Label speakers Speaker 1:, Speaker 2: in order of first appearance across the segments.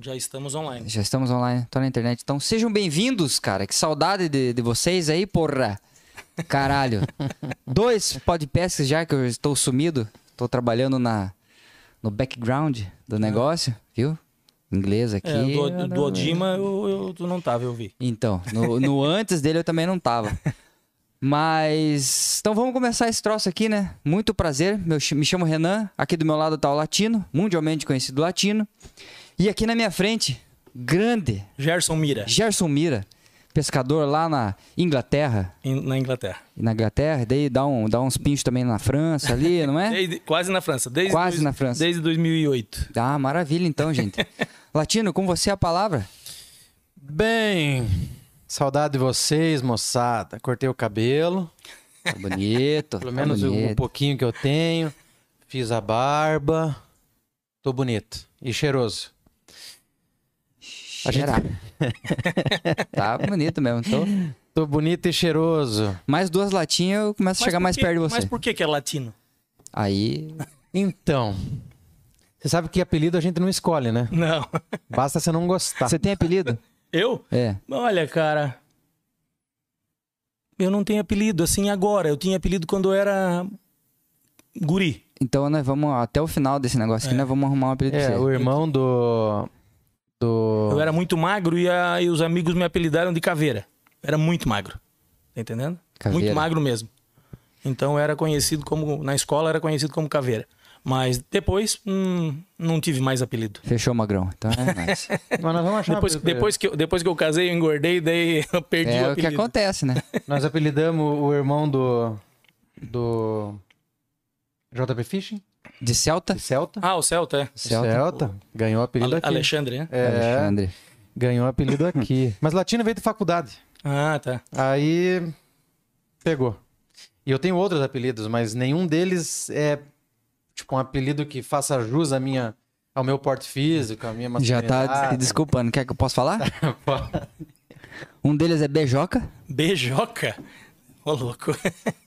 Speaker 1: Já estamos online.
Speaker 2: Já estamos online, tô na internet. Então sejam bem-vindos, cara. Que saudade de, de vocês aí, porra. Caralho. Dois podcasts já que eu estou sumido. Tô trabalhando na, no background do negócio, viu? Inglês aqui.
Speaker 1: É, do, do Odima eu, eu- tu não tava, eu vi.
Speaker 2: Então, no, no antes dele eu também não tava. Mas. Então vamos começar esse troço aqui, né? Muito prazer. Meu, ch- me chamo Renan. Aqui do meu lado tá o Latino, mundialmente conhecido Latino. E aqui na minha frente, grande
Speaker 1: Gerson Mira,
Speaker 2: Gerson Mira, pescador lá na Inglaterra.
Speaker 1: em- na Inglaterra.
Speaker 2: E na Inglaterra, daí dá, um, dá uns pinchos também na França ali, não é?
Speaker 1: Desde- quase na França. Desde
Speaker 2: Quase na França.
Speaker 1: Desde 2008.
Speaker 2: Ah, maravilha então, gente. Latino, com você a palavra?
Speaker 3: Bem, saudade de vocês, moçada. Cortei o cabelo,
Speaker 2: Tá bonito.
Speaker 3: pelo
Speaker 2: tá
Speaker 3: menos o um
Speaker 2: bonito.
Speaker 3: pouquinho que eu tenho. Fiz a barba. Tô bonito e cheiroso. a gente-
Speaker 2: Cheirar. tá bonito mesmo. Então,
Speaker 3: Tô bonito e cheiroso.
Speaker 2: mais duas latinhas eu começo a chegar
Speaker 1: por
Speaker 2: mais
Speaker 1: que-
Speaker 2: perto de você.
Speaker 1: Mas por que que é latino?
Speaker 2: Aí.
Speaker 3: Então, você sabe que apelido a gente não escolhe, né?
Speaker 1: Não.
Speaker 3: Basta você não gostar.
Speaker 2: Você tem apelido?
Speaker 1: Eu?
Speaker 2: É.
Speaker 1: Olha, cara. Eu não tenho apelido assim agora. Eu tinha apelido quando eu era guri.
Speaker 2: Então nós vamos até o final desse negócio aqui, nós vamos arrumar um apelido
Speaker 3: É,
Speaker 2: pra você.
Speaker 3: o irmão do. Do.
Speaker 1: Eu era muito magro e, a- e os amigos me apelidaram de caveira. Eu Era muito magro. Tá entendendo?
Speaker 2: Caveira.
Speaker 1: Muito magro mesmo. Então eu era conhecido como. Na escola era conhecido como caveira. Mas depois hum, não tive mais apelido.
Speaker 2: Fechou, Magrão. Então é nóis.
Speaker 3: Mas nós vamos achar um
Speaker 1: Depois,
Speaker 3: apelido pra ele.
Speaker 1: depois, que, eu- depois que eu casei, eu engordei, daí eu perdi
Speaker 2: é
Speaker 1: o
Speaker 2: o que
Speaker 1: apelido.
Speaker 2: acontece, né?
Speaker 3: Nós apelidamos o irmão do. Do. JP Fishing?
Speaker 2: De Celta,
Speaker 3: De Celta?
Speaker 1: Ah, o Celta, é.
Speaker 2: Celta.
Speaker 3: Ganhou o apelido
Speaker 1: Ale-
Speaker 3: aqui.
Speaker 1: Alexandre, né?
Speaker 3: É,
Speaker 2: Alexandre.
Speaker 3: ganhou o apelido aqui. Mas Latina veio de faculdade.
Speaker 1: Ah, tá.
Speaker 3: Aí. Pegou. E eu tenho outros apelidos, mas nenhum deles é. Tipo, um apelido que faça jus à minha, ao meu porte físico, à minha
Speaker 2: Já tá se
Speaker 3: masculinidade.
Speaker 2: desculpando. Quer que eu possa falar? Um deles é Bejoca.
Speaker 1: Beijoca? Ô, louco.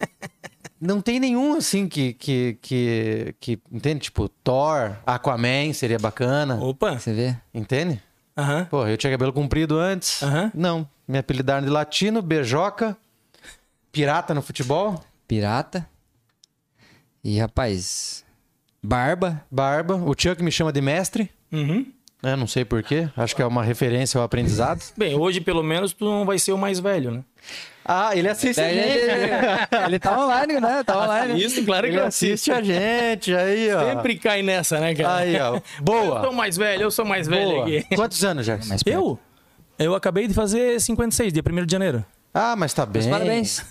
Speaker 3: Não tem nenhum assim que, que, que, que. Entende? Tipo, Thor, Aquaman seria bacana.
Speaker 1: Opa.
Speaker 2: Você vê?
Speaker 3: Entende?
Speaker 1: Aham.
Speaker 3: Porra, eu tinha cabelo comprido antes.
Speaker 1: Aham.
Speaker 3: Não. Me apelidaram de latino, beijoca, pirata no futebol,
Speaker 2: Pirata. E, rapaz, barba.
Speaker 3: barba. O Chuck me chama de mestre.
Speaker 1: Uhum.
Speaker 3: né? não sei porquê. Acho que é uma referência ao aprendizado.
Speaker 1: Bem, hoje pelo menos tu não vai ser o mais velho, né?
Speaker 3: ah, ele assiste a
Speaker 2: Ele,
Speaker 3: gente.
Speaker 2: ele tá online, né? Tá online.
Speaker 1: Isso, claro
Speaker 3: Ele assiste a gente. Aí, ó.
Speaker 1: Sempre cai nessa, né, cara?
Speaker 3: Ah. Aí, ó.
Speaker 1: Eu sou
Speaker 3: Boa.
Speaker 1: mais velho, eu sou mais velho
Speaker 3: Boa.
Speaker 1: aqui.
Speaker 3: Quantos anos, Gerson?
Speaker 2: Mas pera-
Speaker 1: Eu? Eu acabei de fazer 56, dia 1 de janeiro.
Speaker 3: Ah, mas tá bem.
Speaker 2: Mas parabéns.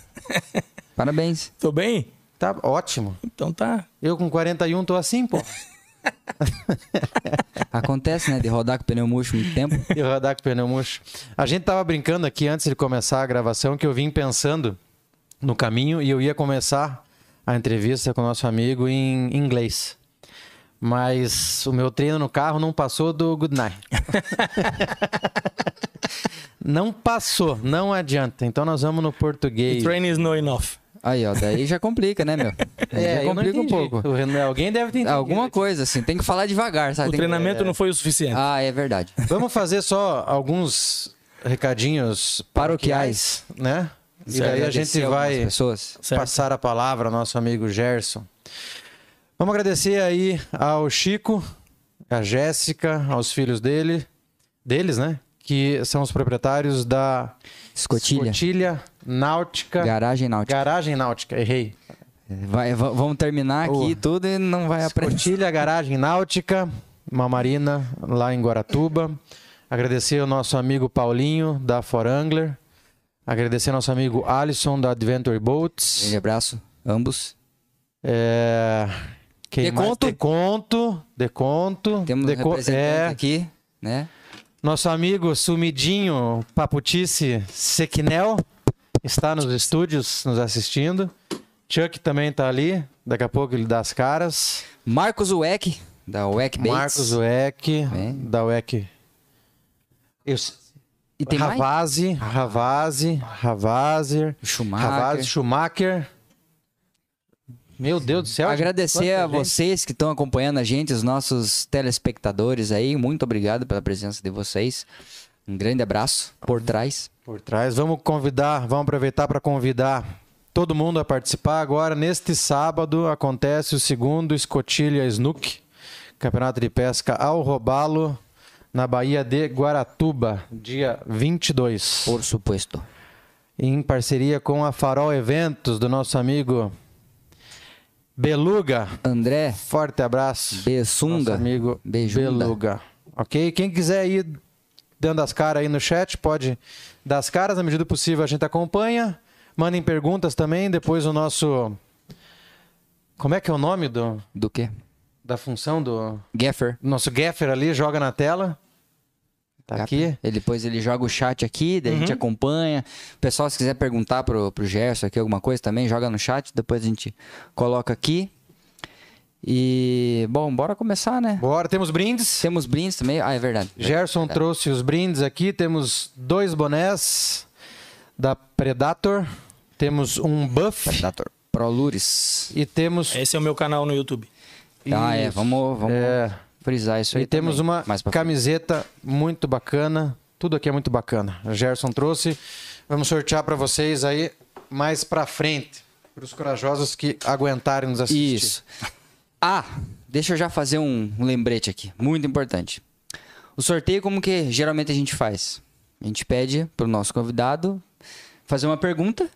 Speaker 2: parabéns.
Speaker 1: Tô bem?
Speaker 3: Tá ótimo.
Speaker 1: Então tá.
Speaker 3: Eu com 41 tô assim, pô.
Speaker 2: Acontece, né? De rodar com o pneu murcho muito tempo.
Speaker 3: E o Radar com pneu murcho. A gente tava brincando aqui antes de começar a gravação que eu vim pensando no caminho e eu ia começar a entrevista com o nosso amigo em inglês. Mas o meu treino no carro não passou do good night. não passou, não adianta. Então nós vamos no português.
Speaker 1: Train is no enough.
Speaker 2: Aí, ó. Daí já complica, né, meu? Aí
Speaker 3: É,
Speaker 2: já
Speaker 3: eu não
Speaker 2: complica um
Speaker 3: entendi.
Speaker 2: pouco.
Speaker 3: O Renan- Alguém deve ter entendido.
Speaker 2: Alguma coisa, assim. Tem que falar devagar, sabe?
Speaker 1: O
Speaker 2: Tem que-
Speaker 1: treinamento não foi o suficiente.
Speaker 2: Ah, é verdade.
Speaker 3: Vamos fazer só alguns recadinhos
Speaker 2: Paroquiais.
Speaker 3: né? E
Speaker 1: Certo.
Speaker 3: daí a gente
Speaker 2: Agradecer algumas
Speaker 3: vai
Speaker 2: Pessoas.
Speaker 1: Certo.
Speaker 3: passar a palavra ao nosso amigo Gerson. Vamos agradecer aí ao Chico, à Jéssica, aos filhos dele, deles, né? Que são os proprietários da
Speaker 2: Escotilha.
Speaker 3: Escotilha Náutica.
Speaker 2: Garagem náutica.
Speaker 3: Garagem Náutica, errei.
Speaker 2: Vai, va- vamos terminar aqui
Speaker 3: Boa.
Speaker 2: tudo e não vai aprender.
Speaker 3: Escotilha Garagem Náutica, uma marina lá em Guaratuba. Agradecer ao nosso amigo Paulinho, da Forangler. Agradecer ao nosso amigo Alisson, da Adventure Boats.
Speaker 2: Grande abraço, ambos.
Speaker 3: É... Quem
Speaker 2: Deconto.
Speaker 3: Mais? Deconto. Deconto.
Speaker 2: Temos um
Speaker 3: Deco-
Speaker 2: representante
Speaker 3: é,
Speaker 2: aqui, né?
Speaker 3: Nosso amigo sumidinho Paputice Sequinel está nos estúdios nos assistindo. Chuck também está ali. Daqui a pouco ele dá as caras.
Speaker 2: Marcos Weck, da Weck Bates.
Speaker 3: Marcos Weck,
Speaker 2: Bem.
Speaker 3: da Weck. Eu...
Speaker 2: E tem mais?
Speaker 3: Ravazzi, Ravazzi, Ravazer,
Speaker 2: Schumacher.
Speaker 3: Ravazzi Schumacher, Meu Deus do céu. gente,
Speaker 2: Agradecer
Speaker 3: quanta
Speaker 2: a
Speaker 3: gente.
Speaker 2: vocês que estão acompanhando a gente, os nossos telespectadores aí. Muito obrigado pela presença de vocês. Um grande abraço por trás.
Speaker 3: Por trás. Vamos convidar, vamos aproveitar para convidar todo mundo a participar agora. Neste sábado acontece o segundo Escotilha Snook, Campeonato de Pesca ao Robalo, na Bahia de Guaratuba, dia 22.
Speaker 2: Por suposto.
Speaker 3: Em parceria com a Farol Eventos, do nosso amigo Beluga.
Speaker 2: André
Speaker 3: Forte abraço.
Speaker 2: Bessunga.
Speaker 3: Nosso amigo
Speaker 2: Beijunda.
Speaker 3: Beluga. Ok? Quem quiser ir dando as caras aí no chat, pode dar as caras. Na medida do possível, a gente acompanha. Mandem perguntas também. Depois o nosso. Como é que é o nome do,
Speaker 2: Do quê?
Speaker 3: da função do.
Speaker 2: Gaffer.
Speaker 3: Nosso gaffer ali joga na tela. Tá aqui. Uhum.
Speaker 2: Ele, depois ele joga o chat aqui, daí a gente acompanha. O pessoal, se quiser perguntar pro, pro Gerson aqui alguma coisa também, joga no chat, depois a gente coloca aqui. E, bom, bora começar, né?
Speaker 3: Bora, temos brindes.
Speaker 2: Temos brindes também. Ah, é verdade.
Speaker 3: Gerson trouxe os brindes aqui. Temos dois bonés da Predator. Temos um buff.
Speaker 2: Predator. Prolures.
Speaker 3: E temos
Speaker 1: Esse é o meu canal no YouTube.
Speaker 2: Ah, é.
Speaker 3: Isso.
Speaker 2: Vamos, vamos
Speaker 3: É.
Speaker 2: frisar isso aí.
Speaker 3: E temos
Speaker 2: também,
Speaker 3: uma
Speaker 2: mais pra frente.
Speaker 3: camiseta muito bacana. Tudo aqui é muito bacana. O Gerson trouxe. Vamos sortear para vocês aí mais para frente. Para os corajosos que aguentarem nos assistir.
Speaker 2: Isso. Ah, deixa eu já fazer um, um lembrete aqui, muito importante. O sorteio, como que geralmente a gente faz? A gente pede pro nosso convidado fazer uma pergunta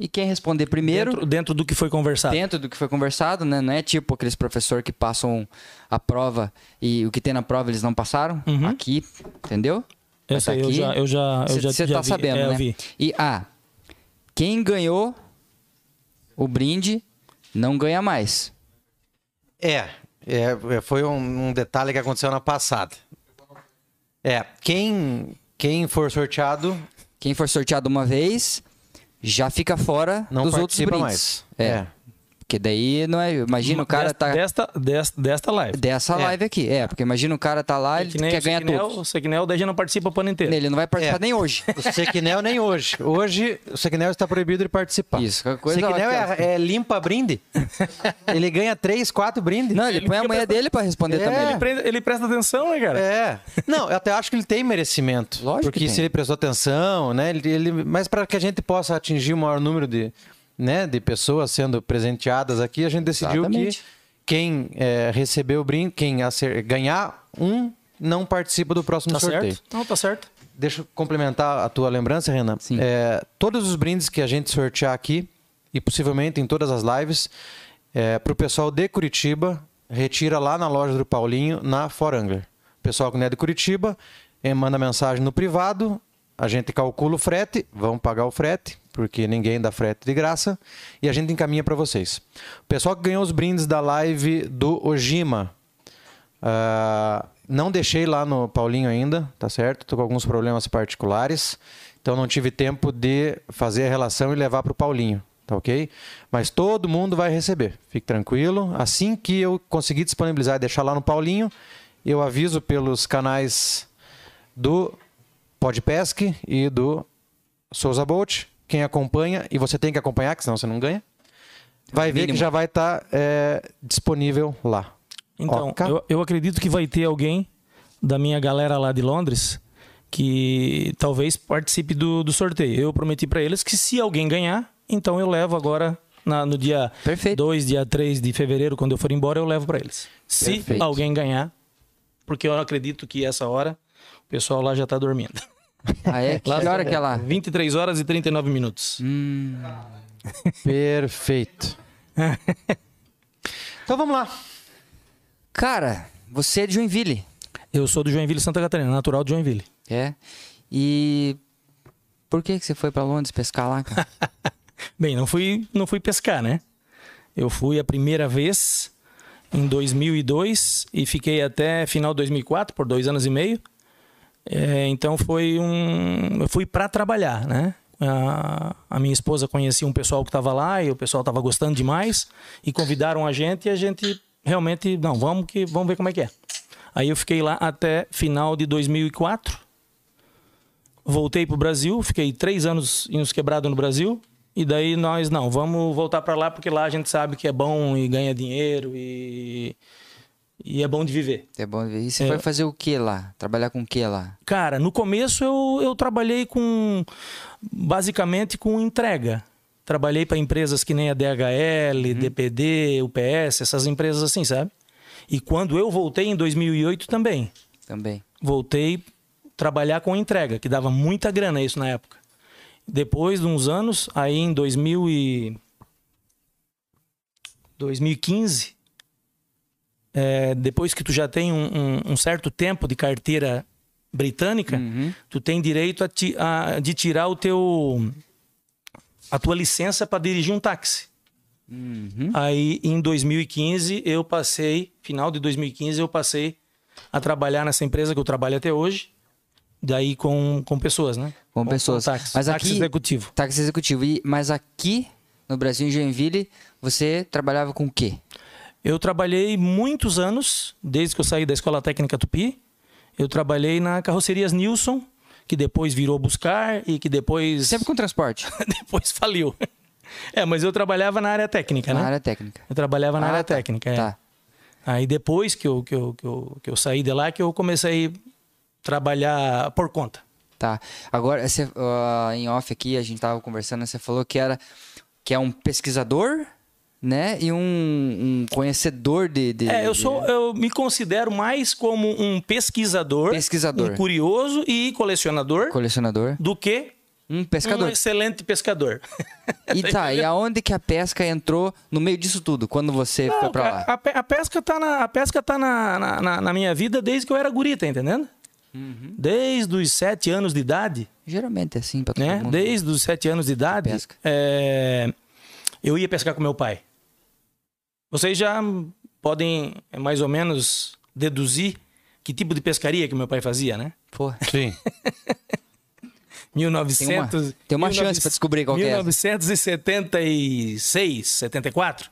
Speaker 2: e quem responder primeiro,
Speaker 1: Dentro,
Speaker 2: dentro,
Speaker 1: dentro do que foi conversado.
Speaker 2: do que foi conversado, né? Não é tipo aqueles professor que passam a prova e o que tem na prova eles não passaram.
Speaker 1: Uhum.
Speaker 2: Aqui, entendeu?
Speaker 1: Eu sei, eu já, eu já, eu já,
Speaker 2: Você
Speaker 1: já
Speaker 2: tá
Speaker 1: vi.
Speaker 2: sabendo,
Speaker 1: É, eu
Speaker 2: né?
Speaker 1: vi.
Speaker 2: E ah, quem ganhou o brinde não ganha mais.
Speaker 3: É, é, é, foi um, um detalhe que aconteceu na passada. É, quem, quem for sorteado
Speaker 2: Quem for sorteado uma vez já fica fora
Speaker 3: não
Speaker 2: dos outros
Speaker 3: participa
Speaker 2: brindes.
Speaker 3: mais.
Speaker 2: É. Porque daí não é. Imagina o cara
Speaker 1: desta,
Speaker 2: tá.
Speaker 1: desta, desta, desta live. É
Speaker 2: Dessa
Speaker 3: É.
Speaker 2: live aqui. É, porque imagina o cara tá lá, ele
Speaker 1: que nem
Speaker 2: quer
Speaker 1: o
Speaker 2: ganhar
Speaker 1: Sequinel,
Speaker 2: tudo.
Speaker 1: é O Sequinel daí já não participa o ano inteiro.
Speaker 2: Ele não vai participar
Speaker 3: É.
Speaker 2: nem hoje.
Speaker 3: O Sequinel nem hoje. Hoje o Sequinel está proibido de participar.
Speaker 2: Isso, qualquer coisa,
Speaker 3: Sequinel
Speaker 2: ó, aqui,
Speaker 3: é, é limpa brinde. Ele ganha três, quatro brindes.
Speaker 2: Não, ele, põe a
Speaker 1: fica
Speaker 2: mulher dele pra responder
Speaker 3: É.
Speaker 2: também.
Speaker 1: Ele, prende- ele presta atenção, né, cara?
Speaker 3: É. Não, eu até acho que ele tem merecimento.
Speaker 2: Lógico
Speaker 3: Porque
Speaker 2: que
Speaker 3: se
Speaker 2: tem.
Speaker 3: ele prestou atenção, né? Ele, ele- mas para que a gente possa atingir o maior número de, né, de pessoas sendo presenteadas aqui, a gente decidiu
Speaker 2: Exatamente.
Speaker 3: que quem eh, receber o brinde, quem acer- ganhar um, não participa do próximo
Speaker 1: Tá
Speaker 3: sorteio.
Speaker 1: certo? Não, tá certo.
Speaker 3: Deixa eu complementar a tua lembrança, Renan.
Speaker 2: Sim.
Speaker 3: É, todos os brindes que a gente sortear aqui, e possivelmente em todas as lives, é, para o pessoal de Curitiba, retira lá na loja do Paulinho, na Forangler. O pessoal que não é de Curitiba, eh, manda mensagem no privado, a gente calcula o frete, vão pagar o frete, porque ninguém dá frete de graça, e a gente encaminha para vocês. O pessoal que ganhou os brindes da live do Ojima, ah, não deixei lá no Paulinho ainda, tá certo? Tô com alguns problemas particulares, então não tive tempo de fazer a relação e levar pro Paulinho, tá ok? Mas todo mundo vai receber, fique tranquilo. Assim que eu conseguir disponibilizar e deixar lá no Paulinho, eu aviso pelos canais do Podpesc e do Souza Bolt. Quem acompanha, e você tem que acompanhar, que senão você não ganha, vai ver que
Speaker 2: Mínimo.
Speaker 3: já vai estar disponível lá.
Speaker 1: Então,
Speaker 3: Oca.
Speaker 1: eu, eu acredito que vai ter alguém da minha galera lá de Londres que talvez participe do, do sorteio. Eu prometi para eles que se alguém ganhar, então eu levo agora na- no dia
Speaker 2: Perfeito.
Speaker 1: 2, dia 3 de fevereiro, quando eu for embora, eu levo para eles. Se
Speaker 2: Perfeito.
Speaker 1: alguém ganhar, porque eu acredito que essa hora o pessoal lá já tá dormindo.
Speaker 2: Ah, é? Que hora que ela.
Speaker 1: 23 horas e 39 minutos.
Speaker 2: Hum,
Speaker 3: Perfeito. então vamos lá.
Speaker 2: cara, você é de Joinville.
Speaker 1: Eu sou do Joinville, Santa Catarina, natural de Joinville.
Speaker 2: É. E. Por que, que você foi pra Londres pescar lá, cara?
Speaker 1: Bem, não fui, não fui pescar, né? Eu fui a primeira vez em 2002 e fiquei até final de 2004, por dois anos e meio. É, então foi um. Eu fui para trabalhar, né? A, a minha esposa conhecia um pessoal que estava lá e o pessoal estava gostando demais e convidaram a gente e a gente realmente, não, vamos que vamos ver como é que é. Aí eu fiquei lá até final de 2004. Voltei para o Brasil, fiquei três anos em uns quebrados no Brasil. E daí nós, não, vamos voltar para lá porque lá a gente sabe que é bom e ganha dinheiro e, e é bom de viver.
Speaker 2: É bom ver. E você
Speaker 1: É.
Speaker 2: vai fazer o que lá? Trabalhar com o que lá?
Speaker 1: Cara, no começo eu, eu trabalhei com. basicamente com entrega. Trabalhei para empresas que nem a DHL, DPD, UPS, essas empresas assim, sabe? E quando eu voltei em 2008 também,
Speaker 2: Também.
Speaker 1: voltei trabalhar com entrega, que dava muita grana isso na época. Depois de uns anos, aí em 2000 e- 2015, é, depois que tu já tem um, um- um certo tempo de carteira britânica, tu tem direito a ti- a- de tirar o teu a tua licença para dirigir um táxi.
Speaker 2: Uhum.
Speaker 1: Aí em 2015 eu passei, final de 2015 eu passei a trabalhar nessa empresa que eu trabalho até hoje, daí com, com pessoas, né?
Speaker 2: Com pessoas.
Speaker 1: táxi,
Speaker 2: Mas
Speaker 1: táxi
Speaker 2: aqui-
Speaker 1: executivo.
Speaker 2: Táxi executivo. E, mas aqui no Brasil, em Joinville, você trabalhava com o quê?
Speaker 1: Eu trabalhei muitos anos, desde que eu saí da Escola Técnica Tupi. Eu trabalhei na Carrocerias Nilson, que depois virou Buscar e que depois
Speaker 2: Sempre com transporte.
Speaker 1: depois faliu. É, mas eu trabalhava na área técnica,
Speaker 2: na
Speaker 1: né?
Speaker 2: área técnica.
Speaker 1: Eu trabalhava na
Speaker 2: Ah,
Speaker 1: área
Speaker 2: tá.
Speaker 1: técnica. é.
Speaker 2: Tá.
Speaker 1: Aí depois que eu, que, eu, que, eu, que eu saí de lá, que eu comecei a trabalhar por conta.
Speaker 2: Tá. Agora, você, ah, em off aqui, a gente tava conversando, você falou que era que é um pesquisador, né? E um, um conhecedor de, de-
Speaker 1: É, eu
Speaker 2: de-
Speaker 1: sou, eu me considero mais como um pesquisador,
Speaker 2: Pesquisador.
Speaker 1: um curioso e colecionador
Speaker 2: colecionador,
Speaker 1: do que
Speaker 2: um pescador.
Speaker 1: um excelente pescador.
Speaker 2: E
Speaker 1: é
Speaker 2: tá, e aonde que a pesca entrou no meio disso tudo, quando você foi
Speaker 1: Não,
Speaker 2: pra lá?
Speaker 1: a, a pe- a pesca tá, na, a pesca tá na, na- na- na minha vida desde que eu era guri, tá entendendo?
Speaker 2: Uhum.
Speaker 1: Desde os sete anos de idade,
Speaker 2: Geralmente é assim pra todo
Speaker 1: né?
Speaker 2: mundo.
Speaker 1: Desde os sete anos de idade,
Speaker 2: Pesca.
Speaker 1: é, eu ia pescar com meu pai. Vocês já podem é, mais ou menos deduzir que tipo de pescaria que meu pai fazia, né?
Speaker 2: Pô,
Speaker 3: Sim.
Speaker 1: 1900,
Speaker 2: tem uma chance pra descobrir qual que é essa.
Speaker 1: 1976, 74.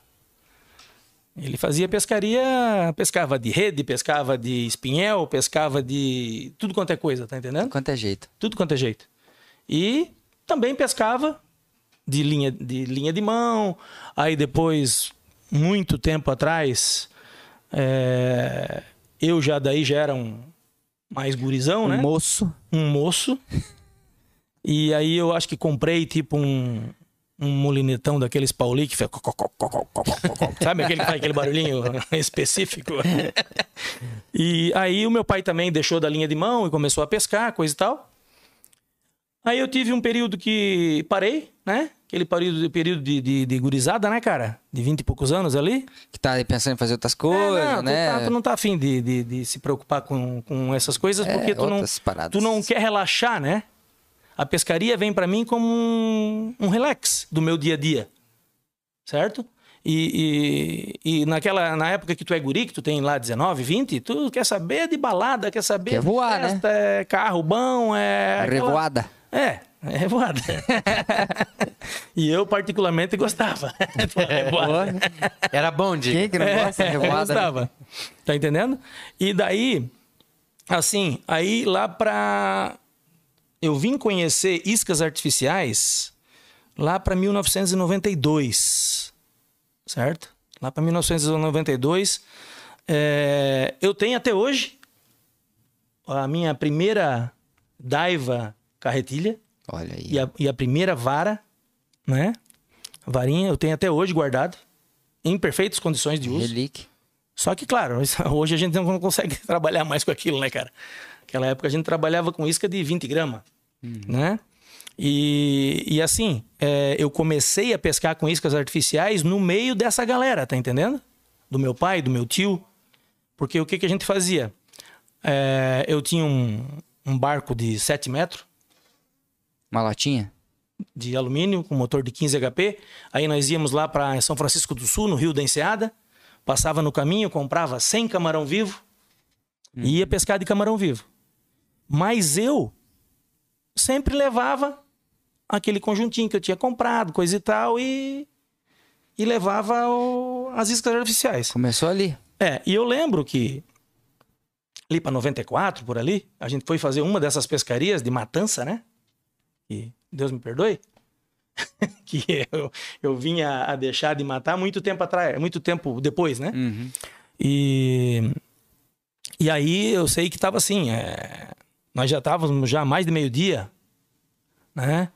Speaker 1: Ele fazia pescaria, pescava de rede, pescava de espinhel, pescava de tudo quanto é coisa, tá entendendo?
Speaker 2: quanto é jeito.
Speaker 1: Tudo quanto é jeito. E também pescava de linha de, linha de mão. Aí depois, muito tempo atrás, é, eu já daí já era um mais gurizão, né?
Speaker 2: Um moço.
Speaker 1: um moço. E aí eu acho que comprei tipo um, um molinetão daqueles Pauli que faz. co- co- co- co- co- co- co- co- Sabe aquele, que faz aquele barulhinho específico? E aí o meu pai também deixou da linha de mão e começou a pescar, coisa e tal. Aí eu tive um período que parei, né? Aquele período, período de, de, de gurizada, né, cara? De 20 e poucos anos ali.
Speaker 2: Que tá aí pensando em fazer outras
Speaker 1: É,
Speaker 2: coisas,
Speaker 1: não, tu
Speaker 2: né?
Speaker 1: tá- Tu, não tá afim de, de, de se preocupar com, com essas coisas,
Speaker 2: É,
Speaker 1: porque tu não,
Speaker 2: outras paradas.
Speaker 1: tu não quer relaxar, né? A pescaria vem para mim como um, um relax do meu dia a dia, certo? E, e, e naquela, na época que tu é guri, que tu tem lá 19, 20, tu quer saber de balada, quer saber
Speaker 2: Quer
Speaker 1: de
Speaker 2: voar, né?
Speaker 1: festa, é carro bom, é... aquela-
Speaker 2: Revoada.
Speaker 1: é, é revoada. e eu particularmente gostava. da revoada.
Speaker 3: Era bom, de
Speaker 2: Quem que não gosta de
Speaker 1: É,
Speaker 2: revoada? né?
Speaker 1: gostava. Tá entendendo? E daí, assim, aí lá pra. Eu vim conhecer iscas artificiais lá pra 1992. Certo? Lá pra 1992. é, eu tenho até hoje a minha primeira daiva carretilha
Speaker 2: Olha aí.
Speaker 1: e a, e a primeira vara, né? Varinha, eu tenho até hoje guardado, em perfeitas condições de uso.
Speaker 2: Relíquia.
Speaker 1: Só que, claro, isso- hoje a gente não consegue trabalhar mais com aquilo, né, cara? Naquela época a gente trabalhava com isca de 20 gramas, né? E, e assim, é, eu comecei a pescar com iscas artificiais no meio dessa galera, tá entendendo? Do meu pai, do meu tio. Porque o que, que a gente fazia? É, eu tinha um, um barco de 7 metros,
Speaker 2: Uma latinha?
Speaker 1: de alumínio com motor de 15 HP. Aí nós íamos lá para São Francisco do Sul, no Rio da Enseada, passava no caminho, comprava 100 camarão vivo e ia pescar de camarão vivo. Mas eu sempre levava aquele conjuntinho que eu tinha comprado, coisa e tal, e, e levava o- as iscas artificiais.
Speaker 2: Começou ali.
Speaker 1: É, e eu lembro que ali para 94, por ali, a gente foi fazer uma dessas pescarias de matança, né? E Deus me perdoe. que eu, eu vinha a deixar de matar muito tempo atrás, muito tempo depois, né?
Speaker 2: Uhum.
Speaker 1: E, e aí eu sei que tava assim, é, nós já estávamos já mais de meio-dia, né?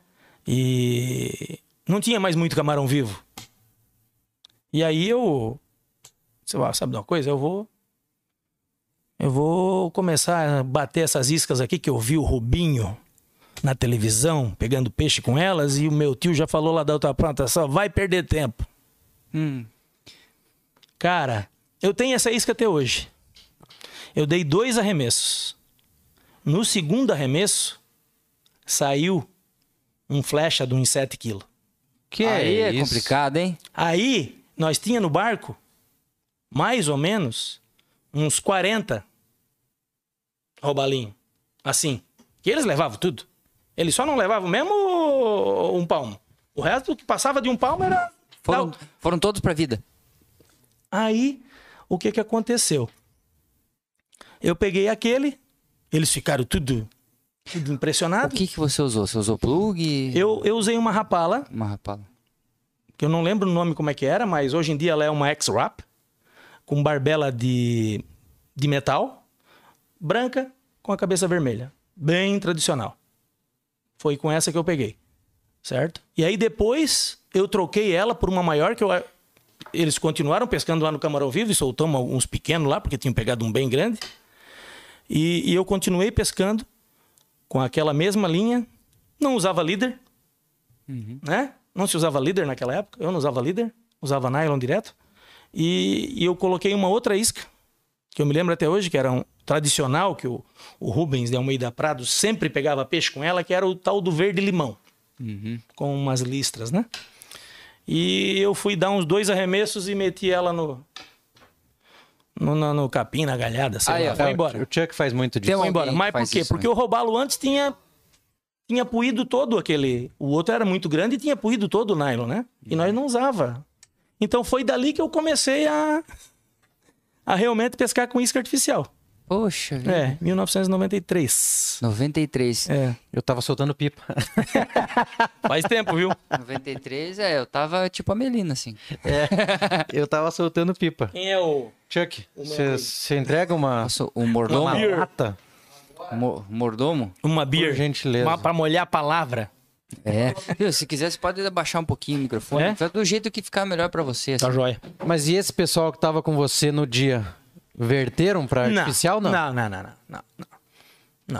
Speaker 1: E não tinha mais muito camarão vivo. E aí eu, sei lá, sabe de uma coisa? Eu vou eu vou começar a bater essas iscas aqui que eu vi o Rubinho na televisão pegando peixe com elas e o meu tio já falou lá da outra plantação, vai perder tempo.
Speaker 2: Hum.
Speaker 1: Cara, eu tenho essa isca até hoje. Eu dei dois arremessos. No segundo arremesso, saiu um flecha de uns 7 quilos.
Speaker 3: Que
Speaker 2: Aí é
Speaker 3: isso?
Speaker 2: complicado, hein?
Speaker 1: Aí, nós tinha no barco, mais ou menos, uns 40 roubalinho. Assim. Que eles levavam tudo. Eles só não levavam mesmo um palmo. O resto que passava de um palmo era.
Speaker 2: Foram,
Speaker 1: Não.
Speaker 2: foram todos pra vida.
Speaker 1: Aí, o que que aconteceu? Eu peguei aquele, eles ficaram tudo, tudo
Speaker 2: O
Speaker 1: impressionados.
Speaker 2: que, que você usou? Você usou plug?
Speaker 1: Eu, eu usei uma rapala,
Speaker 2: Uma rapala.
Speaker 1: que eu não lembro o nome como é que era, mas hoje em dia ela é uma X-Wrap, com barbela de, de metal, branca, com a cabeça vermelha. Bem tradicional. Foi com essa que eu peguei, certo? E aí depois eu troquei ela por uma maior que eu... Eles continuaram pescando lá no Camarão Vivo e soltamos alguns pequenos lá, porque tinham pegado um bem grande. E, e eu continuei pescando com aquela mesma linha. Não usava líder, né? Não se usava líder naquela época, eu não usava líder, usava nylon direto. E, e eu coloquei uma outra isca, que eu me lembro até hoje, que era um tradicional, que o, o Rubens de Almeida Prado sempre pegava peixe com ela, que era o tal do verde-limão, com umas listras, né? E eu fui dar uns dois arremessos e meti ela no, no, no, no capim, na galhada, sei
Speaker 2: Aí,
Speaker 1: lá,
Speaker 2: ó.
Speaker 1: foi
Speaker 3: É,
Speaker 1: embora.
Speaker 3: O Chuck faz muito
Speaker 2: Tem
Speaker 3: disso.
Speaker 2: um-
Speaker 1: Foi embora.
Speaker 2: alguém
Speaker 1: Mas
Speaker 2: que
Speaker 1: por
Speaker 2: faz
Speaker 1: quê?
Speaker 2: isso,
Speaker 1: Porque o
Speaker 2: né?
Speaker 1: roubalo antes tinha tinha puído todo aquele, o outro era muito grande e tinha puído todo o nylon, né? E nós não usava. Então foi dali que eu comecei a a realmente pescar com isca artificial.
Speaker 2: Poxa vida.
Speaker 1: É, 1993.
Speaker 2: 93.
Speaker 1: É,
Speaker 3: Eu tava soltando pipa.
Speaker 1: faz tempo, viu?
Speaker 2: 93, é, eu tava tipo a Melina, assim.
Speaker 3: Eu tava soltando pipa.
Speaker 1: Quem é o
Speaker 3: Chuck,
Speaker 1: Uma
Speaker 3: você
Speaker 1: vez.
Speaker 3: você entrega uma,
Speaker 2: Nossa, o
Speaker 3: uma
Speaker 2: mordomo.
Speaker 1: Vamos. beer.
Speaker 3: lata?
Speaker 2: mo- mordomo?
Speaker 1: uma
Speaker 3: Por
Speaker 1: beer?
Speaker 3: gentileza.
Speaker 1: Uma- pra molhar a palavra.
Speaker 2: É. Viu, se quiser, você pode abaixar um pouquinho o microfone.
Speaker 1: É?
Speaker 2: Faz do jeito que ficar melhor pra você. assim.
Speaker 1: Tá joia.
Speaker 3: Mas e esse pessoal que tava com você no dia? Verteram pra artificial, não?
Speaker 1: Não, não, não, não, não, não.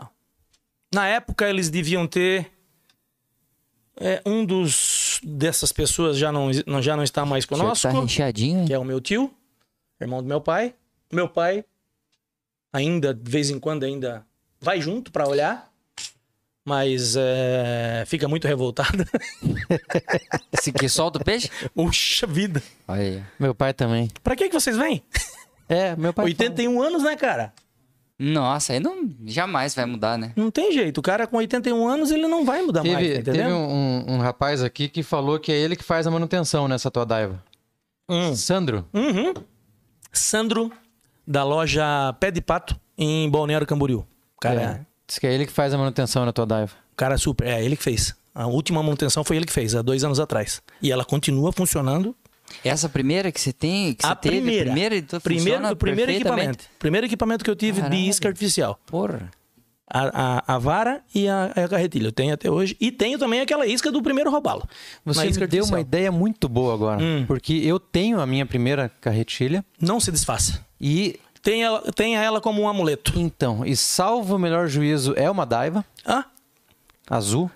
Speaker 1: Não. Na época eles deviam ter é, um dos dessas pessoas já não, não- já não está mais
Speaker 2: Deixa eu
Speaker 1: conosco,
Speaker 2: tá recheadinho, hein?
Speaker 1: que é o meu tio, irmão do meu pai. Meu pai ainda de vez em quando ainda vai junto para olhar, mas é, fica muito revoltado.
Speaker 2: Esse que solta o peixe?
Speaker 1: Puxa vida.
Speaker 2: Olha aí.
Speaker 3: Meu pai também.
Speaker 1: Pra que que vocês vêm?
Speaker 3: É, meu pai.
Speaker 1: 81 anos, né, cara?
Speaker 2: Nossa, aí não jamais vai mudar, né?
Speaker 1: Não tem jeito. O cara com 81 anos, ele não vai mudar mais, tá
Speaker 3: Teve,
Speaker 1: entendendo?
Speaker 3: teve um, um- um rapaz aqui que falou que é ele que faz a manutenção nessa tua daiva.
Speaker 1: Hum.
Speaker 3: Sandro,
Speaker 1: Uhum. Sandro, da loja Pé de Pato, em Balneário Camboriú. O Cara,
Speaker 3: é, diz que é ele que faz a manutenção na tua daiva.
Speaker 1: o cara super. É, ele que fez. A última manutenção foi ele que fez, há dois anos atrás. E ela continua funcionando.
Speaker 2: Essa primeira que você tem, que
Speaker 1: a
Speaker 2: você teve,
Speaker 1: primeira.
Speaker 2: primeira, então
Speaker 1: primeiro,
Speaker 2: funciona
Speaker 1: do primeiro
Speaker 2: perfeitamente.
Speaker 1: equipamento. Primeiro equipamento que eu tive
Speaker 2: Caralho.
Speaker 1: de isca artificial.
Speaker 2: Porra.
Speaker 1: A, a, a vara e a, a carretilha. Eu tenho até hoje. E tenho também aquela isca do primeiro robalo.
Speaker 3: Você me
Speaker 1: é
Speaker 3: deu uma ideia muito boa agora,
Speaker 1: Hum.
Speaker 3: porque eu tenho a minha primeira carretilha
Speaker 1: Não se desfaça.
Speaker 3: e
Speaker 1: Tenha, ela- tenha ela como um amuleto.
Speaker 3: então, e salvo o melhor juízo, é uma daiva
Speaker 1: Ah,
Speaker 3: azul.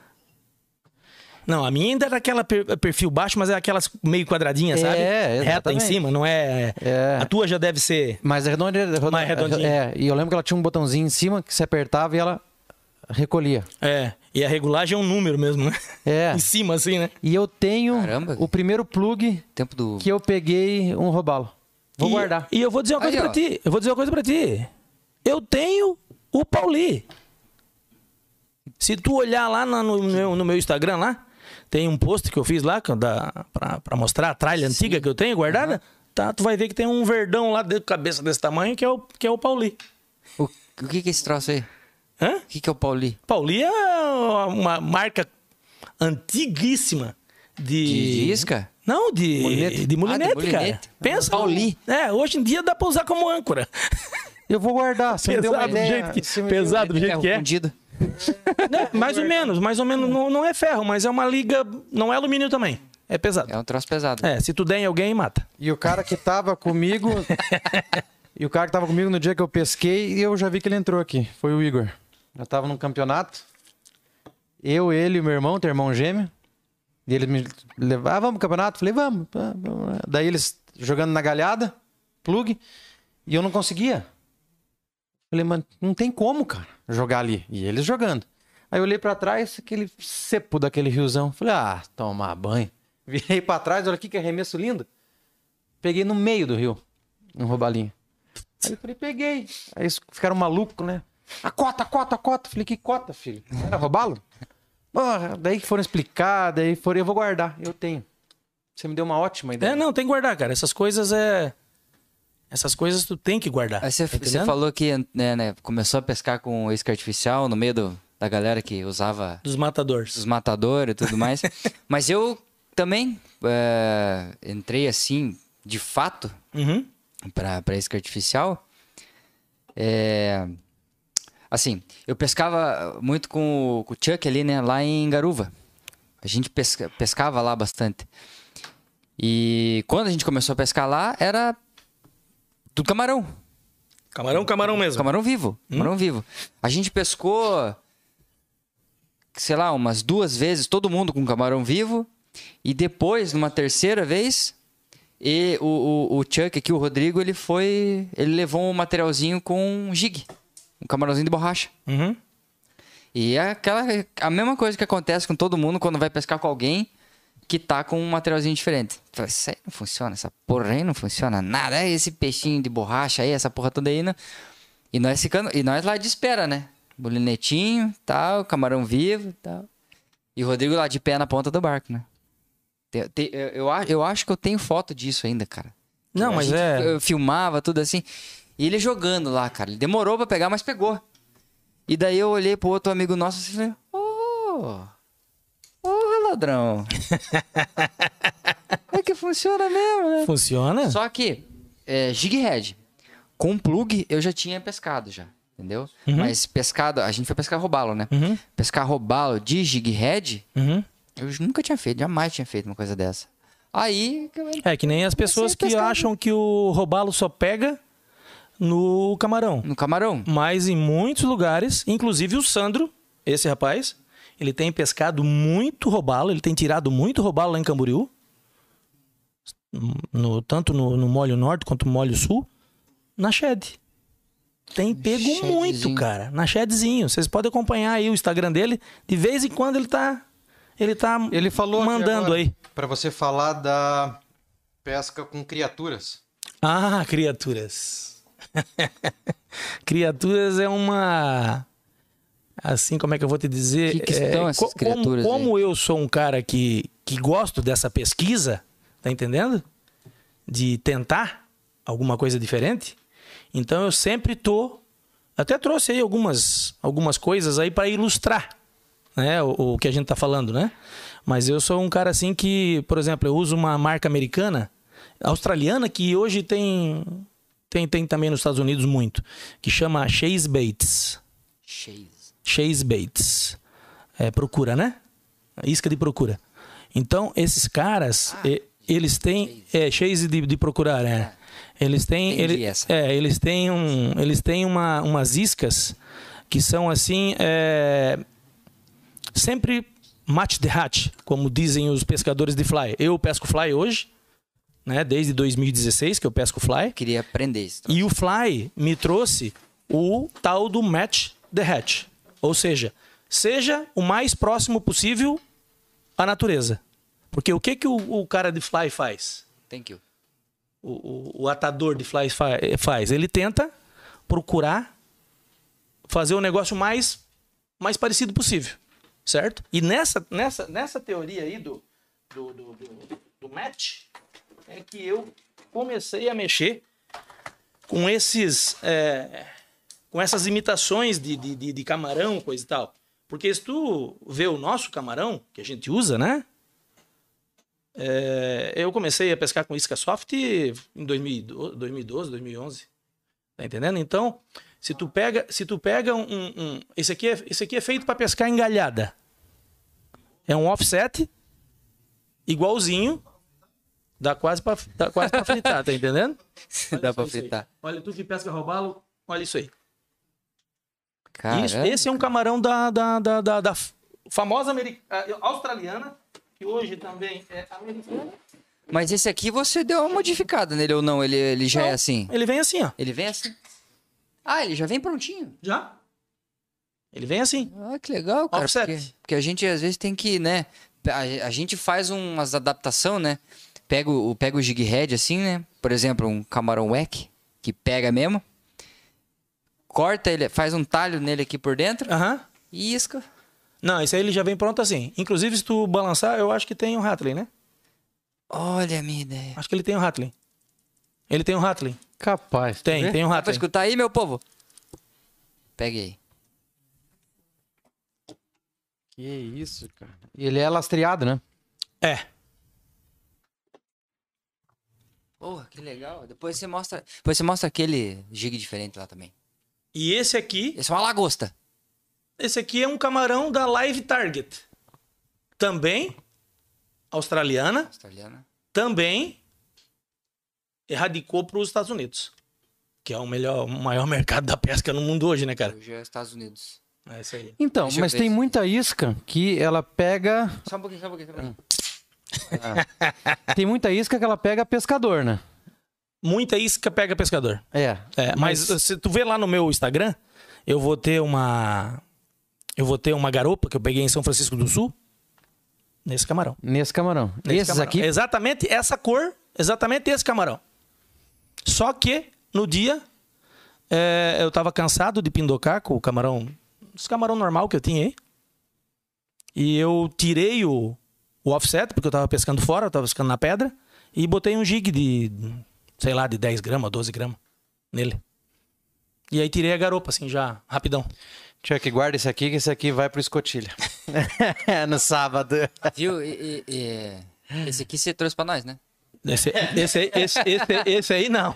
Speaker 1: Não, a minha ainda era aquela per- perfil baixo, mas é aquelas meio quadradinha,
Speaker 3: É,
Speaker 1: sabe? Reta em
Speaker 3: exatamente.
Speaker 1: cima, não é...
Speaker 3: É.
Speaker 1: A tua já deve ser...
Speaker 3: Mas é redondinha, redondinha.
Speaker 1: Mais redondinha.
Speaker 3: É, e eu lembro que ela tinha um botãozinho em cima que se apertava e ela recolhia.
Speaker 1: É, e a regulagem é um número mesmo, né?
Speaker 3: É.
Speaker 1: em cima, assim, né?
Speaker 3: E eu tenho
Speaker 2: Caramba.
Speaker 3: o primeiro plug
Speaker 2: Tempo do.
Speaker 3: que eu peguei um robalo. Vou
Speaker 1: E-
Speaker 3: guardar.
Speaker 1: E eu vou dizer uma coisa
Speaker 2: Aí,
Speaker 1: pra
Speaker 2: ó.
Speaker 1: ti. Eu vou dizer uma coisa pra ti. Eu tenho o Pauli. Se tu olhar lá na- no, meu, no meu Instagram lá, tem um post que eu fiz lá que eu da, pra, pra mostrar a tralha antiga que eu tenho guardada. Tá, tu vai ver que tem um verdão lá dentro, cabeça desse tamanho, que é o, que é o Pauli.
Speaker 2: O, o que, que é esse troço aí?
Speaker 1: Hã?
Speaker 2: O que, que é o Pauli?
Speaker 1: Pauli é uma marca antiguíssima de...
Speaker 2: De isca?
Speaker 1: Não, de
Speaker 2: Mulinete.
Speaker 1: de mulinete,
Speaker 2: Ah, de
Speaker 1: cara.
Speaker 2: mulinete.
Speaker 1: Pensa.
Speaker 2: Pauli.
Speaker 1: É, hoje em dia dá pra usar como âncora.
Speaker 3: Eu vou guardar, você me deu uma
Speaker 1: pesado do
Speaker 3: ideia.
Speaker 1: jeito
Speaker 3: você
Speaker 1: que,
Speaker 3: me deu-
Speaker 1: pesado do jeito que
Speaker 2: Ferro
Speaker 1: é.
Speaker 2: um fundido.
Speaker 1: Né? Mais ou menos, mais ou menos. Não, não é ferro, mas é uma liga. Não é alumínio também. É pesado.
Speaker 2: É um troço pesado.
Speaker 1: É, se tu der em alguém, mata.
Speaker 3: E o cara que tava comigo. e o cara que tava comigo no dia que eu pesquei, eu já vi que ele entrou aqui. Foi o Igor. Eu tava num campeonato. Eu, ele e meu irmão, teu irmão gêmeo. E ele me levava, ah, vamos pro campeonato? Falei, vamos. Pá, pá, pá. Daí eles jogando na galhada, plug, e eu não conseguia. Falei, mano, não tem como, cara, jogar ali. E eles jogando. Aí eu olhei pra trás, aquele sepo daquele riozão. Falei, ah, tomar banho. Virei pra trás, olha aqui que arremesso lindo. Peguei no meio do rio, um roubalinho. Aí eu falei, peguei. Aí eles ficaram malucos, né? A cota, a cota, a cota. Falei, que cota, filho? Não Era roubá-lo? Porra, daí que foram explicar, daí foram, eu vou guardar, eu tenho. Você me deu uma ótima ideia.
Speaker 1: É, não, tem que guardar, cara. Essas coisas é. Essas coisas tu tem que guardar.
Speaker 2: Aí você,
Speaker 1: tá
Speaker 2: você
Speaker 1: entendendo?
Speaker 2: falou que né, né, começou a pescar com isca artificial no meio do- da galera que usava
Speaker 1: Dos matadores.
Speaker 2: dos matadores e tudo mais. Mas eu também é, entrei assim, de fato,
Speaker 1: Uhum.
Speaker 2: pra, pra isca artificial. É, assim, eu pescava muito com, o- com o Chuck ali, né? Lá em Garuva. A gente pesca- pescava lá bastante. E quando a gente começou a pescar lá, era tudo camarão.
Speaker 1: Camarão, camarão mesmo.
Speaker 2: Camarão vivo. Camarão vivo. A gente pescou, sei lá, umas duas vezes, todo mundo com camarão vivo. E depois, numa terceira vez, e o, o, o Chuck aqui, o Rodrigo, ele foi. Ele levou um materialzinho com um jig. Um camarãozinho de borracha.
Speaker 1: Uhum.
Speaker 2: E é aquela, a mesma coisa que acontece com todo mundo quando vai pescar com alguém que tá com um materialzinho diferente. Tu fala, Isso aí não funciona, essa porra aí não funciona nada. É esse peixinho de borracha aí, essa porra toda aí. Não... E nós ficando, e nós lá de espera, né? Bolinetinho, tal, camarão vivo, tal. E o Rodrigo lá de pé na ponta do barco, né? Te- te- eu, eu, a- eu acho que eu tenho foto disso ainda, cara.
Speaker 1: Não,
Speaker 2: A
Speaker 1: mas
Speaker 2: gente fi-
Speaker 1: é.
Speaker 2: eu filmava tudo assim. E ele jogando lá, cara. Ele demorou pra pegar, mas pegou. E daí eu olhei pro outro amigo nosso e falei: Ô, ô ladrão. é que funciona mesmo, né?
Speaker 1: Funciona?
Speaker 2: Só que, é, jig head. Com plug eu já tinha pescado já, entendeu? Mas pescado, a gente foi pescar robalo, né?
Speaker 1: Uhum.
Speaker 2: Pescar robalo de jig head,
Speaker 1: Uhum.
Speaker 2: eu nunca tinha feito, jamais tinha feito uma coisa dessa. Aí, que eu-
Speaker 1: É que nem as pessoas que
Speaker 2: pescador.
Speaker 1: acham que o robalo só pega no camarão.
Speaker 2: no camarão,
Speaker 1: Mas em muitos lugares, inclusive o Sandro, esse rapaz, ele tem pescado muito robalo, ele tem tirado muito robalo lá em Camboriú. No- tanto no, no molho norte quanto no molho sul, na shed. Tem pego
Speaker 2: shedzinho.
Speaker 1: muito, cara, na shedzinho. Vocês podem acompanhar aí o Instagram dele, de vez em quando ele tá ele tá
Speaker 3: Ele falou
Speaker 1: mandando aí.
Speaker 3: Para você falar da pesca com criaturas.
Speaker 1: Ah, criaturas. criaturas é uma. Assim, como é que eu vou te dizer?
Speaker 2: Que que são
Speaker 1: É,
Speaker 2: essas
Speaker 1: co- como-
Speaker 2: criaturas aí?
Speaker 1: Como, eu sou um cara que, que gosto dessa pesquisa, tá entendendo? De tentar alguma coisa diferente. Então eu sempre tô. Até trouxe aí algumas, algumas coisas aí para ilustrar né, o, o que a gente tá falando, né? Mas eu sou um cara assim que, por exemplo, eu uso uma marca americana, australiana, que hoje tem, tem, tem também nos Estados Unidos muito, que chama Chase Baits.
Speaker 2: cheio.
Speaker 1: Chase Baits. É, procura, né? Isca de procura. Então, esses caras, e- eles têm. É, chase de, de procurar, é. Eles têm.
Speaker 2: Entendi
Speaker 1: ele-
Speaker 2: essa.
Speaker 1: é, eles têm, um, eles têm uma, umas iscas que são assim. é, sempre match the hatch, como dizem os pescadores de fly. Eu pesco fly hoje, né? Desde 2016 que eu pesco fly.
Speaker 2: Queria aprender isso.
Speaker 1: E o Fly me trouxe o tal do match the hatch. Ou seja, seja o mais próximo possível à natureza. Porque o que, que o, o cara de Fly faz?
Speaker 2: Thank you.
Speaker 1: O, o- o atador de Fly fa- eh, faz? Ele tenta procurar fazer o negócio mais, mais parecido possível. Certo? E nessa, nessa, nessa teoria aí do, do, do, do, do match, é que eu comecei a mexer com esses é, com essas imitações de, de, de- de camarão, coisa e tal. Porque se tu vê o nosso camarão, que a gente usa, né? É, eu comecei a pescar com isca soft em 2012, 2012, 2011. Tá entendendo? Então, se tu pega, se tu pega um, um- esse aqui é, esse aqui é feito para pescar engalhada. É um offset igualzinho, dá quase para dá quase para fritar, tá entendendo?
Speaker 2: Dá pra
Speaker 1: Olha isso aí.
Speaker 2: fritar.
Speaker 1: Olha tu que pesca robalo, olha isso aí.
Speaker 2: Cara,
Speaker 1: Isso, esse é um camarão da, da, da, da- da f- famosa ameri- ah, australiana, que hoje também é americana.
Speaker 2: Mas esse aqui você deu uma modificada nele ou não? Ele, ele já é
Speaker 1: Não.
Speaker 2: assim?
Speaker 1: Ele vem assim, ó.
Speaker 2: Ele vem assim? Ah, ele já vem prontinho.
Speaker 1: Já? Ele vem assim.
Speaker 2: Ah, que legal, cara.
Speaker 1: Offset.
Speaker 2: Porque, porque a gente às vezes tem que, né? A, a gente faz umas adaptação, né? Pega o, pega o jig head assim, né? Por exemplo, um camarão whack, que pega mesmo. Corta ele, faz um talho nele aqui por dentro
Speaker 1: Aham.
Speaker 2: e isca.
Speaker 1: Não, esse aí ele já vem pronto assim. Inclusive, se tu balançar, eu acho que tem um Hatley, né?
Speaker 2: Olha a minha ideia.
Speaker 1: Acho que ele tem um Hatley. Ele tem um Hatley.
Speaker 3: Capaz. né?
Speaker 1: Tem, tem um
Speaker 2: Dá pra
Speaker 1: Hatley.
Speaker 2: escutar aí, meu povo? Peguei.
Speaker 3: Que isso, cara. E ele é lastreado, né?
Speaker 1: É.
Speaker 2: Porra, que legal. Depois você mostra, depois você mostra aquele jig diferente lá também.
Speaker 1: E esse aqui,
Speaker 2: Esse é uma lagosta.
Speaker 1: esse aqui é um camarão da Live Target. Também australiana.
Speaker 2: Australiana.
Speaker 1: também erradicou para os Estados Unidos, que é o melhor, o maior mercado da pesca no mundo hoje, né, cara?
Speaker 2: Hoje é Estados Unidos.
Speaker 1: É isso aí.
Speaker 3: Então,
Speaker 2: Deixa eu
Speaker 3: mas
Speaker 2: ver
Speaker 3: tem
Speaker 2: isso.
Speaker 3: muita isca que ela pega.
Speaker 2: Só um pouquinho, só um pouquinho. Só um pouquinho.
Speaker 3: Tem muita isca que ela pega pescador, né?
Speaker 1: Muita isca pega pescador.
Speaker 3: É.
Speaker 1: É, mas, se tu vê lá no meu Instagram, eu vou ter uma eu vou ter uma garopa que eu peguei em São Francisco do Sul nesse camarão.
Speaker 3: Nesse camarão.
Speaker 1: Nesse
Speaker 3: Esses
Speaker 1: camarão.
Speaker 3: aqui.
Speaker 1: Exatamente essa cor, exatamente esse camarão. Só que no dia é, eu tava cansado de pindocar com o camarão, esse camarão normal que eu tinha aí. E eu tirei o, o offset, porque eu tava pescando fora, eu tava pescando na pedra, e botei um jig de, sei lá, de 10 gramas, 12 gramas nele. E aí tirei a garopa, assim, já, rapidão.
Speaker 3: Chuck, guarda esse aqui, que esse aqui vai pro escotilha. no sábado.
Speaker 2: Viu? E- e- e- Esse aqui você trouxe pra nós, né?
Speaker 1: Esse, esse, esse, esse, esse aí não.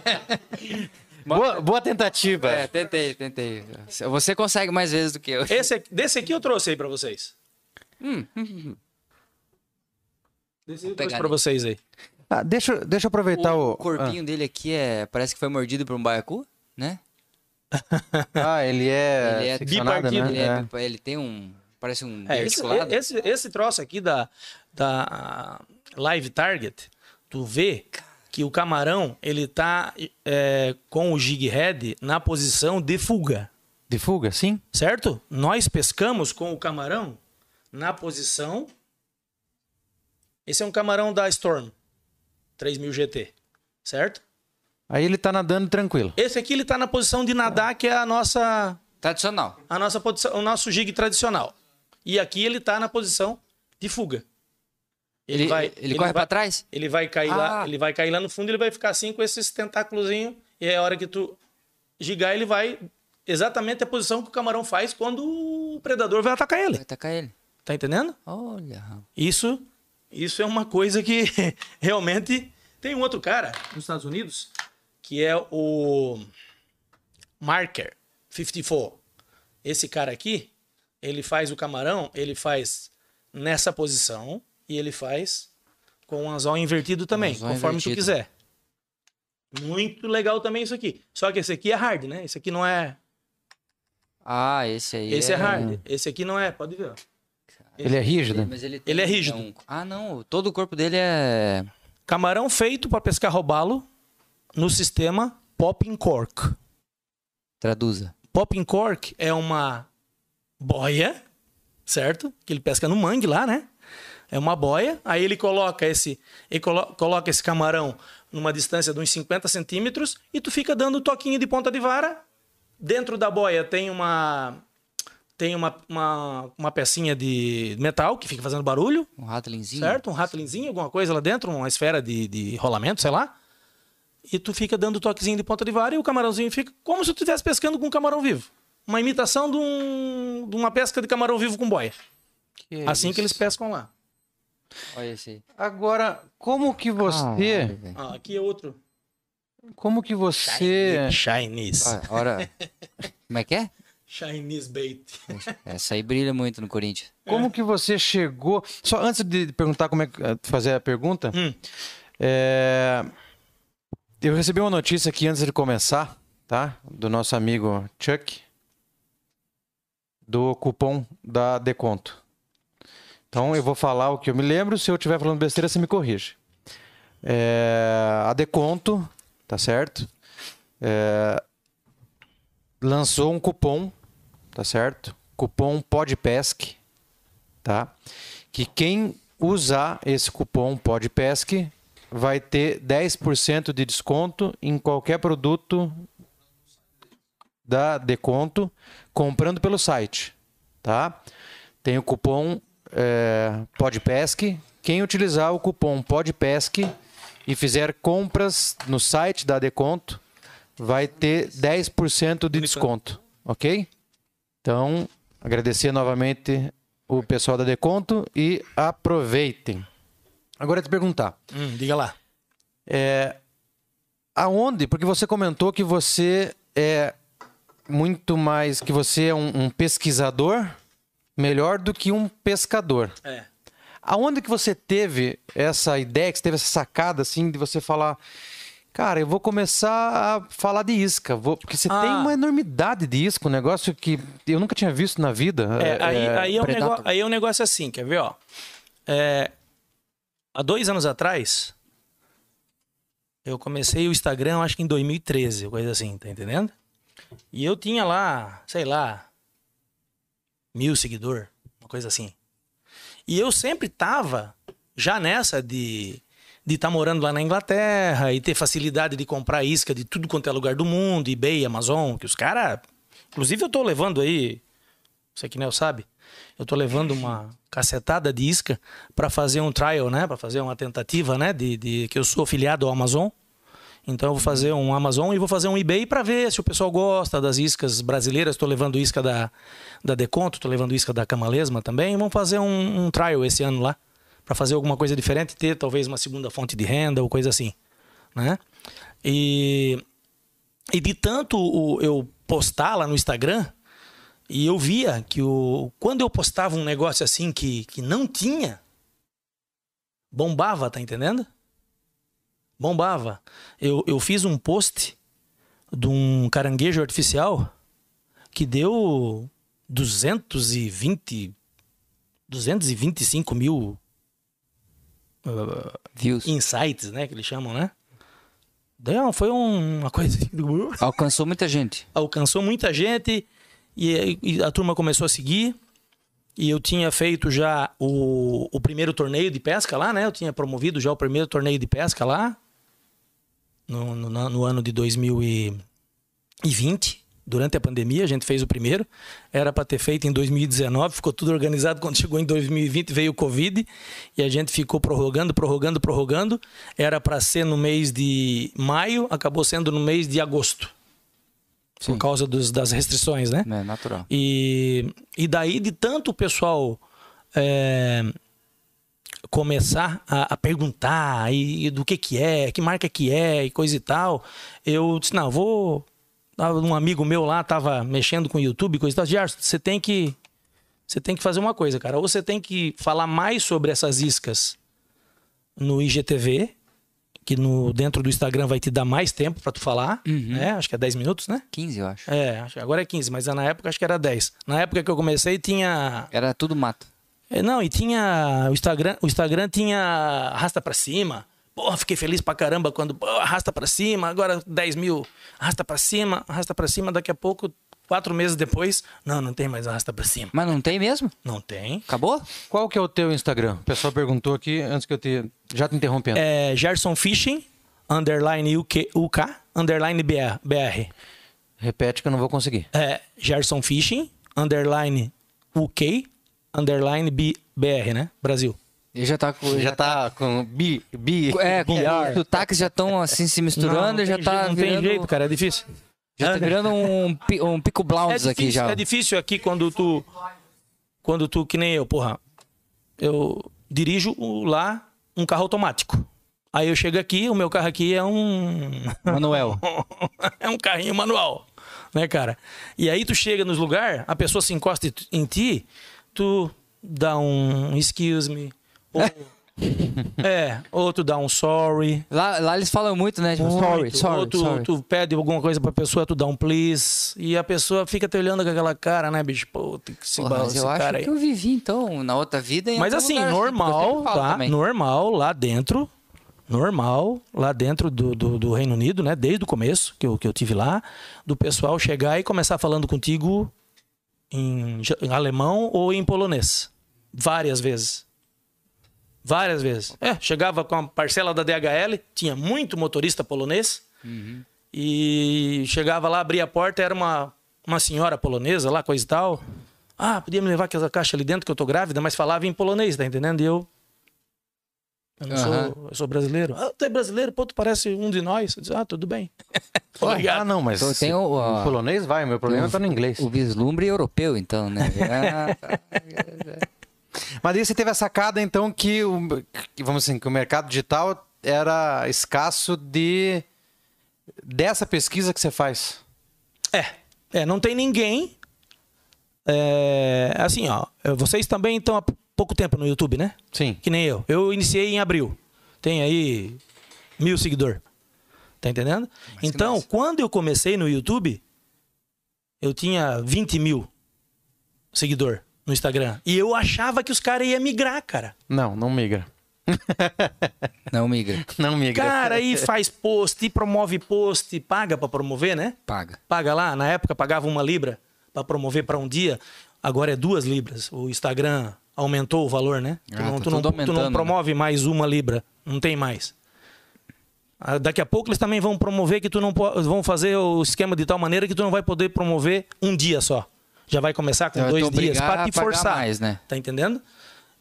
Speaker 3: Boa, boa tentativa.
Speaker 2: É, tentei, tentei. Você consegue mais vezes do que eu.
Speaker 1: Esse, aqui- desse aqui eu trouxe aí pra vocês. Hum. Desse aí eu trouxe
Speaker 2: Vou pegar
Speaker 1: pra
Speaker 2: ali.
Speaker 1: vocês aí.
Speaker 3: Ah, deixa, eu- deixa eu aproveitar o.
Speaker 2: O corpinho dele aqui é. Parece que foi mordido por um baiacu, né?
Speaker 3: Ah, ah, ele é.
Speaker 2: Ele é
Speaker 3: seccionado,
Speaker 1: bipartido.
Speaker 2: Ele,
Speaker 3: Né?
Speaker 2: é-
Speaker 3: É.
Speaker 2: ele tem um. Parece um
Speaker 1: É, esse,
Speaker 2: descolado.
Speaker 1: esse, esse troço aqui da, da ah, Live Target, tu vê que o camarão, ele tá é, com o jig head na posição de fuga,
Speaker 3: De fuga, sim?
Speaker 1: certo? Nós pescamos com o camarão na posição... Esse é um camarão da Storm 3000 GT, certo?
Speaker 3: Aí ele tá nadando tranquilo.
Speaker 1: Esse aqui ele tá na posição de nadar, que é a nossa
Speaker 2: Tradicional.
Speaker 1: a nossa posição, o nosso jig tradicional. E aqui ele tá na posição de fuga.
Speaker 2: Ele,
Speaker 1: vai,
Speaker 2: ele corre
Speaker 1: vai,
Speaker 2: pra trás?
Speaker 1: Ele vai cair
Speaker 2: Ah.
Speaker 1: lá, ele vai cair lá no fundo, ele vai ficar assim com esses tentáculozinho e é a hora que tu gigar ele vai exatamente a posição que o camarão faz quando o predador vai atacar ele.
Speaker 2: Vai atacar ele.
Speaker 1: Tá entendendo?
Speaker 2: Olha. rapaz.
Speaker 1: Isso, isso é uma coisa que realmente tem um outro cara nos Estados Unidos que é o Marker 54. Esse cara aqui, ele faz o camarão, ele faz nessa posição e ele faz com o anzol invertido também,
Speaker 2: Anzol
Speaker 1: conforme
Speaker 2: invertido.
Speaker 1: tu quiser. Muito legal também isso aqui. Só que esse aqui é hard, né? Esse aqui não é.
Speaker 2: Ah, esse aí.
Speaker 1: Esse é hard. Esse aqui não é. Pode ver. ó.
Speaker 3: Ele é rígido.
Speaker 2: Mas ele, tem
Speaker 1: Ele é rígido.
Speaker 2: um- Ah, não. Todo o corpo dele é.
Speaker 1: Camarão feito para pescar robalo no sistema Popping Cork.
Speaker 2: Traduza.
Speaker 1: Popping cork é uma boia, certo? Que ele pesca no mangue lá, né? É uma boia. Aí ele coloca esse, ele colo- coloca esse camarão numa distância de uns 50 centímetros e tu fica dando toquinho de ponta de vara. Dentro da boia tem uma tem uma, uma, uma pecinha de metal que fica fazendo barulho,
Speaker 2: Um ratlinzinho.
Speaker 1: certo? Um ratlinzinho, alguma coisa lá dentro, uma esfera de, de rolamento, sei lá. E tu fica dando toquezinho de ponta de vara e o camarãozinho fica como se tu estivesse pescando com um camarão vivo. Uma imitação Assim de, um- de uma pesca de camarão vivo com boia. assim que eles pescam lá.
Speaker 2: Olha esse aí.
Speaker 3: Agora, como que você.
Speaker 2: Caralho, velho.
Speaker 1: Ah, aqui é outro.
Speaker 3: Como que você.
Speaker 1: Chinese.
Speaker 2: Olha, olha. Como é que é?
Speaker 1: Chinese bait.
Speaker 2: Essa aí brilha muito no Corinthians.
Speaker 3: É. Como que você chegou. Só antes de perguntar como é que. fazer a pergunta.
Speaker 1: Hum.
Speaker 3: é, Eu recebi uma notícia aqui antes de começar, tá? Do nosso amigo Chuck. Do cupom da Deconto. Então eu vou falar o que eu me lembro. Se eu estiver falando besteira, você me corrige. É, A Deconto, tá certo? É, Lançou um cupom, tá certo? Cupom PODPESC, tá? Que quem usar esse cupom PODPESC vai ter 10% de desconto em qualquer produto da Deconto comprando pelo site, tá? Tem o cupom é, PODPESC. Quem utilizar o cupom PODPESC e fizer compras no site da Deconto vai ter 10% de desconto, ok? Então, agradecer novamente o pessoal da Deconto e aproveitem. Agora te perguntar,
Speaker 1: Hum, diga lá.
Speaker 3: aonde? Porque você comentou que você é muito mais que você é um, um pesquisador melhor do que um pescador.
Speaker 1: É.
Speaker 3: Aonde que você teve essa ideia, que você teve essa sacada assim de você falar, cara, eu vou começar a falar de isca, vou- porque você
Speaker 1: Ah.
Speaker 3: tem uma enormidade de isca, um negócio que eu nunca tinha visto na vida.
Speaker 1: É, aí, aí, é um
Speaker 2: predator.
Speaker 1: negócio, aí é um negócio assim, quer ver, ó? É, há dois anos atrás, eu comecei o Instagram, acho que em 2013, coisa assim, tá entendendo? E eu tinha lá, sei lá, mil seguidor, uma coisa assim. E eu sempre tava já nessa de de estar morando lá na Inglaterra e ter facilidade de comprar isca de tudo quanto é lugar do mundo, eBay, Amazon, que os caras... Inclusive eu tô levando aí você que não sabe, eu tô levando uma cacetada de isca para fazer um trial, né? Para fazer uma tentativa, né? De, de- que eu sou afiliado ao Amazon. Então eu vou fazer um Amazon e vou fazer um eBay para ver se o pessoal gosta das iscas brasileiras. Tô levando isca da, da Deconto, tô levando isca da Camalesma também. Vamos fazer um, um trial esse ano lá para fazer alguma coisa diferente, ter talvez uma segunda fonte de renda ou coisa assim, né? E e de tanto o- eu postar lá no Instagram, e eu via que o, quando eu postava um negócio assim que, que não tinha, bombava, tá entendendo? Bombava. Eu, eu fiz um post de um caranguejo artificial que deu 220, 225 mil ah,
Speaker 2: Views.
Speaker 1: insights, né? Que eles chamam, né? Não, foi um- uma coisa. assim,
Speaker 2: Alcançou muita gente.
Speaker 1: alcançou muita gente e, e a turma começou a seguir. E eu tinha feito já o, o primeiro torneio de pesca lá, né? Eu tinha promovido já o primeiro torneio de pesca lá no, no- na- no ano de 2020. Durante a pandemia, a gente fez o primeiro. Era para ter feito em 2019, ficou tudo organizado. Quando chegou em 2020, veio o Covid e a gente ficou prorrogando, prorrogando, prorrogando. Era para ser no mês de maio, acabou sendo no mês de agosto por causa dos- das restrições, né?
Speaker 2: É natural.
Speaker 1: E, e daí, de tanto o pessoal é, começar a, a perguntar e, e do que que é, que marca que é e coisa e tal, eu disse, não, vou... tava- Um amigo meu lá tava mexendo com o YouTube e coisa e tal. Gerson, você tem que... Você tem que fazer uma coisa, cara. Ou você tem que falar mais sobre essas iscas no IGTV, que no, dentro do Instagram vai te dar mais tempo pra tu falar, né? Acho que é 10 minutos, né?
Speaker 2: 15, eu acho.
Speaker 1: É, acho que agora é 15, mas na época acho que era 10. Na época que eu comecei tinha.
Speaker 2: Era tudo mato.
Speaker 1: é, Não, e tinha. O Instagram, o Instagram tinha arrasta pra cima. Porra, fiquei feliz pra caramba quando. pô, arrasta pra cima, agora 10 mil. Arrasta pra cima, arrasta pra cima. Daqui a pouco, quatro meses depois. Não, não tem mais arrasta pra cima.
Speaker 2: Mas não tem mesmo?
Speaker 1: Não tem.
Speaker 2: Acabou?
Speaker 3: Qual que é o teu Instagram? O pessoal perguntou aqui antes que eu te já te interrompendo.
Speaker 1: É Gerson Fishing, underline UK, UK underline BR. BR.
Speaker 3: Repete que eu não vou conseguir.
Speaker 1: É Gerson Fishing, underline UK, underline B- BR, né? Brasil.
Speaker 2: Ele já tá com.
Speaker 3: Já tá com bi, bi,
Speaker 2: É, com
Speaker 3: biar.
Speaker 2: os sotaques já estão assim se misturando e já
Speaker 1: tem
Speaker 2: tá
Speaker 1: jeito, não
Speaker 2: virando.
Speaker 1: tem jeito, cara, é difícil.
Speaker 2: Já tá
Speaker 1: Anda.
Speaker 2: virando um, pi- um pico
Speaker 1: É
Speaker 2: blounds
Speaker 1: difícil,
Speaker 2: aqui já.
Speaker 1: é difícil aqui quando tu quando tu que nem eu, porra. Eu dirijo o- lá um carro automático. Aí eu chego aqui, o meu carro aqui é um.
Speaker 2: Manuel.
Speaker 1: é um carrinho manual, né, cara? E aí tu chega nos lugares, a pessoa se encosta em ti, tu dá um excuse me. Ou, é, ou tu dá um sorry.
Speaker 2: Lá, lá eles falam muito, né? Tipo, sorry,
Speaker 1: Muito.
Speaker 2: sorry,
Speaker 1: ou tu,
Speaker 2: sorry.
Speaker 1: tu pede alguma coisa pra pessoa, tu dá um please. E a pessoa fica te olhando com aquela cara, né, bicho? Pô, tem que se
Speaker 2: Porra,
Speaker 1: balançar
Speaker 2: mas
Speaker 1: esse
Speaker 2: eu acho
Speaker 1: cara aí.
Speaker 2: que eu vivi, então, na outra vida. em
Speaker 1: Mas
Speaker 2: algum
Speaker 1: assim,
Speaker 2: lugar, porque eu
Speaker 1: normal,
Speaker 2: sempre falo
Speaker 1: tá?
Speaker 2: também.
Speaker 1: Normal lá dentro. Normal lá dentro do, do, do Reino Unido, né? Desde o começo que eu, que eu tive lá, do pessoal chegar e começar falando contigo em, ja- em alemão ou em polonês. Várias vezes. Várias vezes. É, chegava com a parcela da DHL, tinha muito motorista polonês.
Speaker 2: Uhum.
Speaker 1: E chegava lá, abria a porta, era uma, uma senhora polonesa lá, coisa e tal. Ah, podia me levar com essa caixa ali dentro que eu tô grávida, mas falava em polonês, tá entendendo? E eu. Eu, não
Speaker 2: Aham.
Speaker 1: sou, eu sou brasileiro. Ah, tu é brasileiro? Pô, tu parece um de nós. Eu disse, ah, tudo bem. Obrigado.
Speaker 3: Ah, não, mas.
Speaker 2: Então, tem
Speaker 3: se-
Speaker 2: o- a-
Speaker 3: polonês vai, o meu problema tá no inglês.
Speaker 2: um O vislumbre europeu, então, né? Ah, tá.
Speaker 3: Mas aí você teve a sacada, então, que o, que, vamos assim, que o mercado digital era escasso de dessa pesquisa que você faz.
Speaker 1: É, é, não tem ninguém. É, assim, ó, vocês também estão há pouco tempo no YouTube, né?
Speaker 3: Sim.
Speaker 1: Que nem eu. Eu iniciei em abril. Tem aí mil seguidor. Tá entendendo? então, quando eu comecei no YouTube, eu tinha 20 mil seguidor no Instagram. E eu achava que os caras iam migrar, cara.
Speaker 3: Não, não migra.
Speaker 2: Não migra,
Speaker 3: Não migra.
Speaker 1: Cara, aí faz post, e promove post, paga pra promover, né?
Speaker 2: paga.
Speaker 1: paga lá, na época pagava uma libra para promover para um dia, agora é duas libras. O Instagram aumentou o valor, né? Tu,
Speaker 2: Ah,
Speaker 1: não,
Speaker 2: tá
Speaker 1: tu, não,
Speaker 2: tudo
Speaker 1: tu não
Speaker 2: aumentando, né?
Speaker 1: promove mais uma libra, não tem mais. Ah, Daqui a pouco eles também vão promover que tu não po- vão fazer o esquema de tal maneira que tu não vai poder promover um dia só. Já vai começar com
Speaker 2: Eu tô
Speaker 1: dois dias
Speaker 2: obrigado
Speaker 1: para
Speaker 2: Então, a
Speaker 1: te
Speaker 2: pagar
Speaker 1: forçar.
Speaker 2: mais, né?
Speaker 1: Tá entendendo?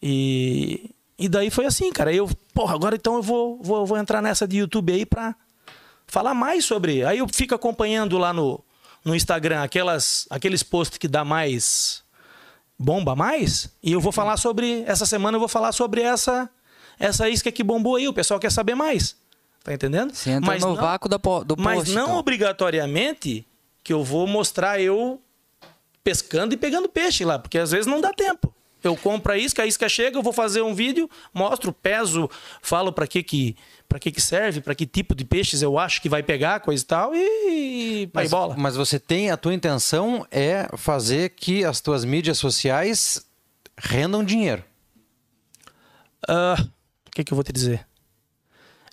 Speaker 1: E, e daí foi assim, cara. Eu, porra, agora então eu vou, vou, vou entrar nessa de YouTube aí pra falar mais sobre. Aí eu fico acompanhando lá no, no Instagram aquelas, aqueles posts que dá mais bomba mais, e eu vou falar sobre. Essa semana eu vou falar sobre essa essa isca que bombou aí. O pessoal quer saber mais. Tá entendendo?
Speaker 2: Você entra no
Speaker 1: não-
Speaker 2: vácuo da po- do
Speaker 1: mas
Speaker 2: post,
Speaker 1: não
Speaker 2: então.
Speaker 1: obrigatoriamente que eu vou mostrar eu pescando e pegando peixe lá, porque às vezes não dá tempo. Eu compro a isca, a isca chega, eu vou fazer um vídeo, mostro, peso, falo para que que para que que serve, para que tipo de peixes eu acho que vai pegar, coisa e tal, e vai
Speaker 3: mas,
Speaker 1: bola.
Speaker 3: mas você tem, a tua intenção é fazer que as tuas mídias sociais rendam dinheiro.
Speaker 1: Ah, o que que eu vou te dizer?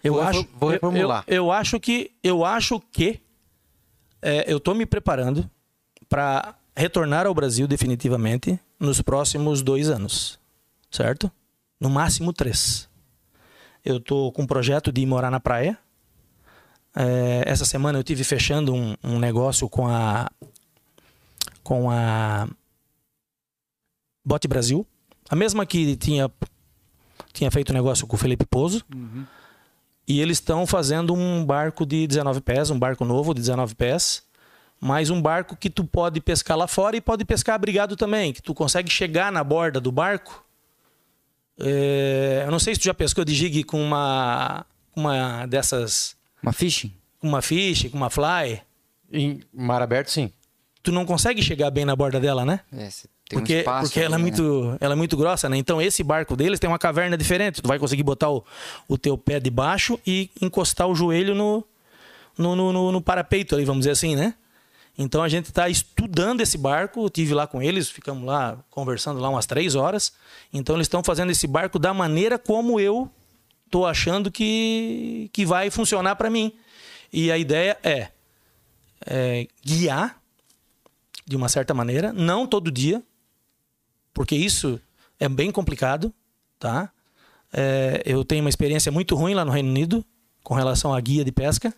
Speaker 1: Eu
Speaker 3: Vou
Speaker 1: acho,
Speaker 3: refor- vou
Speaker 1: eu-
Speaker 3: reformular.
Speaker 1: Eu, eu acho que eu acho que é, eu tô me preparando para retornar ao Brasil definitivamente nos próximos dois anos, certo? No máximo três. Eu tô com um projeto de ir morar na praia. É, essa semana eu tive fechando um, um negócio com a com a Bote Brasil, a mesma que tinha tinha feito um negócio com o Felipe Pozo. E eles estão fazendo um barco de 19 pés, um barco novo de 19 pés, mais um barco que tu pode pescar lá fora e pode pescar abrigado também, que tu consegue chegar na borda do barco. É, eu não sei se tu já pescou de jig com uma uma dessas,
Speaker 2: Uma phishing?
Speaker 1: com uma fish, com uma fly,
Speaker 3: Em mar aberto, sim.
Speaker 1: tu não consegue chegar bem na borda dela, né?
Speaker 2: É, você tem um
Speaker 1: Porque,
Speaker 2: espaço
Speaker 1: porque ela, é
Speaker 2: ali, né?
Speaker 1: muito, ela é muito grossa, né? Então esse barco deles tem uma caverna diferente. Tu vai conseguir botar o, o teu pé debaixo e encostar o joelho no, no, no, no- no parapeito ali, vamos dizer assim, né? Então a gente está estudando esse barco. Eu tive lá com eles, ficamos lá conversando lá umas três horas. Então eles estão fazendo esse barco da maneira como eu tô achando que, que vai funcionar para mim. E a ideia é, é guiar de uma certa maneira, não todo dia, porque isso é bem complicado, tá? É, eu tenho uma experiência muito ruim lá no Reino Unido com relação à guia de pesca.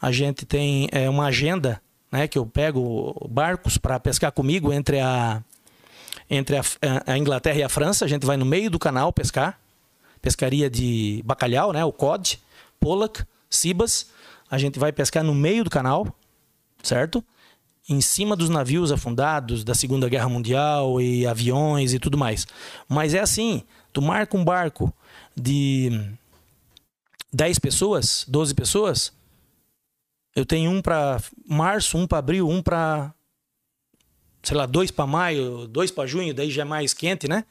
Speaker 1: A gente tem é, uma agenda, né, que eu pego barcos para pescar comigo entre a entre a, a Inglaterra e a França. A gente vai no meio do canal pescar, pescaria de bacalhau, né, o cod, pollock, cibas. A gente vai pescar no meio do canal, certo? em cima dos navios afundados da Segunda Guerra Mundial e aviões e tudo mais. Mas é assim, tu marca um barco de 10 pessoas, 12 pessoas, eu tenho um para março, um para abril, um para sei lá, dois para maio, dois para junho, daí já é mais quente, né?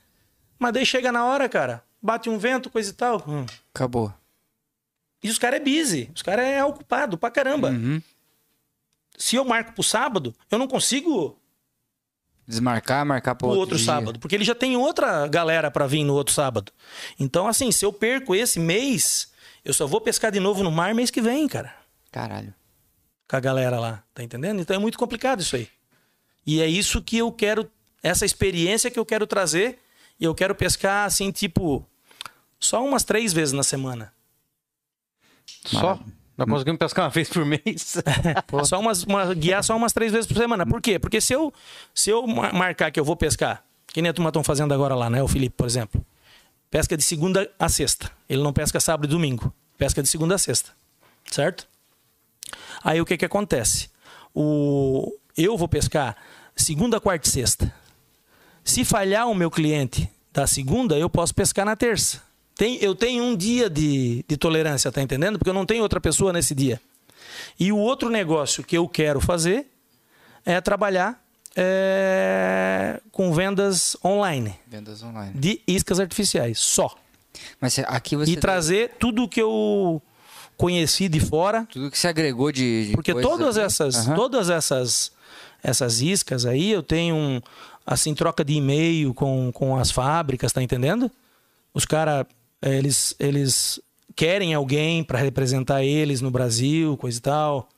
Speaker 1: Mas daí chega na hora, cara, bate um vento, coisa e tal. Hum.
Speaker 2: Acabou.
Speaker 1: E os caras é busy, os caras é ocupado pra caramba.
Speaker 2: Uhum.
Speaker 1: Se eu marco pro sábado, eu não consigo
Speaker 2: Desmarcar, marcar pro
Speaker 1: o
Speaker 2: outro,
Speaker 1: outro
Speaker 2: dia.
Speaker 1: sábado, porque ele já tem outra galera para vir no outro sábado. Então, assim, se eu perco esse mês, eu só vou pescar de novo no mar mês que vem, cara,
Speaker 2: Caralho.
Speaker 1: com a galera lá, tá entendendo? Então é muito complicado isso aí. E é isso que eu quero, essa experiência que eu quero trazer, e eu quero pescar assim, tipo, só umas três vezes na semana.
Speaker 3: Só? Nós conseguimos pescar uma vez por mês.
Speaker 1: Só umas, uma- guiar só umas três vezes por semana. Por quê? Porque se eu, se eu mar- marcar que eu vou pescar, que nem a turma estão fazendo agora lá, né? O Felipe, por exemplo. Pesca de segunda a sexta. Ele não pesca sábado e domingo. Pesca de segunda a sexta. Certo? Aí o que que acontece? O, eu vou pescar segunda, quarta e sexta. Se falhar o meu cliente da segunda, eu posso pescar na terça. Tem, eu tenho um dia de, de tolerância, tá entendendo? Porque eu não tenho outra pessoa nesse dia. E o outro negócio que eu quero fazer é trabalhar é, com vendas online
Speaker 2: Vendas online.
Speaker 1: de iscas artificiais só.
Speaker 2: Mas cê- aqui você.
Speaker 1: E trazer tudo que eu conheci de fora,
Speaker 2: Tudo que se agregou de. de
Speaker 1: porque
Speaker 2: coisas
Speaker 1: todas
Speaker 2: aqui.
Speaker 1: essas,
Speaker 2: Aham.
Speaker 1: todas essas, essas iscas aí eu tenho um, assim troca de e-mail com, com as fábricas, tá entendendo? Os caras eles eles querem alguém para representar eles no Brasil, coisa e tal.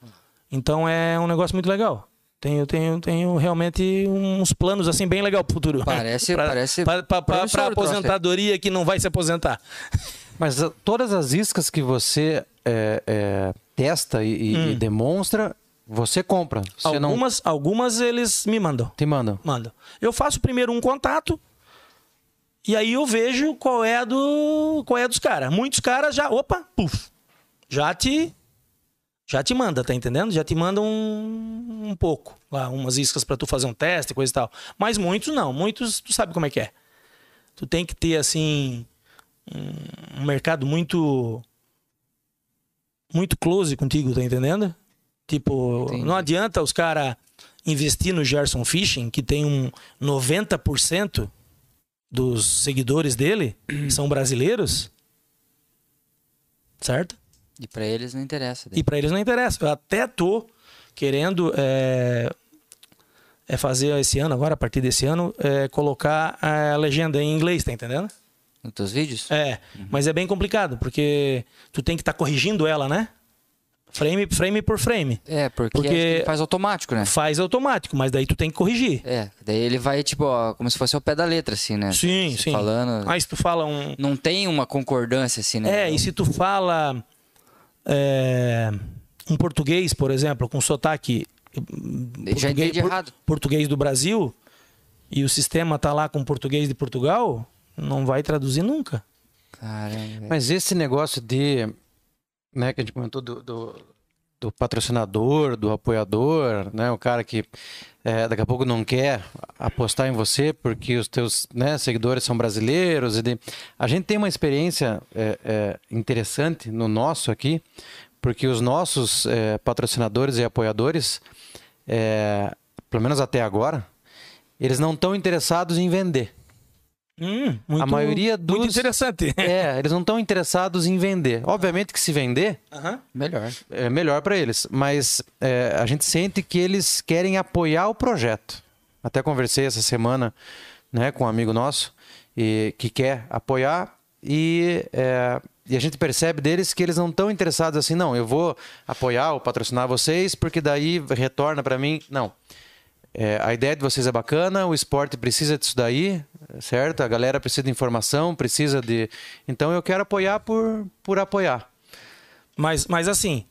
Speaker 1: Então é um negócio muito legal. Tenho, tenho, tenho realmente uns planos assim bem legal pro futuro.
Speaker 2: Parece-
Speaker 1: pra,
Speaker 2: parece
Speaker 1: pra, pra- pra- pra
Speaker 2: promissor o troço aí.
Speaker 1: aposentadoria que não vai se aposentar.
Speaker 3: Mas a- todas as iscas que você é, é, testa e, e- e demonstra, você compra. Você não
Speaker 1: Algumas, algumas eles me mandam.
Speaker 3: te mandam.
Speaker 1: Manda. Eu faço primeiro um contato e aí eu vejo qual é a do qual é a dos caras. Muitos caras já, opa, puf. Já te já te manda, tá entendendo? Já te manda um, um pouco lá, umas iscas pra tu fazer um teste, coisa e tal. Mas muitos não, muitos tu sabe como é que é. Tu tem que ter assim um- um mercado muito muito close contigo, tá entendendo? Tipo,
Speaker 2: Entendi.
Speaker 1: não adianta os caras investir no Gerson Fishing, que tem um 90% dos seguidores dele são brasileiros, certo?
Speaker 2: E pra eles não interessa. daí.
Speaker 1: E pra eles não interessa. Eu até tô querendo é, é fazer esse ano, agora, a partir desse ano, é, colocar eh, a legenda em inglês, tá entendendo?
Speaker 2: Nos teus vídeos?
Speaker 1: É, mas é bem complicado, porque tu tem que estar corrigindo ela, né? Frame, frame por frame.
Speaker 2: É, porque,
Speaker 1: Porque-
Speaker 2: acho que ele faz automático, né?
Speaker 1: Faz automático, mas daí tu tem que corrigir.
Speaker 2: É, daí ele vai, tipo, ó, como se fosse ao pé da letra, assim, né?
Speaker 1: Sim,
Speaker 2: Você
Speaker 1: sim.
Speaker 2: Falando.
Speaker 1: Aí se tu fala um.
Speaker 2: Não tem uma concordância, assim, né?
Speaker 1: É, e se tu fala é, um português, por exemplo, com sotaque.
Speaker 2: Já entendi
Speaker 1: por-
Speaker 2: errado.
Speaker 1: Português do Brasil, e o sistema tá lá com português de Portugal, não vai traduzir nunca.
Speaker 2: Caramba.
Speaker 3: É. Mas esse negócio de. Né, que a gente comentou do, do, do patrocinador, do apoiador, né, o cara que é, daqui a pouco não quer apostar em você porque os teus né, seguidores são brasileiros. e de- A gente tem uma experiência é, é, interessante no nosso aqui, porque os nossos é, patrocinadores e apoiadores, é, pelo menos até agora, eles não estão interessados em vender.
Speaker 1: Hum, muito,
Speaker 3: A maioria
Speaker 1: Muito
Speaker 3: dos-
Speaker 1: interessante.
Speaker 3: É, eles não estão interessados em vender. Obviamente que se vender,
Speaker 1: Aham.
Speaker 2: Melhor.
Speaker 3: é melhor para eles, mas é, a gente sente que eles querem apoiar o projeto. Até conversei essa semana né, com um amigo nosso e, que quer apoiar e, é, e a gente percebe deles que eles não estão interessados assim, não, eu vou apoiar ou patrocinar vocês porque daí retorna para mim. Não. É, a ideia de vocês é bacana, o esporte precisa disso daí, certo? A galera precisa de informação, precisa de. Então eu quero apoiar por, por apoiar.
Speaker 1: Mas, mas assim,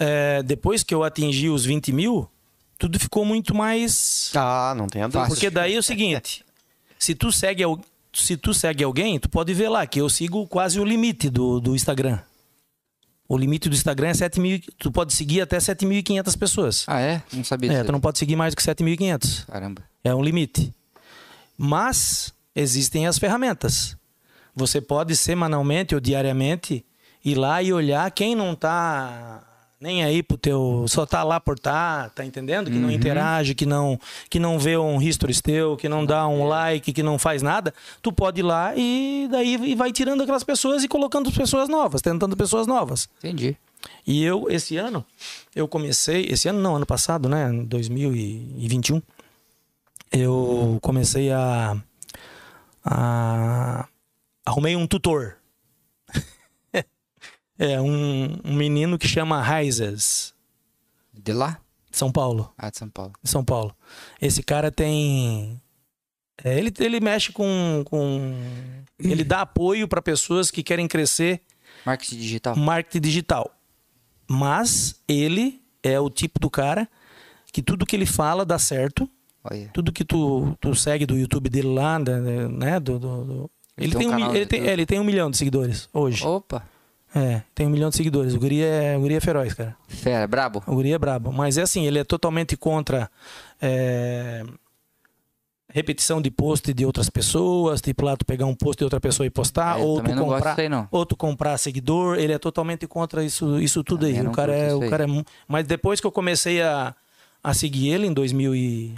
Speaker 1: é, depois que eu atingi os 20 mil, tudo ficou muito mais.
Speaker 3: Ah, não tem a dúvida.
Speaker 2: Fácil.
Speaker 1: Porque daí é o seguinte: se tu segue, al- se tu segue alguém, tu pode ver lá que eu sigo quase o limite do, do Instagram. O limite do Instagram é 7 mil, tu pode seguir até 7.500 pessoas.
Speaker 2: Ah, é? Não sabia
Speaker 1: É,
Speaker 2: disso.
Speaker 1: tu não pode seguir mais do que 7.500.
Speaker 2: Caramba.
Speaker 1: É um limite. Mas existem as ferramentas. Você pode semanalmente ou diariamente ir lá e olhar quem não tá nem aí pro teu, só tá lá por tá, tá entendendo? Que não interage, que não que não vê um history teu, que não dá um like, que não faz nada. Tu pode ir lá e daí e vai tirando aquelas pessoas e colocando pessoas novas, tentando pessoas novas.
Speaker 2: Entendi.
Speaker 1: E eu, esse ano, eu comecei. Esse ano não, ano passado, né? 2021. Eu comecei a. a arrumei um tutor. é um, um menino que chama Raizes,
Speaker 2: De lá?
Speaker 1: de São Paulo.
Speaker 2: Ah, de São Paulo.
Speaker 1: de São Paulo. Esse cara tem. é, ele, ele mexe com. com ele dá apoio para pessoas que querem crescer
Speaker 2: Marketing digital.
Speaker 1: marketing digital. Mas ele é o tipo do cara que tudo que ele fala dá certo.
Speaker 2: Olha.
Speaker 1: Tudo que tu, tu segue do YouTube dele lá, da- da- né? do- do- do-
Speaker 2: Ele
Speaker 1: Ele,
Speaker 2: tem
Speaker 1: tem
Speaker 2: um
Speaker 1: um, mi-
Speaker 2: canal
Speaker 1: ele,
Speaker 2: no
Speaker 1: tem,
Speaker 2: YouTube. Oh.
Speaker 1: é, ele tem um milhão de seguidores hoje.
Speaker 2: Opa.
Speaker 1: É, tem um milhão de seguidores. O guri é, o guri é feroz, cara.
Speaker 2: Fera, brabo.
Speaker 1: O guri é brabo. Mas é assim, ele é totalmente contra é, repetição de post de outras pessoas. Tipo lá, tu pegar um post de outra pessoa e postar.
Speaker 2: É,
Speaker 1: Ah,
Speaker 2: eu
Speaker 1: ou tu
Speaker 2: também não gosto
Speaker 1: comprar,
Speaker 2: disso aí, não.
Speaker 1: ou tu comprar seguidor, ele é totalmente contra isso, isso tudo
Speaker 2: Também
Speaker 1: aí.
Speaker 2: não
Speaker 1: O cara,
Speaker 2: curto
Speaker 1: é,
Speaker 2: isso
Speaker 1: o
Speaker 2: aí.
Speaker 1: cara é. mu- Mas depois que eu comecei a, a seguir ele em 2000 e,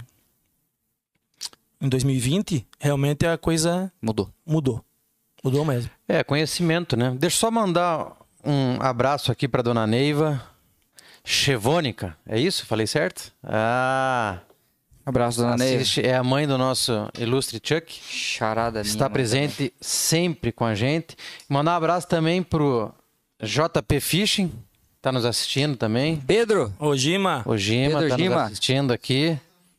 Speaker 1: em 2020, realmente a coisa
Speaker 2: Mudou.
Speaker 1: mudou. Mudou mesmo.
Speaker 3: É, conhecimento, né? Deixa eu só mandar um abraço aqui para dona Neiva Chevônica. É isso? Falei certo? Ah,
Speaker 2: Abraço, dona Neia.
Speaker 3: assiste- é a mãe do nosso ilustre Chuck.
Speaker 2: Charada minha.
Speaker 3: Está
Speaker 2: mano.
Speaker 3: presente sempre com a gente. Mandar um abraço também pro JP Fishing, tá nos assistindo também.
Speaker 2: Pedro,
Speaker 1: Ô, Gima,
Speaker 3: O Gima
Speaker 2: Pedro
Speaker 3: tá nos
Speaker 2: Gima.
Speaker 3: assistindo aqui.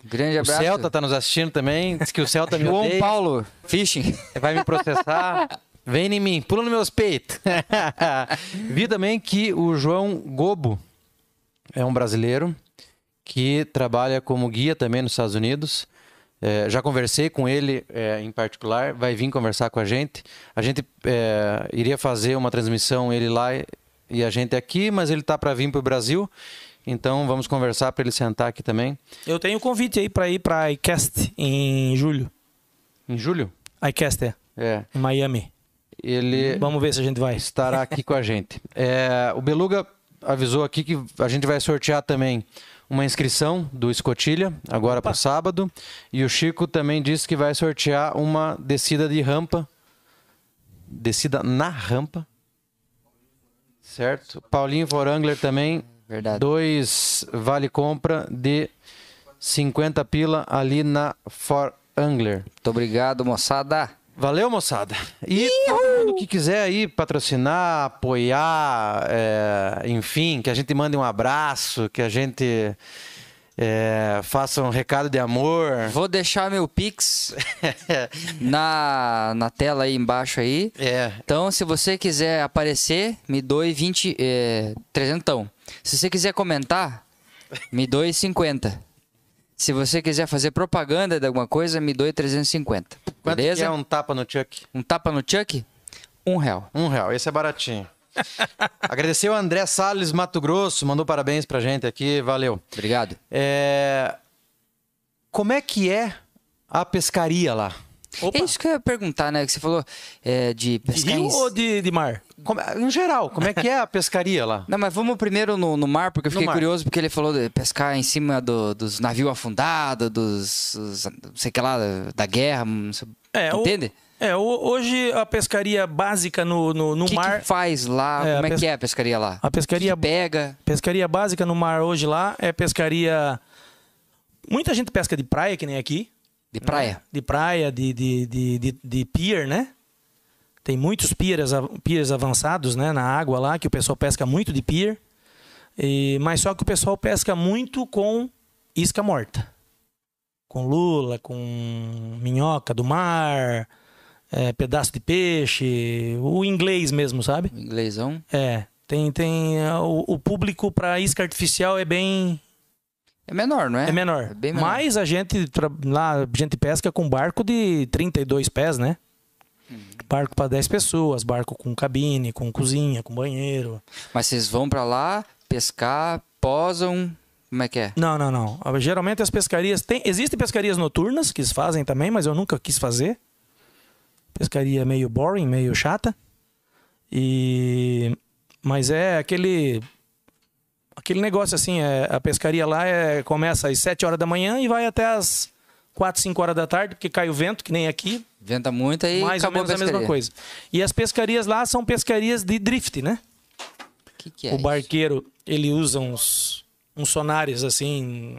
Speaker 2: grande
Speaker 3: o
Speaker 2: abraço.
Speaker 3: Celta tá nos assistindo também. Diz que o Celta me
Speaker 2: João
Speaker 3: odeia,
Speaker 2: Paulo, fishing.
Speaker 3: vai me processar. Vem em mim, pula nos meus peitos. Vi também que o João Gobo é um brasileiro que trabalha como guia também nos Estados Unidos. É, já conversei com ele é, em particular, vai vir conversar com a gente. A gente é, iria fazer uma transmissão, ele lá e- e a gente aqui, mas ele tá para vir para o Brasil. Então vamos conversar para ele sentar aqui também.
Speaker 1: eu tenho um convite aí pra ir pra iCast em julho.
Speaker 3: Em julho?
Speaker 1: iCast é,
Speaker 3: É.
Speaker 1: em Miami.
Speaker 3: Ele
Speaker 1: Vamos ver se a gente vai.
Speaker 3: estará aqui com a gente. É, o Beluga avisou aqui que a gente vai sortear também uma inscrição do Escotilha, agora para sábado. E o Chico também disse que vai sortear uma descida de rampa. Descida na rampa. Certo? Paulinho Vorangler também.
Speaker 2: Verdade.
Speaker 3: Dois vale compra de 50 pila ali na For Angler.
Speaker 2: Muito obrigado, moçada.
Speaker 3: Valeu, moçada. E todo mundo que quiser aí patrocinar, apoiar, é, enfim, que a gente mande um abraço, que a gente é, faça um recado de amor.
Speaker 2: Vou deixar meu Pix na, na tela aí embaixo aí.
Speaker 3: É,
Speaker 2: Então, se você quiser aparecer, me doe 20, é, 300. Se você quiser comentar, me doe 50. Se você quiser fazer propaganda de alguma coisa, me doe 350.
Speaker 3: quanto que
Speaker 2: Beleza?
Speaker 3: é
Speaker 2: um...
Speaker 3: um tapa no Chuck?
Speaker 2: tapa no Chuck? Um real.
Speaker 3: Um real, esse é baratinho. Agradecer o André Salles Mato Grosso, mandou parabéns pra gente aqui, valeu.
Speaker 2: Obrigado.
Speaker 3: É, como é que é a pescaria lá?
Speaker 1: Opa.
Speaker 2: É isso que eu ia perguntar, né? Que você falou é,
Speaker 1: De
Speaker 2: de pescar
Speaker 1: rio
Speaker 2: em-
Speaker 1: ou de, de mar?
Speaker 3: Como- em geral, como é que é a pescaria lá?
Speaker 2: Não, mas vamos primeiro no, no mar, porque eu
Speaker 3: No
Speaker 2: fiquei
Speaker 3: mar.
Speaker 2: curioso, porque ele falou de pescar em cima do- dos navios afundados, dos, dos- não sei o que lá, da guerra, não sei-
Speaker 1: É, o-
Speaker 2: entende?
Speaker 1: É, ho- hoje a pescaria básica no, no, no
Speaker 2: O que,
Speaker 1: mar.
Speaker 2: que faz lá?
Speaker 1: É, a
Speaker 2: como é
Speaker 1: pes-
Speaker 2: que é a pescaria lá?
Speaker 1: A pescaria,
Speaker 2: Que pega.
Speaker 1: pescaria básica no mar hoje lá é pescaria. Muita gente pesca de praia, que nem aqui. né?
Speaker 2: De praia.
Speaker 1: De praia, de, de, de, de, de pier, né? Tem muitos piers, av- piers avançados né, na água lá, que o pessoal pesca muito de pier. E, mas só que o pessoal pesca muito com isca morta. Com lula, com minhoca do mar, eh, pedaço de peixe, o inglês mesmo, sabe?
Speaker 2: O Inglêsão.
Speaker 1: É, tem, tem ah, o, o público para isca artificial é bem
Speaker 2: É menor, não é?
Speaker 1: é menor.
Speaker 2: É bem menor.
Speaker 1: Mas a gente tra- lá a gente pesca com barco de 32 pés, né?
Speaker 2: Uhum.
Speaker 1: Barco para 10 pessoas, barco com cabine, com cozinha, com banheiro.
Speaker 2: Mas vocês vão pra lá pescar, posam. Como é que é?
Speaker 1: Não, não, não. Ah, Geralmente as pescarias tem, existem pescarias noturnas que eles fazem também, mas eu nunca quis fazer. Pescaria meio boring, meio chata. E mas é aquele aquele negócio assim, é, a pescaria lá é, começa às 7 horas da manhã e vai até às 4, 5 horas da tarde, porque cai o vento, que nem aqui,
Speaker 2: Venta muito aí.
Speaker 1: mais ou
Speaker 2: acabou
Speaker 1: menos a
Speaker 2: pescaria.
Speaker 1: mesma coisa. E as pescarias lá são pescarias de drift, né?
Speaker 2: O que, que é?
Speaker 1: o barqueiro ele usa uns, uns sonares assim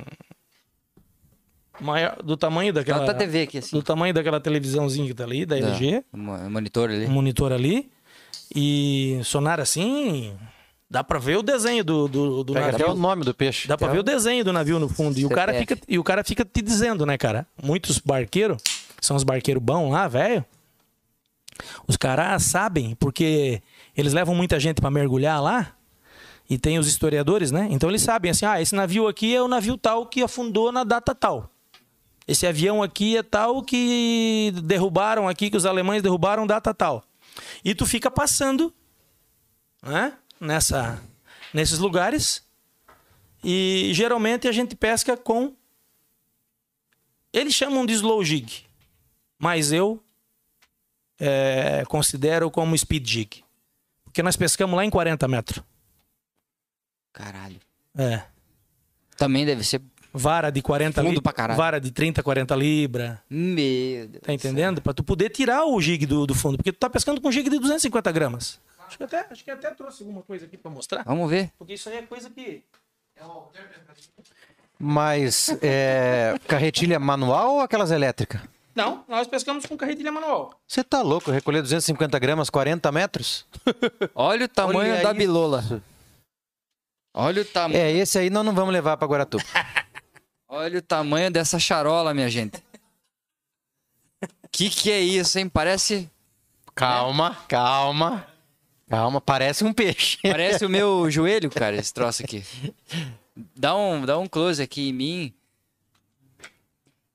Speaker 1: maior, do tamanho daquela
Speaker 2: Bota a TV aqui, assim.
Speaker 1: do tamanho daquela televisãozinha que tá ali da
Speaker 2: Da-
Speaker 1: LG,
Speaker 2: o mo- o monitor ali.
Speaker 1: um monitor ali e sonar assim dá pra ver o desenho do do, do
Speaker 3: Pega até o
Speaker 1: navio.
Speaker 3: nome do peixe. É.
Speaker 1: Dá pra ver o desenho do navio no fundo. E o, cara
Speaker 2: CPF.
Speaker 1: fica, e o cara fica te dizendo, né, cara? Muitos barqueiros, são os barqueiros bons lá, velho. Os caras sabem, porque eles levam muita gente pra mergulhar lá. E tem os historiadores, né? Então eles sabem assim: ah, esse navio aqui é o navio tal que afundou na data tal. Esse avião aqui é tal que derrubaram aqui, que os alemães derrubaram data tal. E tu fica passando, né? Nessa, nesses lugares. E geralmente a gente pesca com. Eles chamam de slow jig, mas eu eh, considero como speed jig. Porque nós pescamos lá em 40 metros.
Speaker 2: Caralho.
Speaker 1: É.
Speaker 2: Também deve ser.
Speaker 1: Vara de 40
Speaker 2: Fundo
Speaker 1: li-
Speaker 2: pra caralho.
Speaker 1: Vara de 30, 40 libras.
Speaker 2: Meu Deus.
Speaker 1: Tá entendendo? Pra tu poder tirar o jig do, do fundo. Porque tu tá pescando com um jig de 250 gramas. Acho que, até, acho que até trouxe alguma coisa aqui pra mostrar.
Speaker 2: Vamos ver.
Speaker 1: Porque isso aí é coisa que.
Speaker 3: Mas é, carretilha manual ou aquelas elétricas?
Speaker 1: Não, nós pescamos com carretilha manual.
Speaker 3: Você tá louco? Recolher 250 gramas, 40 metros?
Speaker 2: Olha o tamanho
Speaker 3: Olha
Speaker 2: da
Speaker 3: isso.
Speaker 2: bilola. Olha o tamanho.
Speaker 3: É, esse aí nós não vamos levar pra Guaratuba.
Speaker 2: Olha o tamanho dessa charola, minha gente. Que que é isso, hein? Parece,
Speaker 3: calma, calma. Calma, parece um peixe.
Speaker 2: parece o meu joelho, cara, esse troço aqui. Dá um, dá um close aqui em mim.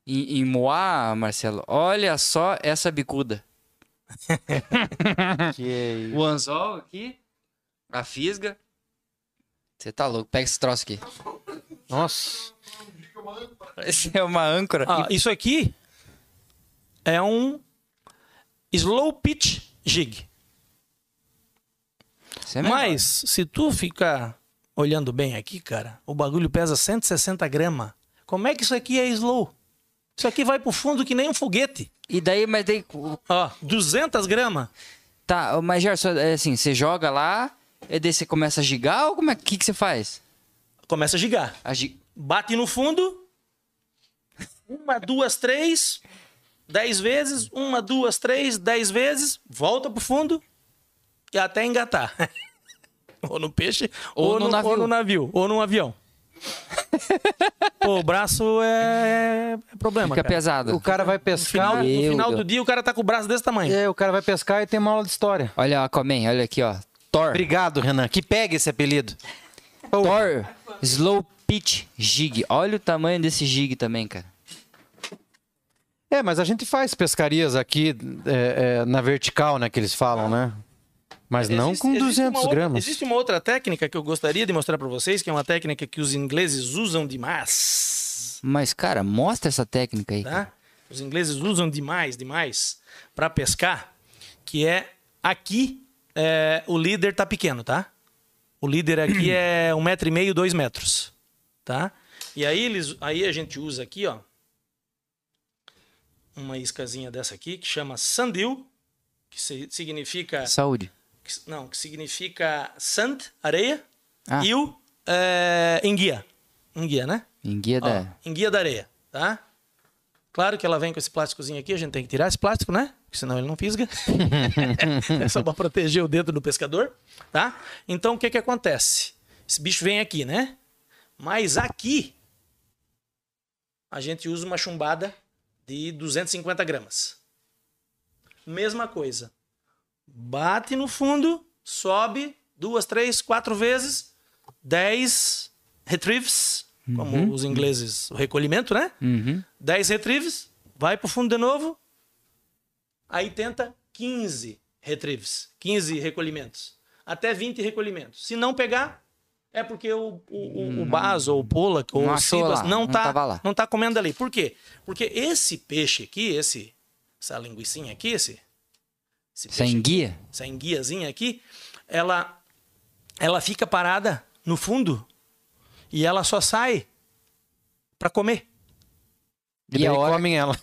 Speaker 2: Em, em Moá, Marcelo. Olha só essa bicuda. O anzol aqui, a fisga. Você tá louco? Pega esse troço aqui.
Speaker 3: Nossa.
Speaker 2: Parece é uma âncora.
Speaker 1: Ah, isso aqui é um slow pitch jig.
Speaker 2: Isso é menor.
Speaker 1: Mas se tu ficar olhando bem aqui, cara, o bagulho pesa 160 gramas. Como é que isso aqui é slow? Isso aqui vai pro fundo que nem um foguete.
Speaker 2: E daí, mas daí. o-
Speaker 1: Ó, 200 gramas.
Speaker 2: Tá, mas Gerson, é assim, você joga lá, e daí você começa a gigar ou como é que, que você faz?
Speaker 1: Começa a gigar.
Speaker 2: A gi-
Speaker 1: Bate no fundo. Uma, duas, três. Dez vezes. Uma, duas, três. Dez vezes. Volta pro fundo. E até engatar. ou no peixe,
Speaker 2: Ou
Speaker 1: ou,
Speaker 2: no
Speaker 1: no,
Speaker 2: navio.
Speaker 1: ou no navio. Ou num avião. Pô, o braço é, é problema.
Speaker 2: Fica
Speaker 1: cara.
Speaker 2: pesado.
Speaker 3: O cara vai
Speaker 1: No final,
Speaker 3: pescar.
Speaker 1: no
Speaker 2: Meu
Speaker 1: final do
Speaker 2: Deus.
Speaker 1: dia, o cara tá com o braço desse tamanho.
Speaker 3: É, o cara vai pescar e tem uma aula de história.
Speaker 2: Olha, Aquaman, olha aqui, ó. Thor.
Speaker 3: Obrigado, Renan. Que pega esse apelido. Pô,
Speaker 2: Thor. Slow Pitch Jig. Olha o tamanho desse jig também, cara.
Speaker 3: É, mas a gente faz pescarias aqui é, é, na vertical, né? Que eles falam, né? Mas não
Speaker 1: Existe-
Speaker 3: com
Speaker 1: existe
Speaker 3: 200
Speaker 1: uma outra-
Speaker 3: gramas.
Speaker 1: existe uma outra técnica que eu gostaria de mostrar pra vocês, que é uma técnica que os ingleses usam demais.
Speaker 2: Mas, cara, mostra essa técnica aí. cara.
Speaker 1: tá? Os ingleses usam demais, demais para pescar, que é aqui é, o líder tá pequeno, tá? O líder aqui é um metro e meio, dois metros, tá? E aí eles, aí a gente usa aqui, ó, uma iscazinha dessa aqui que chama sandil, que se- significa
Speaker 2: Saúde.
Speaker 1: que- não, que significa sand, areia,
Speaker 2: Ah.
Speaker 1: e o é, enguia, enguia, né?
Speaker 2: Enguia
Speaker 1: Ó,
Speaker 2: da.
Speaker 1: enguia da areia, tá? Claro que ela vem com esse plásticozinho aqui, a gente tem que tirar esse plástico, né? Porque senão ele não fisga. é só pra proteger o dedo do pescador, tá? Então o que que acontece? Esse bicho vem aqui, né? Mas aqui a gente usa uma chumbada de 250 gramas. Mesma coisa. Bate no fundo, sobe duas, três, quatro vezes, 10 retrieves, como os ingleses, o recolhimento, né?
Speaker 2: Uhum.
Speaker 1: 10 retrieves, vai pro fundo de novo. Aí tenta 15 retrieves, 15 recolhimentos, até 20 recolhimentos. Se não pegar, é porque o, o, o, o Bas, ou o Pollack, ou
Speaker 2: Hum. Não
Speaker 1: o
Speaker 2: achou
Speaker 1: Sibas
Speaker 2: lá,
Speaker 1: não
Speaker 2: não
Speaker 1: está
Speaker 2: tava lá.
Speaker 1: não tá comendo ali. Por quê? Porque esse peixe aqui, esse essa linguicinha aqui, esse, esse
Speaker 2: Essa
Speaker 1: peixe aqui,
Speaker 2: enguia?
Speaker 1: essa enguiazinha aqui, ela ela fica parada no fundo e ela só sai para comer.
Speaker 3: E,
Speaker 2: E
Speaker 3: daí
Speaker 2: a hora-
Speaker 3: comem ela.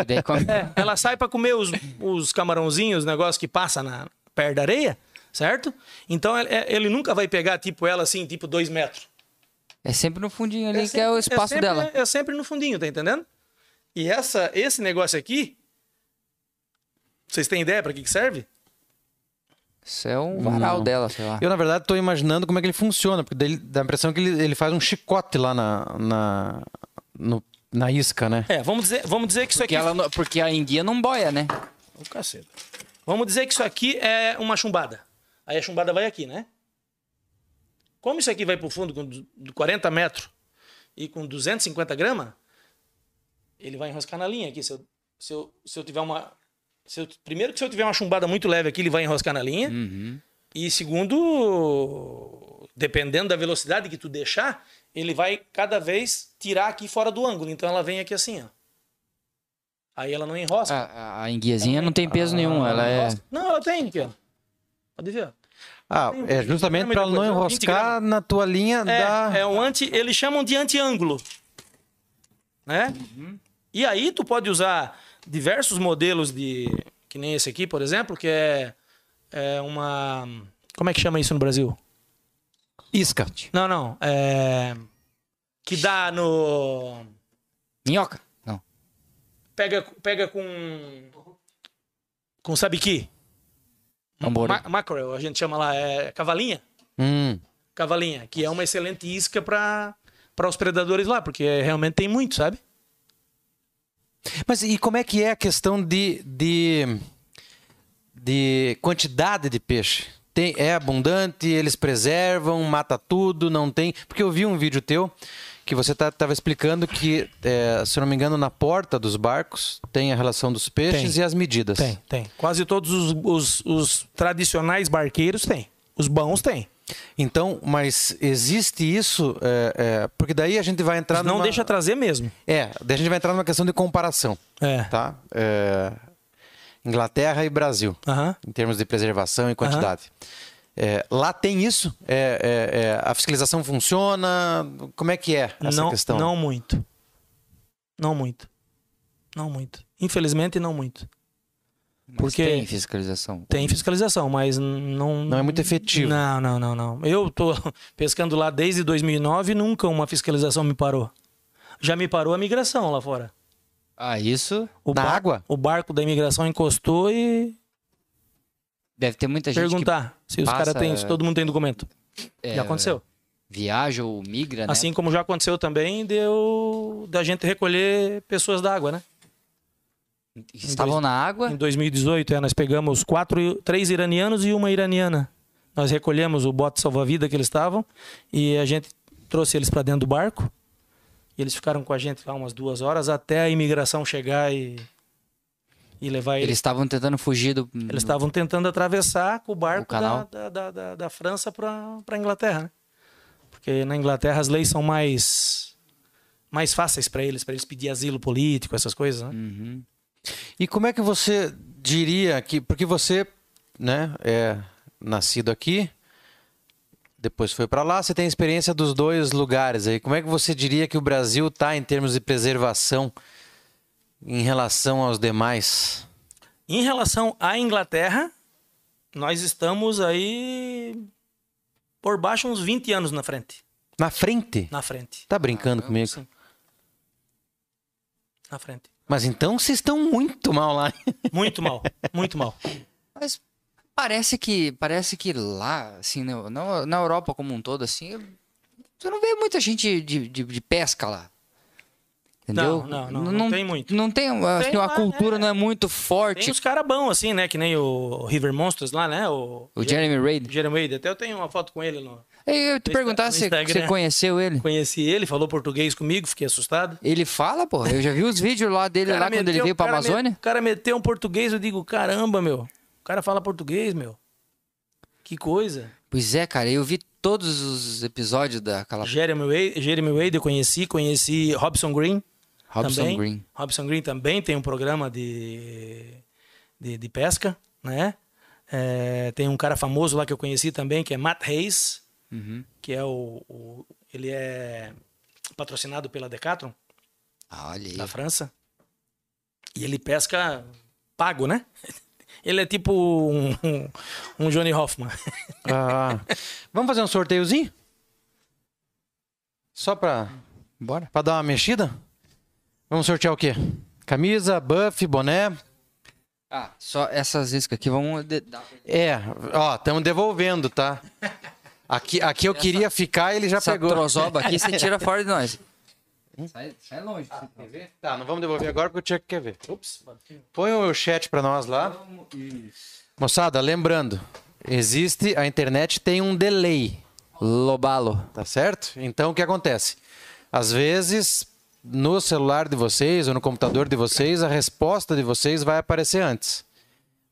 Speaker 2: E daí come-
Speaker 1: É, ela sai para comer os, os camarãozinhos, os negócios que passa na perto da areia, certo? Então ele, ele nunca vai pegar tipo ela assim, tipo dois metros.
Speaker 2: É sempre no fundinho ali
Speaker 1: É
Speaker 2: que é o
Speaker 1: sempre-
Speaker 2: espaço
Speaker 1: sempre-
Speaker 2: dela.
Speaker 1: É sempre no fundinho, tá entendendo? E essa, esse negócio aqui, vocês têm ideia para que, que serve?
Speaker 2: Isso é um varal
Speaker 3: Não.
Speaker 2: dela, sei lá.
Speaker 3: Eu, na verdade, tô imaginando como é que ele funciona, porque daí dá a impressão que ele, ele faz um chicote lá na, na, no- na isca, né?
Speaker 1: É, vamos dizer, vamos dizer que isso
Speaker 2: Porque,
Speaker 1: aqui.
Speaker 2: ela não- porque a enguia não boia, né?
Speaker 1: Ô, caceta. Vamos dizer que isso aqui é uma chumbada. Aí a chumbada vai aqui, né? Como isso aqui vai pro fundo com du- du- 40 metros e com 250 gramas, ele vai enroscar na linha aqui. Se eu, se eu, se eu tiver uma. se eu- primeiro que se eu tiver uma chumbada muito leve aqui, ele vai enroscar na linha. E segundo, dependendo da velocidade que tu deixar, ele vai cada vez tirar aqui fora do ângulo. Então ela vem aqui assim, ó. Aí ela não enrosca.
Speaker 2: A, a enguiazinha não tem peso nenhum, ela é...
Speaker 1: Não, ela tem aqui, ó. Pode ver.
Speaker 3: Ah, é justamente para ela não
Speaker 1: Coisa, 20
Speaker 3: enroscar na tua linha
Speaker 1: É,
Speaker 3: da.
Speaker 1: é um anti. Eles chamam de anti-ângulo. Né? E aí tu pode usar diversos modelos de. Que nem esse aqui, por exemplo, que é, é uma. Como é que chama isso no Brasil?
Speaker 3: Isca.
Speaker 1: Não, não. É. Que dá no.
Speaker 2: Minhoca? Não.
Speaker 1: Pega, pega com. Com sabiqui.
Speaker 2: Tambor.
Speaker 1: Ma mackerel, a gente chama lá. É cavalinha?
Speaker 3: Hum.
Speaker 1: cavalinha, que é uma excelente isca para para os predadores lá, porque é, realmente tem muito, sabe?
Speaker 3: Mas e como é que é a questão de, de, de quantidade de peixe? Tem, é abundante, eles preservam, mata tudo, não tem. Porque eu vi um vídeo teu que você estava explicando que, é, se eu não me engano, na porta dos barcos tem a relação dos peixes
Speaker 1: Tem.
Speaker 3: e as medidas.
Speaker 1: tem. Quase todos os, os, os tradicionais barqueiros têm. Os bons têm.
Speaker 3: Então, mas existe isso? é, é, porque daí a gente vai entrar
Speaker 1: Não
Speaker 3: numa-
Speaker 1: deixa trazer mesmo.
Speaker 3: É, daí a gente vai entrar numa questão de comparação,
Speaker 1: É.
Speaker 3: tá? É, Inglaterra e Brasil.
Speaker 1: Aham.
Speaker 3: em termos de preservação e quantidade. É, lá tem isso? É, é, é, a fiscalização funciona? Como é que é essa
Speaker 1: não,
Speaker 3: questão?
Speaker 1: Não muito. Não muito. Não muito. Infelizmente, não muito.
Speaker 2: Mas
Speaker 1: Porque-
Speaker 2: tem fiscalização.
Speaker 1: Tem fiscalização, mas n- não.
Speaker 3: Não é muito efetivo.
Speaker 1: Não, não, não, não. Eu tô pescando lá desde 2009 e nunca uma fiscalização me parou. Já me parou a migração lá fora.
Speaker 2: Ah, isso...
Speaker 1: O
Speaker 3: Na
Speaker 1: barco-
Speaker 3: água?
Speaker 1: O barco da imigração encostou e
Speaker 2: Deve ter muita gente
Speaker 1: perguntar se os
Speaker 2: passa-
Speaker 1: caras têm, se todo mundo tem documento.
Speaker 2: que é,
Speaker 1: já aconteceu.
Speaker 2: viaja ou migra, né?
Speaker 1: Assim como já aconteceu também deu da gente recolher pessoas da água, né?
Speaker 2: Estavam na
Speaker 1: Em
Speaker 2: água,
Speaker 1: 2018, é, nós pegamos quatro, três iranianos e uma iraniana. Nós recolhemos o bote salva-vida que eles estavam e a gente trouxe eles para dentro do barco. E eles ficaram com a gente lá umas duas horas até a imigração chegar e, e levar eles.
Speaker 2: eles estavam tentando fugir do...
Speaker 1: Eles estavam tentando atravessar com o
Speaker 2: O
Speaker 1: barco da,
Speaker 2: canal.
Speaker 1: da, da, da, da França para a Inglaterra, né? Porque na Inglaterra as leis são mais mais fáceis para eles, para eles pedir asilo político, essas coisas, né?
Speaker 3: E como é que você diria que. Porque você né, é nascido aqui, depois foi para lá, você tem experiência dos dois lugares aí. Como é que você diria que o Brasil está em termos de preservação em relação aos demais?
Speaker 1: Em relação à Inglaterra, nós estamos aí por baixo uns 20 anos na frente,
Speaker 3: Na frente?
Speaker 1: na frente,
Speaker 3: Tá brincando comigo?
Speaker 1: na frente.
Speaker 3: Mas então vocês estão muito mal lá.
Speaker 1: Muito mal, muito mal.
Speaker 2: Mas parece que, parece que lá, assim, na, na- na Europa como um todo, assim, você não vê muita gente de, de, de pesca lá. Entendeu?
Speaker 1: Não, não, não, não tem muito.
Speaker 2: Não tem, acho
Speaker 1: Tem
Speaker 2: que a
Speaker 1: lá,
Speaker 2: cultura
Speaker 1: é.
Speaker 2: não é muito
Speaker 1: Tem
Speaker 2: forte.
Speaker 1: uns caras bons, assim, né? Que nem o River Monsters lá, né? O,
Speaker 2: O Jeremy Reid.
Speaker 1: Jeremy Wade. Até eu tenho uma foto com ele. No...
Speaker 2: Eu ia te
Speaker 1: No
Speaker 2: perguntar
Speaker 1: Insta-
Speaker 2: se
Speaker 1: no Instagram.
Speaker 2: você conheceu ele.
Speaker 1: Conheci ele, falou português comigo, fiquei assustado.
Speaker 2: Ele fala, pô. Eu já vi os vídeos lá dele
Speaker 1: cara
Speaker 2: lá quando ele
Speaker 1: meteu-
Speaker 2: veio pra
Speaker 1: o cara me-
Speaker 2: Amazônia.
Speaker 1: O cara meteu um português, eu digo, caramba, meu. O cara fala português, meu. Que coisa.
Speaker 2: Pois é, cara, eu vi todos os episódios daquela
Speaker 1: Jeremy Wade, Jeremy Wade eu conheci, conheci Robson Green.
Speaker 2: Robson
Speaker 1: também.
Speaker 2: Green.
Speaker 1: Robson Green também tem um programa de, de, de pesca, né? É, tem um cara famoso lá que eu conheci também, que é Matt Hayes,
Speaker 2: Uhum.
Speaker 1: que é o, o- Ele é patrocinado pela Decathlon,
Speaker 2: Ah, Olha aí.
Speaker 1: da França. E ele pesca pago, né? Ele é tipo um, um- um Johnny Hoffman.
Speaker 3: Ah, vamos fazer um sorteiozinho? Só pra,
Speaker 2: Bora.
Speaker 3: pra dar uma mexida? Vamos sortear o quê? Camisa, buff, boné.
Speaker 2: Ah, só essas iscas aqui, vamos... de- dar- um
Speaker 3: É, ó, estamos devolvendo, tá? Aqui, aqui eu queria ficar e ele já
Speaker 2: Essa
Speaker 3: pegou.
Speaker 2: trozoba aqui, você tira fora de nós. Sai, sai longe.
Speaker 3: Quer ver? Tá, não vamos devolver agora porque o Tcheco quer ver.
Speaker 1: Ups, bateu.
Speaker 3: Põe o chat pra nós lá. Moçada, lembrando, existe, a internet tem um delay,
Speaker 2: Lobalo.
Speaker 3: tá certo? Então o que acontece? Às vezes, no celular de vocês ou no computador de vocês, a resposta de vocês vai aparecer antes.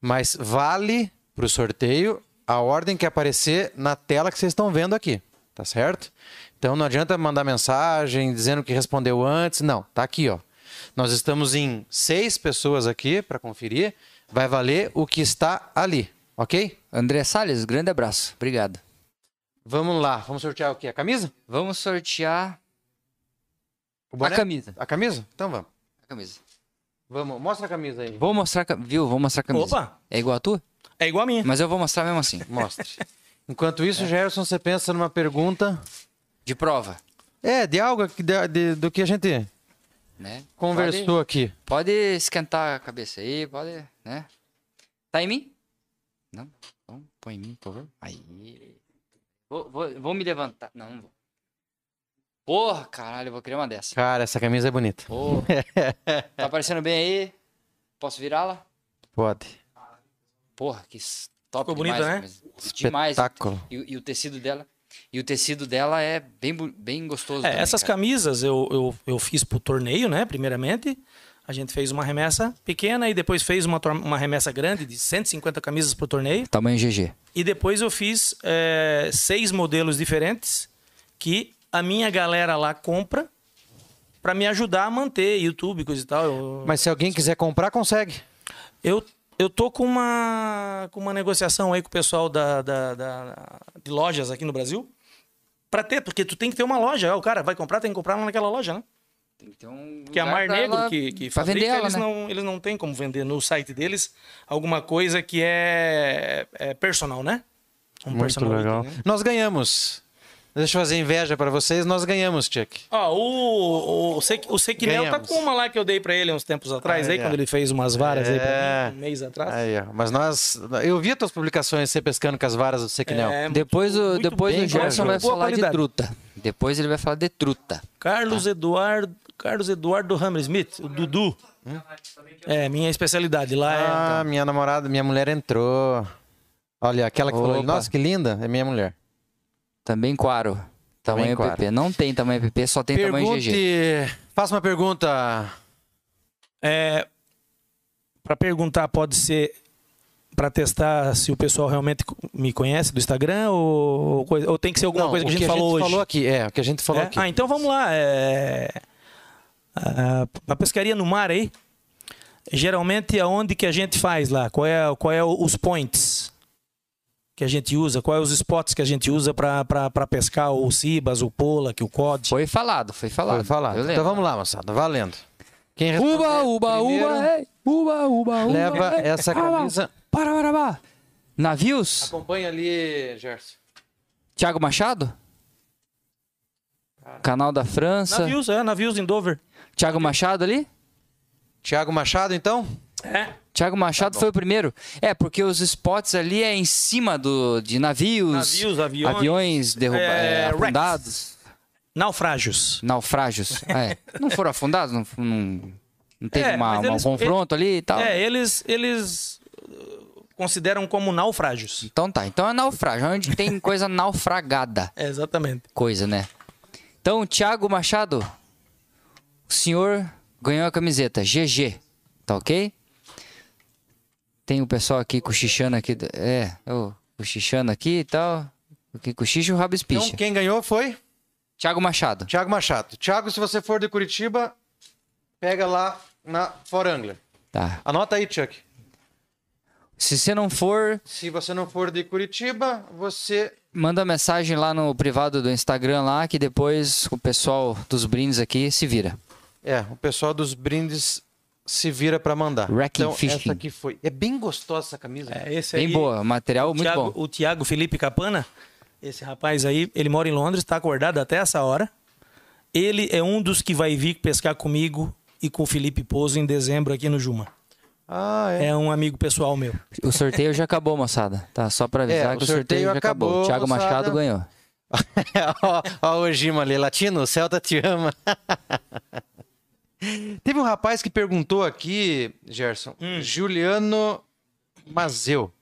Speaker 3: Mas vale pro sorteio a ordem que aparecer na tela que vocês estão vendo aqui, tá certo? Então não adianta mandar mensagem dizendo que respondeu antes, não, tá aqui, ó. Nós estamos em seis pessoas aqui para conferir, vai valer o que está ali, ok?
Speaker 2: André Salles, grande abraço. Obrigado.
Speaker 3: Vamos lá, vamos sortear o quê? A camisa?
Speaker 2: Vamos sortear
Speaker 3: O
Speaker 2: a camisa.
Speaker 3: A camisa? Então vamos.
Speaker 2: A camisa.
Speaker 3: Vamos, mostra a camisa aí.
Speaker 2: Vou mostrar, a cam- viu? Vou mostrar a camisa.
Speaker 1: Opa!
Speaker 2: É igual a tua?
Speaker 1: É igual a minha.
Speaker 2: Mas eu vou mostrar mesmo assim.
Speaker 3: Mostre. Enquanto isso, Gerson, você pensa numa pergunta.
Speaker 2: De prova,
Speaker 3: É, de algo que- de- de- do que a gente
Speaker 2: né?
Speaker 3: conversou aqui.
Speaker 2: Pode, pode esquentar a cabeça aí, pode, né? Tá em mim? Não? Então, põe em mim, por favor. Aí. Vou, vou, vou me levantar. Não, não vou. Porra, caralho, eu vou criar uma dessa.
Speaker 3: Cara, essa camisa é bonita.
Speaker 2: Porra. tá aparecendo bem aí? Posso virá-la?
Speaker 3: Pode.
Speaker 2: Porra, que s- top
Speaker 1: Ficou bonita,
Speaker 2: demais,
Speaker 1: né?
Speaker 2: Mas, demais.
Speaker 3: Espetáculo.
Speaker 2: E, e o tecido dela. E o tecido dela é bem, bu- bem gostoso.
Speaker 1: É,
Speaker 2: também,
Speaker 1: essas
Speaker 2: cara.
Speaker 1: camisas eu, eu, eu fiz pro torneio, né? Primeiramente. A gente fez uma remessa pequena e depois fez uma, tor- uma remessa grande de 150 camisas pro torneio.
Speaker 2: Tamanho GG.
Speaker 1: E depois eu fiz é, seis modelos diferentes que a minha galera lá compra para me ajudar a manter YouTube, coisa e tal. Eu,
Speaker 3: Mas se alguém quiser comprar, consegue.
Speaker 1: eu, eu tô com uma, com uma negociação aí com o pessoal da, da- da- de lojas aqui no Brasil. Pra ter, porque tu tem que ter uma loja. O cara vai comprar, tem que comprar lá naquela loja, né?
Speaker 2: Tem que ter um
Speaker 1: Porque a
Speaker 2: lugar
Speaker 1: Mar
Speaker 2: pra
Speaker 1: Negro
Speaker 2: ela-
Speaker 1: que, que
Speaker 2: pra
Speaker 1: fabrica,
Speaker 2: vender ela,
Speaker 1: eles,
Speaker 2: né?
Speaker 1: não, eles não têm como vender no site deles alguma coisa que é, é personal, né? Um personal item, né?
Speaker 3: Nós ganhamos. Deixa eu fazer inveja pra vocês. Nós ganhamos, Chuck.
Speaker 1: Ó, o, o, Sec- o Sequinel tá
Speaker 3: Ganhamos.
Speaker 1: com uma lá que eu dei pra ele uns tempos atrás,
Speaker 3: Ah,
Speaker 1: aí
Speaker 3: é.
Speaker 1: quando ele fez umas varas aí pra
Speaker 3: É.
Speaker 1: mim, um mês atrás.
Speaker 3: Aí, ó. Mas nós. Eu vi as tuas publicações você pescando com as varas do Sequinel.
Speaker 1: É, muito-
Speaker 2: Depois o,
Speaker 1: muito
Speaker 2: depois
Speaker 1: bem,
Speaker 2: o Gerson
Speaker 1: cara,
Speaker 2: vai
Speaker 1: boa
Speaker 2: falar
Speaker 1: qualidade.
Speaker 2: de truta. Depois ele vai falar de truta.
Speaker 3: tá.
Speaker 1: Carlos Eduardo, Carlos Eduardo Hammersmith, o Dudu. É, minha especialidade lá é...
Speaker 3: Hum? Ah, minha namorada, minha mulher entrou. Olha, aquela que falou,
Speaker 2: Opa.
Speaker 3: nossa, que linda, é minha mulher.
Speaker 2: Também claro. Tamanho
Speaker 3: Também claro.
Speaker 2: PP. Não tem tamanho PP, só tem tamanho GG.
Speaker 3: Pergunte. Faça uma pergunta.
Speaker 1: É, para perguntar, pode ser para testar se o pessoal realmente co- me conhece do Instagram ou, ou coisa- ou tem que ser alguma
Speaker 3: Não,
Speaker 1: coisa que
Speaker 3: o
Speaker 1: a gente falou hoje?
Speaker 3: falou aqui, é, o que a gente falou
Speaker 1: É?
Speaker 3: aqui.
Speaker 1: Ah, então vamos lá. É, a, a pescaria no mar aí, geralmente aonde que a gente faz lá? Qual é, qual é o- os points que a gente usa? Qual é os spots que a gente usa para pescar o Cibas, o Pola, que o Cod?
Speaker 2: Foi falado, foi falado.
Speaker 3: Foi falado.
Speaker 2: Eu
Speaker 3: Então
Speaker 2: lembro.
Speaker 3: vamos lá, moçada, valendo. Quem responde
Speaker 2: Uba, uba,
Speaker 3: primeiro
Speaker 2: uba, ei. Uba, uba, é. uba.
Speaker 3: leva
Speaker 2: ei.
Speaker 3: essa
Speaker 2: Para,
Speaker 3: camisa.
Speaker 2: Para, para, para. Navios?
Speaker 3: Acompanha ali, Gerson.
Speaker 2: Tiago Machado? Canal da França.
Speaker 1: Navios, é, navios em Dover.
Speaker 2: Tiago Machado ali?
Speaker 3: Tiago Machado, então?
Speaker 1: É.
Speaker 2: Tiago Machado foi o primeiro. É, porque os spots ali é em cima do, de navios.
Speaker 1: Navios, aviões.
Speaker 2: aviões derruba-
Speaker 1: É,
Speaker 2: é,
Speaker 1: wrecks.
Speaker 2: afundados.
Speaker 1: Naufrágios.
Speaker 2: Naufrágios. Ah, é. Não foram afundados? Não, não, não teve
Speaker 1: É,
Speaker 2: uma,
Speaker 1: mas
Speaker 2: uma-
Speaker 1: eles-
Speaker 2: um confronto ali e tal?
Speaker 1: É, eles, eles uh, consideram como naufrágios.
Speaker 2: Então tá, então é naufrágio. Onde tem coisa naufragada.
Speaker 1: É, exatamente.
Speaker 2: coisa, né? Então, Thiago Machado, o senhor ganhou a camiseta. GG, tá ok? Tem o pessoal aqui cochichando aqui. do- É, o cochichando aqui e tal. O que cochicha o rabo
Speaker 3: Então,
Speaker 2: espicha.
Speaker 3: quem ganhou foi
Speaker 2: Thiago Machado.
Speaker 3: Thiago Machado. Thiago, se você for de Curitiba, pega lá na Forangler.
Speaker 2: Tá.
Speaker 3: Anota aí, Chuck.
Speaker 2: Se você não for,
Speaker 3: Se você não for de Curitiba, você.
Speaker 2: manda mensagem lá no privado do Instagram lá, que depois o pessoal dos brindes aqui se vira.
Speaker 3: É, o pessoal dos brindes se vira pra mandar.
Speaker 2: Wrecking
Speaker 3: então,
Speaker 2: Fishing.
Speaker 3: essa aqui foi. É bem gostosa essa camisa.
Speaker 1: É, esse
Speaker 2: Bem
Speaker 1: aí,
Speaker 2: boa, material muito
Speaker 1: Thiago-
Speaker 2: bom.
Speaker 1: O Tiago Felipe Capana, esse rapaz aí, ele mora em Londres, está acordado até essa hora. Ele é um dos que vai vir pescar comigo e com o Felipe Pozo em dezembro aqui no Juma.
Speaker 3: Ah, é.
Speaker 1: É um amigo pessoal meu.
Speaker 2: O sorteio já acabou, moçada. Tá, só pra avisar
Speaker 3: É,
Speaker 2: que o sorteio, já acabou.
Speaker 3: acabou,
Speaker 2: Thiago Machado ganhou.
Speaker 3: moçada. ó, ó o Ojima ali, latino, o Celta te ama. Teve um rapaz que perguntou aqui, Gerson, Juliano Mazeu.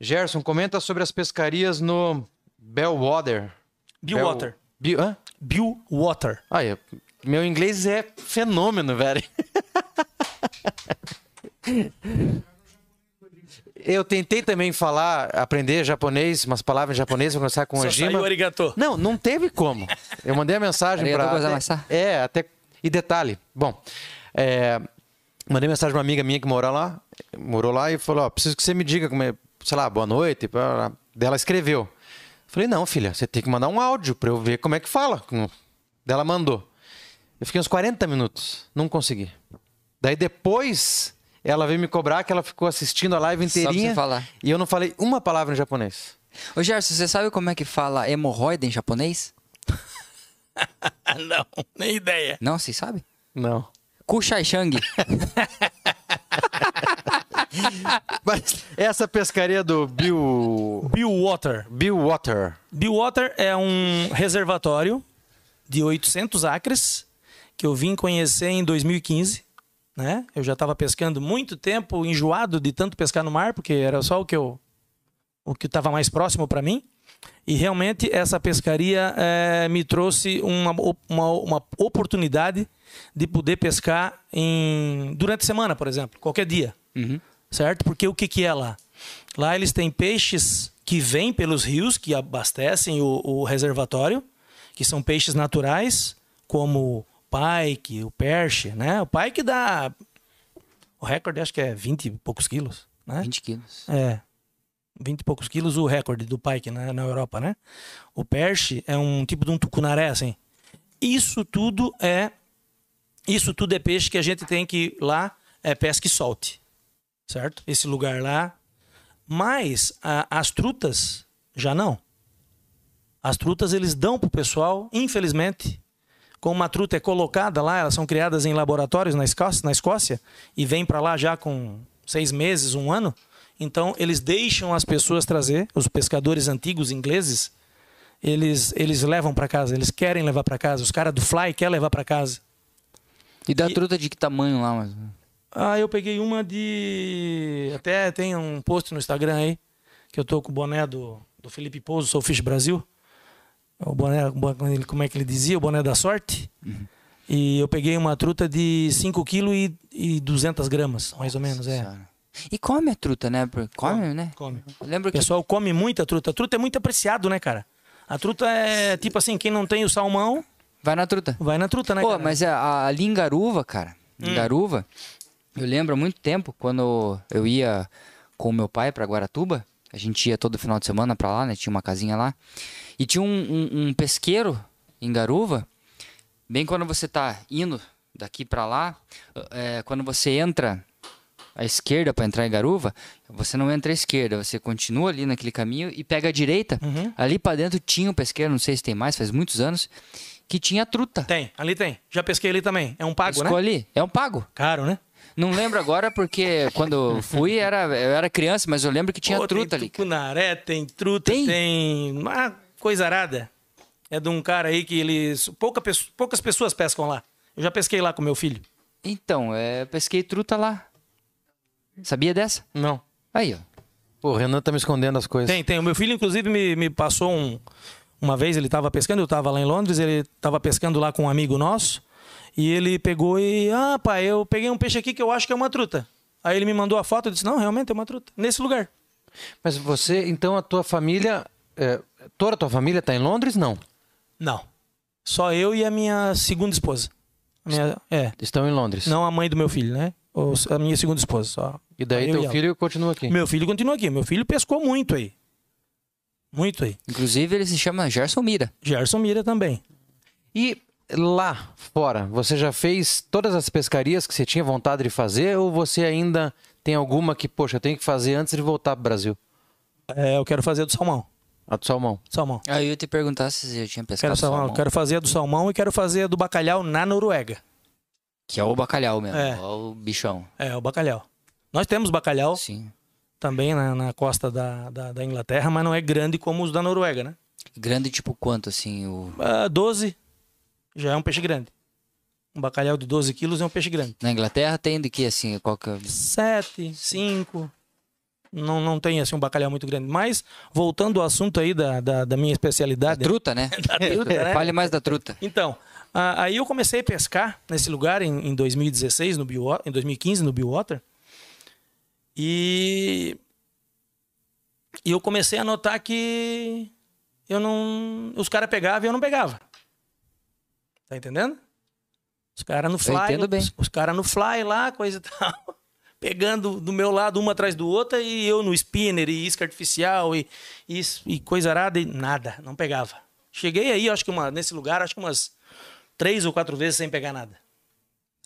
Speaker 3: Gerson, comenta sobre as pescarias no Bellwater.
Speaker 1: Bill
Speaker 3: Bell-
Speaker 1: Water.
Speaker 3: Bill- hã?
Speaker 1: Bill Water.
Speaker 3: Aí, eu- meu inglês é fenômeno, velho. Eu tentei também falar, aprender japonês, umas palavras em japonês, vou começar com
Speaker 1: Só
Speaker 3: Ojima.
Speaker 1: saiu arigatô.
Speaker 3: Não, não teve como. Eu mandei a mensagem
Speaker 2: Arigatou
Speaker 3: para.
Speaker 2: gozaimasu.
Speaker 3: É, até. E detalhe, bom. é, mandei mensagem pra uma amiga minha que mora lá, morou lá e falou: ó, preciso que você me diga como é, sei lá, boa noite. pá, pá. Daí Ela escreveu. Falei: não, filha, você tem que mandar um áudio pra eu ver como é que fala. Como- Daí Ela mandou. Eu fiquei uns 40 minutos, não consegui. Daí depois ela veio me cobrar que ela ficou assistindo a live
Speaker 2: pra você
Speaker 3: inteirinha.
Speaker 2: falar.
Speaker 3: E eu não falei uma palavra em japonês.
Speaker 2: Ô Gerson, você sabe como é que fala hemorroida em japonês?
Speaker 1: Ah, não, nem ideia.
Speaker 2: Não, vocês sabem?
Speaker 3: Não.
Speaker 2: Kushaishang.
Speaker 3: Mas essa pescaria do Bill.
Speaker 1: Bill Water.
Speaker 3: Bill Water.
Speaker 1: Billwater é um reservatório de 800 acres que eu vim conhecer em 2015, né? Eu já estava pescando muito tempo, enjoado de tanto pescar no mar, porque era só o que eu o que estava mais próximo para mim. E realmente essa pescaria eh, me trouxe uma, op- uma, uma oportunidade de poder pescar em durante a semana, por exemplo, qualquer dia certo? Porque o que, que é lá? Lá eles têm peixes que vêm pelos rios que abastecem o, o reservatório, que são peixes naturais, como o pike, o perche, né? O pike dá. O recorde acho que é 20 e poucos quilos, né?
Speaker 2: 20 quilos.
Speaker 1: É. 20 e poucos quilos o recorde do Pike né, na Europa, né? O perche é um tipo de um tucunaré, assim. Isso tudo é... Isso tudo é peixe que a gente tem que lá é pesca e solte, certo? Esse lugar lá. Mas a- as trutas já não. As trutas eles dão pro pessoal, infelizmente, como uma truta é colocada lá, elas são criadas em laboratórios na Escócia, na Escócia e vêm para lá já com seis meses, um ano. Então eles deixam as pessoas trazer, os pescadores antigos ingleses, eles eles levam para casa, eles querem levar para casa. Os caras do fly quer levar para casa.
Speaker 2: E da truta de que tamanho lá? Mas...
Speaker 1: Ah, eu peguei uma de até tem um post no Instagram aí que eu tô com o boné do, do Felipe Pouso, sou Fish Brasil. O boné, bo- ele- como é que ele dizia, o boné da sorte.
Speaker 2: Uhum.
Speaker 1: E eu peguei uma truta de 5 kg e, e 200 gramas, mais ou menos, é.
Speaker 2: Senhora. E come a truta, né? Porque Come, né?
Speaker 1: Come.
Speaker 2: Eu lembro
Speaker 1: O
Speaker 2: que
Speaker 1: pessoal come muita truta. A truta é muito apreciado, né, cara? A truta é tipo assim, quem não tem o salmão,
Speaker 2: vai na truta.
Speaker 1: vai na truta, né,
Speaker 2: Pô,
Speaker 1: cara? Hum.
Speaker 2: mas é, a- a- ali em Garuva, cara, em Garuva, eu lembro há muito tempo quando eu ia com o meu pai pra Guaratuba, a gente ia todo final de semana pra lá, né? Tinha uma casinha lá. E tinha um, um- um pesqueiro em Garuva, bem quando você tá indo daqui pra lá, é, quando você entra à esquerda pra entrar em Garuva, você não entra à esquerda, você continua ali naquele caminho e pega a direita.
Speaker 1: Uhum.
Speaker 2: Ali pra dentro tinha um pesqueiro, não sei se tem mais, faz muitos anos, que tinha truta.
Speaker 1: Tem, ali tem. Já pesquei ali também. É um pago, né?
Speaker 2: Escolhi. É um pago.
Speaker 1: Caro, né?
Speaker 2: Não lembro agora porque quando eu fui era, eu era criança, mas eu lembro que tinha
Speaker 1: Pô,
Speaker 2: truta
Speaker 1: tem
Speaker 2: ali. cara.
Speaker 1: Tucunaré, tem truta,
Speaker 2: Tem?
Speaker 1: tem, uma coisa arada. é de um cara aí que eles. Pouca, pesso- poucas pessoas pescam lá. Eu já pesquei lá com meu filho.
Speaker 2: Então, é, eu pesquei truta lá. Sabia dessa?
Speaker 3: Não.
Speaker 2: Aí, ó.
Speaker 3: Pô, o Renan tá me escondendo as coisas.
Speaker 1: Tem, tem. O meu filho, inclusive, me, me passou um. Uma vez ele estava pescando, eu estava lá em Londres, ele estava pescando lá com um amigo nosso. E ele pegou e. Ah, pai, eu peguei um peixe aqui que eu acho que é uma truta. Aí ele me mandou a foto e disse: Não, realmente é uma truta. Nesse lugar.
Speaker 3: Mas você, então, a tua família. é, toda a tua família tá em Londres? Não.
Speaker 1: Não. Só eu e a minha segunda esposa. A minha- é.
Speaker 3: Estão em Londres.
Speaker 1: Não a mãe do meu filho, né? Ou a minha segunda esposa. Só.
Speaker 3: E daí
Speaker 1: Eu e
Speaker 3: teu
Speaker 1: ela.
Speaker 3: filho continua aqui.
Speaker 1: Meu filho continua aqui. Meu filho pescou muito aí. Muito aí.
Speaker 2: Inclusive, ele se chama Gerson Mira.
Speaker 1: Gerson Mira também.
Speaker 3: E lá fora, você já fez todas as pescarias que você tinha vontade de fazer ou você ainda tem alguma que, poxa, eu tenho que fazer antes de voltar pro Brasil?
Speaker 1: É, eu quero fazer a do salmão.
Speaker 3: A do salmão.
Speaker 1: Salmão.
Speaker 2: Aí eu ia te perguntar se você já tinha pescado
Speaker 1: Quero, salmão.
Speaker 2: salmão.
Speaker 1: quero fazer a do salmão e quero fazer a do bacalhau na Noruega.
Speaker 2: Que é o bacalhau mesmo.
Speaker 1: É. Oh.
Speaker 2: É. o bichão.
Speaker 1: É, o bacalhau. Nós temos bacalhau
Speaker 2: Sim.
Speaker 1: também na, na costa da, da, da Inglaterra, mas não é grande como os da Noruega, né?
Speaker 2: Grande tipo quanto, assim? O...
Speaker 1: Ah, 12 já é um peixe grande. Um bacalhau de 12 quilos é um peixe grande.
Speaker 2: Na Inglaterra tem de que, assim, qual que é...
Speaker 1: 7, 5. Não, não tem assim um bacalhau muito grande. Mas, voltando ao assunto aí da, da, da minha especialidade.
Speaker 2: Truta, né?
Speaker 1: da truta, né?
Speaker 2: Fale mais da truta.
Speaker 1: Então, a- aí eu comecei a pescar nesse lugar em, em 2016, no Bio, em 2015, no Billwater. E, e eu comecei a notar que eu não, os caras pegavam e eu não pegava. Tá entendendo? Os caras no fly,
Speaker 2: entendo bem.
Speaker 1: os, os caras no fly lá, coisa e tal. Pegando do meu lado uma atrás do outra e eu no spinner e isca artificial e, e, s- e coisa arada e nada, não pegava. Cheguei aí, acho que uma, nesse lugar, acho que umas três ou quatro vezes sem pegar nada.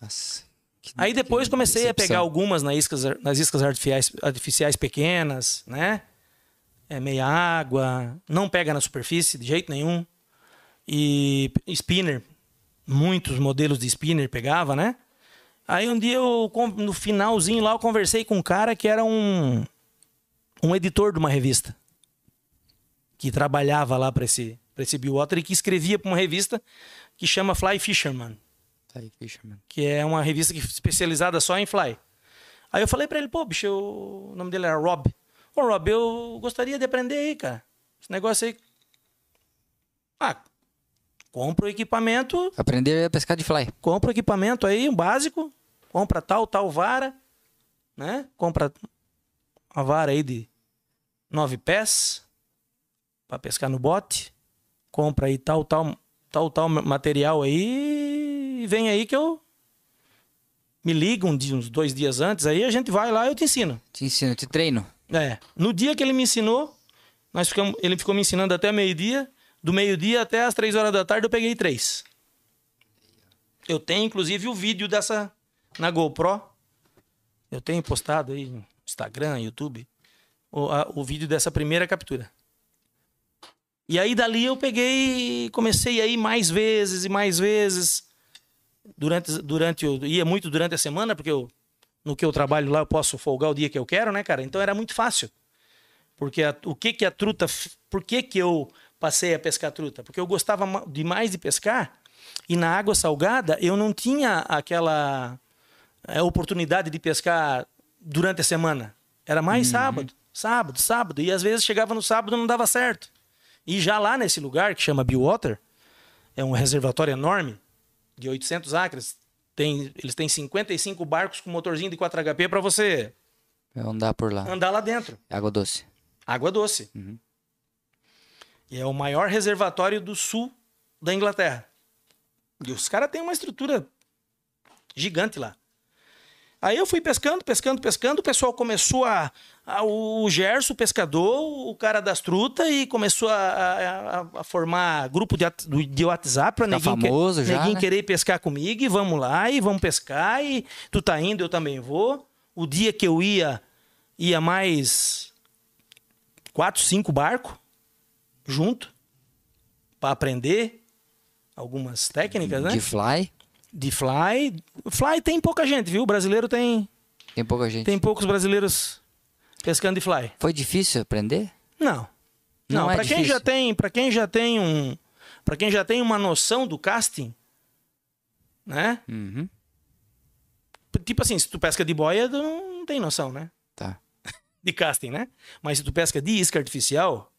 Speaker 2: Nossa. que-
Speaker 1: Aí depois
Speaker 2: que
Speaker 1: comecei a
Speaker 2: decepção.
Speaker 1: pegar algumas nas iscas, nas iscas artificiais, artificiais pequenas, né? É, meia água, não pega na superfície de jeito nenhum. E spinner, muitos modelos de spinner pegava, né? Aí um dia eu, con- no finalzinho lá, eu conversei com um cara que era um, um editor de uma revista. Que trabalhava lá para esse, pra esse Billwater e que escrevia para uma revista que chama Fly Fisherman
Speaker 2: Tá aí, Fisherman.
Speaker 1: que é uma revista que- especializada só em fly. Aí eu falei pra ele, pô, bicho, eu- o nome dele era Rob. Ô, Rob, eu gostaria de aprender aí, cara. Esse negócio aí. Ah, compra o equipamento,
Speaker 2: Aprender a pescar de fly.
Speaker 1: compra o equipamento aí, um básico, compra tal, tal vara, né? Compra uma vara aí de nove pés pra pescar no bote, compra aí tal, tal, tal, tal material aí e vem aí que eu me liga um dia, uns dois dias antes, aí a gente vai lá e eu te ensino.
Speaker 2: Te ensino, te treino.
Speaker 1: É. No dia que ele me ensinou, nós ficamos, ele ficou me ensinando até meio-dia. Do meio-dia até as três horas da tarde eu peguei três. Eu tenho, inclusive, o vídeo dessa na GoPro. Eu tenho postado aí no Instagram, YouTube, o, a- o vídeo dessa primeira captura. E aí dali eu peguei e comecei a ir mais vezes e mais vezes. Durante, durante, eu ia muito durante a semana, porque eu no que eu trabalho lá, eu posso folgar o dia que eu quero, né, cara? Então era muito fácil. Porque a- o que que a truta. f- Por que que eu passei a pescar truta? Porque eu gostava ma- demais de pescar e na água salgada eu não tinha aquela é, oportunidade de pescar durante a semana. Era mais sábado, sábado, sábado. E às vezes chegava no sábado e não dava certo. E já lá nesse lugar que chama Billwater, é um reservatório enorme de 800 acres. Tem, eles têm 55 barcos com motorzinho de 4 HP para você
Speaker 2: Eu andar por lá.
Speaker 1: andar lá dentro.
Speaker 2: Água doce.
Speaker 1: Água doce. E é o maior reservatório do sul da Inglaterra. E os caras têm uma estrutura gigante lá. Aí eu fui pescando, pescando, pescando. O pessoal começou a. a- o Gerson, o pescador, o cara das trutas, e começou a, a- a- a formar grupo de, at- de WhatsApp pra
Speaker 2: Tá
Speaker 1: neguinho, que-
Speaker 2: famoso já,
Speaker 1: neguinho
Speaker 2: né?
Speaker 1: querer pescar comigo. E vamos lá, e vamos pescar. E tu tá indo, eu também vou. O dia que eu ia, ia mais quatro, cinco barcos junto para aprender algumas técnicas, né?
Speaker 2: De fly.
Speaker 1: de fly. Fly tem pouca gente, viu? O brasileiro tem,
Speaker 2: Tem pouca gente.
Speaker 1: tem poucos brasileiros pescando de fly.
Speaker 2: Foi difícil aprender?
Speaker 1: Não.
Speaker 2: Não
Speaker 1: Não,
Speaker 2: é
Speaker 1: para quem
Speaker 2: difícil.
Speaker 1: já tem, para quem já tem um Para quem já tem uma noção do casting, né?
Speaker 2: Uhum.
Speaker 1: Tipo assim, se tu pesca de boia, tu não tem noção, né?
Speaker 2: Tá.
Speaker 1: De casting, né? Mas se tu pesca de isca artificial,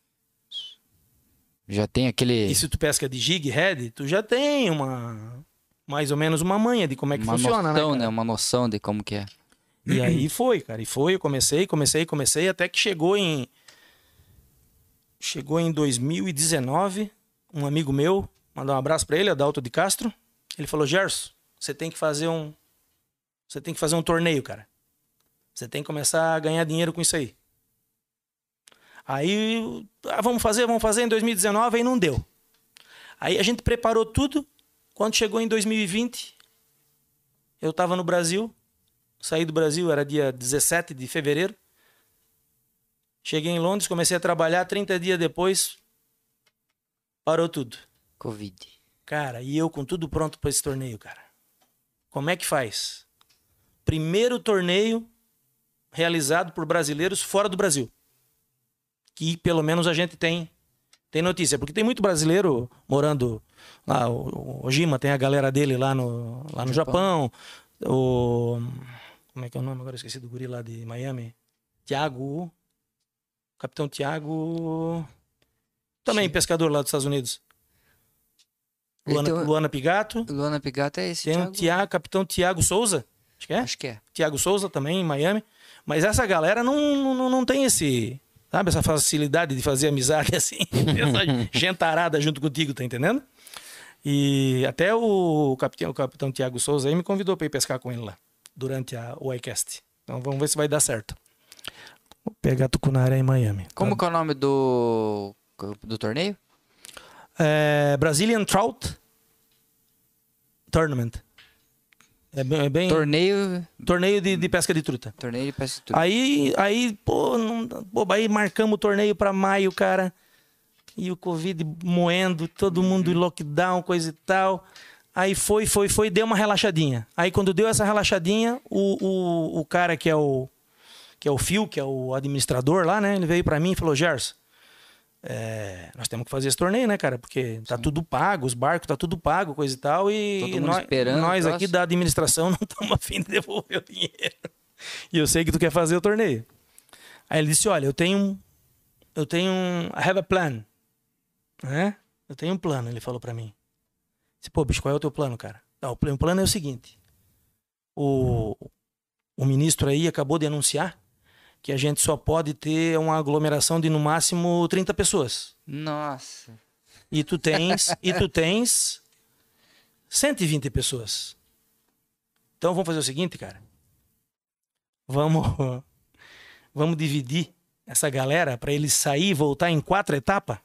Speaker 2: Já tem aquele.
Speaker 1: e se tu pesca de jig head, tu já tem uma mais ou menos uma manha de como é que
Speaker 2: uma
Speaker 1: funciona,
Speaker 2: noção,
Speaker 1: né?
Speaker 2: né? Uma noção de como que é.
Speaker 1: cara? E aí foi, cara, e foi, eu comecei, comecei, comecei até que chegou em chegou em 2019, um amigo meu, mandar um abraço pra ele, Adalto de Castro, ele falou: "Gerson, você tem que fazer um você tem que fazer um torneio, cara. Você tem que começar a ganhar dinheiro com isso aí." Aí, ah, vamos fazer, vamos fazer em 2019, aí não deu. Aí a gente preparou tudo. Quando chegou em 2020, eu estava no Brasil, saí do Brasil, era dia 17 de fevereiro. Cheguei em Londres, comecei a trabalhar, 30 dias depois, parou tudo.
Speaker 2: Covid.
Speaker 1: Cara, e eu com tudo pronto para esse torneio, cara. Como é que faz? Primeiro torneio realizado por brasileiros fora do Brasil. Que pelo menos a gente tem tem notícia, porque tem muito brasileiro morando lá, o, o Jima tem a galera dele lá no lá no Japão. O como é que é o nome agora Eu esqueci do guri lá de Miami? Tiago Capitão Tiago também pescador lá dos Estados Unidos.
Speaker 2: Ele
Speaker 1: Luana,
Speaker 2: tem o-
Speaker 1: Luana Pigato.
Speaker 2: Luana Pigato é esse,
Speaker 1: Tem o
Speaker 2: Thiago?
Speaker 1: Thiago, capitão Tiago Souza. Acho que é.
Speaker 2: Acho que é.
Speaker 1: Tiago Souza também, em Miami. Mas essa galera não, não, não tem esse. Sabe, essa facilidade de fazer amizade assim. essa gentarada junto contigo, tá entendendo? E até o capitão, o capitão Tiago Souza aí me convidou para ir pescar com ele lá. Durante a, o iCast. Então vamos ver se vai dar certo. Vou pegar tucunaré em Miami.
Speaker 2: Como que é o nome do. do torneio?
Speaker 1: É, Brazilian Trout Tournament. É bem, é bem-
Speaker 2: Torneio.
Speaker 1: torneio de, de pesca de truta.
Speaker 2: Torneio de peça de
Speaker 1: Ah.
Speaker 2: tudo.
Speaker 1: Aí, aí, pô, não, pô, aí marcamos o torneio pra maio, cara. E o Covid moendo, todo mundo em lockdown, coisa e tal. Aí foi, foi, foi, deu uma relaxadinha. Aí quando deu essa relaxadinha, o, o, o cara que é o que é o Phil, que é o administrador lá, né? Ele veio pra mim e falou, Gerson, é, nós temos que fazer esse torneio, né, cara? Porque tá tudo pago, os barcos tá tudo pago, coisa e tal. E
Speaker 2: Todo mundo
Speaker 1: nós,
Speaker 2: esperando o
Speaker 1: nós
Speaker 2: troço.
Speaker 1: aqui da administração não estamos afim de devolver o dinheiro. E eu sei que tu quer fazer o torneio. Aí ele disse, olha, eu tenho um... Eu tenho um... I have a plan. Né? Eu tenho um plano, ele falou pra mim. Disse, pô, bicho, qual é o teu plano, cara? Não, o pl- o plano é o seguinte. O, o ministro aí acabou de anunciar que a gente só pode ter uma aglomeração de no máximo 30 pessoas.
Speaker 2: Nossa.
Speaker 1: E tu tens, e tu tens 120 pessoas. Então vamos fazer o seguinte, cara. Vamos vamos dividir essa galera para eles sair e voltar em quatro etapas?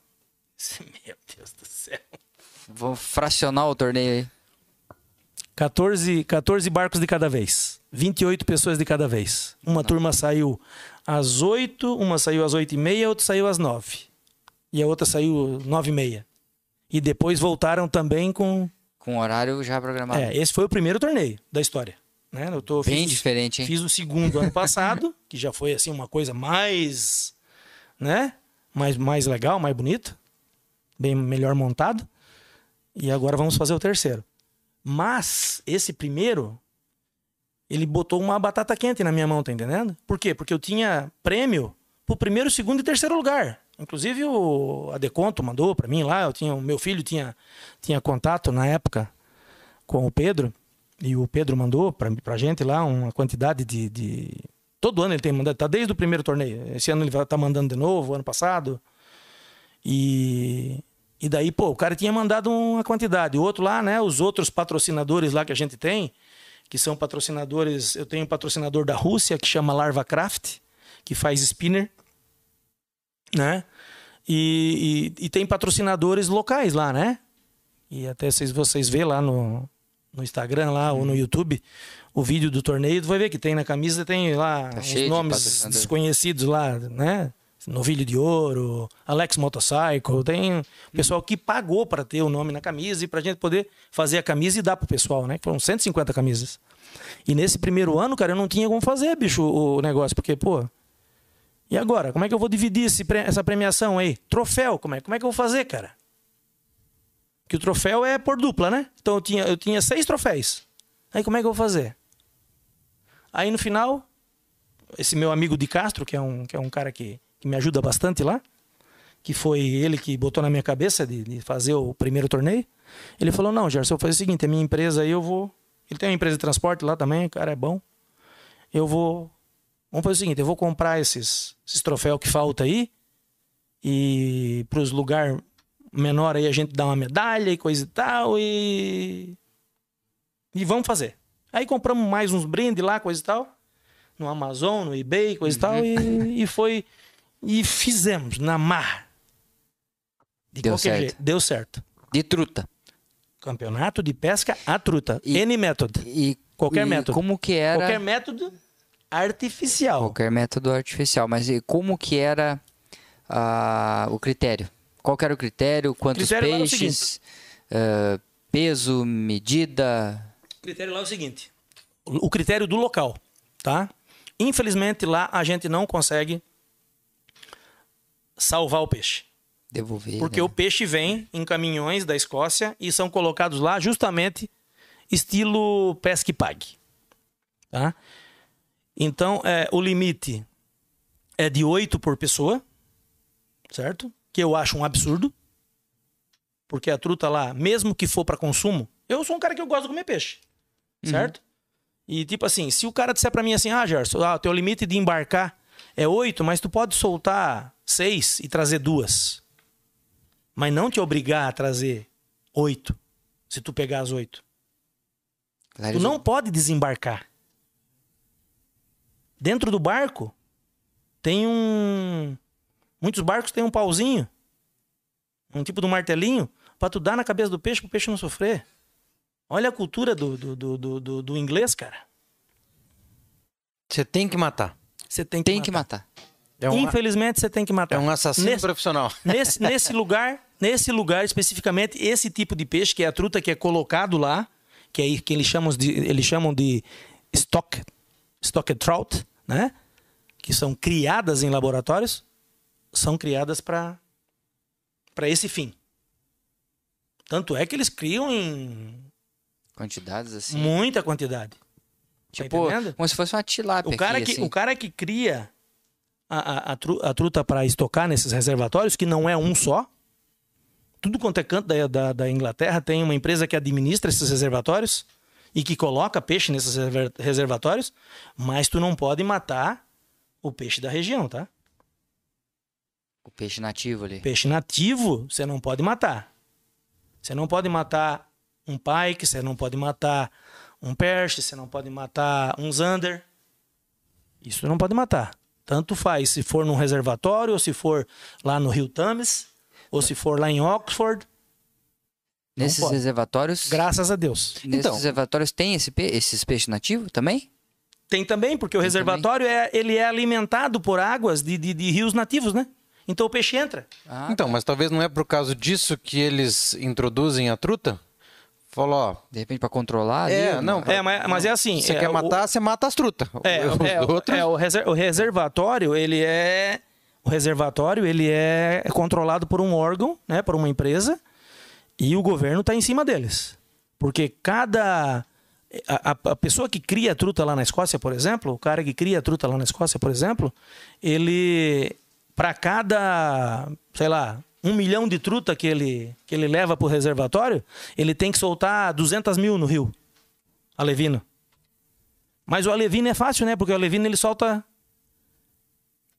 Speaker 1: Meu Deus do céu.
Speaker 2: Vou fracionar o torneio aí.
Speaker 1: 14, 14 barcos de cada vez. 28 pessoas de cada vez. Uma turma saiu às 8, uma saiu às 8 e meia, outra saiu às 9. E a outra saiu 9 e meia. E depois voltaram também com...
Speaker 2: Com horário já programado.
Speaker 1: É, esse foi o primeiro torneio da história. Né? Eu tô,
Speaker 2: Bem
Speaker 1: fiz-
Speaker 2: diferente, hein?
Speaker 1: Fiz o segundo ano passado, que já foi assim uma coisa mais, né? Mais, mais legal, mais bonito, bem melhor montado. E agora vamos fazer o terceiro. Mas esse primeiro, ele botou uma batata quente na minha mão, tá entendendo? Por quê? Porque eu tinha prêmio pro primeiro, segundo e terceiro lugar. Inclusive o a Deconto mandou para mim lá, eu tinha, o meu filho tinha tinha contato na época com o Pedro e o Pedro mandou pra pra gente lá uma quantidade de, de- todo ano ele tem mandado, tá desde o primeiro torneio. Esse ano ele vai estar mandando de novo, ano passado. E e daí, pô, o cara tinha mandado uma quantidade. O outro lá, né, os outros patrocinadores lá que a gente tem, que são patrocinadores, eu tenho um patrocinador da Rússia que chama Larva Craft, que faz spinner, né? E, e- e tem patrocinadores locais lá, né? E até se vocês vê lá no, no Instagram lá ou
Speaker 2: Uhum.
Speaker 1: no YouTube o vídeo do torneio, tu vai ver que tem na camisa, tem lá
Speaker 2: Tá cheio
Speaker 1: os
Speaker 2: de
Speaker 1: nomes
Speaker 2: patrocinador.
Speaker 1: desconhecidos lá, né? Novilho de Ouro, Alex Motorcycle, tem um
Speaker 2: Uhum.
Speaker 1: pessoal que pagou para ter o nome na camisa e para gente poder fazer a camisa e dar pro pessoal, né? Foram 150 camisas. E nesse primeiro ano, cara, eu não tinha como fazer, bicho, o o negócio, porque, pô. E agora? Como é que eu vou dividir esse pre- essa premiação aí? Troféu, como é, como é que eu vou fazer, cara? Que o troféu é por dupla, né? Então eu tinha, eu tinha seis troféus. Aí como é que eu vou fazer? Aí no final, esse meu amigo de Castro, que é um, que é um cara que, que me ajuda bastante lá, que foi ele que botou na minha cabeça de, de fazer o primeiro torneio, ele falou: Não, Gerson, eu vou fazer o seguinte: a minha empresa aí eu vou. Ele tem uma empresa de transporte lá também, o cara é bom. Eu vou. Vamos fazer o seguinte: eu vou comprar esses, esses troféus que falta aí, e para os lugares menor aí a gente dá uma medalha e coisa e tal, e. E vamos fazer. Aí compramos mais uns brindes lá, coisa e tal. No Amazon, no eBay, coisa e tal.
Speaker 2: Uhum.
Speaker 1: E, e foi. E fizemos na mar. De
Speaker 2: Deu
Speaker 1: qualquer
Speaker 2: certo.
Speaker 1: jeito. Deu certo.
Speaker 2: De truta.
Speaker 1: Campeonato de pesca à truta.
Speaker 2: E-
Speaker 1: N método.
Speaker 2: E,
Speaker 1: Qualquer
Speaker 2: e
Speaker 1: método.
Speaker 2: Como que era.
Speaker 1: Qualquer método artificial.
Speaker 2: Qualquer método artificial, mas e como que era ah, o critério? Qual que era o critério? Quantos
Speaker 1: critério era o
Speaker 2: peixes? Ah, peso, medida?
Speaker 1: O critério lá é o seguinte: o critério do local, tá? Infelizmente lá a gente não consegue salvar o peixe.
Speaker 2: Devolver.
Speaker 1: Porque
Speaker 2: né?
Speaker 1: o peixe vem em caminhões da Escócia e são colocados lá justamente estilo pesque pague. Tá? Então, é, o limite é de 8 por pessoa, certo? Que eu acho um absurdo. Porque a truta lá, mesmo que for para consumo, eu sou um cara que eu gosto de comer peixe. Certo? E tipo assim, se o cara disser para mim assim: "Ah, Gerson, ah, teu limite de embarcar é 8, mas tu pode soltar 6 e trazer duas" mas não te obrigar a trazer oito, se tu pegar as oito. Tu
Speaker 2: Claro,
Speaker 1: não pode desembarcar. Dentro do barco tem um. Muitos barcos têm um pauzinho, um tipo de um martelinho, pra tu dar na cabeça do peixe pro peixe não sofrer. Olha a cultura do, do, do, do, do- do inglês, cara.
Speaker 3: Você tem que matar.
Speaker 1: Você tem que
Speaker 2: Tem que
Speaker 1: matar.
Speaker 2: matar.
Speaker 3: É um,
Speaker 1: Infelizmente, você tem que matar.
Speaker 3: é um assassino
Speaker 1: Nesse-
Speaker 3: profissional.
Speaker 1: Nesse, nesse lugar, nesse lugar especificamente, esse tipo de peixe, que é a truta que é colocado lá, que é que eles chamam de, eles chamam de stock, stock trout, né? Que são criadas em laboratórios, são criadas para para esse fim. Tanto é que eles criam em
Speaker 2: Quantidades assim.
Speaker 1: muita quantidade.
Speaker 2: tipo,
Speaker 1: Hum, tá entendendo?
Speaker 2: como se fosse uma tilápia.
Speaker 1: O cara,
Speaker 2: aqui,
Speaker 1: que,
Speaker 2: assim.
Speaker 1: o cara que cria a, a- a tru- a truta para estocar nesses reservatórios, que não é um só, tudo quanto é canto da, da- da Inglaterra tem uma empresa que administra esses reservatórios e que coloca peixe nesses rever- reservatórios, mas tu não pode matar o peixe da região, tá?
Speaker 2: O peixe nativo ali.
Speaker 1: Peixe nativo, você não pode matar. Você não pode matar um pike, você não pode matar um perche, você não pode matar um zander. Isso não pode matar. Tanto faz se for num reservatório, ou se for lá no Rio Thames, ou se for lá em Oxford.
Speaker 2: Nesses
Speaker 1: pode.
Speaker 2: reservatórios.
Speaker 1: Graças a Deus.
Speaker 2: Nesses
Speaker 1: Então,
Speaker 2: reservatórios tem esse pe- esses peixes nativos também?
Speaker 1: tem também, porque o
Speaker 2: Tem
Speaker 1: reservatório é, ele é alimentado por águas de, de- de rios nativos, né? Então o peixe entra.
Speaker 2: Ah,
Speaker 3: Então, mas talvez não é por causa disso que eles introduzem a truta? Falou, ó,
Speaker 2: de repente pra controlar ali.
Speaker 3: É,
Speaker 2: uma-
Speaker 3: não,
Speaker 1: É, mas, mas é assim.
Speaker 3: você
Speaker 1: é,
Speaker 3: quer
Speaker 1: o-
Speaker 3: matar, você mata as trutas.
Speaker 1: É,
Speaker 3: Os
Speaker 1: é,
Speaker 3: outros-
Speaker 1: é, o, reser- o reservatório, ele é. O reservatório, ele é controlado por um órgão, né? Por uma empresa. E o governo está em cima deles. Porque cada. A, a- a pessoa que cria a truta lá na Escócia, por exemplo, o cara que cria a truta lá na Escócia, por exemplo, ele. Para cada. Sei lá. Um milhão de truta que ele, que ele leva para o reservatório, ele tem que soltar 200 mil no rio. Alevino. Mas o alevino é fácil, né? Porque o alevino ele solta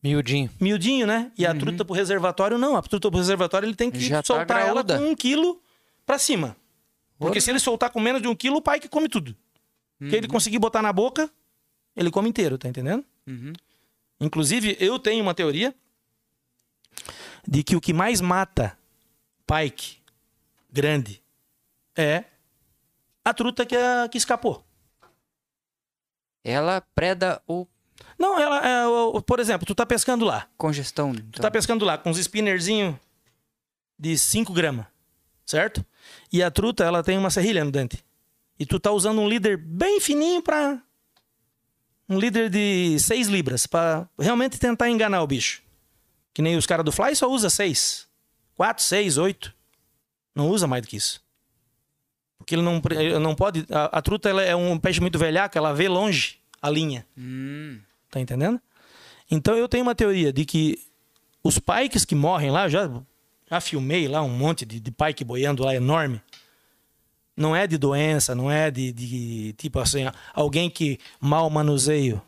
Speaker 3: Miudinho.
Speaker 1: miudinho, né? E a truta pro reservatório não. A truta pro reservatório ele tem que
Speaker 2: Uhum. Já tá
Speaker 1: soltar ela
Speaker 2: graúda.
Speaker 1: com um quilo pra cima. Porque
Speaker 2: Porra.
Speaker 1: se ele soltar com menos de um quilo, o pai que come tudo. Porque ele conseguir botar na boca, ele come inteiro, tá entendendo?
Speaker 2: Uhum.
Speaker 1: Inclusive, eu tenho uma teoria de que o que mais mata pike grande é a truta que, a- que escapou.
Speaker 2: Ela preda o
Speaker 1: Não, ela, é, o- o- por exemplo, tu tá pescando lá.
Speaker 2: congestão.
Speaker 1: Tu
Speaker 2: então.
Speaker 1: tá pescando lá com uns spinnerzinho de 5 gramas, certo? E a truta, ela tem uma serrilha no dente. E tu tá usando um líder bem fininho pra. Um líder de 6 libras, pra realmente tentar enganar o bicho. Que nem os caras do Fly só usa 6. 4, 6, 8. Não usa mais do que isso. Porque ele não, pre- ele não pode. A, a truta ela é um peixe muito velhaca, ela vê longe a linha. Tá entendendo? Então eu tenho uma teoria de que os pikes que morrem lá, eu já, já filmei lá um monte de, de pike boiando lá enorme. Não é de doença, não é de, de, tipo assim, alguém que mal manuseio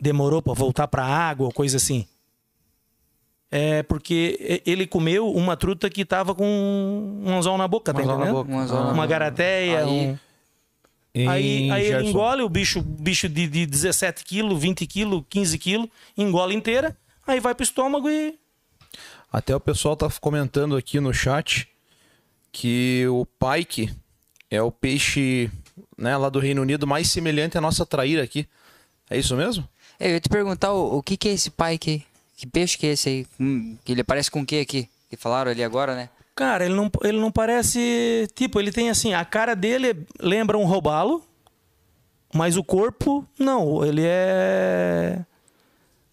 Speaker 1: demorou para voltar para água ou coisa assim. É porque e- ele comeu uma truta que tava com um anzol na boca, tá
Speaker 3: anzol na
Speaker 1: entendendo?
Speaker 3: boca.
Speaker 2: Um anzol na
Speaker 1: uma
Speaker 2: boca.
Speaker 1: garateia,
Speaker 2: Aí-
Speaker 1: um- Aí, aí ele engole o bicho, bicho de, de 17 quilos, 20 quilos, 15 quilos, engole inteira, aí vai pro estômago e.
Speaker 4: Até o pessoal tá comentando aqui no chat que o pike é o peixe né, lá do Reino Unido mais semelhante à nossa traíra aqui. É isso mesmo?
Speaker 2: Eu ia te perguntar o, o que, que é esse pike aí? Que peixe que é esse aí? Hum, que ele parece com o que aqui? Que falaram ali agora, né?
Speaker 1: Cara, ele não, ele não parece. Tipo, ele tem assim, a cara dele lembra um robalo, mas o corpo, não, ele é.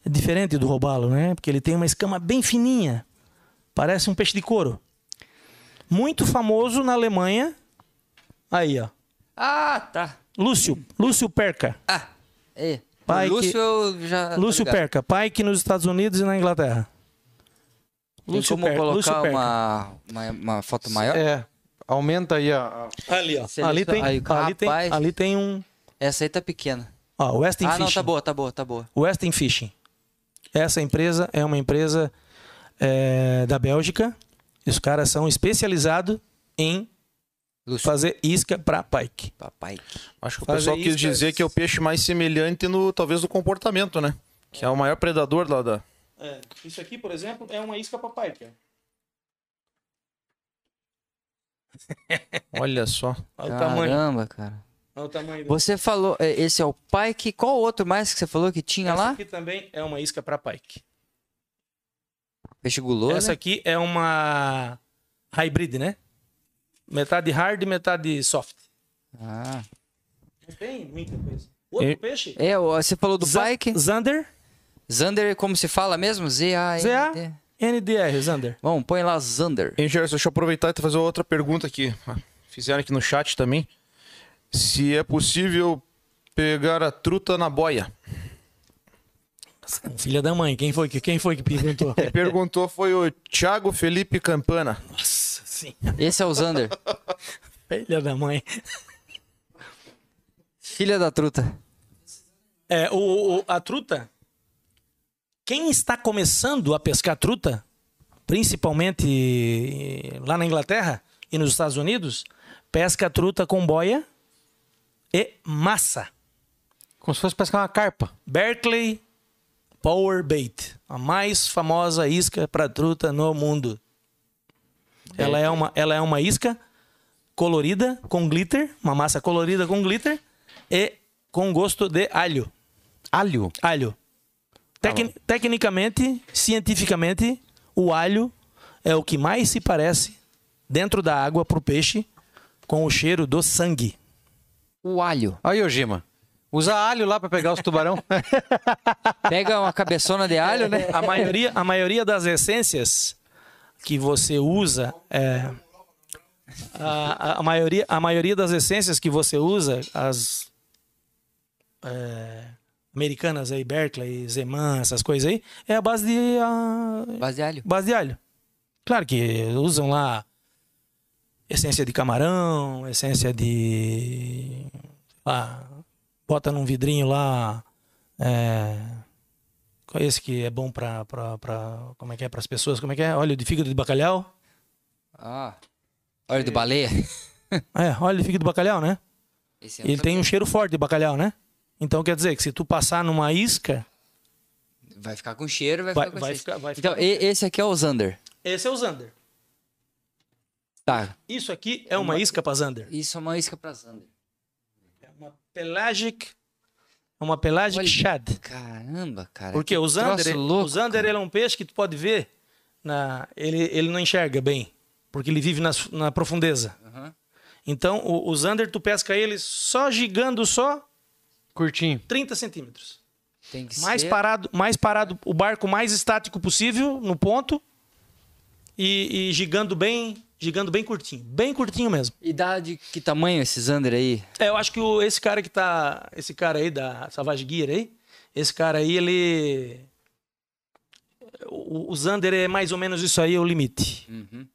Speaker 1: é diferente do robalo, né? Porque ele tem uma escama bem fininha. Parece um peixe de couro. Muito famoso na Alemanha. Aí, ó.
Speaker 2: Ah, tá.
Speaker 1: Lúcio, Lúcio Perca.
Speaker 2: Ah, é.
Speaker 1: Pike-
Speaker 2: O Lúcio eu já. tô
Speaker 1: Lúcio
Speaker 2: tá ligado.
Speaker 1: Perca, Pike nos Estados Unidos e na Inglaterra.
Speaker 2: Tem como colocar uma, uma, uma foto maior?
Speaker 3: É, aumenta aí a. a-
Speaker 1: Ali, ó.
Speaker 2: Seleciona-
Speaker 1: Ali tem,
Speaker 2: Aí,
Speaker 1: ali, tem,
Speaker 2: rapaz.
Speaker 1: ali tem um.
Speaker 2: Essa aí tá pequena.
Speaker 1: Ó, Westing
Speaker 2: ah,
Speaker 1: Fishing.
Speaker 2: não, tá boa, tá boa, tá boa.
Speaker 1: Westing Fishing. Essa empresa é uma empresa é, da Bélgica. E Os caras são especializados em
Speaker 2: Lúcio.
Speaker 1: fazer isca pra Pike.
Speaker 2: Papai.
Speaker 4: Acho que o
Speaker 1: Fazer
Speaker 4: pessoal quis
Speaker 1: iscas.
Speaker 4: dizer que é o peixe mais semelhante no talvez no comportamento, né? Que é o maior predador lá da.
Speaker 1: É, isso aqui, por exemplo, é uma isca pra Pike.
Speaker 4: Olha só.
Speaker 1: Olha É o tamanho.
Speaker 2: Caramba, cara.
Speaker 1: Olha o tamanho
Speaker 2: Você falou, é, esse é o Pike. Qual outro mais que você falou que tinha
Speaker 1: Essa
Speaker 2: tá lá?
Speaker 1: aqui também é uma isca pra Pike.
Speaker 2: Peixe guloso. né?
Speaker 1: Essa aqui é uma hybrid, né? Metade hard e metade soft.
Speaker 2: Ah.
Speaker 1: Tem muita coisa. Outro
Speaker 4: E-
Speaker 1: peixe?
Speaker 2: É, ó, você falou do Pike.
Speaker 1: Zander.
Speaker 2: Zander, como se fala mesmo? Z-A-N-D.
Speaker 1: Z-A. NDR, Zander.
Speaker 2: Bom, põe lá Zander.
Speaker 4: Hein, Gerson, deixa eu aproveitar e fazer outra pergunta aqui. Ah, Fizeram aqui no chat também. Se é possível pegar a truta na boia.
Speaker 1: Filha da mãe, quem foi que, quem foi que perguntou?
Speaker 4: Quem perguntou foi o Thiago Felipe Campana.
Speaker 1: Nossa, sim.
Speaker 2: Esse é o Zander.
Speaker 1: Filha da mãe.
Speaker 2: Filha da truta.
Speaker 1: É, o, o- a truta. Quem está começando a pescar truta, principalmente lá na Inglaterra e nos Estados Unidos, pesca truta com boia e massa.
Speaker 3: Como se fosse pescar uma carpa.
Speaker 1: Berkeley Power Bait, a mais famosa isca para truta no mundo. Ela é, uma, ela é uma isca colorida com glitter, uma massa colorida com glitter e com gosto de alho.
Speaker 3: Alho.
Speaker 1: Alho. Tecni- tecnicamente, cientificamente, o alho é o que mais se parece dentro da água para o peixe com o cheiro do sangue.
Speaker 2: O alho.
Speaker 3: Aí, Ojima. Usa alho lá pra pegar os tubarão.
Speaker 2: Pega uma cabeçona de alho, né?
Speaker 1: A maioria, a maioria das essências que você usa é, a, a- a maioria, a maioria das essências que você usa, as é, americanas aí, Berkeley, Zeman, essas coisas aí, é a base de, ah, a,
Speaker 2: Base de alho.
Speaker 1: base de alho. Claro que usam lá essência de camarão, essência de. Ah, bota num vidrinho lá. É, qual é esse que é bom pra, pra, pra. Como é que é? Para as pessoas? Como é que é? Óleo de fígado de bacalhau.
Speaker 2: Ah. Óleo de baleia.
Speaker 1: É, óleo de fígado de bacalhau, né?
Speaker 2: Esse é
Speaker 1: Ele tem um cheiro forte de bacalhau, né? Então quer dizer que se tu passar numa isca.
Speaker 2: Vai ficar com cheiro, vai,
Speaker 1: Vai-
Speaker 2: ficar com
Speaker 1: vai
Speaker 2: cheiro.
Speaker 1: ficar- vai
Speaker 2: então,
Speaker 1: ficar com
Speaker 2: e- esse aqui é o Zander.
Speaker 1: Esse é o Zander.
Speaker 2: Tá.
Speaker 1: Isso aqui é uma isca para Zander.
Speaker 2: Isso é uma isca pra Zander.
Speaker 1: É uma pelagic. é Uma pelagic
Speaker 2: Olha.
Speaker 1: shad.
Speaker 2: Caramba, cara.
Speaker 1: Porque
Speaker 2: É que
Speaker 1: o Zander,
Speaker 2: troço
Speaker 1: ele-
Speaker 2: louco,
Speaker 1: o Zander
Speaker 2: cara.
Speaker 1: ele é um peixe que tu pode ver, na, ele, ele não enxerga bem, porque ele vive nas- na profundeza.
Speaker 2: Aham.
Speaker 1: Então, o, o Zander, tu pesca ele só gigando só
Speaker 3: Curtinho.
Speaker 1: 30 centímetros.
Speaker 2: Tem
Speaker 1: é
Speaker 2: que
Speaker 1: Mais
Speaker 2: ser...
Speaker 1: parado, mais parado, o barco mais estático possível no ponto e, e gigando bem Gigando bem curtinho, bem curtinho mesmo.
Speaker 2: E dá de que tamanho esses under aí?
Speaker 1: É, eu acho que o- esse cara que tá. Esse cara aí da Savage Gear aí, esse cara aí, ele. O, o Zander é mais ou menos isso aí, é o limite.
Speaker 2: Uhum.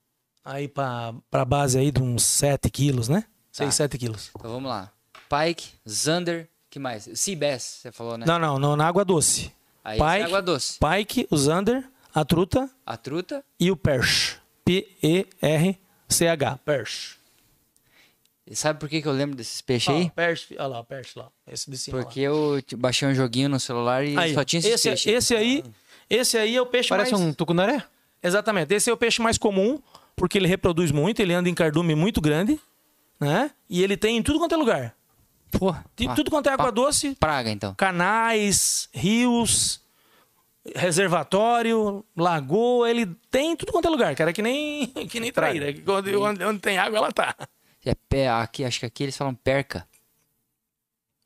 Speaker 1: Aí pra, pra base aí de uns 7 quilos, né?
Speaker 2: Tá.
Speaker 1: 6, 7 quilos.
Speaker 2: Então vamos lá. Pike, Zander, que mais? Seabass, você falou, né?
Speaker 1: Não, não, não, na água doce.
Speaker 2: Aí
Speaker 1: Pike.
Speaker 2: esse é água doce.
Speaker 1: Pike, o Zander, a truta
Speaker 2: A truta.
Speaker 1: e o Perch. P-E-R-C-H. Perch.
Speaker 2: E sabe por que, que eu lembro desses peixes
Speaker 1: Ó,
Speaker 2: aí?
Speaker 1: Perch, olha lá, o Perch lá. Esse de cima. lá.
Speaker 2: Porque eu t- baixei um joguinho no celular e
Speaker 1: Aí,
Speaker 2: só tinha esses
Speaker 1: esse, é,
Speaker 2: peixes. Ah.
Speaker 1: esse aí, esse aí é o peixe
Speaker 3: Parece
Speaker 1: mais
Speaker 3: um tucunaré.
Speaker 1: Exatamente. Esse é o peixe mais comum, porque ele reproduz muito, ele anda em cardume muito grande, né? E ele tem em tudo quanto é lugar.
Speaker 2: Porra.
Speaker 1: Tem
Speaker 2: Ah,
Speaker 1: tudo quanto é água doce,
Speaker 2: Praga, então.
Speaker 1: canais, rios, reservatório, lagoa, ele tem em tudo quanto é lugar, cara, que nem que nem traíra, que quando- onde, onde tem água ela tá.
Speaker 2: É pé, aqui, acho que aqui eles falam perca.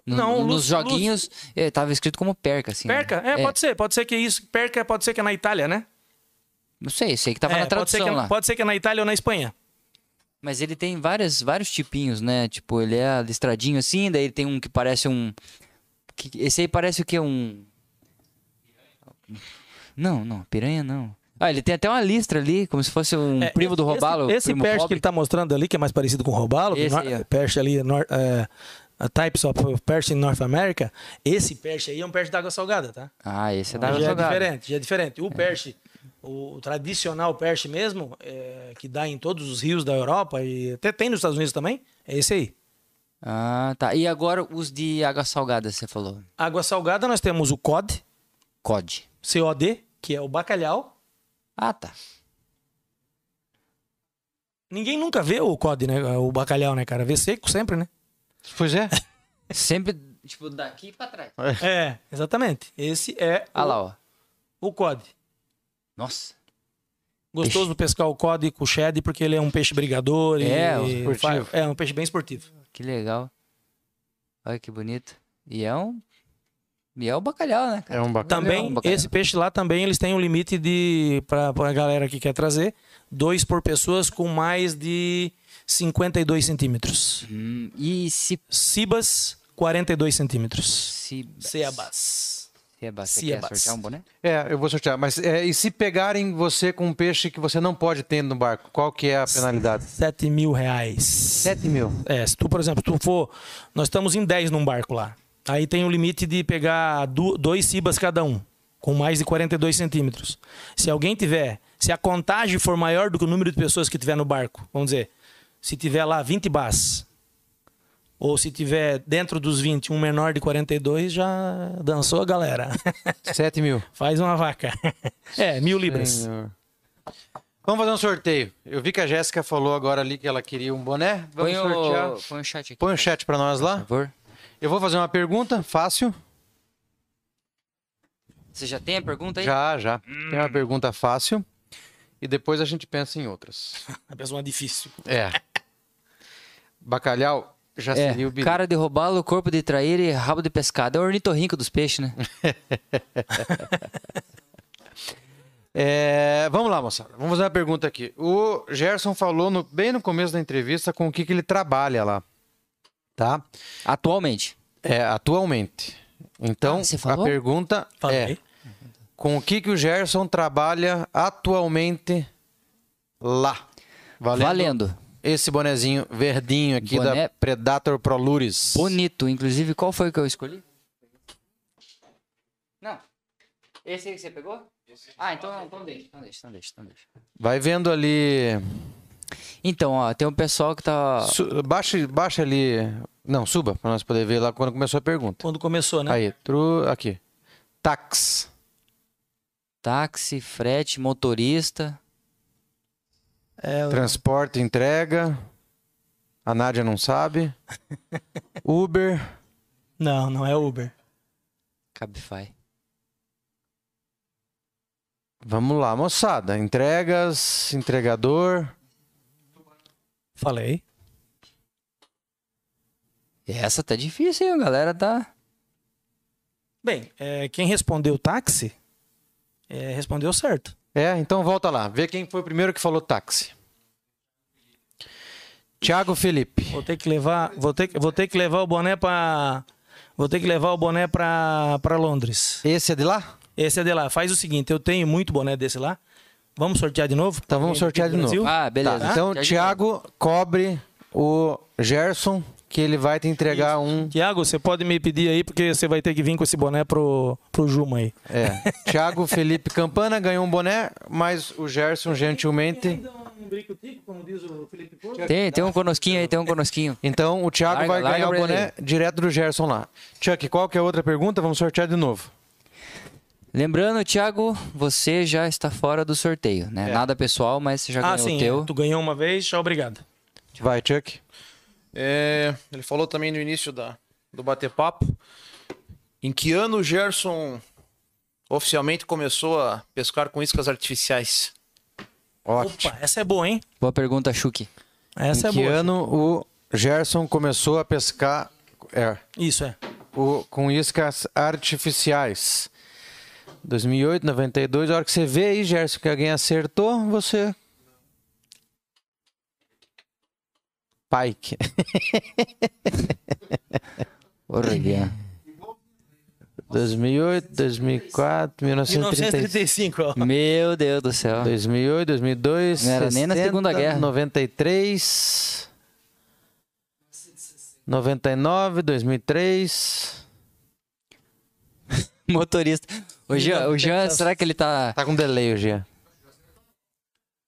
Speaker 2: No-
Speaker 1: Não,
Speaker 2: nos
Speaker 1: luz-
Speaker 2: joguinhos é, tava escrito como perca, assim. né?
Speaker 1: Perca? É, pode ser, pode ser que é isso, perca, pode ser que é na Itália, né?
Speaker 2: Não sei, sei que tava
Speaker 1: É,
Speaker 2: na
Speaker 1: pode ser
Speaker 2: tradução
Speaker 1: que é-
Speaker 2: lá.
Speaker 1: pode ser que é na Itália ou na Espanha.
Speaker 2: Mas ele tem várias, vários tipinhos, né? Tipo, ele é listradinho assim, daí ele tem um que parece um. que- Esse aí parece o quê? Um. Não, não, piranha não. Ah, ele tem até uma listra ali, como se fosse um
Speaker 1: É,
Speaker 2: primo do
Speaker 1: esse-
Speaker 2: robalo.
Speaker 1: Esse,
Speaker 2: primo
Speaker 1: peixe que
Speaker 2: pobre.
Speaker 1: ele tá mostrando ali, que é mais parecido com o robalo, que
Speaker 2: Esse
Speaker 1: nor-
Speaker 2: aí, ó.
Speaker 1: peixe ali, nor- é, a Types of Perch in North America, esse peixe aí é um peixe d'água salgada, tá?
Speaker 2: Ah, esse é da
Speaker 1: já
Speaker 2: água
Speaker 1: é
Speaker 2: salgada.
Speaker 1: diferente, já é diferente. O peixe, o tradicional peixe mesmo, é, que dá em todos os rios da Europa e até tem nos Estados Unidos também, é esse aí.
Speaker 2: Ah, tá. E agora os de água salgada, você falou.
Speaker 1: Água salgada nós temos o cod,
Speaker 2: COD.
Speaker 1: COD, que é o bacalhau.
Speaker 2: Ah, tá.
Speaker 1: Ninguém nunca vê o cod, né? O bacalhau, né, cara? Vê seco sempre, né?
Speaker 3: Pois é.
Speaker 2: Sempre, tipo, daqui pra trás.
Speaker 1: É, exatamente. Esse é
Speaker 2: Ah lá, ó.
Speaker 1: o cod.
Speaker 2: Nossa.
Speaker 1: Gostoso pescar o cod com o shed, porque ele é um peixe brigador. e-
Speaker 2: É, um
Speaker 1: e
Speaker 3: esportivo.
Speaker 1: fa- É, um peixe bem esportivo.
Speaker 2: Que legal. Olha que bonito. E é um. E é o bacalhau, né? cara?
Speaker 3: É um bacana.
Speaker 1: Também,
Speaker 2: um bacalhau.
Speaker 1: esse peixe lá também, eles têm um limite de, pra, pra galera que quer trazer, dois por pessoas com mais de 52 centímetros.
Speaker 2: Hum, e se.
Speaker 1: Cibas, 42 centímetros.
Speaker 2: se
Speaker 1: Ceabas.
Speaker 2: Seba, você
Speaker 1: Sebas.
Speaker 2: quer sortear um boné?
Speaker 3: É, eu vou sortear. Mas é, e se pegarem você com um peixe que você não pode ter no barco, qual que é a penalidade?
Speaker 1: 7 mil reais.
Speaker 3: 7 mil.
Speaker 1: É, se tu, por exemplo, tu for. Nós estamos em 10 num barco lá. Aí tem o limite de pegar du- dois cibas cada um, com mais de 42 centímetros. Se alguém tiver. Se a contagem for maior do que o número de pessoas que tiver no barco, vamos dizer, se tiver lá 20 bás, ou se tiver dentro dos 20 um menor de 42, já dançou a galera.
Speaker 3: 7 mil.
Speaker 1: Faz uma vaca. É, mil libras.
Speaker 3: Senhor. Vamos fazer um sorteio. Eu vi que a Jéssica falou agora ali que ela queria um boné.
Speaker 2: Põe
Speaker 3: Vamos sortear.
Speaker 2: o, põe o chat aqui.
Speaker 3: Põe o chat pra nós
Speaker 2: Por
Speaker 3: lá.
Speaker 2: favor.
Speaker 3: Eu vou fazer uma pergunta, fácil.
Speaker 2: Você já tem Hum. a pergunta aí?
Speaker 3: Já, já. Tem uma pergunta fácil. E depois a gente pensa em outras.
Speaker 1: A pessoa é difícil.
Speaker 3: É. Bacalhau já seria o
Speaker 2: É,
Speaker 3: bico.
Speaker 2: cara de roubalo, corpo de traíra e rabo de pescada. É o ornitorrinco dos peixes, né?
Speaker 3: É, vamos lá, moçada. Vamos fazer uma pergunta aqui. O Gerson falou no- bem no começo da entrevista com o que, que ele trabalha lá. Tá?
Speaker 2: Atualmente.
Speaker 3: É, atualmente. Então,
Speaker 2: Ah, você
Speaker 3: a
Speaker 2: falou?
Speaker 3: pergunta
Speaker 1: Falei.
Speaker 3: é: com o que, que o Gerson trabalha atualmente lá?
Speaker 2: Valendo.
Speaker 3: Esse bonezinho verdinho aqui
Speaker 2: Boné-
Speaker 3: da Predator Pro Lures.
Speaker 2: Bonito. Inclusive, qual foi que eu escolhi? Não. Esse aí que você pegou? Ah, então, não, então deixa, então deixa, então deixa, então deixa.
Speaker 3: Vai vendo ali.
Speaker 2: Então, ó, tem um pessoal que tá.
Speaker 3: su- baixa, baixa ali. Não, suba, pra nós poder ver lá quando começou a pergunta.
Speaker 1: Quando começou, né?
Speaker 3: Aí, tru, aqui. Tax.
Speaker 2: Táxi, frete, motorista.
Speaker 1: É,
Speaker 3: Transporte, entrega. A Nádia não sabe. Uber.
Speaker 1: não, não é Uber.
Speaker 2: Cabify.
Speaker 3: Vamos lá, moçada. Entregas, entregador.
Speaker 1: Falei.
Speaker 2: Essa tá difícil, hein? A galera tá.
Speaker 1: Bem, é, quem respondeu táxi, é, respondeu certo.
Speaker 3: É, então volta lá. Vê quem foi o primeiro que falou táxi. Thiago Felipe.
Speaker 1: Vou ter que levar, vou ter, que- vou ter que levar o boné para vou ter que levar o boné para para Londres.
Speaker 3: Esse é de lá?
Speaker 1: Esse é de lá. Faz o seguinte, eu tenho muito boné desse lá. Vamos sortear de novo?
Speaker 3: Então vamos
Speaker 1: Alguém daqui
Speaker 3: sortear
Speaker 1: do
Speaker 3: de novo.
Speaker 1: Brasil?
Speaker 2: Ah, beleza.
Speaker 3: Tá, então,
Speaker 2: Já
Speaker 3: Thiago cobre o Gerson, que ele vai te entregar um.
Speaker 1: Tiago, você pode me pedir aí porque você vai ter que vir com esse boné pro pro Juma aí.
Speaker 3: É. Thiago Felipe Campana ganhou um boné, mas o Gerson, gentilmente.
Speaker 1: um brico tico, como diz o Felipe Porto.
Speaker 2: Tem, tem um conosquinho aí, tem um conosquinho.
Speaker 3: Então o Thiago
Speaker 2: Larga-
Speaker 3: vai
Speaker 2: larga
Speaker 3: ganhar o
Speaker 2: pra ele
Speaker 3: boné direto do Gerson lá. Chuck, qual que é a outra pergunta? Vamos sortear de novo.
Speaker 2: Lembrando, Thiago, você já está fora do sorteio, né? Nada pessoal, mas você já
Speaker 1: Ah,
Speaker 2: ganhou
Speaker 1: sim.
Speaker 2: o teu.
Speaker 1: Tu ganhou uma vez, tchau, obrigado.
Speaker 3: Vai, Chuck.
Speaker 4: É, ele falou também no início da, do bate-papo. Em que ano o Gerson oficialmente começou a pescar com iscas artificiais?
Speaker 3: Ótimo.
Speaker 1: Opa, essa é boa, hein?
Speaker 2: Boa pergunta, Chuck.
Speaker 1: Essa
Speaker 3: em
Speaker 1: é
Speaker 3: que
Speaker 1: boa.
Speaker 3: ano o Gerson começou a pescar é,
Speaker 1: Isso é.
Speaker 3: o- com iscas artificiais? 2008, 92. A hora que você vê aí, Gerson, que alguém acertou, você. Pike.
Speaker 2: Orelha.
Speaker 3: 2008, 2004, 1935.
Speaker 1: 1935, ó.
Speaker 2: Meu Deus do céu.
Speaker 3: 2008, 2002.
Speaker 2: Não era nem na Segunda Guerra.
Speaker 3: 93. 99, 2003.
Speaker 2: Motorista. O Jean, o Jean, será que ele tá.
Speaker 3: Tá com delay hoje. é?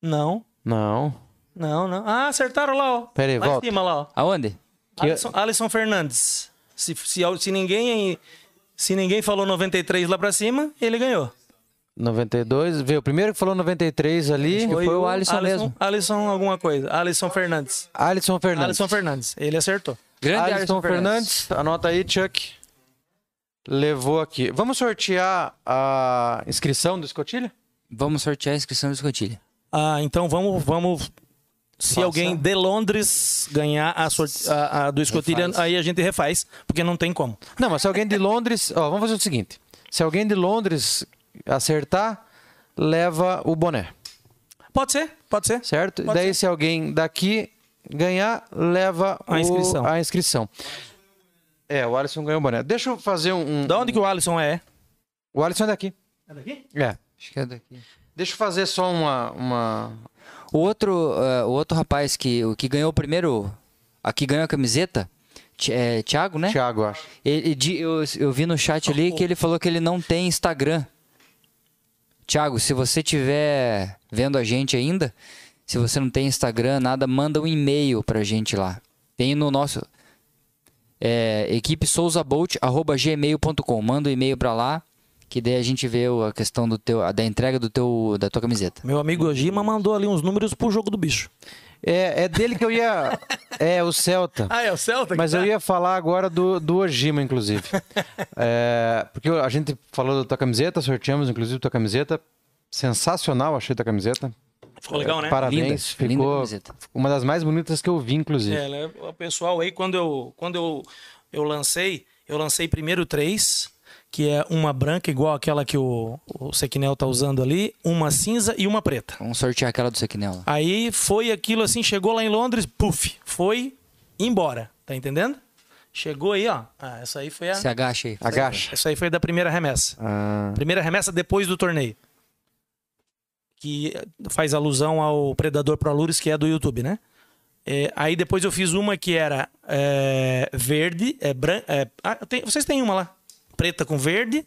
Speaker 1: Não,
Speaker 3: Não.
Speaker 1: não, não. Ah, acertaram lá, ó.
Speaker 3: Pera aí,
Speaker 1: lá
Speaker 3: volta.
Speaker 1: em cima lá, ó.
Speaker 2: Aonde?
Speaker 3: Que-
Speaker 1: Alisson, Alisson Fernandes. Se, se, se ninguém se ninguém falou 93 lá pra cima, ele ganhou.
Speaker 3: 92. Veio o primeiro que falou 93 ali.
Speaker 2: Foi o Alisson mesmo.
Speaker 1: Alisson alguma coisa. Alisson Fernandes.
Speaker 3: Alisson Fernandes.
Speaker 1: Alisson Fernandes. Ele acertou.
Speaker 2: Grande Alisson Fernandes.
Speaker 3: Fernandes. Anota aí, Chuck. Levou aqui. Vamos sortear a inscrição do Escotilha?
Speaker 2: Vamos sortear a inscrição do escotilha.
Speaker 1: Ah, então vamos vamos se
Speaker 3: Faça.
Speaker 1: alguém de Londres ganhar a, sorte- a- a do escotilha,
Speaker 2: Refaz.
Speaker 1: aí a gente refaz, porque não tem como.
Speaker 3: Não, mas se alguém de Londres. Ó, vamos fazer o seguinte: se alguém de Londres acertar, leva o boné,
Speaker 1: Pode ser? Pode ser?
Speaker 3: certo?
Speaker 1: Pode
Speaker 3: Daí, se alguém daqui ganhar, leva
Speaker 1: A
Speaker 3: o-
Speaker 1: inscrição.
Speaker 3: a inscrição. É, o Alisson ganhou o boné. Deixa eu fazer um. um-
Speaker 1: Da onde que o Alisson é?
Speaker 3: O Alisson é daqui. É daqui? É.
Speaker 2: Acho que é daqui.
Speaker 3: Deixa eu fazer só uma. uma...
Speaker 2: O outro, eh, o outro rapaz que, o que ganhou o primeiro. A que ganhou a camiseta, Ti- é, Thiago, né?
Speaker 3: Thiago, acho.
Speaker 2: Ele, di- eu, eu vi no chat ali que ele falou que ele não tem Instagram. Thiago, se você estiver vendo a gente ainda, se você não tem Instagram, nada, manda um e-mail pra gente lá. Tem no nosso é, equipeSouzaBolt@gmail.com. Manda um e-mail pra lá, que daí a gente vê o- a questão do teu, a- da entrega do teu, da tua camiseta.
Speaker 1: Meu amigo Ojima mandou ali uns números pro jogo do bicho.
Speaker 3: É, é dele que eu ia. é, o Celta.
Speaker 1: Ah, é o Celta?
Speaker 3: Mas eu ia falar agora do, do Ojima, inclusive. É, porque a gente falou da tua camiseta, sorteamos inclusive tua camiseta. Sensacional, achei tua camiseta.
Speaker 1: Ficou legal, né?
Speaker 3: Parabéns,
Speaker 2: Linda, linda
Speaker 3: ficou
Speaker 2: camiseta.
Speaker 3: uma das mais bonitas que eu vi, inclusive.
Speaker 1: É, né? o pessoal aí, quando eu, quando eu, eu lancei, eu lancei primeiro três, que é uma branca igual aquela que o, o Sequinel tá usando ali, uma cinza e uma preta.
Speaker 2: Vamos sortear aquela do Sequinel.
Speaker 1: Aí foi aquilo assim, chegou lá em Londres, puf, foi embora, tá entendendo? Chegou aí, ó. Ah, essa aí foi a.
Speaker 2: Se agacha aí.
Speaker 3: Agacha.
Speaker 1: Essa aí foi da primeira remessa.
Speaker 3: Ah,
Speaker 1: Primeira remessa depois do torneio. Que faz alusão ao Predador Pro Lures, que é do YouTube, né? É, aí depois eu fiz uma que era é, verde, é branca. vocês têm uma lá. Preta com verde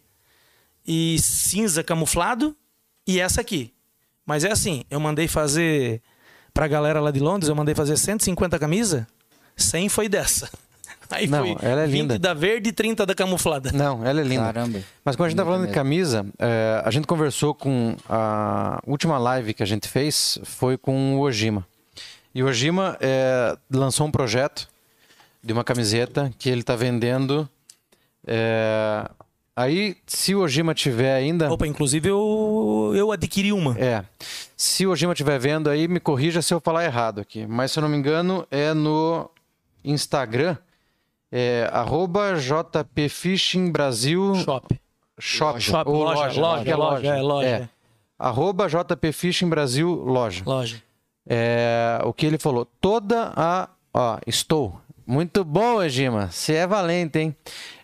Speaker 1: e cinza camuflado. E essa aqui. Mas é assim, eu mandei fazer. Pra galera lá de Londres, eu mandei fazer 150 camisas. 100 foi dessa. Aí
Speaker 3: Não,
Speaker 1: foi
Speaker 3: ela é linda.
Speaker 1: 20 da verde e 30 da camuflada.
Speaker 3: não, ela é linda.
Speaker 2: Caramba.
Speaker 3: Mas quando a gente tá
Speaker 2: Linda
Speaker 3: falando de camisa, é, a gente conversou com a última live que a gente fez foi com o Ojima. E o Ojima é, lançou um projeto de uma camiseta que ele tá vendendo. é, aí, se o Ojima tiver ainda.
Speaker 1: Opa, inclusive eu, eu adquiri uma.
Speaker 3: É. Se o Ojima estiver vendo aí, me corrija se eu falar errado aqui. Mas se eu não me engano, é no Instagram. É arroba JPFishing Brasil
Speaker 1: Shop.
Speaker 3: Shop.
Speaker 1: Shop,
Speaker 3: Ou
Speaker 1: loja, loja,
Speaker 3: é
Speaker 1: loja, é loja.
Speaker 3: É. Arroba JPFishing Brasil Loja.
Speaker 1: Loja.
Speaker 3: É, o que ele falou? Toda a Ó, estou. Muito bom, Egima. Você é valente, hein?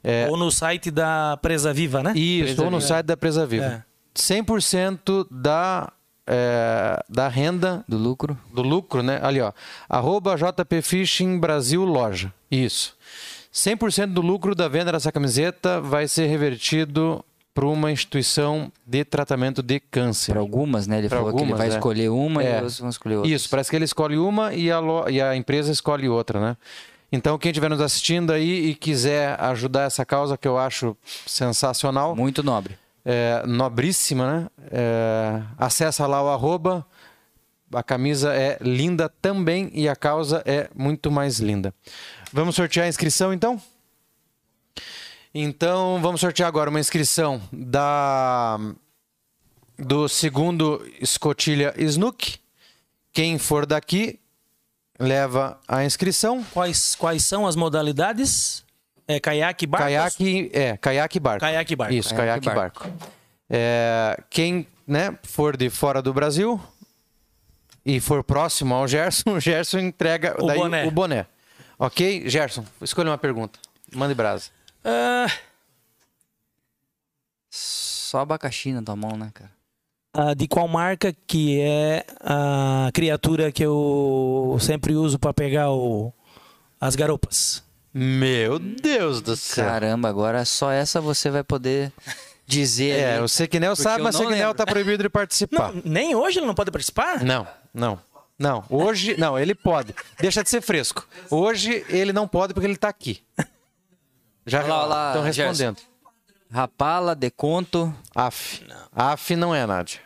Speaker 3: É,
Speaker 1: Ou no site da Presa Viva, né?
Speaker 3: e
Speaker 2: Presa
Speaker 3: estou no
Speaker 2: Viva.
Speaker 3: site da Presa É. Viva. 100% da, é, da renda
Speaker 2: do lucro.
Speaker 3: do lucro, né? Ali, ó. Arroba JP Fishing Brasil Loja. Isso. 100% do lucro da venda dessa camiseta vai ser revertido para uma instituição de tratamento de câncer.
Speaker 2: Para algumas, né? Ele
Speaker 3: Pra
Speaker 2: falou que ele
Speaker 3: algumas,
Speaker 2: vai
Speaker 3: é.
Speaker 2: escolher uma e
Speaker 3: É.
Speaker 2: outros vão escolher outra.
Speaker 3: Isso, parece que ele escolhe uma e a, lo- e a empresa escolhe outra, né? Então, quem estiver nos assistindo aí e quiser ajudar essa causa, que eu acho sensacional,
Speaker 2: Muito nobre.
Speaker 3: é, nobríssima, né? É, acessa lá o arroba. A camisa é linda também e a causa é muito mais linda. Vamos sortear a inscrição então? Então, vamos sortear agora uma inscrição da do segundo escotilha Snook. Quem for daqui leva a inscrição.
Speaker 1: Quais, quais são as modalidades? É caiaque, barco?
Speaker 3: Caiaque, é, caiaque e barco.
Speaker 1: Caiaque e barco.
Speaker 3: Isso,
Speaker 2: Caiaque
Speaker 3: caiaque,
Speaker 2: e
Speaker 3: e barco. É, quem né, for de fora do Brasil e for próximo ao Gerson, o Gerson entrega
Speaker 1: O
Speaker 3: daí
Speaker 1: boné.
Speaker 3: o boné. Ok, Gerson, escolha uma pergunta. Mande brasa.
Speaker 1: Ah,
Speaker 2: Só abacaxi na tua mão, né, cara?
Speaker 1: ah, de qual marca que é a criatura que eu sempre uso para pegar o- as garopas?
Speaker 3: Meu Deus do céu.
Speaker 2: Caramba, agora só essa você vai poder dizer.
Speaker 3: é,
Speaker 2: ali.
Speaker 3: o Sequinel
Speaker 2: Porque
Speaker 3: sabe,
Speaker 2: eu
Speaker 3: mas o
Speaker 2: não
Speaker 3: Sequinel
Speaker 2: lembro.
Speaker 3: tá proibido de participar.
Speaker 1: Não, nem hoje ele não pode participar?
Speaker 3: Não, não. Não, hoje não, ele pode. Deixa de ser fresco. Hoje ele não pode porque ele tá aqui. Já
Speaker 2: Olha lá, olha lá,
Speaker 3: estão
Speaker 2: Gerson.
Speaker 3: respondendo.
Speaker 2: Rapala, Deconto.
Speaker 3: AF. AF não é, Nádia.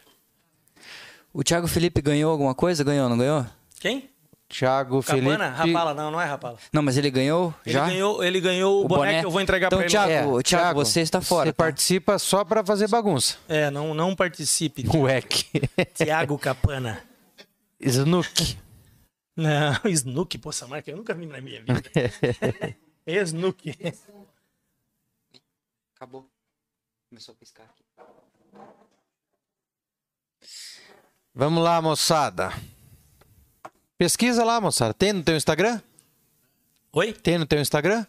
Speaker 2: O Thiago Felipe ganhou alguma coisa? Ganhou, não ganhou?
Speaker 1: Quem?
Speaker 3: Thiago Felipe.
Speaker 1: Cabana? Rapala? Não, não é Rapala.
Speaker 2: Não, mas ele ganhou
Speaker 1: Ele
Speaker 2: já?
Speaker 1: ganhou, ele ganhou o, boné, que eu vou entregar
Speaker 2: então,
Speaker 1: pra ele.
Speaker 2: Thiago,
Speaker 3: É,
Speaker 2: Thiago,
Speaker 3: Thiago,
Speaker 2: você está fora.
Speaker 3: Você
Speaker 2: tá?
Speaker 3: participa só pra fazer bagunça.
Speaker 1: É, não, não participe.
Speaker 3: Uec.
Speaker 1: Tiago Capana.
Speaker 3: Snook.
Speaker 1: Não, Snook, pô, essa marca eu nunca vi na minha vida. Snook.
Speaker 2: Acabou. Começou a piscar aqui.
Speaker 3: Vamos lá, moçada. Pesquisa lá, moçada. Tem no teu Instagram?
Speaker 1: Oi?
Speaker 3: Tem no teu Instagram?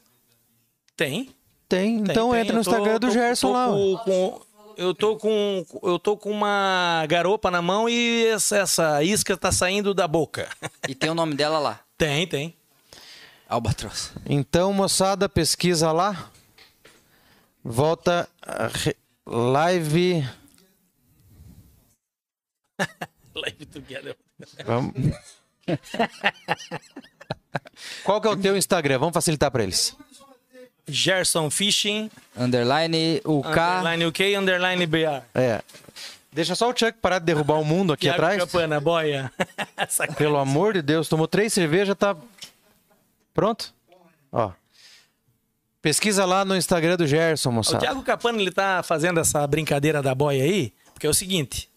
Speaker 1: Tem. tem,
Speaker 3: Tem. então
Speaker 1: tem.
Speaker 3: entra no
Speaker 1: Eu tô-
Speaker 3: Instagram do
Speaker 1: tô-
Speaker 3: Gerson
Speaker 1: tô
Speaker 3: lá. ó.
Speaker 1: com- com- eu tô com eu tô com uma garopa na mão e essa, essa isca tá saindo da boca.
Speaker 2: E tem o nome dela lá.
Speaker 1: Tem, tem.
Speaker 2: Albatroz.
Speaker 3: Então, moçada, pesquisa lá. Volta a re- live.
Speaker 1: Live together.
Speaker 3: Vamos. Qual que é o teu Instagram? Vamos facilitar pra eles.
Speaker 1: Gerson Fishing,
Speaker 2: Underline, o K.
Speaker 1: underline UK, underline BR.
Speaker 3: É. Deixa só o Chuck parar de derrubar o mundo aqui
Speaker 1: Thiago
Speaker 3: atrás.
Speaker 1: Capana, boia. Sacanagem.
Speaker 3: Pelo amor de Deus, tomou três cervejas, tá pronto? Ó. Pesquisa lá no Instagram do Gerson,
Speaker 1: O
Speaker 3: moçada.
Speaker 1: Thiago Capano, ele tá fazendo essa brincadeira da boia aí, porque é o seguinte,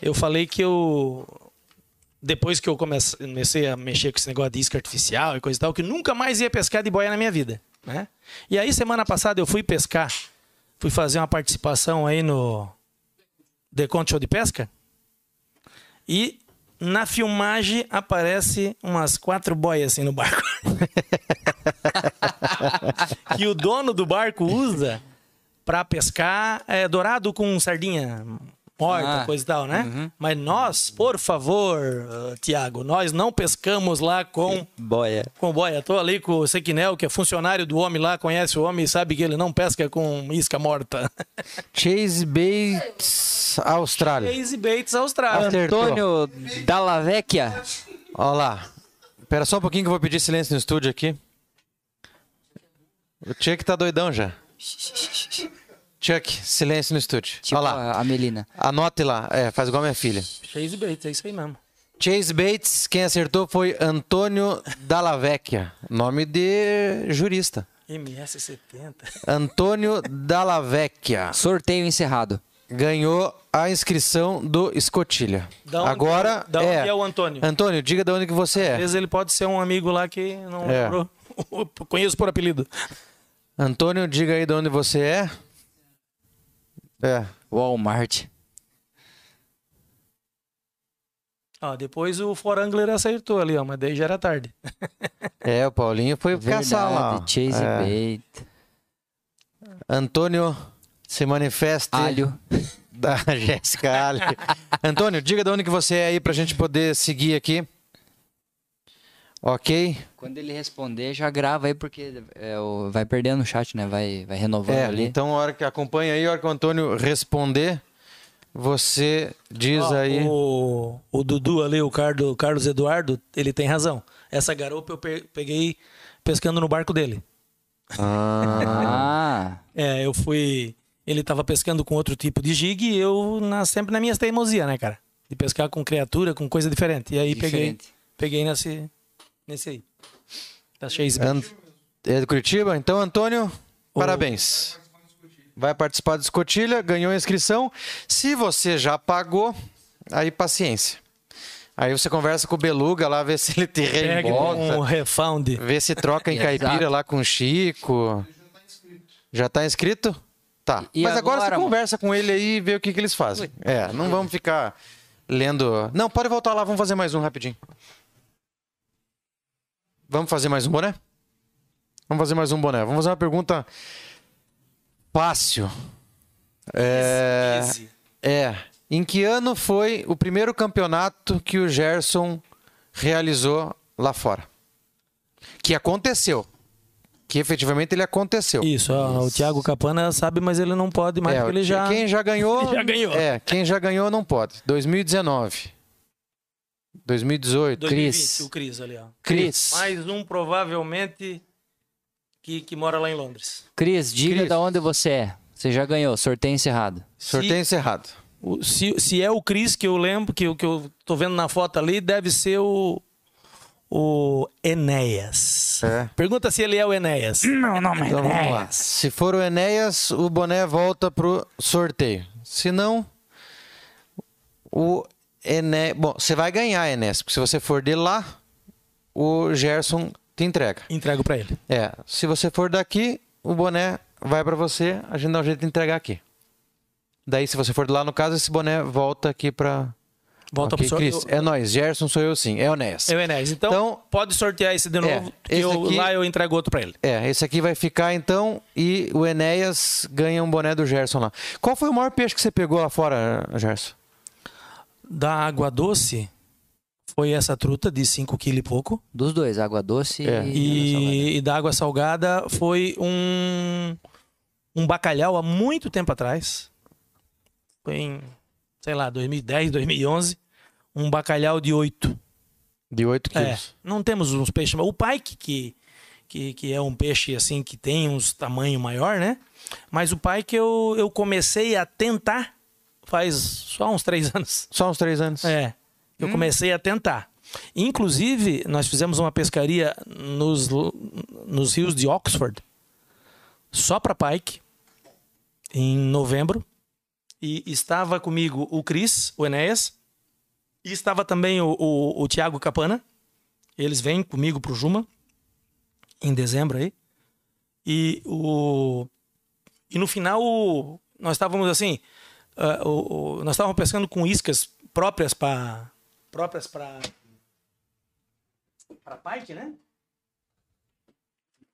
Speaker 1: eu falei que eu, depois que eu comece- comecei a mexer com esse negócio de isca artificial e coisa e tal, que eu nunca mais ia pescar de boia na minha vida, né? E aí, semana passada, eu fui pescar, fui fazer uma participação aí no Deconto Show de Pesca, e na filmagem aparece umas quatro boias assim no barco. que o dono do barco usa pra pescar é, dourado com sardinha morta,
Speaker 2: Ah,
Speaker 1: coisa e tal, né? Mas nós, por favor, eh, Tiago, nós não pescamos lá com,
Speaker 2: Boia.
Speaker 1: com boia. Tô ali com o Sequinel, que é funcionário do homem lá, conhece o homem e sabe que ele não pesca com isca morta.
Speaker 3: Chase Bates, Austrália.
Speaker 1: Casey Bates, Austrália.
Speaker 3: Acertou.
Speaker 2: Antônio Dallavecchia.
Speaker 3: Ó lá. Pera só um pouquinho que eu vou pedir silêncio no estúdio aqui. O Chuck tá doidão já. Chuck, silêncio no estúdio.
Speaker 2: Tipo
Speaker 3: Ó lá.
Speaker 2: a- a Melina.
Speaker 3: Anote lá. É, faz igual a minha filha.
Speaker 1: Casey Bates, é isso aí mesmo.
Speaker 3: Chase Bates, quem acertou foi Antônio Dallavecchia. Nome de jurista.
Speaker 1: MS70.
Speaker 3: Antônio Dallavecchia
Speaker 2: Sorteio encerrado.
Speaker 3: ganhou a inscrição do Escotilha.
Speaker 1: Da onde-
Speaker 3: Agora
Speaker 1: da onde
Speaker 3: é...
Speaker 1: é o Antônio?
Speaker 3: Antônio, diga de onde que você
Speaker 1: Às
Speaker 3: é.
Speaker 1: vezes ele pode ser um amigo lá que não
Speaker 3: É.
Speaker 1: lembrou. Conheço por apelido.
Speaker 3: Antônio, diga aí de onde você é. É.
Speaker 2: Walmart.
Speaker 1: Ó, depois o Forangler acertou ali, ó, mas daí já era tarde.
Speaker 3: É, o Paulinho foi
Speaker 2: Verdade,
Speaker 3: caçar lá. ó.
Speaker 2: Chase
Speaker 3: É.
Speaker 2: bait,
Speaker 3: Antônio se manifesta
Speaker 2: alho.
Speaker 3: da Jéssica Ali. Antônio, diga de onde que você é aí pra gente poder seguir aqui. Ok?
Speaker 2: Quando ele responder, já grava aí, porque é, o- vai perdendo o chat, né? Vai, vai renovando
Speaker 3: É,
Speaker 2: ali.
Speaker 3: então a hora que acompanha aí, a hora que o Antônio responder, você diz
Speaker 1: Ó,
Speaker 3: aí.
Speaker 1: Ah, O, o Dudu ali, o Cardo- Carlos Eduardo, ele tem razão. Essa garopa eu pe- peguei pescando no barco dele.
Speaker 2: Ah,
Speaker 3: Ah,
Speaker 1: É, eu fui. Ele tava pescando com outro tipo de jig e eu na- sempre na minha teimosia, né, cara? De pescar com criatura, com coisa diferente. E aí
Speaker 2: Diferente.
Speaker 1: peguei, peguei nesse, nesse aí. Da Chase Bay.
Speaker 3: An- é do Curitiba? Então, Antônio, parabéns. Vai participar do Escotilha, ganhou a inscrição. Se você já pagou, aí paciência. Aí você conversa com o Beluga lá, vê se ele te
Speaker 1: Pega
Speaker 3: reembolsa.
Speaker 1: um refound.
Speaker 3: Vê se troca em
Speaker 2: Exato.
Speaker 3: caipira lá com o Chico. Já tá inscrito? Tá.
Speaker 2: E- e
Speaker 3: Mas agora,
Speaker 2: agora,
Speaker 3: você
Speaker 2: amor?
Speaker 3: conversa com ele aí e vê o que, que eles fazem. É, não vamos ficar lendo. Não, pode voltar lá, vamos fazer mais um rapidinho. Vamos fazer mais um boné? Vamos fazer mais um boné. Vamos fazer uma pergunta fácil. É, é. Em que ano foi o primeiro campeonato que o Gerson realizou lá fora? Que aconteceu. Que efetivamente ele aconteceu.
Speaker 1: Isso, ó, o Thiago Capana sabe, mas ele não pode mais,
Speaker 3: É,
Speaker 1: porque ele
Speaker 3: que-
Speaker 1: já.
Speaker 3: Quem já ganhou.
Speaker 1: Ele já ganhou.
Speaker 3: É, quem já ganhou não pode. 2019. 2018.
Speaker 1: 2020,
Speaker 2: Cris.
Speaker 1: O Cris ali, ó.
Speaker 3: Cris.
Speaker 1: Mais um, provavelmente, que, que mora lá em Londres.
Speaker 2: Cris, diga
Speaker 3: Cris.
Speaker 2: da onde você é. Você já ganhou, sorteio encerrado.
Speaker 3: Sorteio encerrado.
Speaker 1: O- se, se é o Cris que eu lembro, que, eu- que eu tô vendo na foto ali, deve ser o. O Enéas.
Speaker 3: É.
Speaker 1: Pergunta se ele é o Enéas.
Speaker 3: Então vamos lá. Se for o Enéas, o boné volta pro sorteio. Se não, o Ené. Bom, você vai ganhar, Enéas, porque se você for de lá, o Gerson te entrega.
Speaker 1: Entrego pra ele.
Speaker 3: É, se você for daqui, o boné vai pra você, a gente dá um jeito de entregar aqui. Daí, se você for de lá, no caso, esse boné volta aqui pra.
Speaker 1: Volta
Speaker 3: Ok,
Speaker 1: pro
Speaker 3: Cris,
Speaker 1: sorteio.
Speaker 3: é nós, Gerson sou eu sim, é o Enéas.
Speaker 1: É o Enéas. Então,
Speaker 3: Então-
Speaker 1: pode sortear esse de novo. que
Speaker 3: esse
Speaker 1: eu-
Speaker 3: aqui-
Speaker 1: Lá eu entrego outro pra ele.
Speaker 3: É, esse aqui vai ficar então e o Enéas ganha um boné do Gerson lá. Qual foi o maior peixe que você pegou lá fora, Gerson?
Speaker 1: Da água doce, foi essa truta de 5 kg e pouco.
Speaker 2: Dos dois, água doce
Speaker 3: É.
Speaker 2: e... água salgada.
Speaker 1: e, e da água salgada foi um, um bacalhau há muito tempo atrás. Foi em, sei lá, 2010, 2011. Um bacalhau de 8.
Speaker 3: De 8
Speaker 1: É,
Speaker 3: quilos.
Speaker 1: não temos uns peixes. O pike, que, que, que é um peixe assim que tem uns tamanho maior, né? Mas o pike eu, eu comecei a tentar faz só uns três anos.
Speaker 3: Só uns 3 anos.
Speaker 1: É. Eu comecei a tentar. Inclusive, nós fizemos uma pescaria nos, l- nos rios de Oxford, só para Pike, em novembro. E estava comigo o Cris, o Enéas, e estava também o, o, o Tiago Capana. Eles vêm comigo pro Juma, em dezembro aí. E, o, e no final, o- nós estávamos assim, ah, o- o- nós estávamos pescando com iscas próprias para próprias para para pike, né?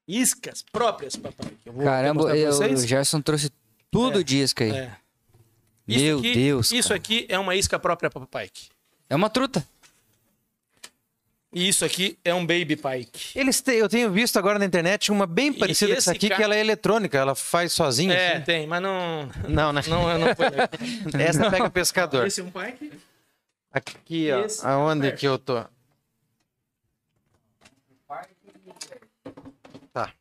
Speaker 1: Iscas próprias para pike. Eu vou- vou
Speaker 2: Caramba,
Speaker 1: mostrar pra
Speaker 2: eu-
Speaker 1: vocês.
Speaker 2: o Gerson trouxe tudo
Speaker 1: É.
Speaker 2: disco aí.
Speaker 1: É. Isso
Speaker 2: Meu
Speaker 1: aqui-
Speaker 2: Deus,
Speaker 1: Isso
Speaker 2: cara.
Speaker 1: aqui é uma isca própria para pike.
Speaker 2: É uma truta.
Speaker 1: E isso aqui é um baby pike.
Speaker 3: Eles te- eu tenho visto agora na internet uma bem parecida com essa
Speaker 1: esse
Speaker 3: aqui,
Speaker 1: ca-
Speaker 3: que ela é eletrônica, ela faz sozinha.
Speaker 1: É,
Speaker 3: assim.
Speaker 1: tem, mas não
Speaker 3: Não, né?
Speaker 1: não não foi.
Speaker 3: Essa pega pescador.
Speaker 1: Esse é um pike.
Speaker 3: Aqui, ó.
Speaker 1: Esse- é
Speaker 3: Aonde que eu tô? Tá.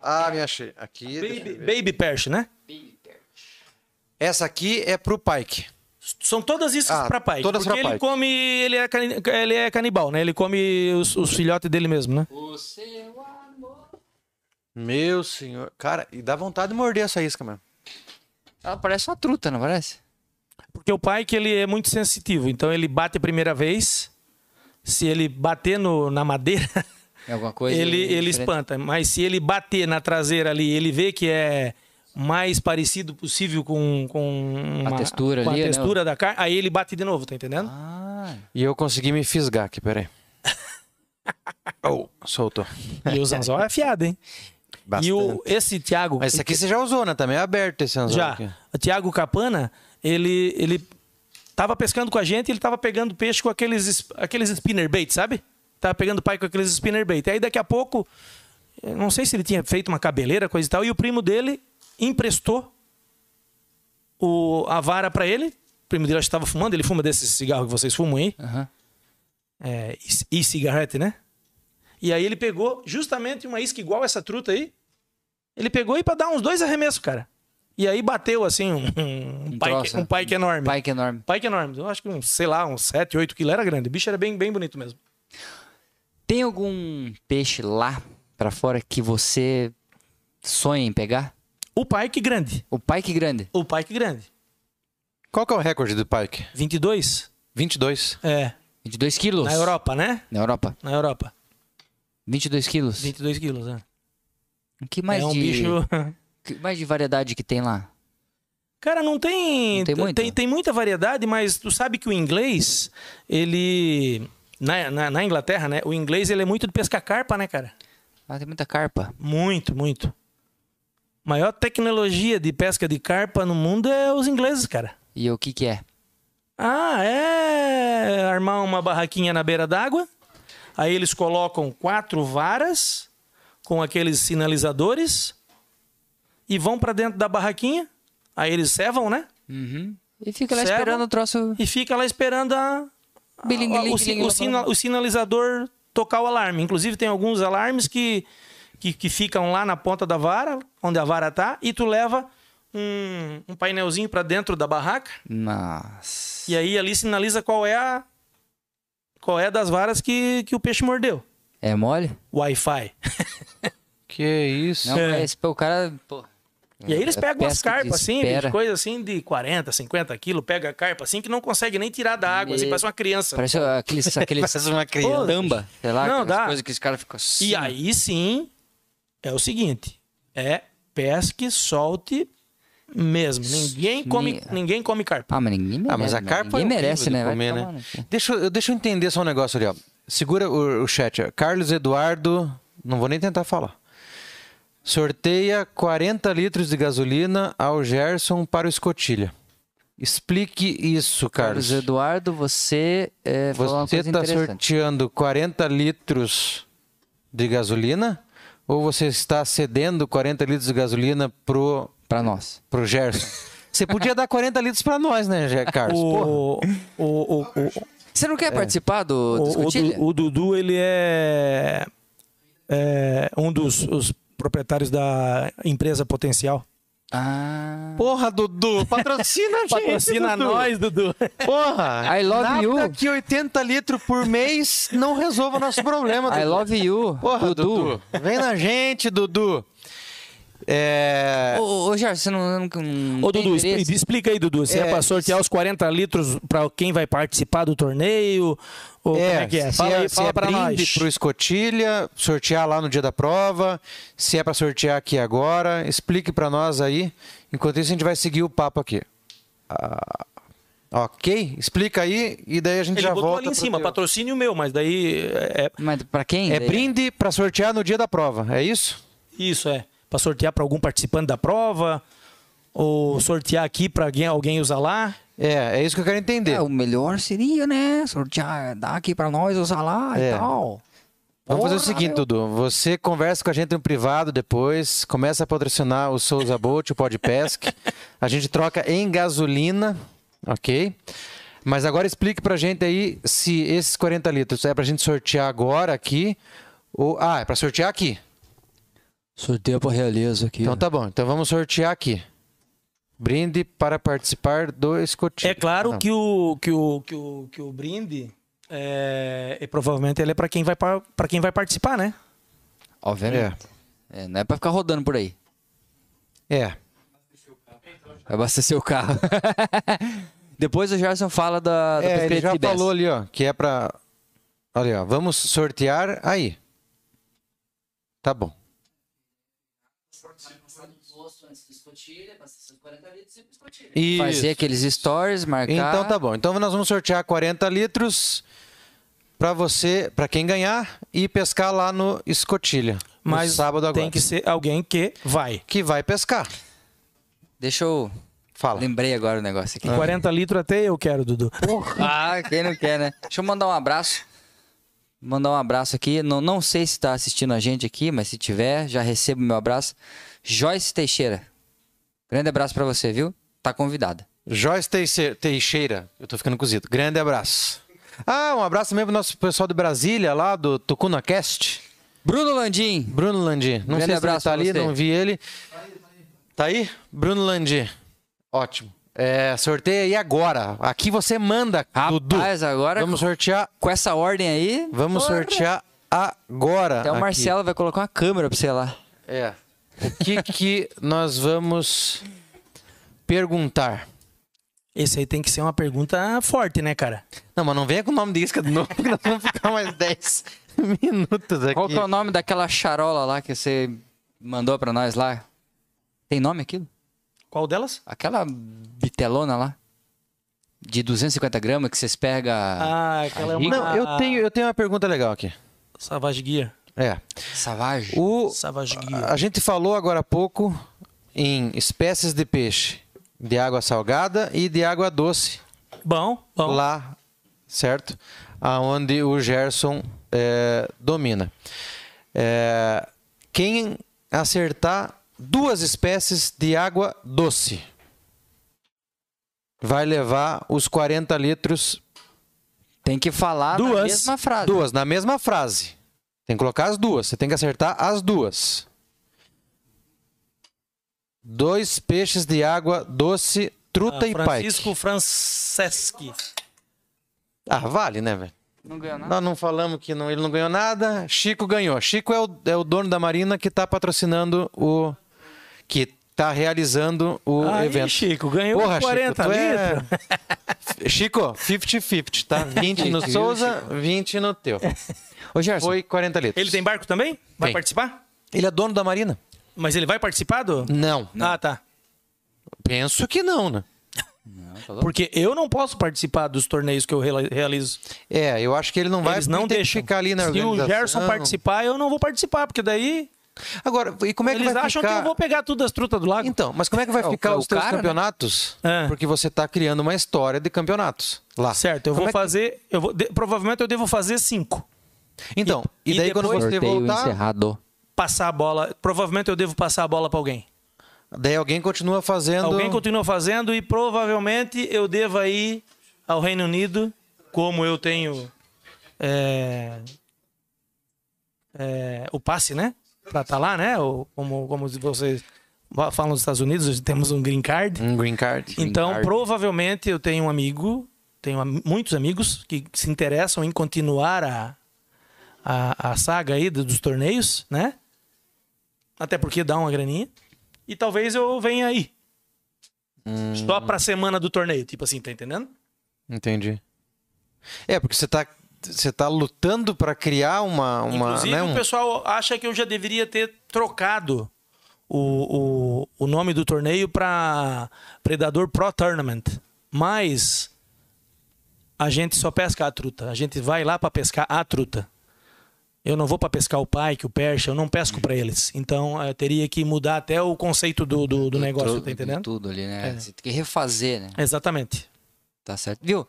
Speaker 3: Ah, me achei. Aqui. deixa eu
Speaker 1: Baby,
Speaker 3: ver.
Speaker 1: baby perch, né?
Speaker 3: Essa aqui é pro Pike.
Speaker 1: São todas iscas
Speaker 3: Ah,
Speaker 1: pra pai.
Speaker 3: todas
Speaker 1: porque
Speaker 3: pra
Speaker 1: ele
Speaker 3: pai.
Speaker 1: come. Ele é, cani- ele é canibal, né? Ele come os, os filhotes dele mesmo, né?
Speaker 3: Meu senhor. Cara, e dá vontade de morder essa isca, mano.
Speaker 2: Ela parece uma truta, não parece?
Speaker 1: Porque o pai que ele é muito sensitivo. Então ele bate a primeira vez. Se ele bater no, na madeira,
Speaker 2: É alguma coisa
Speaker 1: ele, ele
Speaker 2: diferente.
Speaker 1: espanta. Mas se ele bater na traseira ali, ele vê que é mais parecido possível com, com
Speaker 2: A textura
Speaker 1: com
Speaker 2: ali,
Speaker 1: a
Speaker 2: né?
Speaker 1: textura da carne, aí ele bate de novo, tá entendendo?
Speaker 2: Ah, Ah,
Speaker 3: E eu consegui me fisgar aqui, peraí. oh, soltou.
Speaker 2: Ah.
Speaker 1: E o Zanzol é afiado, hein?
Speaker 3: Bastante.
Speaker 1: E o, esse Thiago.
Speaker 3: Mas esse aqui você já usou, né? Também é aberto esse anzol
Speaker 1: Já.
Speaker 3: aqui.
Speaker 1: O Thiago Capana, ele, ele tava pescando com a gente, ele tava pegando peixe com aqueles, es- aqueles spinner bait, sabe? Tava pegando pai com aqueles spinner bait. Aí daqui a pouco, eu não sei se ele tinha feito uma cabeleira, coisa e tal, e o primo dele emprestou o, a vara para ele. O primo dele acho que tava fumando, ele fuma desse cigarro que vocês fumam aí.
Speaker 2: aham.
Speaker 1: É, e- e cigarrete, né? E aí ele pegou justamente uma isca igual essa truta aí. Ele pegou e pra dar uns dois arremessos, cara. E aí bateu assim um, um,
Speaker 2: Um
Speaker 1: pike,
Speaker 2: troço, né?
Speaker 1: um pike enorme. Pike.
Speaker 2: Pike enorme.
Speaker 1: enorme. Eu acho que, uns, sei lá, uns 7, 8 quilos. Era grande. O bicho era bem, bem bonito mesmo.
Speaker 2: Tem algum peixe lá pra fora que você sonha em pegar?
Speaker 1: O pike grande.
Speaker 2: O pike grande.
Speaker 1: O pike grande.
Speaker 3: Qual que é o recorde do Pike?
Speaker 1: 22?
Speaker 3: 22.
Speaker 1: É.
Speaker 2: 22 quilos.
Speaker 1: Na Europa, né?
Speaker 2: Na Europa.
Speaker 1: Na Europa.
Speaker 2: 22 quilos.
Speaker 1: 22 quilos, né?
Speaker 2: Que mais
Speaker 1: é um
Speaker 2: de...
Speaker 1: bicho...
Speaker 2: que mais de variedade que tem lá?
Speaker 1: Cara, não tem.
Speaker 2: Não tem muita?
Speaker 1: tem muita variedade, mas tu sabe que o inglês, ele. Na, na, na Inglaterra, né? O inglês ele é muito de pescar carpa, né, cara?
Speaker 2: Ah, tem muita carpa.
Speaker 1: Muito, muito. Maior tecnologia de pesca de carpa no mundo é os ingleses, cara.
Speaker 2: E o que que é?
Speaker 1: Ah, é armar uma barraquinha na beira d'água. Aí eles colocam quatro varas com aqueles sinalizadores e vão pra dentro da barraquinha. Aí eles cevam, né?
Speaker 2: Uhum. E fica lá
Speaker 1: Servo.
Speaker 2: esperando o troço...
Speaker 1: e fica lá esperando a, a-
Speaker 2: Biling, biling,
Speaker 1: o, si-
Speaker 2: biling,
Speaker 1: o sina- o sinalizador tocar o alarme. Inclusive, tem alguns alarmes que, que, que ficam lá na ponta da vara, onde a vara tá, e tu leva um, um painelzinho para dentro da barraca,
Speaker 2: Nossa.
Speaker 1: e aí ali sinaliza qual é a. Qual é das varas que, que o peixe mordeu?
Speaker 2: É mole?
Speaker 1: Wi-Fi.
Speaker 3: Que isso?
Speaker 2: Não,
Speaker 1: É.
Speaker 2: é. esse, pô, o cara... Pô,
Speaker 1: E aí eles
Speaker 2: É
Speaker 1: pegam as
Speaker 2: pesca de
Speaker 1: carpas, assim,
Speaker 2: espera.
Speaker 1: bicho, coisa assim de 40, 50 quilos, pega a carpa assim que não consegue nem tirar da água, assim,
Speaker 2: Meu-
Speaker 1: parece uma criança.
Speaker 2: parece aqueles... aqueles
Speaker 3: Parece uma criança.
Speaker 1: Pô,
Speaker 2: tamba, sei lá,
Speaker 1: Não,
Speaker 2: aquelas
Speaker 1: dá.
Speaker 2: coisas que os caras ficam assim.
Speaker 1: E aí sim, é o seguinte, é pesque, solte mesmo. Ninguém come,
Speaker 2: Ni-
Speaker 1: ninguém come carpa.
Speaker 2: Ah, mas ninguém merece.
Speaker 3: Ah, mas a
Speaker 2: né?
Speaker 3: carpa
Speaker 2: ninguém
Speaker 3: é horrível
Speaker 2: merece,
Speaker 3: de
Speaker 2: né? Vai
Speaker 3: comer,
Speaker 2: tomar
Speaker 3: né?
Speaker 2: no cu.
Speaker 3: Deixa, eu- deixa eu entender só um negócio ali, ó. Segura o, o chat, ó. Carlos Eduardo, não vou nem tentar falar. Sorteia 40 litros de gasolina ao Gerson para o Escotilha. Explique isso, Carlos.
Speaker 2: Carlos Eduardo, você é, falou uma
Speaker 3: Você tá
Speaker 2: coisa
Speaker 3: está
Speaker 2: interessante.
Speaker 3: sorteando 40 litros de gasolina ou você está cedendo 40 litros de gasolina pro,
Speaker 2: Pra nós.
Speaker 3: pro Gerson? Você podia dar 40 litros para nós, né, Ger- Carlos? Porra.
Speaker 1: O, o, o, o,
Speaker 2: Você não quer participar do, do
Speaker 1: o- o
Speaker 2: escotilha?
Speaker 1: Du- o Dudu, ele é, é um dos os proprietários da empresa Potencial.
Speaker 2: Ah.
Speaker 3: Porra, Dudu, patrocina a gente.
Speaker 1: Patrocina
Speaker 3: Dudu.
Speaker 1: nós, Dudu.
Speaker 3: Porra!
Speaker 2: I love
Speaker 3: nada
Speaker 2: you.
Speaker 3: que 80 litros por mês não resolva o nosso problema, Dudu.
Speaker 2: I love you,
Speaker 3: Porra, Dudu.
Speaker 2: Dudu.
Speaker 3: Vem na gente, Dudu. É...
Speaker 2: Ô, ô, ô, Jorge, você não, não, não
Speaker 1: Ô,
Speaker 2: tem
Speaker 1: Dudu, expli-
Speaker 2: interesse?
Speaker 1: explica aí, Dudu. Se é,
Speaker 3: É,
Speaker 1: pra sortear os 40 litros pra quem vai participar do torneio? Ou como é que é?
Speaker 3: se
Speaker 1: Fala,
Speaker 3: é,
Speaker 1: aí,
Speaker 3: se
Speaker 1: fala
Speaker 3: é
Speaker 1: pra
Speaker 3: brinde
Speaker 1: nós.
Speaker 3: pro escotilha, sortear lá no dia da prova, se é pra sortear aqui agora, explique pra nós aí. Enquanto isso, a gente vai seguir o papo aqui. Ah, ok? Explica aí e daí a gente
Speaker 1: Ele
Speaker 3: já
Speaker 1: botou
Speaker 3: volta.
Speaker 1: ali em
Speaker 3: pro
Speaker 1: cima,
Speaker 3: teu-
Speaker 1: patrocínio meu, mas daí é,
Speaker 2: Mas pra quem?
Speaker 3: É
Speaker 2: daí?
Speaker 3: brinde pra sortear no dia da prova, é isso?
Speaker 1: Isso é. Para sortear para algum participante da prova ou sortear aqui para alguém, alguém usar lá.
Speaker 3: É, é isso que eu quero entender.
Speaker 2: É, o melhor seria, né? Sortear, dar aqui pra nós o salário
Speaker 3: É.
Speaker 2: e tal.
Speaker 3: Vamos fazer
Speaker 2: Porra,
Speaker 3: o seguinte,
Speaker 2: meu.
Speaker 3: Dudu. Você conversa com a gente no privado depois, começa a patrocinar o Souza Bolt, o Podpesc. A gente troca em gasolina, ok? Mas agora explique pra gente aí se esses 40 litros é pra gente sortear agora aqui ou... Ah, é pra sortear aqui.
Speaker 2: Sorteio pra realeza aqui.
Speaker 3: Então tá bom. Então vamos sortear aqui. Brinde para participar do escotilho.
Speaker 1: É claro
Speaker 3: Não.
Speaker 1: que o que o, que o, que o brinde é, e provavelmente ele é para quem vai para quem vai participar, né?
Speaker 2: Obviamente. É, não é pra ficar rodando por aí.
Speaker 3: É.
Speaker 2: Vai abastecer o carro. Depois o Gerson fala da, da
Speaker 3: É, ele
Speaker 2: pescaria
Speaker 3: já
Speaker 2: de Tibés.
Speaker 3: falou ali, ó, que é pra... Olha, ó, vamos sortear aí. Tá bom.
Speaker 5: escotilha, passa seus 40 litros e escotilha.
Speaker 3: Isso.
Speaker 2: Fazer aqueles stories, marcar.
Speaker 3: Então tá bom. Então nós vamos sortear 40 litros para você, para quem ganhar e pescar lá no Escotilha. no
Speaker 1: Mas
Speaker 3: sábado agora.
Speaker 1: tem que ser alguém que vai.
Speaker 3: que vai pescar.
Speaker 2: Deixa eu.
Speaker 3: Fala. Ah.
Speaker 2: Lembrei agora o negócio aqui.
Speaker 1: 40 litros até eu quero, Dudu.
Speaker 2: Ah, quem não quer, né? Deixa eu mandar um abraço. Mandar um abraço aqui. Não, não sei se está assistindo a gente aqui, mas se tiver, já recebo meu abraço. Joyce Teixeira. Grande abraço pra você, viu? Tá convidada.
Speaker 3: Joyce Teixe- Teixeira, eu tô ficando cozido. Grande abraço. Ah, um abraço mesmo pro nosso pessoal de Brasília, lá do TucunaCast.
Speaker 2: Bruno Landim.
Speaker 3: Bruno Landi. Não
Speaker 2: Grande
Speaker 3: sei se ele
Speaker 2: abraço
Speaker 3: tá
Speaker 2: pra
Speaker 3: ali,
Speaker 2: você.
Speaker 3: não vi ele. Tá aí? Bruno Landi. Ótimo. É, sorteia aí agora. Aqui você manda, Dudu.
Speaker 2: Rapaz, agora
Speaker 3: Vamos sortear,
Speaker 2: com essa ordem aí.
Speaker 3: vamos
Speaker 2: porra.
Speaker 3: sortear agora.
Speaker 2: Até o
Speaker 3: aqui.
Speaker 2: Marcelo vai colocar uma câmera pra você lá.
Speaker 3: É. O que que nós vamos perguntar?
Speaker 1: Esse aí tem que ser uma pergunta forte, né, cara?
Speaker 3: Não, mas não venha com o nome de isca de novo, porque nós vamos ficar mais 10 minutos aqui.
Speaker 2: Qual que é o nome daquela charola lá que você mandou pra nós lá? Tem nome aquilo?
Speaker 1: Qual delas?
Speaker 2: Aquela bitelona lá. De 250 gramas que vocês pegam.
Speaker 1: Ah, aquela é
Speaker 2: aí-
Speaker 1: uma...
Speaker 3: Não, eu tenho, eu tenho uma pergunta legal aqui.
Speaker 1: Savage Gear.
Speaker 3: É.
Speaker 2: Savage.
Speaker 3: O,
Speaker 1: Savage Gear.
Speaker 3: a gente falou agora há pouco em espécies de peixe de água salgada e de água doce
Speaker 1: Bom, bom.
Speaker 3: lá, certo? Aonde o Gerson é, domina. É, quem acertar duas espécies de água doce vai levar os 40 litros,
Speaker 2: Tem que falar na
Speaker 1: Duas.
Speaker 2: mesma frase.
Speaker 3: duas, na mesma frase. Tem que colocar as duas, você tem que acertar as duas. Dois peixes de água doce, truta
Speaker 1: Ah,
Speaker 3: e
Speaker 1: Francisco
Speaker 3: pike.
Speaker 1: Franceschi.
Speaker 3: Ah, vale, né, velho?
Speaker 2: Não ganhou nada.
Speaker 3: Nós não falamos que não- ele não ganhou nada. Chico ganhou. Chico é o, é o dono da Marina que tá patrocinando o. que tá realizando o
Speaker 1: Aí,
Speaker 3: evento.
Speaker 1: Chico, ganhou 40
Speaker 3: tu é-
Speaker 1: litros.
Speaker 3: Chico, 50-50, tá? 20 no
Speaker 2: Chico,
Speaker 3: Souza, 20 no teu.
Speaker 2: Ô, Gerson,
Speaker 3: Foi 40 litros.
Speaker 1: Ele tem barco também? Vai
Speaker 3: Tem.
Speaker 1: participar?
Speaker 3: Ele é dono da Marina?
Speaker 1: Mas ele vai participar do...
Speaker 3: Não.
Speaker 1: Ah, tá.
Speaker 3: Penso que não, né?
Speaker 1: Porque eu não posso participar dos torneios que eu rela- realizo.
Speaker 3: É, eu acho que ele não vai
Speaker 1: Eles
Speaker 3: porque
Speaker 1: não
Speaker 3: tem que
Speaker 1: deixam.
Speaker 3: ficar ali na
Speaker 1: Se o
Speaker 3: organização.
Speaker 1: Gerson participar, eu não vou participar, porque daí
Speaker 3: Agora, e como é que
Speaker 1: eles
Speaker 3: vai
Speaker 1: acham
Speaker 3: ficar...
Speaker 1: que eu vou pegar tudo as trutas do lago.
Speaker 3: Então, mas como é que vai
Speaker 2: É, o-
Speaker 3: ficar
Speaker 2: o
Speaker 3: os teus
Speaker 2: cara, né?
Speaker 3: campeonatos?
Speaker 1: É.
Speaker 3: Porque você tá criando uma história de campeonatos lá.
Speaker 1: Certo, eu
Speaker 3: Como
Speaker 1: vou
Speaker 3: é que-
Speaker 1: fazer. Eu vou, de- provavelmente eu devo fazer cinco.
Speaker 3: Então,
Speaker 1: E-
Speaker 3: e,
Speaker 1: e
Speaker 3: daí quando
Speaker 1: depois-
Speaker 3: você
Speaker 2: sorteio
Speaker 3: voltar,
Speaker 2: encerrado.
Speaker 1: Passar a bola. Provavelmente eu devo passar a bola para alguém.
Speaker 3: daí alguém continua fazendo.
Speaker 1: Alguém continua fazendo e provavelmente eu devo ir ao Reino Unido, como eu tenho é, é, o passe, né? Para estar lá, né? Ou, como, como vocês falam nos Estados Unidos, temos um green card.
Speaker 3: Um green card.
Speaker 1: Então, provavelmente eu tenho um amigo, tenho am- muitos amigos que se interessam em continuar a, a, a saga aí do- dos torneios, né? Até porque dá uma graninha. E talvez eu venha aí. Só pra semana do torneio, tipo assim, tá entendendo?
Speaker 3: Entendi. É, porque você tá, você tá lutando pra criar uma. uma
Speaker 1: Inclusive,
Speaker 3: né, um-
Speaker 1: o pessoal acha que eu já deveria ter trocado o, o, o nome do torneio pra Predador Pro Tournament. Mas a gente só pesca a truta. A gente vai lá pra pescar a truta. Eu não vou pra pescar o pai, que o percha, eu não pesco pra eles. Então eh, teria que mudar até o conceito do, do, do negócio,
Speaker 2: Tudo-
Speaker 1: tá entendendo?
Speaker 2: Tudo ali, né? Você tem que refazer, né?
Speaker 1: Exatamente.
Speaker 2: Tá certo. Viu?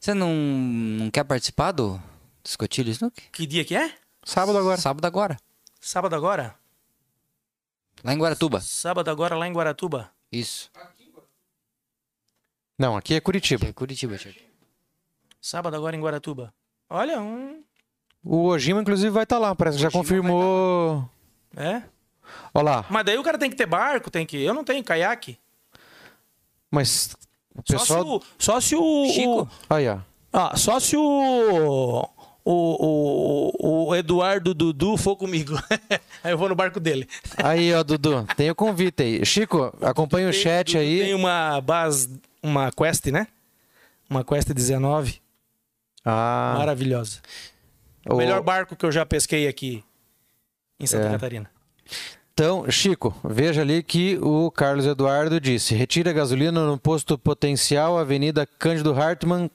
Speaker 2: Você não, não quer participar do Escotilho Snook?
Speaker 1: Que dia que é?
Speaker 3: Sábado agora.
Speaker 2: Sábado agora.
Speaker 1: Sábado agora?
Speaker 2: Lá em Guaratuba.
Speaker 1: Sábado agora lá em Guaratuba.
Speaker 2: Isso.
Speaker 3: Não, aqui é Curitiba.
Speaker 2: Que é Curitiba, Tiago.
Speaker 1: Sábado agora em Guaratuba. Olha, um.
Speaker 3: O Ojima, inclusive, vai estar lá. Parece que já confirmou.
Speaker 1: É?
Speaker 3: Olha lá.
Speaker 1: Mas daí o cara tem que ter barco, tem que. Eu não tenho caiaque.
Speaker 3: Mas o
Speaker 1: Só
Speaker 3: pessoal.
Speaker 1: se o. Só se o.
Speaker 2: Chico?
Speaker 1: o-
Speaker 3: Aí, ó.
Speaker 1: ah, só se o. O, o, o Eduardo Dudu for comigo. aí eu vou no barco dele.
Speaker 3: Aí, ó, Dudu. Tem o convite aí. Chico, acompanha o chat
Speaker 1: Dudu Tem
Speaker 3: aí.
Speaker 1: uma base. Uma quest, né? Uma quest 19.
Speaker 3: Ah,
Speaker 1: Maravilhosa. O
Speaker 3: o-
Speaker 1: melhor barco que eu já pesquei aqui em Santa
Speaker 3: É.
Speaker 1: Catarina.
Speaker 3: Então, Chico, veja ali que o Carlos Eduardo disse: retira a gasolina no posto potencial, Avenida Cândido Hartmann,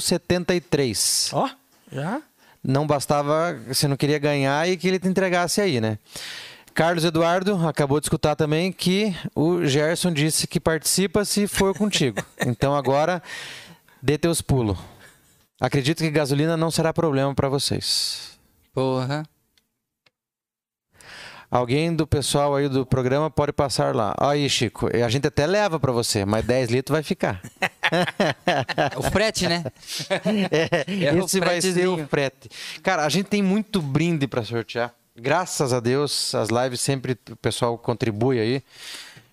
Speaker 3: 3573.
Speaker 1: Ó, já?
Speaker 3: Não bastava, você não queria ganhar e que ele te entregasse aí, né? Carlos Eduardo acabou de escutar também que o Gerson disse que participa se for contigo. Então agora dê teus pulos. Acredito que gasolina não será problema para vocês.
Speaker 2: Porra.
Speaker 3: Alguém do pessoal aí do programa pode passar lá. Aí, Chico, a gente até leva para você, mas 10 litros vai ficar.
Speaker 2: É O frete, né?
Speaker 3: É,
Speaker 2: É o
Speaker 3: esse vai ser o
Speaker 2: fretezinho.
Speaker 3: frete. Cara, a gente tem muito brinde para sortear. Graças a Deus, as lives sempre o pessoal contribui aí.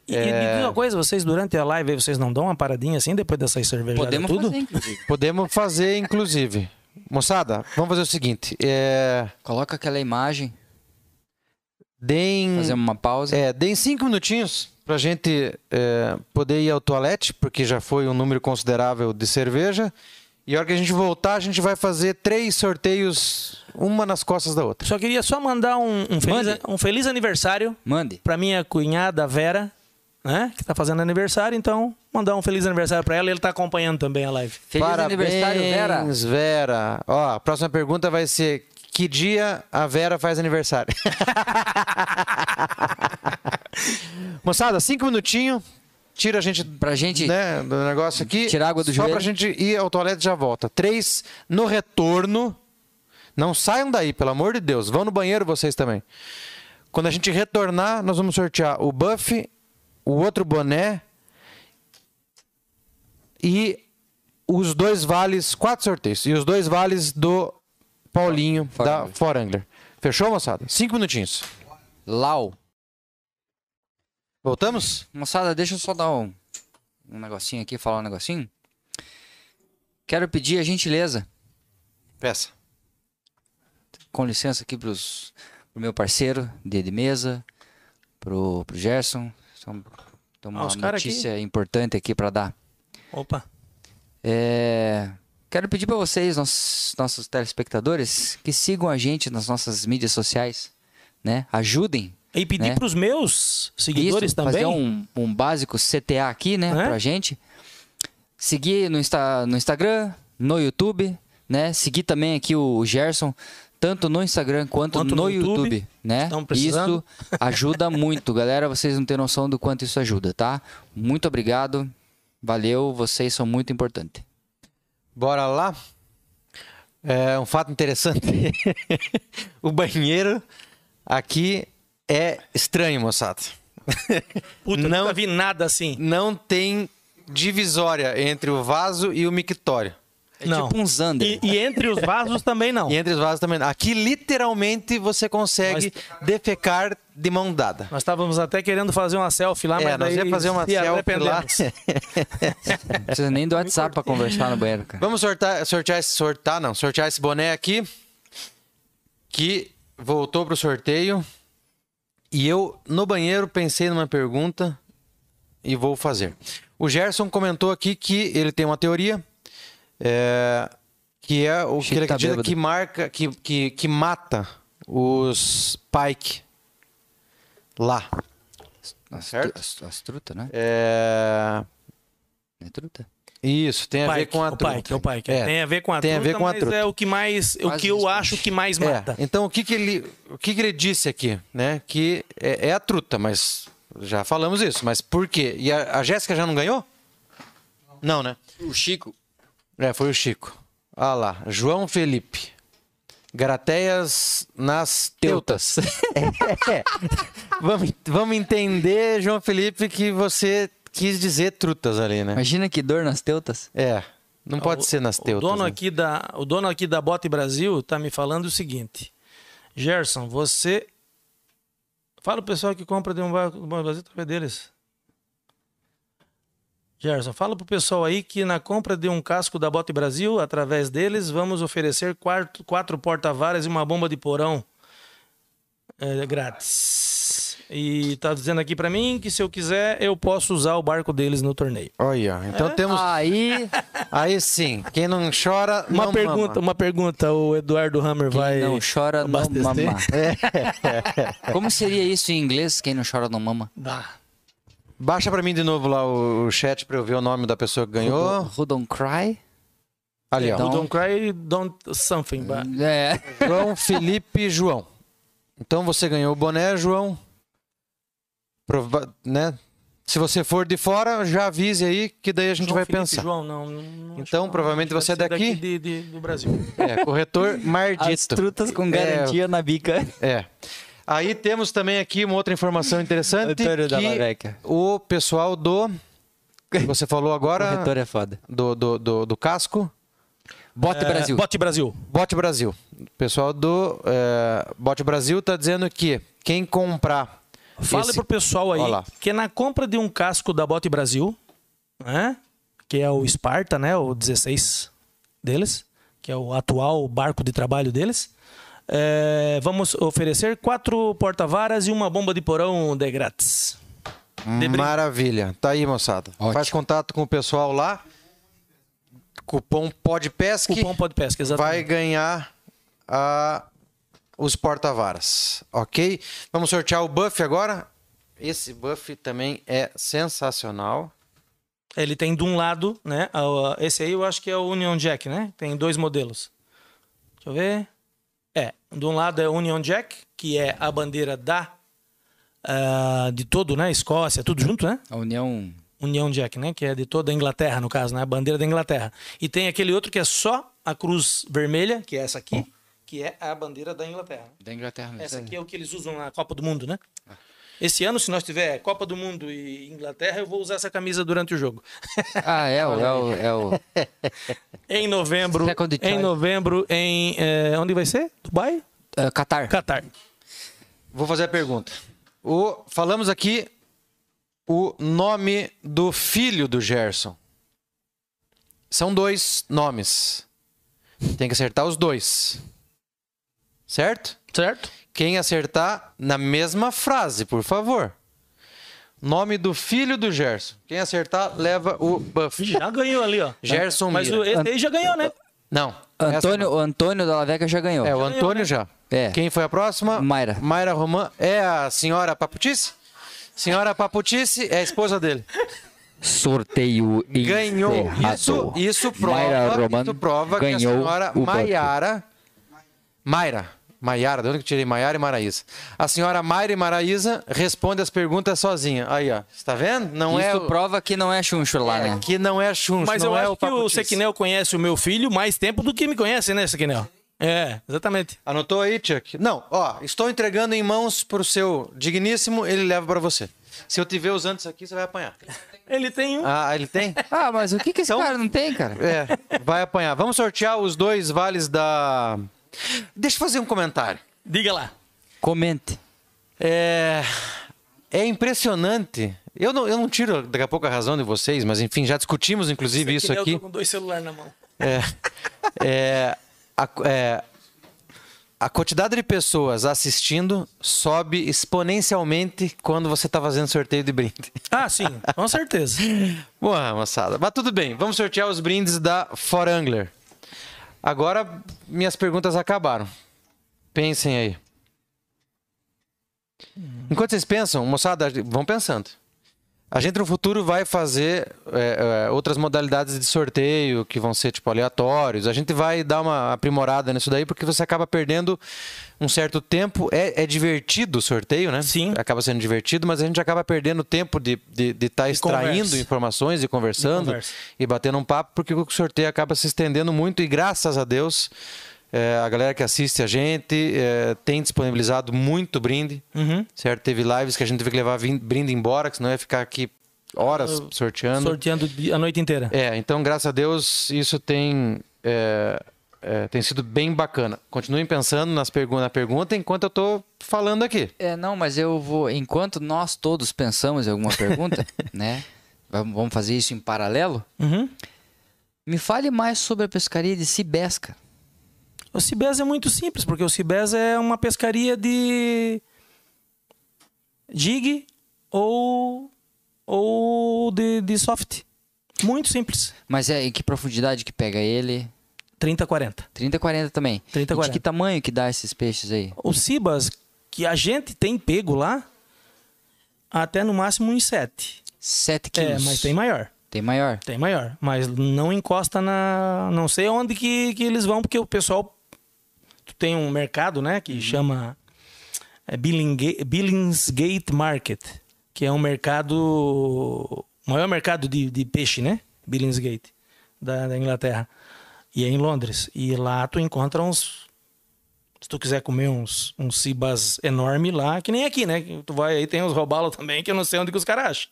Speaker 1: E,
Speaker 3: É.
Speaker 1: e me diz uma coisa, vocês durante a live aí, vocês não dão uma paradinha assim depois dessas cervejadas
Speaker 2: Podemos
Speaker 1: tudo?
Speaker 2: fazer, inclusive.
Speaker 3: Podemos fazer, inclusive. Moçada, vamos fazer o seguinte. É,
Speaker 2: Coloca aquela imagem,
Speaker 3: deem,
Speaker 2: fazer uma pausa.
Speaker 3: é, deem cinco minutinhos pra gente é, poder ir ao toalete, porque já foi um número considerável de cerveja. E a hora que a gente voltar, a gente vai fazer três sorteios, uma nas costas da outra.
Speaker 1: Só queria só mandar um, um feliz,
Speaker 2: Mande.
Speaker 1: um feliz aniversário
Speaker 2: Mande.
Speaker 1: pra minha cunhada Vera, né? Que tá fazendo aniversário, então mandar um feliz aniversário pra ela. Ele tá acompanhando também a live.
Speaker 2: Feliz aniversário, Vera.
Speaker 3: Parabéns, Vera. Ó, a próxima pergunta vai ser: que dia a Vera faz aniversário? Moçada, cinco minutinhos. Tira a gente,
Speaker 2: Pra gente-
Speaker 3: né, do negócio aqui.
Speaker 2: Tirar a água do
Speaker 3: Só
Speaker 2: joelho.
Speaker 3: pra gente ir ao toalete e já volta. Três, no retorno. Não saiam daí, pelo amor de Deus. Vão no banheiro vocês também. Quando a gente retornar, nós vamos sortear o buff, o outro boné e os dois vales, quatro sorteios, e os dois vales do Paulinho da
Speaker 2: Forangler.
Speaker 3: Forangler. Fechou, moçada? Cinco minutinhos.
Speaker 2: Lau.
Speaker 3: Voltamos?
Speaker 2: Moçada, deixa eu só dar um, um negocinho aqui, falar um negocinho. Quero pedir a gentileza,
Speaker 3: Peça.
Speaker 2: com licença aqui pros, pro meu parceiro, de de mesa, pro, pro Gerson. Então, tem uma
Speaker 1: Ah, os cara aqui.
Speaker 2: notícia importante aqui pra dar.
Speaker 1: Opa.
Speaker 2: É, quero pedir para vocês, nossos, nossos telespectadores, que sigam a gente nas nossas mídias sociais, né? Ajudem.
Speaker 1: E pedir
Speaker 2: Né?
Speaker 1: pros meus seguidores
Speaker 2: Isso,
Speaker 1: também.
Speaker 2: Fazer um, um básico CTA aqui, né?
Speaker 1: Né?
Speaker 2: Pra gente. Seguir no, Insta, no Instagram, no YouTube, né? Seguir também aqui o Gerson, tanto no Instagram quanto,
Speaker 1: Quanto
Speaker 2: no,
Speaker 1: no
Speaker 2: YouTube,
Speaker 1: YouTube.
Speaker 2: né?
Speaker 1: Estão
Speaker 2: Isso
Speaker 1: precisando.
Speaker 2: ajuda muito, galera. Vocês não têm noção do quanto isso ajuda, tá? Muito obrigado. Valeu, vocês são muito importantes.
Speaker 3: Bora lá. É um fato interessante. o banheiro aqui é estranho, moçada.
Speaker 1: Puta,
Speaker 3: Não.
Speaker 1: nunca vi nada assim.
Speaker 3: Não tem divisória entre o vaso e o mictório.
Speaker 2: É
Speaker 1: não.
Speaker 2: tipo um Zander.
Speaker 1: E, e entre os vasos também não.
Speaker 3: E entre os vasos também. Aqui, literalmente, você consegue defecar de mão dada.
Speaker 1: Nós estávamos até querendo fazer uma selfie lá, Ah,
Speaker 3: é,
Speaker 1: mas
Speaker 3: nós
Speaker 1: daí
Speaker 3: ia fazer uma
Speaker 1: se
Speaker 3: selfie lá.
Speaker 1: arrependemos.
Speaker 2: Não precisa nem do WhatsApp pra conversar no banheiro, cara.
Speaker 3: Vamos sortar, sortear esse sortar, não, sortear esse boné aqui que voltou pro sorteio. E eu no banheiro pensei numa pergunta e vou fazer. O Gerson comentou aqui que ele tem uma teoria é, que é o que
Speaker 2: Chico
Speaker 3: ele
Speaker 2: tá
Speaker 3: acredita
Speaker 2: bêbado.
Speaker 3: que marca, que, que, que mata os Pike lá.
Speaker 2: As,
Speaker 3: Certo?
Speaker 2: as, as trutas, né?
Speaker 3: É,
Speaker 2: É truta.
Speaker 3: isso, tem a ver
Speaker 1: Pike,
Speaker 3: com a
Speaker 1: o Pike,
Speaker 3: truta.
Speaker 1: o Pike.
Speaker 3: É,
Speaker 1: Tem a ver com a
Speaker 3: tem a
Speaker 1: truta,
Speaker 3: ver com a
Speaker 1: mas
Speaker 3: truta.
Speaker 1: é o que mais, o
Speaker 2: Quase
Speaker 1: que eu
Speaker 2: responde.
Speaker 1: acho que mais
Speaker 3: É,
Speaker 1: mata.
Speaker 3: então o que, que ele o que, que ele disse aqui, né? Que é, é a truta, mas já falamos isso. Mas por quê? E a, a Jéssica já não ganhou? Não, né?
Speaker 2: O Chico.
Speaker 3: É, foi o Chico. Ah lá, João Felipe. Garateias nas teutas. É. vamos, vamos entender, João Felipe, que você quis dizer trutas ali, né?
Speaker 2: Imagina que dor nas teutas.
Speaker 3: É, não pode
Speaker 1: O-
Speaker 3: ser nas teutas.
Speaker 1: O dono,
Speaker 3: né?
Speaker 1: aqui da, o dono aqui da Bote Brasil tá me falando o seguinte. Gerson, você... Fala o pessoal que compra de um barco do Banco do Brasil através deles. Gerson, fala pro pessoal aí que na compra de um casco da Bote Brasil, através deles, vamos oferecer quatro, quatro porta-varas e uma bomba de porão é, grátis. E tá dizendo aqui pra mim que se eu quiser, eu posso usar o barco deles no torneio.
Speaker 3: Olha,
Speaker 1: É?
Speaker 3: então temos.
Speaker 2: Aí,
Speaker 3: Aí sim, quem não chora.
Speaker 1: Uma
Speaker 3: não
Speaker 1: pergunta,
Speaker 3: mama.
Speaker 1: uma pergunta. O Eduardo Hammer vai.
Speaker 2: quem não chora não
Speaker 1: abastecer?
Speaker 2: mama.
Speaker 3: É.
Speaker 2: Como seria isso em inglês? Quem não chora não mama.
Speaker 1: Dá.
Speaker 3: Baixa pra mim de novo lá o o chat pra eu ver o nome da pessoa que
Speaker 2: Who,
Speaker 3: ganhou.
Speaker 2: do- who don't cry?
Speaker 3: Ali, ó. Hum,
Speaker 2: Então-
Speaker 1: Don't cry, don't something.
Speaker 3: Ah.
Speaker 1: but-
Speaker 2: É.
Speaker 3: João Felipe João. Então você ganhou o boné, João. Prova- né? Se você for de fora, já avise aí, que daí a gente
Speaker 1: João
Speaker 3: vai
Speaker 1: Felipe,
Speaker 3: pensar.
Speaker 1: João, não, não- não acho
Speaker 3: Então,
Speaker 1: não.
Speaker 3: provavelmente
Speaker 1: Deve
Speaker 3: você é
Speaker 1: ser
Speaker 3: daqui?
Speaker 1: de- de- do Brasil.
Speaker 3: É, corretor
Speaker 2: As
Speaker 3: Mardito.
Speaker 2: trutas com garantia na bica.
Speaker 3: É. Aí temos também aqui uma outra informação interessante.
Speaker 2: Antônio Dalla
Speaker 3: que
Speaker 2: Vecchia.
Speaker 3: o pessoal do. que Você falou agora
Speaker 2: Corretor é foda.
Speaker 3: do, do, do, do casco.
Speaker 2: Bote
Speaker 1: É,
Speaker 2: Brasil.
Speaker 1: Bote Brasil.
Speaker 3: Bote Brasil. O pessoal do é, Bote Brasil está dizendo que quem comprar.
Speaker 1: Fala
Speaker 3: esse-
Speaker 1: pro pessoal aí
Speaker 3: Ó lá.
Speaker 1: que na compra de um casco da Bote Brasil, né? Que é o Sparta, né? O 16 deles, que é o atual barco de trabalho deles. é, vamos oferecer quatro porta-varas e uma bomba de porão de grátis.
Speaker 3: Maravilha. Tá aí, moçada.
Speaker 2: Ótimo.
Speaker 3: Faz contato com o pessoal lá. Cupom PODPESC
Speaker 1: Cupom pode pesca,
Speaker 3: vai
Speaker 1: exatamente.
Speaker 3: ganhar a- os porta-varas, ok? Vamos sortear o buff agora. Esse buff também é sensacional.
Speaker 1: Ele tem de um lado, né? a- a- Esse aí eu acho que é o Union Jack, né? Tem dois modelos. Deixa eu ver. É, de um lado é o Union Jack, que é a bandeira da ah, de todo, né? Escócia, tudo junto, né?
Speaker 2: A União.
Speaker 1: Union Jack, né? Que é de toda a Inglaterra, no caso, né? A bandeira da Inglaterra. E tem aquele outro que é só a cruz vermelha, que é essa aqui, que é a bandeira da Inglaterra.
Speaker 2: Da Inglaterra
Speaker 1: Essa aqui é o que eles usam na Copa do Mundo, né? Esse ano, se nós tiver Copa do Mundo e Inglaterra, eu vou usar essa camisa durante o jogo.
Speaker 2: Ah, é o. É o, é o...
Speaker 1: Em novembro,
Speaker 3: é
Speaker 2: Second
Speaker 1: em
Speaker 2: choice.
Speaker 1: novembro, em eh, onde vai ser? Dubai,
Speaker 2: é, Qatar.
Speaker 1: Catar.
Speaker 3: Vou fazer a pergunta. O- falamos aqui o nome do filho do Gerson. São dois nomes. Tem que acertar os dois. Certo?
Speaker 1: Certo?
Speaker 3: Quem acertar na mesma frase, por favor. Nome do filho do Gerson. Quem acertar leva o buff.
Speaker 1: Já ganhou ali, ó.
Speaker 3: Gerson
Speaker 1: Mas o,
Speaker 3: Mira.
Speaker 1: esse aí já ganhou, né?
Speaker 3: Não. essa é
Speaker 2: Antônio, o Antônio da Laveca já ganhou.
Speaker 3: não. É, o Antônio já.
Speaker 2: né? É.
Speaker 3: Quem foi a próxima?
Speaker 2: Mayra.
Speaker 3: Mayra Roman. É a senhora Paputice? Senhora Paputice é a esposa dele.
Speaker 2: Sorteio
Speaker 3: Ganhou.
Speaker 2: encerrado.
Speaker 3: Isso, isso
Speaker 2: Mayra
Speaker 3: prova,
Speaker 2: Roman
Speaker 3: isso prova que a
Speaker 2: ganhou
Speaker 3: senhora
Speaker 2: o
Speaker 3: Maiara. Mayra. Maiara, de onde que eu tirei Maiara e Maraísa? A senhora Mayra e Maraísa responde as perguntas sozinha. Aí, ó. Você tá vendo? Não é.
Speaker 2: Isso
Speaker 3: o-
Speaker 2: prova que não é chuncho lá, né?
Speaker 3: Que não é chuncho,
Speaker 1: Mas
Speaker 3: não
Speaker 1: eu
Speaker 3: é
Speaker 1: acho
Speaker 3: o
Speaker 1: que o
Speaker 3: Paputice.
Speaker 1: Sequinel conhece o meu filho mais tempo do que me conhece, né, Sequinel? É, exatamente.
Speaker 3: Anotou aí, Chuck? Não, ó, estou entregando em mãos pro seu digníssimo, ele leva pra você. Se eu te ver usando isso aqui, você vai apanhar.
Speaker 1: Ele tem um.
Speaker 3: Ah, ele tem?
Speaker 2: Ah, mas o que, que esse
Speaker 3: Então-
Speaker 2: cara não tem, cara?
Speaker 3: É, vai apanhar. Vamos sortear os dois vales da. Deixa eu fazer um comentário.
Speaker 1: Diga lá.
Speaker 2: Comente.
Speaker 3: É, é impressionante. Eu não, eu não tiro daqui a pouco a razão de vocês, mas enfim, já discutimos inclusive isso
Speaker 1: Sequinel,
Speaker 3: aqui.
Speaker 1: tô com dois celulares na mão.
Speaker 3: É, é, a, é, a quantidade de pessoas assistindo sobe exponencialmente quando você está fazendo sorteio de brinde.
Speaker 1: Ah, sim, com certeza.
Speaker 3: Boa, moçada. Mas tudo bem, vamos sortear os brindes da For Angler. Agora minhas perguntas acabaram. Pensem aí. Enquanto vocês pensam, moçada, vão pensando. A gente no futuro vai fazer é, é, outras modalidades de sorteio que vão ser tipo aleatórios. A gente vai dar uma aprimorada nisso daí porque você acaba perdendo um certo tempo. É, é divertido o sorteio, né?
Speaker 1: Sim.
Speaker 3: Acaba sendo divertido, mas a gente acaba perdendo tempo de estar de, de tá extraindo
Speaker 1: conversa.
Speaker 3: informações e conversando
Speaker 1: conversa.
Speaker 3: e batendo um papo porque o sorteio acaba se estendendo muito e graças a Deus é, a galera que assiste a gente é, tem disponibilizado muito brinde
Speaker 1: Uhum.
Speaker 3: certo? Teve lives que a gente teve que levar vin- brinde embora, que senão ia ficar aqui horas sorteando.
Speaker 1: Sorteando a noite inteira.
Speaker 3: É, então, graças a Deus, isso tem, é, é, tem sido bem bacana. Continuem pensando nas pergu na pergunta enquanto eu tô falando aqui.
Speaker 2: É, não, mas eu vou. Enquanto nós todos pensamos em alguma pergunta, né? Vamos vamos fazer isso em paralelo.
Speaker 3: É.
Speaker 1: Uhum.
Speaker 2: Me fale mais sobre a pescaria de Sibesca.
Speaker 1: O Cibés é muito simples, porque o Cibés é uma pescaria de. jig ou, ou de, de soft. Muito simples.
Speaker 2: Mas é em que profundidade que pega ele?
Speaker 1: 30, 40.
Speaker 2: 30, 40 também.
Speaker 1: 30,
Speaker 2: E de
Speaker 1: 40.
Speaker 2: que tamanho que dá esses peixes aí?
Speaker 1: Os cibas que a gente tem pego lá, até no máximo uns 7.
Speaker 2: 7
Speaker 1: É,
Speaker 2: quilos.
Speaker 1: mas tem maior.
Speaker 2: Tem maior.
Speaker 1: Tem maior. Mas não encosta na. Não sei onde que, que eles vão, porque o pessoal. Tu tem um mercado, né? Que chama. É Billinga- Billingsgate Market. Que é um mercado. O maior mercado de, de peixe, né? Billingsgate. Da, da Inglaterra. E é em Londres. E lá tu encontra uns. Se tu quiser comer uns, uns cibas enorme lá, que nem aqui, né? que Tu vai aí, tem uns robalos também, que eu não sei onde que os caras acham.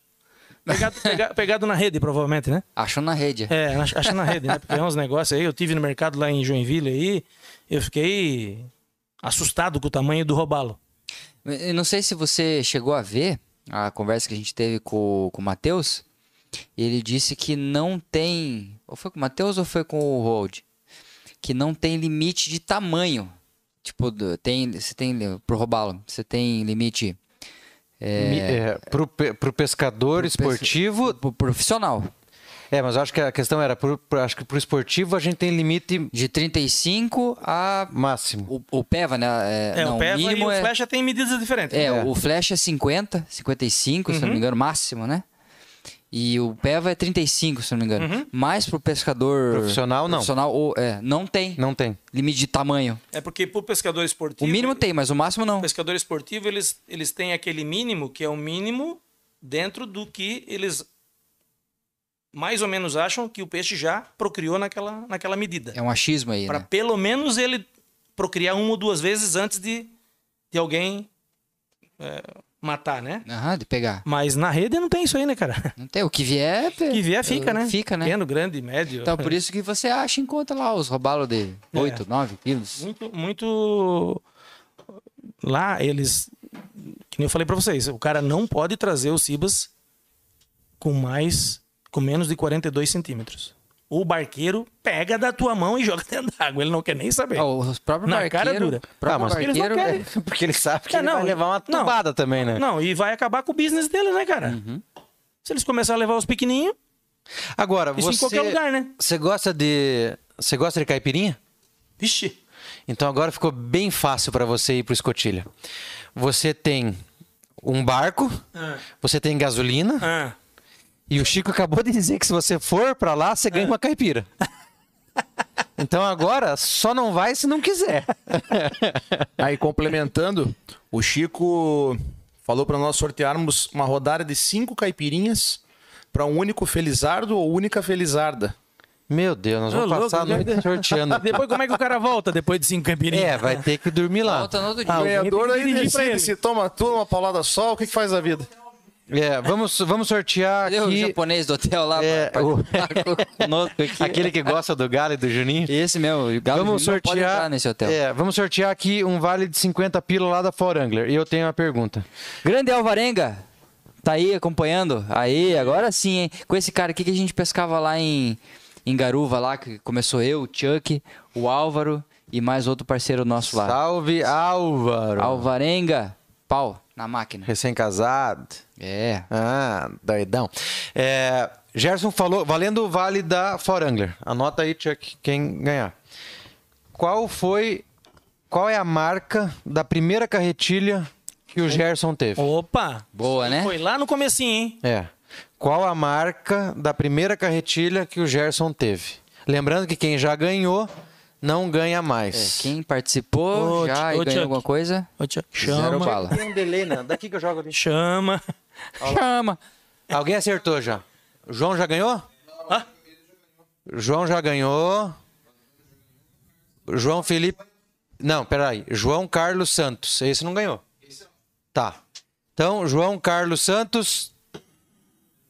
Speaker 1: Pegado- pega- pegado na rede, provavelmente, né?
Speaker 2: Achou na rede.
Speaker 1: É, ach- acha na rede, né? Porque é uns negócios aí. Eu tive no mercado lá em Joinville aí, eu fiquei assustado com o tamanho do robalo.
Speaker 2: Eu não sei se você chegou a ver a conversa que a gente teve com, com o Matheus. Ele disse que não tem. Ou foi com o Matheus ou foi com o Hold? Que não tem limite de tamanho. Tipo, do- tem, você tem. Pro robalo, você tem limite
Speaker 3: Mi- é, pro, pe- pro pescador esportivo.
Speaker 2: pro profissional.
Speaker 3: É, mas eu acho que a questão era, pro, pro- acho que pro esportivo a gente tem limite
Speaker 2: De 35 a.
Speaker 3: máximo.
Speaker 2: O, o PEVA, né? É,
Speaker 1: É,
Speaker 2: não,
Speaker 1: o peva e
Speaker 2: mínimo
Speaker 1: o
Speaker 2: é-
Speaker 1: flecha tem medidas diferentes. né?
Speaker 2: É, o Flash é 50, 55, se não
Speaker 1: Uhum.
Speaker 2: me engano, máximo, né? E o Peva é 35, se não me engano.
Speaker 1: Uhum.
Speaker 2: Mais pro pescador.
Speaker 3: Profissional, não.
Speaker 2: Profissional, ou, é, não tem
Speaker 3: Não tem.
Speaker 2: limite de tamanho.
Speaker 1: É porque pro pescador esportivo.
Speaker 2: O mínimo tem, mas o máximo não.
Speaker 1: O pescador esportivo, eles, eles têm aquele mínimo, que é o mínimo dentro do que eles mais ou menos acham que o peixe já procriou naquela, naquela medida.
Speaker 2: É um achismo aí,
Speaker 1: Pra
Speaker 2: né?
Speaker 1: pelo menos ele procriar uma ou duas vezes antes de, de alguém é, matar, né?
Speaker 2: Aham, de pegar.
Speaker 1: Mas na rede não tem isso aí, né, cara?
Speaker 2: Não tem. O que vier. pe-
Speaker 1: Que vier fica,
Speaker 2: eh,
Speaker 1: né?
Speaker 2: Fica, né?
Speaker 1: Pequeno, grande, médio.
Speaker 2: Então, por isso que você acha, encontra lá os robalos de
Speaker 1: É.
Speaker 2: 8, 9 quilos.
Speaker 1: Muito, muito. Lá eles. Que nem eu falei pra vocês, o cara não pode trazer os Cibas com mais. com menos de 42 centímetros. O barqueiro pega da tua mão e joga dentro d'água. Ele não quer nem saber.
Speaker 2: Ah, os próprios
Speaker 1: Na cara dura.
Speaker 2: barqueiros.
Speaker 3: Ah, mas
Speaker 1: eles não querem.
Speaker 3: Porque ele sabe que
Speaker 1: É,
Speaker 3: ele
Speaker 1: não,
Speaker 3: vai levar uma
Speaker 1: não.
Speaker 3: tubada também, né?
Speaker 1: Não, e vai acabar com o business dele, né, cara? Se eles começarem a levar os pequenininhos,
Speaker 3: Agora,
Speaker 1: Isso
Speaker 3: você...
Speaker 1: em qualquer lugar, né?
Speaker 3: Você gosta de... Você gosta de caipirinha?
Speaker 1: vixe.
Speaker 3: Então agora ficou bem fácil para você ir pro escotilha. Você tem um barco,
Speaker 1: Ah.
Speaker 3: você tem gasolina,
Speaker 1: Ah.
Speaker 3: e o Chico acabou de dizer que se você for para lá, você ganha uma caipira. Então agora só não vai se não quiser.
Speaker 4: Aí, complementando, o Chico falou para nós sortearmos uma rodada de cinco caipirinhas para um único felizardo ou única felizarda.
Speaker 3: Meu Deus, nós vamos
Speaker 1: Ô, louco,
Speaker 3: passar a noite
Speaker 1: né?
Speaker 3: sorteando.
Speaker 1: Depois, como é que o cara volta depois de cinco caipirinhas?
Speaker 3: É, vai ter que dormir lá.
Speaker 2: Volta no outro
Speaker 4: Ah,
Speaker 1: Ah,
Speaker 4: O
Speaker 2: dia.
Speaker 4: ganhador
Speaker 1: tem que
Speaker 4: aí
Speaker 1: dirigir pra
Speaker 4: decide
Speaker 1: ele.
Speaker 4: se toma tudo, uma paulada só, o que, que faz a vida?
Speaker 3: É, vamos, vamos sortear
Speaker 2: Cadê o
Speaker 3: aqui
Speaker 2: japonês do hotel lá
Speaker 3: É,
Speaker 2: pra-
Speaker 3: o-
Speaker 2: pra- conosco aqui.
Speaker 3: aquele que gosta do Galo e do Juninho.
Speaker 2: Esse mesmo, o Galo
Speaker 3: Vamos
Speaker 2: não pode
Speaker 3: sortear,
Speaker 2: entrar nesse hotel.
Speaker 3: É, vamos sortear aqui um vale de 50 pila lá da For Angler. E eu tenho uma pergunta.
Speaker 2: Grande Alvarenga, tá aí acompanhando? Aí, agora sim, hein? Com esse cara aqui que a gente pescava lá em, em Garuva, lá que começou eu, o Chuck, o Álvaro e mais outro parceiro nosso lá.
Speaker 3: Salve Álvaro.
Speaker 2: Alvarenga, pau, na máquina.
Speaker 3: Recém-casado.
Speaker 2: É,
Speaker 3: Ah, doidão. É, Gerson falou, valendo o vale da For Angler. Anota aí, Chuck, quem ganhar. Qual foi. Qual é a marca da primeira carretilha que o Gerson teve?
Speaker 1: Opa!
Speaker 2: boa, né?
Speaker 1: Foi lá no comecinho, hein?
Speaker 3: É. Qual a marca da primeira carretilha que o Gerson teve? Lembrando que quem já ganhou não ganha
Speaker 2: É,
Speaker 3: mais.
Speaker 2: quem participou
Speaker 1: Ô,
Speaker 2: já
Speaker 1: Ch-
Speaker 2: e
Speaker 1: ô,
Speaker 2: ganhou
Speaker 1: Chuck.
Speaker 2: alguma coisa,
Speaker 1: Ô, Tchê,
Speaker 2: zero
Speaker 1: Chama,
Speaker 2: bala.
Speaker 3: Tem um delay, né? Daqui que eu jogo ali.
Speaker 1: chama.
Speaker 2: Chama!
Speaker 3: Alguém acertou já? O João já ganhou?
Speaker 1: Ah.
Speaker 3: O João já ganhou. O João Felipe. Não, peraí. João Carlos Santos. Esse não ganhou. Tá. Então, João Carlos Santos.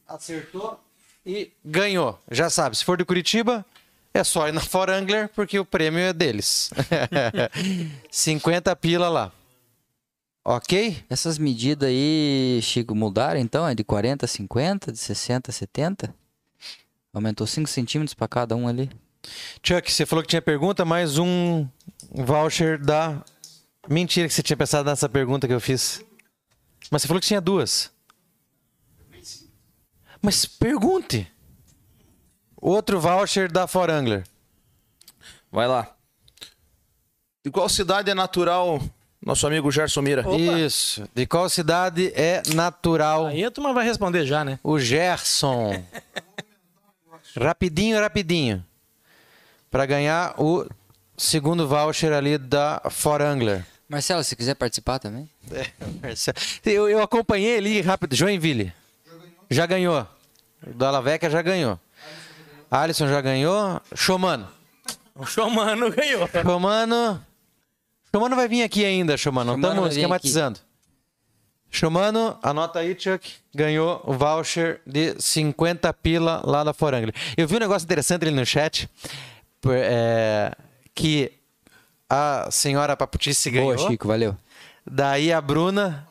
Speaker 3: Acertou e ganhou. Já sabe, se for do Curitiba, é só ir na For Angler, porque o prêmio é deles. 50 pila lá. Ok?
Speaker 2: Essas medidas aí, Chico, mudaram então? É de 40 a 50, de 60 a 70? Aumentou 5 centímetros pra cada um ali.
Speaker 3: Chuck, você falou que tinha pergunta, mais um voucher da. Mentira que você tinha pensado nessa pergunta que eu fiz. Mas você falou que tinha duas. Mas pergunte. Outro voucher da Forangler.
Speaker 4: Vai lá. De qual cidade é natural nosso amigo Gerson Mira?
Speaker 3: Isso. De qual cidade é natural
Speaker 1: Aí a turma vai responder já, né?
Speaker 3: o Gerson? rapidinho, rapidinho. Para ganhar o segundo voucher ali da Forangler.
Speaker 2: Marcelo, se quiser participar também.
Speaker 3: É, Marcelo. Eu, eu acompanhei ele rápido. Joinville. Já ganhou. O Do Alaveca já ganhou. Alisson já ganhou. Chomano.
Speaker 1: O Chomano ganhou.
Speaker 3: Chomano. Chomano vai vir aqui ainda, Chomano. Não
Speaker 2: Chomano
Speaker 3: estamos
Speaker 2: vai vir
Speaker 3: esquematizando. Chomano, anota aí, Chuck. Ganhou o voucher de 50 pila lá da Forangler. Eu vi um negócio interessante ali no chat. por- é, que a senhora Paputice ganhou.
Speaker 2: Boa, Chico, valeu.
Speaker 3: Daí a Bruna.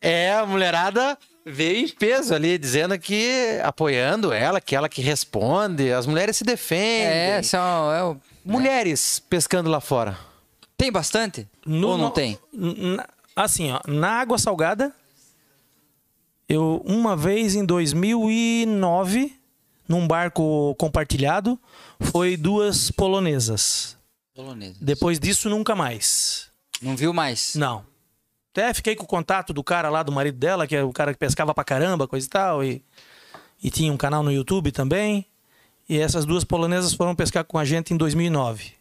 Speaker 3: É, a mulherada veio em peso ali, dizendo que apoiando ela, que ela que responde. As mulheres se defendem.
Speaker 2: É, são, é o-
Speaker 3: Mulheres pescando lá fora.
Speaker 2: Tem bastante?
Speaker 1: No-
Speaker 2: Ou não tem?
Speaker 1: N- na- assim, ó, na água salgada, eu uma vez em 2009, num barco compartilhado, foi duas polonesas.
Speaker 2: Polonesa.
Speaker 1: Depois disso, nunca mais.
Speaker 2: Não viu mais?
Speaker 1: Não. Até fiquei com o contato do cara lá, do marido dela, que é o cara que pescava pra caramba, coisa e tal. E, e tinha um canal no YouTube também. E essas duas polonesas foram pescar com a gente em 2009.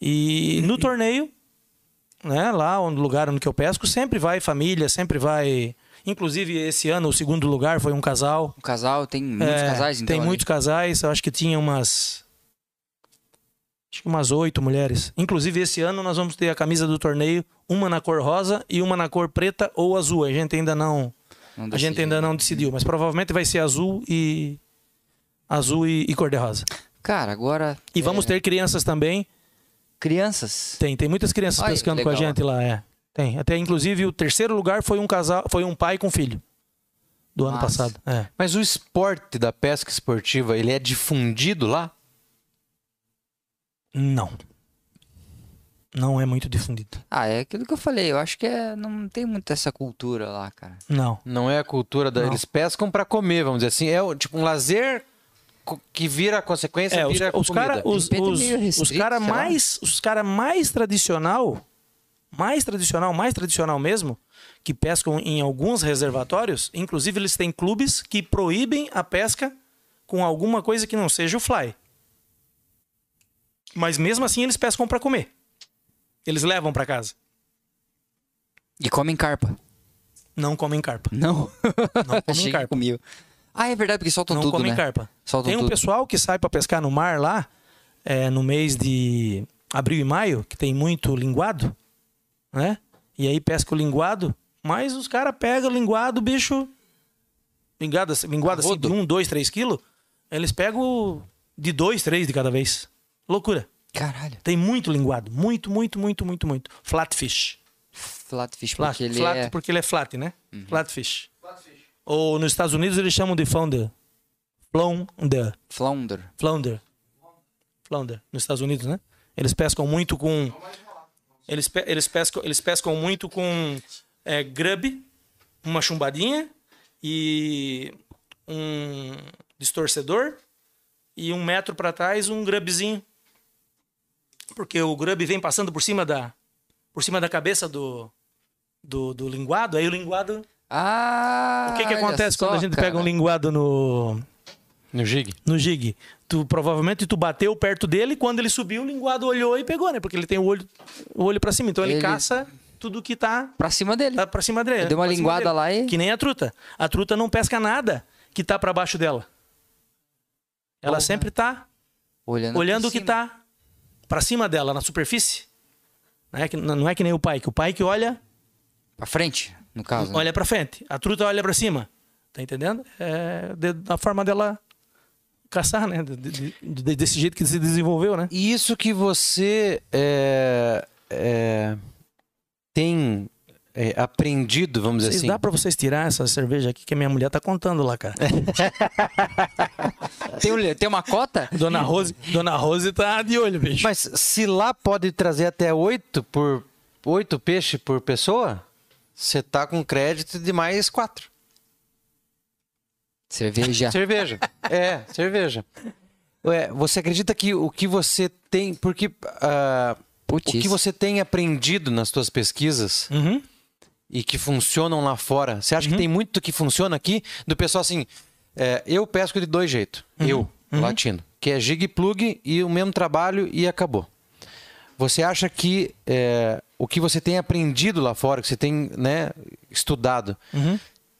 Speaker 1: E no torneio, né, lá no lugar onde que eu pesco, sempre vai família, sempre vai... Inclusive, esse ano, o segundo lugar foi um casal.
Speaker 2: Um casal, tem muitos
Speaker 1: É,
Speaker 2: casais, então.
Speaker 1: Tem
Speaker 2: ali.
Speaker 1: muitos casais, eu acho que tinha umas. Acho que umas oito mulheres. Inclusive, esse ano nós vamos ter a camisa do torneio, uma na cor rosa e uma na cor preta ou azul. A gente ainda não.
Speaker 2: Não
Speaker 1: A gente
Speaker 2: decidi.
Speaker 1: ainda não decidiu, mas provavelmente vai ser azul e. Azul e, e cor de rosa.
Speaker 2: Cara, agora. é
Speaker 1: E vamos ter crianças também.
Speaker 2: Crianças.
Speaker 1: Tem, tem muitas crianças
Speaker 2: Ai,
Speaker 1: pescando com a
Speaker 2: legal.
Speaker 1: gente lá, é. Tem. Até inclusive o terceiro lugar foi um casal, foi um pai com filho. Do ano
Speaker 2: Massa.
Speaker 1: passado. É.
Speaker 3: Mas o esporte da pesca esportiva, ele é difundido lá?
Speaker 1: Não. Não é muito difundido.
Speaker 2: Ah, é aquilo que eu falei. Eu acho que é, não tem muito essa cultura lá, cara.
Speaker 1: Não.
Speaker 3: Não é a cultura da...
Speaker 1: Não.
Speaker 3: Eles pescam pra comer, vamos dizer assim. É o- tipo um lazer co- que vira consequência,
Speaker 1: É, os,
Speaker 3: vira
Speaker 1: os
Speaker 3: comida.
Speaker 1: cara, os,
Speaker 2: De repente
Speaker 1: os-
Speaker 2: um meio
Speaker 1: os
Speaker 2: restrito,
Speaker 1: cara
Speaker 2: sei lá.
Speaker 1: mais, os cara mais tradicional, mais tradicional, mais tradicional mesmo, que pescam em alguns reservatórios, inclusive eles têm clubes que proíbem a pesca com alguma coisa que não seja o fly. Mas mesmo assim eles pescam para comer. Eles levam para casa.
Speaker 2: E comem carpa.
Speaker 1: Não comem carpa.
Speaker 2: Não.
Speaker 1: Não
Speaker 2: Achei
Speaker 1: comem
Speaker 2: que
Speaker 1: carpa.
Speaker 2: comiam. Ah, é verdade, porque soltam
Speaker 1: não
Speaker 2: tudo,
Speaker 1: comem
Speaker 2: né?
Speaker 1: carpa.
Speaker 2: Soltam
Speaker 1: Tem um
Speaker 2: tudo.
Speaker 1: pessoal que sai para pescar no mar lá, é, no mês de abril e maio, que tem muito linguado, né? E aí pesca o linguado, mas os caras pegam o linguado, bicho. Linguado, assim- linguado assim, de
Speaker 2: Rodo.
Speaker 1: 1, 2, 3 quilos. Eles pegam de 2, 3 de cada vez. Loucura.
Speaker 2: Caralho.
Speaker 1: Tem muito linguado. Muito, muito, muito, muito, muito. Flatfish.
Speaker 2: Flatfish,
Speaker 1: Flat,
Speaker 2: porque ele
Speaker 1: flat,
Speaker 2: é... Uhum.
Speaker 1: porque ele é flat, né? Flatfish. Ou nos Estados Unidos eles chamam de flounder. Flounder.
Speaker 2: Flounder.
Speaker 1: Flounder. Flounder, nos Estados Unidos, né? Eles pescam muito com. Eles, pe- eles, pescam, eles pescam muito com é, grub, uma chumbadinha e um distorcedor e um metro para trás um grubzinho. Porque o grub vem passando por cima da, por cima da cabeça do, do, do linguado, aí o linguado.
Speaker 2: Ah,
Speaker 1: o que, que
Speaker 2: olha
Speaker 1: acontece
Speaker 2: só,
Speaker 1: quando a gente
Speaker 2: cara.
Speaker 1: pega um linguado no,
Speaker 3: No jig.
Speaker 1: no jig. Tu provavelmente tu bateu perto dele, quando ele subiu, o linguado olhou e pegou, né? Porque ele tem o olho, o olho para cima, então ele,
Speaker 2: Ele-
Speaker 1: caça tudo que tá,
Speaker 2: Pra cima dele.
Speaker 1: tá para cima dele.
Speaker 2: Deu uma
Speaker 1: pra cima
Speaker 2: linguada
Speaker 1: dele.
Speaker 2: lá e-
Speaker 1: que nem a truta. A truta não pesca nada que tá para baixo dela. Ela
Speaker 2: Porra.
Speaker 1: sempre tá
Speaker 2: Olhando,
Speaker 1: olhando
Speaker 2: pra
Speaker 1: o que
Speaker 2: cima.
Speaker 1: tá para cima dela na superfície. Não é que, não é que nem o pai, que o pai que olha,
Speaker 2: Pra frente, no
Speaker 3: Uhum.
Speaker 2: caso. né?
Speaker 1: olha para frente. A truta olha para cima. Tá entendendo? É de- da forma dela caçar, né? De- de- de- desse jeito que se desenvolveu, né?
Speaker 3: E isso que você é, é, tem é, aprendido, vamos dizer
Speaker 1: Vocês
Speaker 3: assim.
Speaker 1: dá pra vocês tirar essa cerveja aqui que a minha mulher tá contando lá, cara.
Speaker 3: É.
Speaker 2: Tem, um- tem uma cota?
Speaker 1: Dona Rose, Dona Rose tá de olho, bicho.
Speaker 3: Mas se lá pode trazer até oito por oito peixes por pessoa, Você tá com crédito de mais quatro.
Speaker 2: Cerveja.
Speaker 3: Cerveja. É, cerveja. Ué, você acredita que o que você tem. Porque. ah, o
Speaker 2: Putz.
Speaker 3: que você tem aprendido nas suas pesquisas
Speaker 1: Uhum.
Speaker 3: e que funcionam lá fora, você acha que tem muito que funciona aqui? Do pessoal assim. é, eu pesco de dois jeitos. Eu, latino. Que é jig e plug e o mesmo trabalho e acabou. Você acha que é, o que você tem aprendido lá fora, que você tem né, estudado,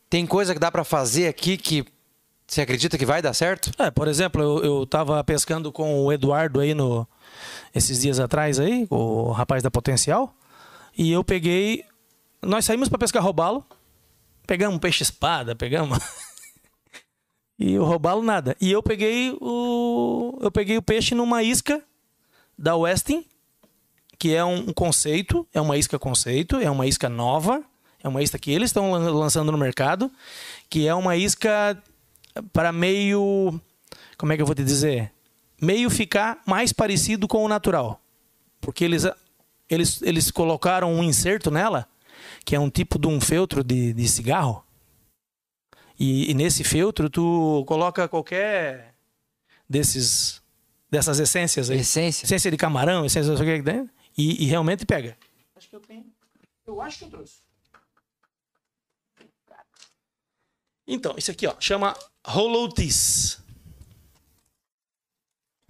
Speaker 3: tem coisa que dá pra fazer aqui que você acredita que vai dar certo?
Speaker 1: É, por exemplo, eu, eu tava pescando com o Eduardo aí no esses dias atrás aí, o rapaz da Potencial, e eu peguei, nós saímos para pescar robalo, pegamos um peixe espada, pegamos e o robalo nada. E eu peguei o eu peguei o peixe numa isca da Westing, que é um um conceito, é uma isca conceito, é uma isca nova, é uma isca que eles estão lan- lançando no mercado, que é uma isca para meio. Como é que eu vou te dizer? Meio ficar mais parecido com o natural. Porque eles, eles, eles colocaram um inserto nela, que é um tipo de um feltro de, de cigarro. E, e nesse feltro tu coloca qualquer desses dessas essências aí.
Speaker 2: Essência.
Speaker 1: Essência de camarão, essência não sei o que que tem. E, e realmente pega. Acho que eu tenho. Eu acho que eu trouxe. Então, isso aqui, ó, chama Holotis.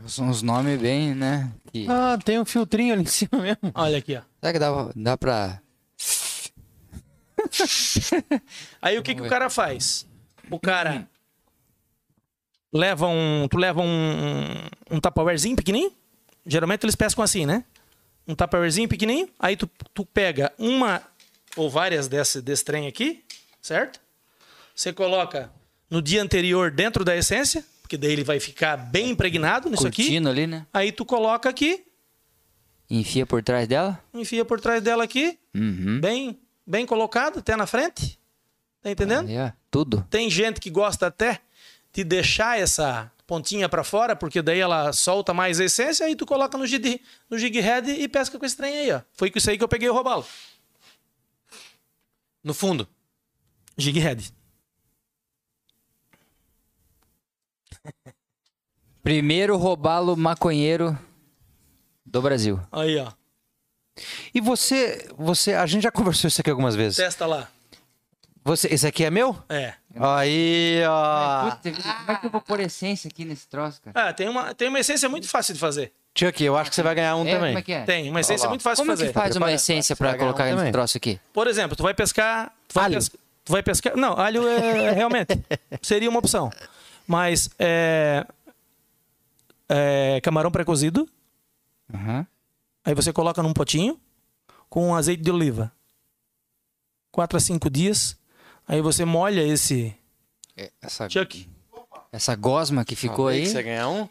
Speaker 2: São uns nomes bem, né? que-
Speaker 3: Ah, tem um filtrinho ali em cima mesmo.
Speaker 1: Olha aqui, ó.
Speaker 2: Será que dá, dá pra.
Speaker 1: Aí o que, que o cara faz? O cara leva um. Tu leva um. Um tupperwarezinho pequenininho. Geralmente eles pescam assim, né? Um tupperwarezinho pequenininho. Aí tu, tu pega uma ou várias desse, desse trem aqui, certo? Você coloca no dia anterior dentro da essência, porque daí ele vai ficar bem impregnado nisso aqui.
Speaker 2: Cortino ali, né?
Speaker 1: Aí tu coloca aqui,
Speaker 2: Enfia por trás dela?
Speaker 1: enfia por trás dela aqui,
Speaker 2: Uhum.
Speaker 1: bem, bem colocado, até na frente. Tá entendendo?
Speaker 2: Ali, ó, Tudo.
Speaker 1: Tem gente que gosta até de deixar essa pontinha pra fora, porque daí ela solta mais a essência e tu coloca no jig, no jig head e pesca com esse trem aí, ó. Foi com isso aí que eu peguei o robalo.
Speaker 3: No fundo.
Speaker 1: Jig head.
Speaker 2: Primeiro robalo maconheiro do Brasil.
Speaker 1: Aí, ó.
Speaker 3: E você, você, a gente já conversou isso aqui algumas vezes.
Speaker 1: Testa lá.
Speaker 3: Você, esse aqui é meu?
Speaker 1: É.
Speaker 3: Aí, ó.
Speaker 2: Puta, como é que eu vou pôr essência aqui nesse troço, cara?
Speaker 1: Ah, tem uma, tem uma essência muito fácil de fazer.
Speaker 3: Chuck, eu acho que você vai ganhar um
Speaker 2: É,
Speaker 3: também.
Speaker 2: como é que é?
Speaker 1: Tem, uma essência muito fácil
Speaker 2: Como é
Speaker 1: de fazer.
Speaker 2: que faz uma essência pra
Speaker 3: Vai ganhar um
Speaker 2: colocar nesse
Speaker 3: também.
Speaker 2: troço aqui?
Speaker 1: Por exemplo, tu vai pescar. Tu vai,
Speaker 3: Alho.
Speaker 1: pes- tu vai pescar. Não, alho é, realmente seria uma opção. Mas é, é, camarão pré-cozido,
Speaker 2: Aham.
Speaker 1: Aí você coloca num potinho com azeite de oliva. 4 a 5 dias. Aí você molha esse
Speaker 2: É, Essa,
Speaker 1: chuck.
Speaker 2: essa gosma que ficou aí.
Speaker 3: Você ganhar um?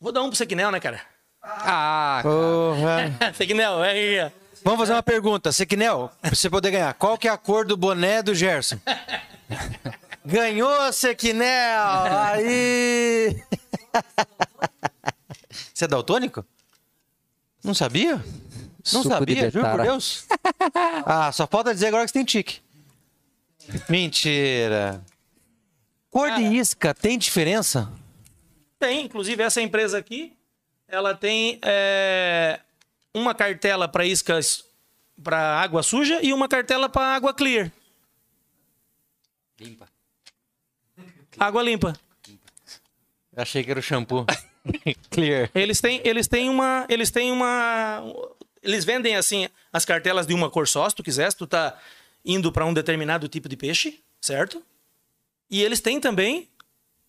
Speaker 1: Vou dar um pro Sequinel, né, cara?
Speaker 2: Ah, cara.
Speaker 3: Porra.
Speaker 1: Sequinel, é aí, ó.
Speaker 3: Vamos fazer uma pergunta. Sequinel, pra você poder ganhar, qual que é a cor do boné do Gerson? Ganhou, Sequinel! Aí! Você é daltônico? Não sabia? Não
Speaker 2: Suco de
Speaker 3: sabia, juro por
Speaker 2: detara.
Speaker 3: Deus. Ah, só falta dizer agora que você tem tique. Mentira. Cor de isca tem diferença?
Speaker 1: Tem, inclusive, essa empresa aqui, ela tem é, uma cartela para iscas para água suja e uma cartela para água clear.
Speaker 2: Limpa.
Speaker 1: Água limpa.
Speaker 3: Achei que era o shampoo. Clear.
Speaker 1: Eles têm, eles têm uma. Eles têm uma. Eles vendem assim as cartelas de uma cor só, se tu quiser, se tu tá indo para um determinado tipo de peixe, certo? E eles têm também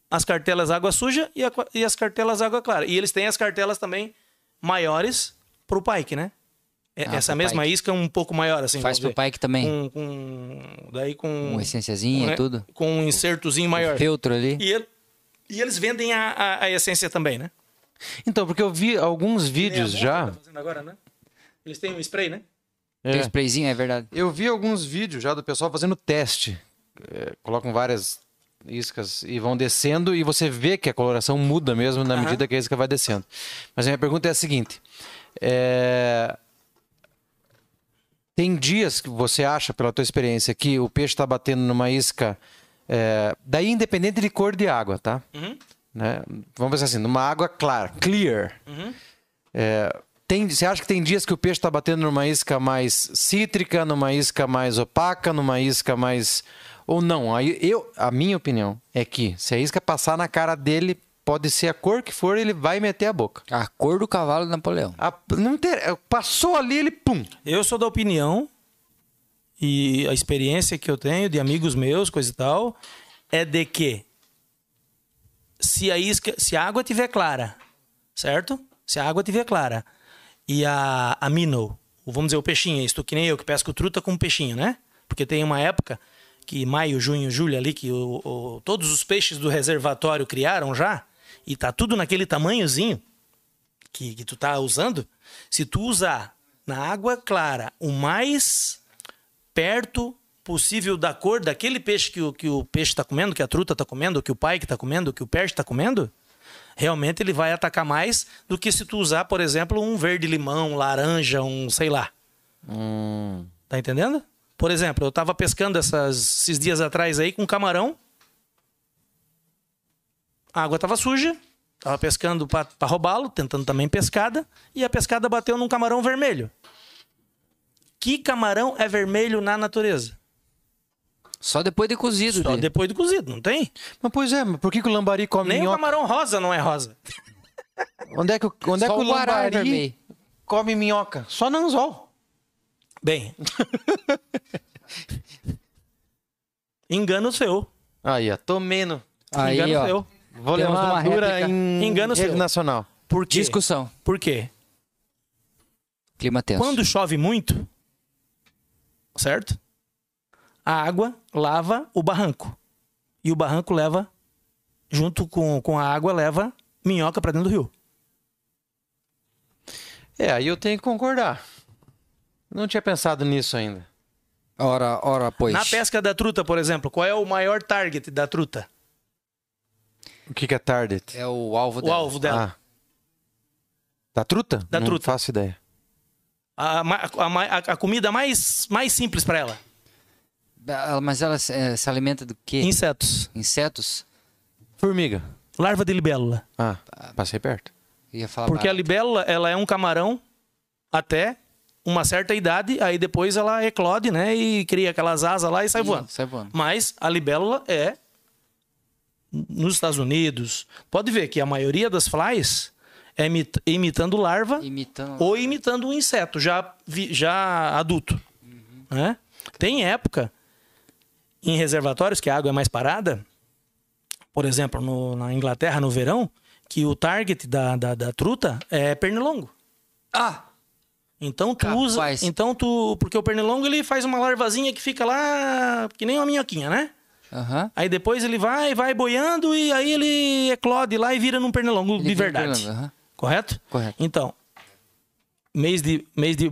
Speaker 1: as cartelas água suja e, aqua- e as cartelas água clara. E eles têm as cartelas também maiores pro pike, né? É-
Speaker 2: Ah,
Speaker 1: Essa
Speaker 2: pro
Speaker 1: mesma
Speaker 2: pike.
Speaker 1: isca é um pouco maior, assim.
Speaker 2: Faz
Speaker 1: vamos
Speaker 2: pro
Speaker 1: dizer.
Speaker 2: pai que também.
Speaker 1: Com, com- Daí com.
Speaker 2: Com
Speaker 1: com,
Speaker 2: essenciazinha
Speaker 1: né?
Speaker 2: e tudo.
Speaker 1: Com um insertozinho maior.
Speaker 2: Feltro ali.
Speaker 1: E, ele- e eles vendem a- a- a essência também, né?
Speaker 3: Então, porque eu vi alguns
Speaker 1: Nem a
Speaker 3: vídeos
Speaker 1: Monza
Speaker 3: já.
Speaker 1: tá fazendo agora, né? Eles têm um spray, né?
Speaker 2: Tem
Speaker 3: É.
Speaker 2: sprayzinho, é verdade.
Speaker 3: Eu vi alguns vídeos já do pessoal fazendo teste. É, colocam várias iscas e vão descendo e você vê que a coloração muda mesmo na
Speaker 1: Aham.
Speaker 3: medida que a isca vai descendo. Mas a minha pergunta é a seguinte. É, Tem dias que você acha, pela tua experiência, que o peixe está batendo numa isca. é, daí, independente de cor de água, tá?
Speaker 1: Uhum.
Speaker 3: Né? Vamos pensar assim, numa água clara, clear. É, tem, você acha que tem dias que o peixe está batendo numa isca mais cítrica, numa isca mais opaca, numa isca mais. Ou não? Aí eu, a minha opinião é que se a isca passar na cara dele, pode ser a cor que for, ele vai meter a boca.
Speaker 2: A cor do cavalo do Napoleão.
Speaker 3: A- não inter- é, Passou ali, ele pum.
Speaker 1: Eu sou da opinião e a experiência que eu tenho de amigos meus, coisa e tal, é de que se a isca, se a água tiver clara, certo? Se a água tiver clara e a a minnow, ou vamos dizer o peixinho, isso que nem eu que pesco truta com peixinho, né? Porque tem uma época que maio, junho, julho ali que o- o- todos os peixes do reservatório criaram já e tá tudo naquele tamanhozinho que, que tu tá usando, se tu usar na água clara o mais perto possível da cor daquele peixe que o, que o peixe está comendo, que a truta está comendo, que o pai que está comendo, que o peixe está comendo, realmente ele vai atacar mais do que se tu usar, por exemplo, um verde limão, um laranja, um sei lá. Tá entendendo? Por exemplo, eu tava pescando essas- esses dias atrás aí com camarão. A água tava suja. Tava pescando pra pra roubá-lo, tentando também pescada. E a pescada bateu num camarão vermelho. Que camarão é vermelho na natureza?
Speaker 2: Só depois de cozido.
Speaker 1: Só
Speaker 2: dele.
Speaker 1: depois do cozido, não tem?
Speaker 3: Mas pois é, mas por que, que o lambari come
Speaker 1: Nem o
Speaker 3: minhoca?
Speaker 1: camarão rosa não é rosa.
Speaker 3: Onde é que, o- onde é
Speaker 2: Só
Speaker 3: que o
Speaker 2: o guará é
Speaker 3: lambari
Speaker 2: vermelho.
Speaker 3: come minhoca? Só no anzol.
Speaker 1: Bem. Engano seu.
Speaker 3: Aí, ó, tomando.
Speaker 2: Aí,
Speaker 1: Engano
Speaker 2: ó.
Speaker 1: seu.
Speaker 2: Temos
Speaker 3: Vou levar
Speaker 2: uma
Speaker 3: uma dura
Speaker 2: réplica.
Speaker 3: em
Speaker 1: Engano
Speaker 3: rede
Speaker 1: seu.
Speaker 3: nacional.
Speaker 1: Por quê?
Speaker 2: Discussão.
Speaker 1: Por quê?
Speaker 2: Clima tenso.
Speaker 1: Quando chove muito, certo? A água lava o barranco. E o barranco leva, junto com, com a água, leva minhoca pra dentro do rio.
Speaker 3: É, aí eu tenho que concordar. Não tinha pensado nisso ainda.
Speaker 2: Ora, ora, pois.
Speaker 1: Na pesca da truta, por exemplo, qual é o maior target da truta?
Speaker 3: O que, que é target?
Speaker 2: É o alvo
Speaker 1: O
Speaker 2: dela.
Speaker 1: alvo dela.
Speaker 3: Ah. Da truta?
Speaker 1: Da
Speaker 3: Não
Speaker 1: truta.
Speaker 3: faço ideia.
Speaker 1: A, ma- a ma- a- a comida mais, mais simples pra ela.
Speaker 2: Ela- Mas ela se, eh, se alimenta do quê?
Speaker 1: Insetos.
Speaker 2: Insetos?
Speaker 3: Formiga.
Speaker 1: Larva de libélula.
Speaker 3: Ah, passei perto.
Speaker 2: Eu Ia falar
Speaker 1: Porque a
Speaker 2: barato.
Speaker 1: libélula, ela é um camarão até uma certa idade, aí depois ela eclode, né? E cria aquelas asas lá e sai
Speaker 2: Ih,
Speaker 1: voando.
Speaker 2: Sai voando.
Speaker 1: Mas a libélula é nos Estados Unidos. Pode ver que a maioria das flies é imit- imitando larva
Speaker 2: Imitando.
Speaker 1: ou imitando um inseto já, vi- já adulto.
Speaker 2: Uhum.
Speaker 1: né? Tem época em reservatórios que a água é mais parada, por exemplo, no- na Inglaterra, no verão, que o target da, da, da truta é pernilongo.
Speaker 2: Ah!
Speaker 1: Então tu
Speaker 2: Capaz.
Speaker 1: usa. Então tu. Porque o pernilongo ele faz uma larvazinha que fica lá, que nem uma minhoquinha, né?
Speaker 2: Aham.
Speaker 1: Aí depois ele vai, vai boiando e aí ele eclode lá e vira num pernilongo
Speaker 2: Ele
Speaker 1: de
Speaker 2: vira um
Speaker 1: verdade.
Speaker 2: pernilongo, aham.
Speaker 1: Correto?
Speaker 2: Correto.
Speaker 1: Então, mês de, mês de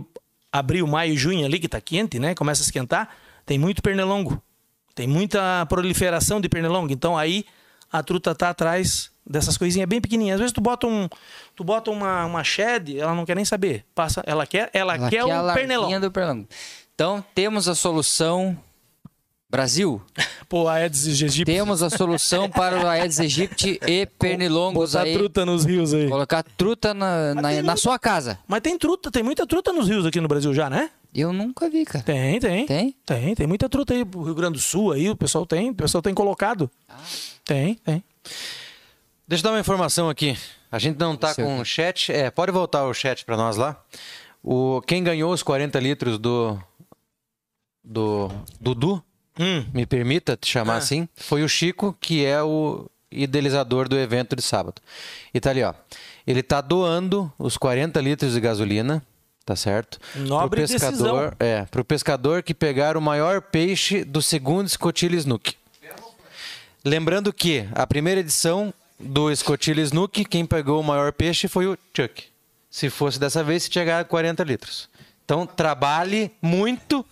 Speaker 1: abril, maio, junho ali, que tá quente, né? Começa a esquentar, tem muito pernilongo. Tem muita proliferação de pernilongo. Então aí a truta tá atrás dessas coisinhas bem pequenininhas. Às vezes tu bota um, tu bota uma, uma shed, ela não quer nem saber. Passa, ela quer, ela,
Speaker 2: Ela
Speaker 1: quer,
Speaker 2: quer a
Speaker 1: é o
Speaker 2: larvinha
Speaker 1: pernilongo.
Speaker 2: do pernilongo. Então, temos a solução. Brasil,
Speaker 1: Pô, a Aedes aegypti.
Speaker 2: temos a solução para o Aedes aegypti e pernilongos
Speaker 1: Botar
Speaker 2: aí.
Speaker 1: truta nos rios aí.
Speaker 2: Colocar truta na, na, na sua casa.
Speaker 1: Mas tem truta, tem muita truta nos rios aqui no Brasil já, né?
Speaker 2: Eu nunca vi, cara.
Speaker 1: Tem, tem.
Speaker 2: Tem?
Speaker 1: Tem, tem muita truta aí pro Rio Grande do Sul aí, o pessoal tem, o pessoal tem colocado. Tem, tem.
Speaker 3: Deixa eu dar uma informação aqui. A gente não tá com o chat. É, pode voltar o chat para nós lá. O, quem ganhou os 40 litros do. Do. Dudu, me permita te
Speaker 1: Ah.
Speaker 3: chamar assim, foi o Chico, que é o idealizador do evento de sábado. E tá ali, ó. Ele tá doando os 40 litros de gasolina, tá certo?
Speaker 1: Nobre
Speaker 3: pro pescador,
Speaker 1: decisão.
Speaker 3: É, pro pescador que pegar o maior peixe do segundo escotilho Snook. Lembrando que a primeira edição do Escotilha Snook, quem pegou o maior peixe foi o Chuck. Se fosse dessa vez, tinha ganhado 40 litros. Então, trabalhe muito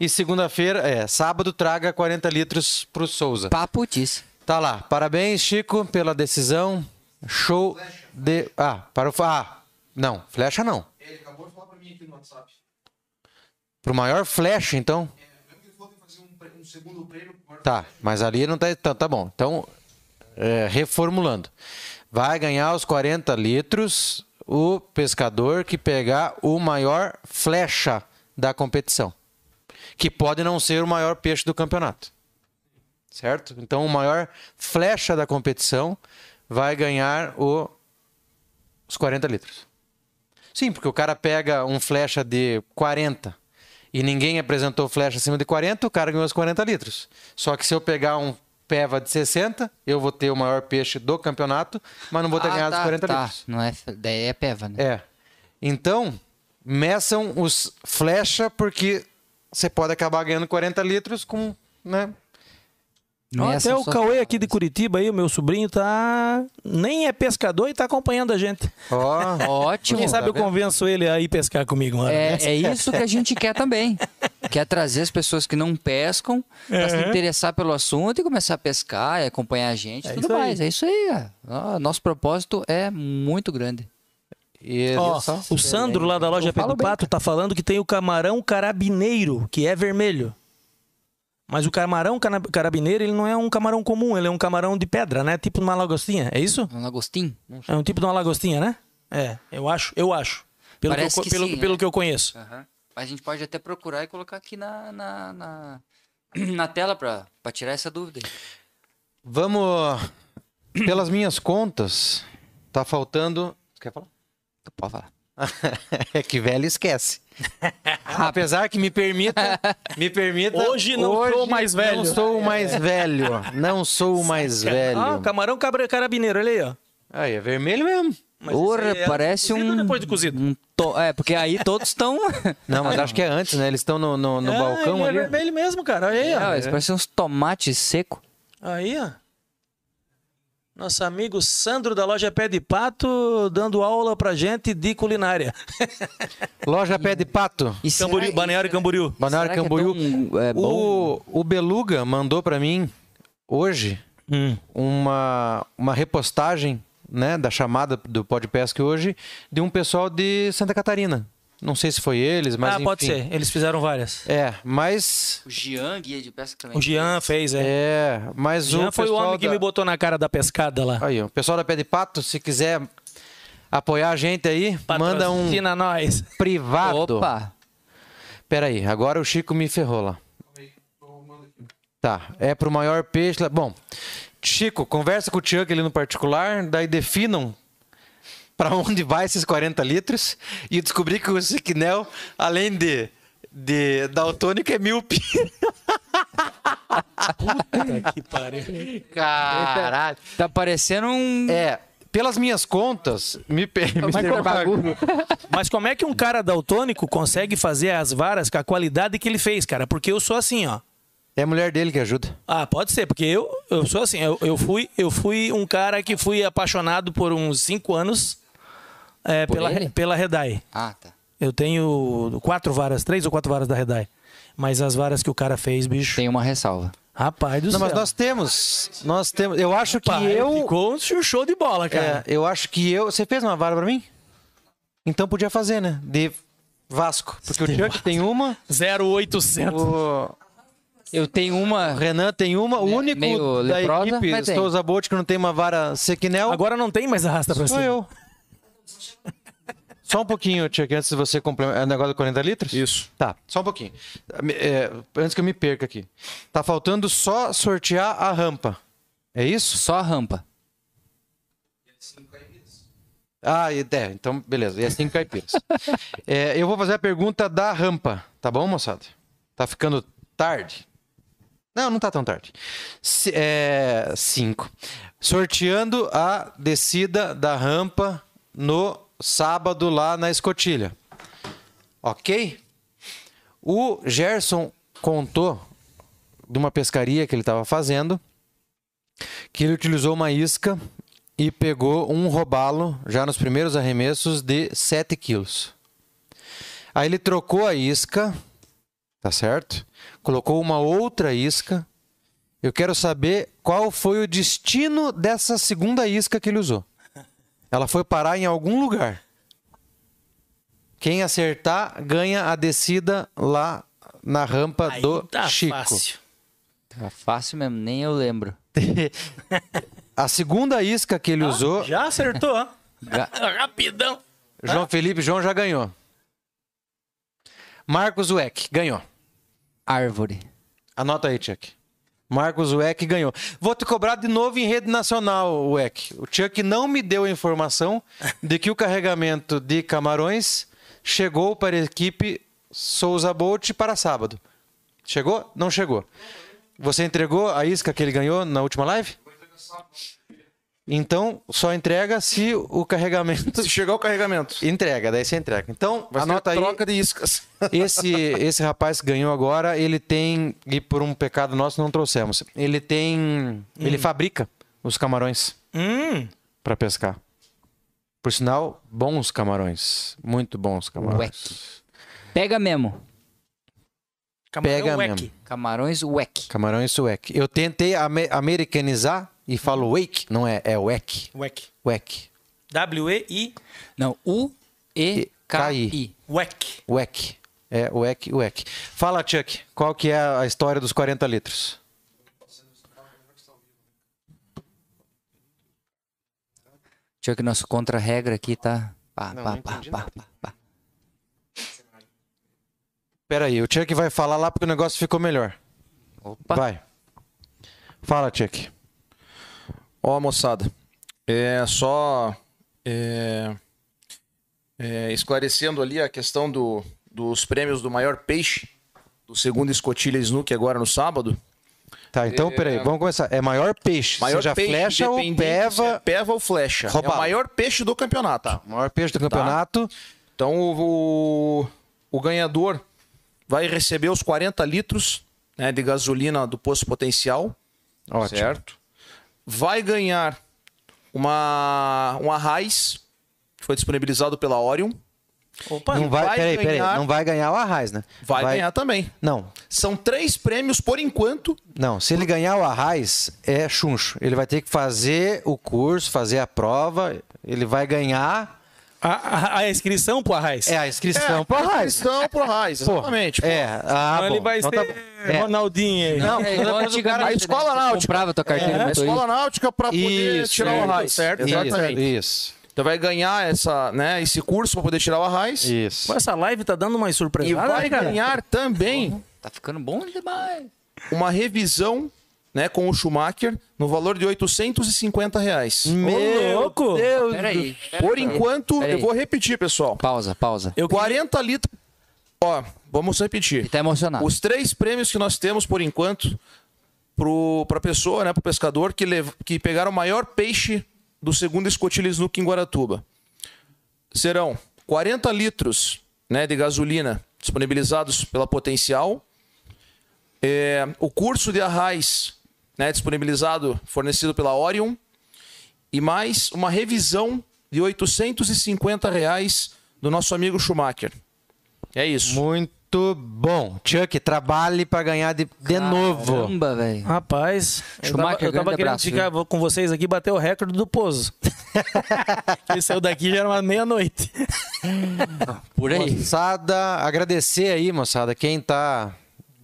Speaker 3: e segunda-feira, é, sábado, traga 40 litros pro Souza.
Speaker 2: Papo disse.
Speaker 3: Tá lá. Parabéns, Chico, pela decisão. Show de... Ah, para o... Ah, não. Flecha não.
Speaker 4: Ele acabou de falar pra mim aqui no WhatsApp.
Speaker 3: Pro maior flash, então? Tá, mas ali não tá. Tá, tá bom. Então, é, reformulando. Vai ganhar os 40 litros o pescador que pegar o maior flecha da competição. Que pode não ser o maior peixe do campeonato. Certo? Então, o maior flecha da competição vai ganhar o- os 40 litros. Sim, porque o cara pega um flecha de 40 e ninguém apresentou flecha acima de 40, o cara ganhou os 40 litros. Só que se eu pegar um peva de 60, eu vou ter o maior peixe do campeonato, mas não vou ter
Speaker 2: Ah,
Speaker 3: ganhado
Speaker 2: tá,
Speaker 3: os 40
Speaker 2: tá.
Speaker 3: litros.
Speaker 2: Não é, fe- daí é peva, né?
Speaker 3: É. Então, meçam os flecha porque você pode acabar ganhando 40 litros com, né?
Speaker 1: Ó, É.
Speaker 2: Nessa
Speaker 1: Até o
Speaker 2: é assim, só-
Speaker 1: Cauê aqui de Curitiba aí, o meu sobrinho, tá. Nem é pescador e tá acompanhando a gente.
Speaker 3: Ó,
Speaker 2: Ótimo.
Speaker 1: Quem sabe né?
Speaker 3: tá
Speaker 1: eu
Speaker 3: vendo?
Speaker 1: convenço ele a ir pescar comigo, mano.
Speaker 2: É, é isso que a gente quer também. Quer trazer as pessoas que não pescam para se
Speaker 1: É.
Speaker 2: interessar pelo assunto e começar a pescar e acompanhar a gente e
Speaker 1: É
Speaker 2: tudo
Speaker 1: isso aí.
Speaker 2: mais. É isso aí. é. Ó, Nosso propósito é muito grande.
Speaker 3: e
Speaker 1: Ó,
Speaker 3: viu só?
Speaker 1: o Sandro lá da loja
Speaker 2: Eu falo
Speaker 1: Pedro
Speaker 2: bem,
Speaker 1: Pato tá falando que tem o camarão carabineiro, que é vermelho. Mas o camarão cana- carabineiro, ele não é um camarão comum, ele é um camarão de pedra, né? Tipo uma lagostinha, é isso?
Speaker 2: Um lagostim?
Speaker 1: É um tipo de uma lagostinha, né? É, eu acho, eu acho. Pelo, que eu,
Speaker 2: Parece
Speaker 1: co-
Speaker 2: que
Speaker 1: pelo,
Speaker 2: sim,
Speaker 3: é.
Speaker 1: pelo
Speaker 2: né?
Speaker 1: que eu conheço.
Speaker 2: A gente pode até procurar e colocar aqui na, na, na, na tela para tirar essa dúvida.
Speaker 3: Vamos pelas minhas contas, tá faltando, Tu quer falar?
Speaker 2: Tu pode falar.
Speaker 3: é que velho esquece. Apesar que me permita, me permita.
Speaker 1: Hoje não sou o mais velho.
Speaker 3: Não sou o mais velho. Não sou o mais velho.
Speaker 1: Ah, camarão cabra- carabineiro, olha aí, ó.
Speaker 3: Aí é vermelho mesmo.
Speaker 1: Mas
Speaker 2: Porra,
Speaker 1: esse aí é
Speaker 2: parece
Speaker 1: cozido
Speaker 2: um.
Speaker 1: ou depois de cozido?
Speaker 2: um to- É, porque aí todos estão.
Speaker 3: Não, mas acho que é antes, né? Eles estão no, no, no
Speaker 1: Ah,
Speaker 3: balcão
Speaker 1: ele
Speaker 3: ali.
Speaker 1: É vermelho mesmo, cara. Olha aí, ó.
Speaker 2: Não, eles parecem uns tomates secos.
Speaker 1: Aí, ó. Nosso amigo Sandro da loja Pé de Pato dando aula pra gente de culinária.
Speaker 3: Loja Pé de Pato.
Speaker 2: E será-
Speaker 1: Camboriú, Balneário Camboriú.
Speaker 3: Balneário
Speaker 2: será que é
Speaker 3: Camboriú.
Speaker 2: tão, é, bom?
Speaker 3: O, o Beluga mandou pra mim hoje
Speaker 1: Hum.
Speaker 3: uma, uma repostagem né, da chamada do Podpesc hoje de um pessoal de Santa Catarina. Não sei se foi eles, mas
Speaker 1: ah,
Speaker 3: enfim.
Speaker 1: pode ser. Eles fizeram várias.
Speaker 3: É, mas
Speaker 2: O Jean, guia de pesca também.
Speaker 1: O Jean fez, é.
Speaker 3: é, mas
Speaker 1: O Jean
Speaker 3: o
Speaker 1: foi o
Speaker 3: pessoal
Speaker 1: homem que
Speaker 3: da-
Speaker 1: me botou na cara da pescada lá.
Speaker 3: Aí, ó, o pessoal da Pé de Pato, se quiser apoiar a gente aí, manda um
Speaker 1: Patrocina nós.
Speaker 3: privado.
Speaker 2: Opa!
Speaker 3: Peraí, agora o Chico me ferrou lá. Tá, é pro maior peixe. lá- Bom, Chico, conversa com o Chuck ali no particular, daí definam para onde vai esses 40 litros e descobri que o Siquinel, além de, de daltônico, é míope.
Speaker 1: que pariu.
Speaker 3: Caralho.
Speaker 2: Tá parecendo um.
Speaker 3: É, pelas minhas contas, me, per- me pergunta-
Speaker 1: Mas como é que um cara daltônico consegue fazer as varas com a qualidade que ele fez, cara? Porque eu sou assim, ó.
Speaker 3: É a mulher dele que ajuda.
Speaker 1: Ah, pode ser, porque eu, eu sou assim, eu, eu, fui, eu fui um cara que fui apaixonado por uns cinco anos é,
Speaker 2: Por
Speaker 1: pela,
Speaker 2: ele?
Speaker 1: pela Redai.
Speaker 2: Ah, tá.
Speaker 1: Eu tenho quatro varas, três ou quatro varas da Redai. Mas as varas que o cara fez, bicho.
Speaker 2: Tem uma ressalva.
Speaker 1: Rapaz do
Speaker 3: Não,
Speaker 1: céu.
Speaker 3: mas nós temos. Nós temos. Eu acho que
Speaker 1: Pai,
Speaker 3: eu.
Speaker 1: Ficou um show de bola,
Speaker 3: É,
Speaker 1: cara.
Speaker 3: eu acho que eu. Você fez uma vara pra mim? Então podia fazer, né? De Vasco. Porque o
Speaker 1: De
Speaker 3: Chuck tem uma,
Speaker 1: 0,800.
Speaker 3: o
Speaker 2: Eu tenho uma.
Speaker 3: Renan tem uma, o
Speaker 2: Me-
Speaker 3: único
Speaker 2: É, meio
Speaker 3: da
Speaker 2: leprosa,
Speaker 3: equipe
Speaker 2: mas tem.
Speaker 3: Souza Bolt que não tem uma vara sequinel.
Speaker 1: Agora não tem mais arrasta pra
Speaker 3: sou
Speaker 1: cima.
Speaker 3: eu. Só um pouquinho, Chuck, antes de você complementar. É o negócio do 40 litros?
Speaker 4: Isso.
Speaker 3: Tá, só um pouquinho. Me- é, antes que eu me perca aqui. Tá faltando só sortear a rampa. É isso?
Speaker 2: Só a rampa.
Speaker 3: Ah, e- é, então beleza. E assim caipiras. É, eu vou fazer a pergunta da rampa, tá bom, moçada? Tá ficando tarde? Não, não tá tão tarde. Se- é, cinco. Sorteando a descida da rampa no sábado lá na escotilha. Ok? O Gerson contou de uma pescaria que ele estava fazendo que ele utilizou uma isca e pegou um robalo já nos primeiros arremessos de 7 quilos. Aí ele trocou a isca, tá certo? Colocou uma outra isca. Eu quero saber qual foi o destino dessa segunda isca que ele usou. Ela foi parar em algum lugar. Quem acertar ganha a descida lá na rampa
Speaker 1: Aí
Speaker 3: do
Speaker 1: tá
Speaker 3: Chico.
Speaker 1: fácil.
Speaker 2: Tá fácil mesmo, nem eu lembro.
Speaker 3: A segunda isca que ele usou,
Speaker 1: Já acertou, ó. Rapidão.
Speaker 3: João Felipe João já ganhou. Marcos Weck ganhou.
Speaker 2: Árvore.
Speaker 3: Anota aí, Chuck. Marcos Weck ganhou. Vou te cobrar de novo em rede nacional, Weck. O Chuck não me deu a informação de que o carregamento de camarões chegou para a equipe Souza Bolt para sábado. Chegou? Não chegou. Você entregou a isca que ele ganhou na última live? Então, só entrega se o carregamento.
Speaker 4: Se chegar o carregamento.
Speaker 3: Entrega, daí você entrega. Então,
Speaker 4: Vai
Speaker 3: anota
Speaker 4: ser
Speaker 3: aí.
Speaker 4: troca de iscas.
Speaker 3: Esse, esse rapaz que ganhou agora, ele tem. E por um pecado nosso não trouxemos. Ele tem. Ele fabrica os camarões
Speaker 1: Hum,
Speaker 3: para pescar. Por sinal, bons camarões. Muito bons camarões.
Speaker 2: Pega mesmo.
Speaker 1: camarão
Speaker 3: Pega
Speaker 1: Weck.
Speaker 3: mesmo.
Speaker 2: Camarões Weck.
Speaker 3: Camarões suec. Eu tentei ame- americanizar e falo wake, não é? É wek.
Speaker 1: Weck.
Speaker 3: Wek.
Speaker 1: W-E-I,
Speaker 2: Não, U-E-K-I.
Speaker 1: Weck.
Speaker 3: Wek. É wek, wek. Fala, Chuck, qual que é a história dos 40 litros?
Speaker 2: Deixa eu ver que nosso contra-regra aqui tá. Pá, pá, pá, pá, pá, pá.
Speaker 3: Peraí, o Chuck vai falar lá porque o negócio ficou melhor.
Speaker 2: Opa.
Speaker 3: Vai. Fala, Chuck.
Speaker 4: Ó, moçada, é só é, é, esclarecendo ali a questão do- dos prêmios do maior peixe, do segundo escotilha Snook agora no sábado.
Speaker 3: Tá, então peraí, vamos começar. É maior peixe,
Speaker 4: Maior
Speaker 3: seja
Speaker 4: peixe,
Speaker 3: flecha ou
Speaker 4: independente se é
Speaker 3: peva.
Speaker 4: peva ou flecha. É
Speaker 3: Roubado.
Speaker 4: o maior peixe do campeonato.
Speaker 3: Maior peixe
Speaker 4: Tá.
Speaker 3: do campeonato.
Speaker 4: Então o, o, o ganhador vai receber os 40 litros né, de gasolina do posto potencial.
Speaker 3: Ótimo.
Speaker 4: Certo. Vai ganhar uma, uma raiz que foi disponibilizado pela Orion.
Speaker 1: Opa,
Speaker 3: Não vai,
Speaker 4: vai
Speaker 3: peraí,
Speaker 4: ganhar-
Speaker 3: peraí, não vai ganhar o Arraiz, né?
Speaker 4: Vai, ganhar também.
Speaker 3: Não,
Speaker 4: São três prêmios por enquanto.
Speaker 3: não. Se ele ganhar o Arraiz, é chuncho. Ele vai ter que fazer o curso, fazer a prova. Ele vai ganhar.
Speaker 1: A, a- a inscrição pro Arraiz.
Speaker 3: É a inscrição pro Arraiz.
Speaker 4: Estão pro Raiz,
Speaker 3: Pô,
Speaker 4: exatamente.
Speaker 3: É, ah,
Speaker 1: Então ele
Speaker 3: bom.
Speaker 1: vai
Speaker 3: Então
Speaker 1: ser
Speaker 3: tá bom. É.
Speaker 1: Ronaldinho aí.
Speaker 3: Não,
Speaker 2: É
Speaker 3: é
Speaker 2: igual antigamente.
Speaker 4: a escola
Speaker 2: né? Você
Speaker 4: náutica.
Speaker 2: comprava tua carteira.
Speaker 4: a
Speaker 2: botou aí.
Speaker 4: escola náutica para poder
Speaker 3: Isso,
Speaker 4: tirar o
Speaker 3: certo,
Speaker 4: Raiz.
Speaker 1: certo,
Speaker 4: Exatamente.
Speaker 3: Isso,
Speaker 4: Então vai ganhar essa, né, esse curso para poder tirar o Raiz.
Speaker 3: isso. isso.
Speaker 1: Pô, Essa live tá dando uma né, surpresa.
Speaker 4: E vai ganhar também
Speaker 2: Tá ficando bom demais.
Speaker 4: uma revisão né, com o Schumacher no valor de 850 reais.
Speaker 1: Ô, louco!
Speaker 3: Deus
Speaker 2: Peraí.
Speaker 4: Por enquanto,
Speaker 2: Peraí.
Speaker 4: eu vou repetir, pessoal.
Speaker 2: Pausa, pausa.
Speaker 1: Eu
Speaker 4: 40 litros. Ó, vamos
Speaker 2: Ele
Speaker 4: repetir.
Speaker 2: tá emocionado.
Speaker 4: Os três prêmios que nós temos por enquanto pro, pra pessoa, né, pro pescador que, lev... que pegaram o maior peixe do segundo escotilha Snook em Guaratuba. Serão 40 litros né, de gasolina disponibilizados pela Potencial. É, o curso de arraiz né, disponibilizado, fornecido pela Orion. E mais uma revisão de R$ 850 reais do nosso amigo Schumacher. É isso.
Speaker 3: Muito bom. Chuck, trabalhe para ganhar de,
Speaker 2: é
Speaker 3: de novo.
Speaker 2: Caramba, velho.
Speaker 1: Rapaz, eu tava,
Speaker 2: Schumacher,
Speaker 1: eu tava
Speaker 2: grande
Speaker 1: querendo
Speaker 2: abraço,
Speaker 1: ficar com vocês aqui e bater o recorde do Pozo. Ele saiu daqui já era uma meia-noite.
Speaker 2: Por aí.
Speaker 3: Moçada, agradecer aí, moçada, quem tá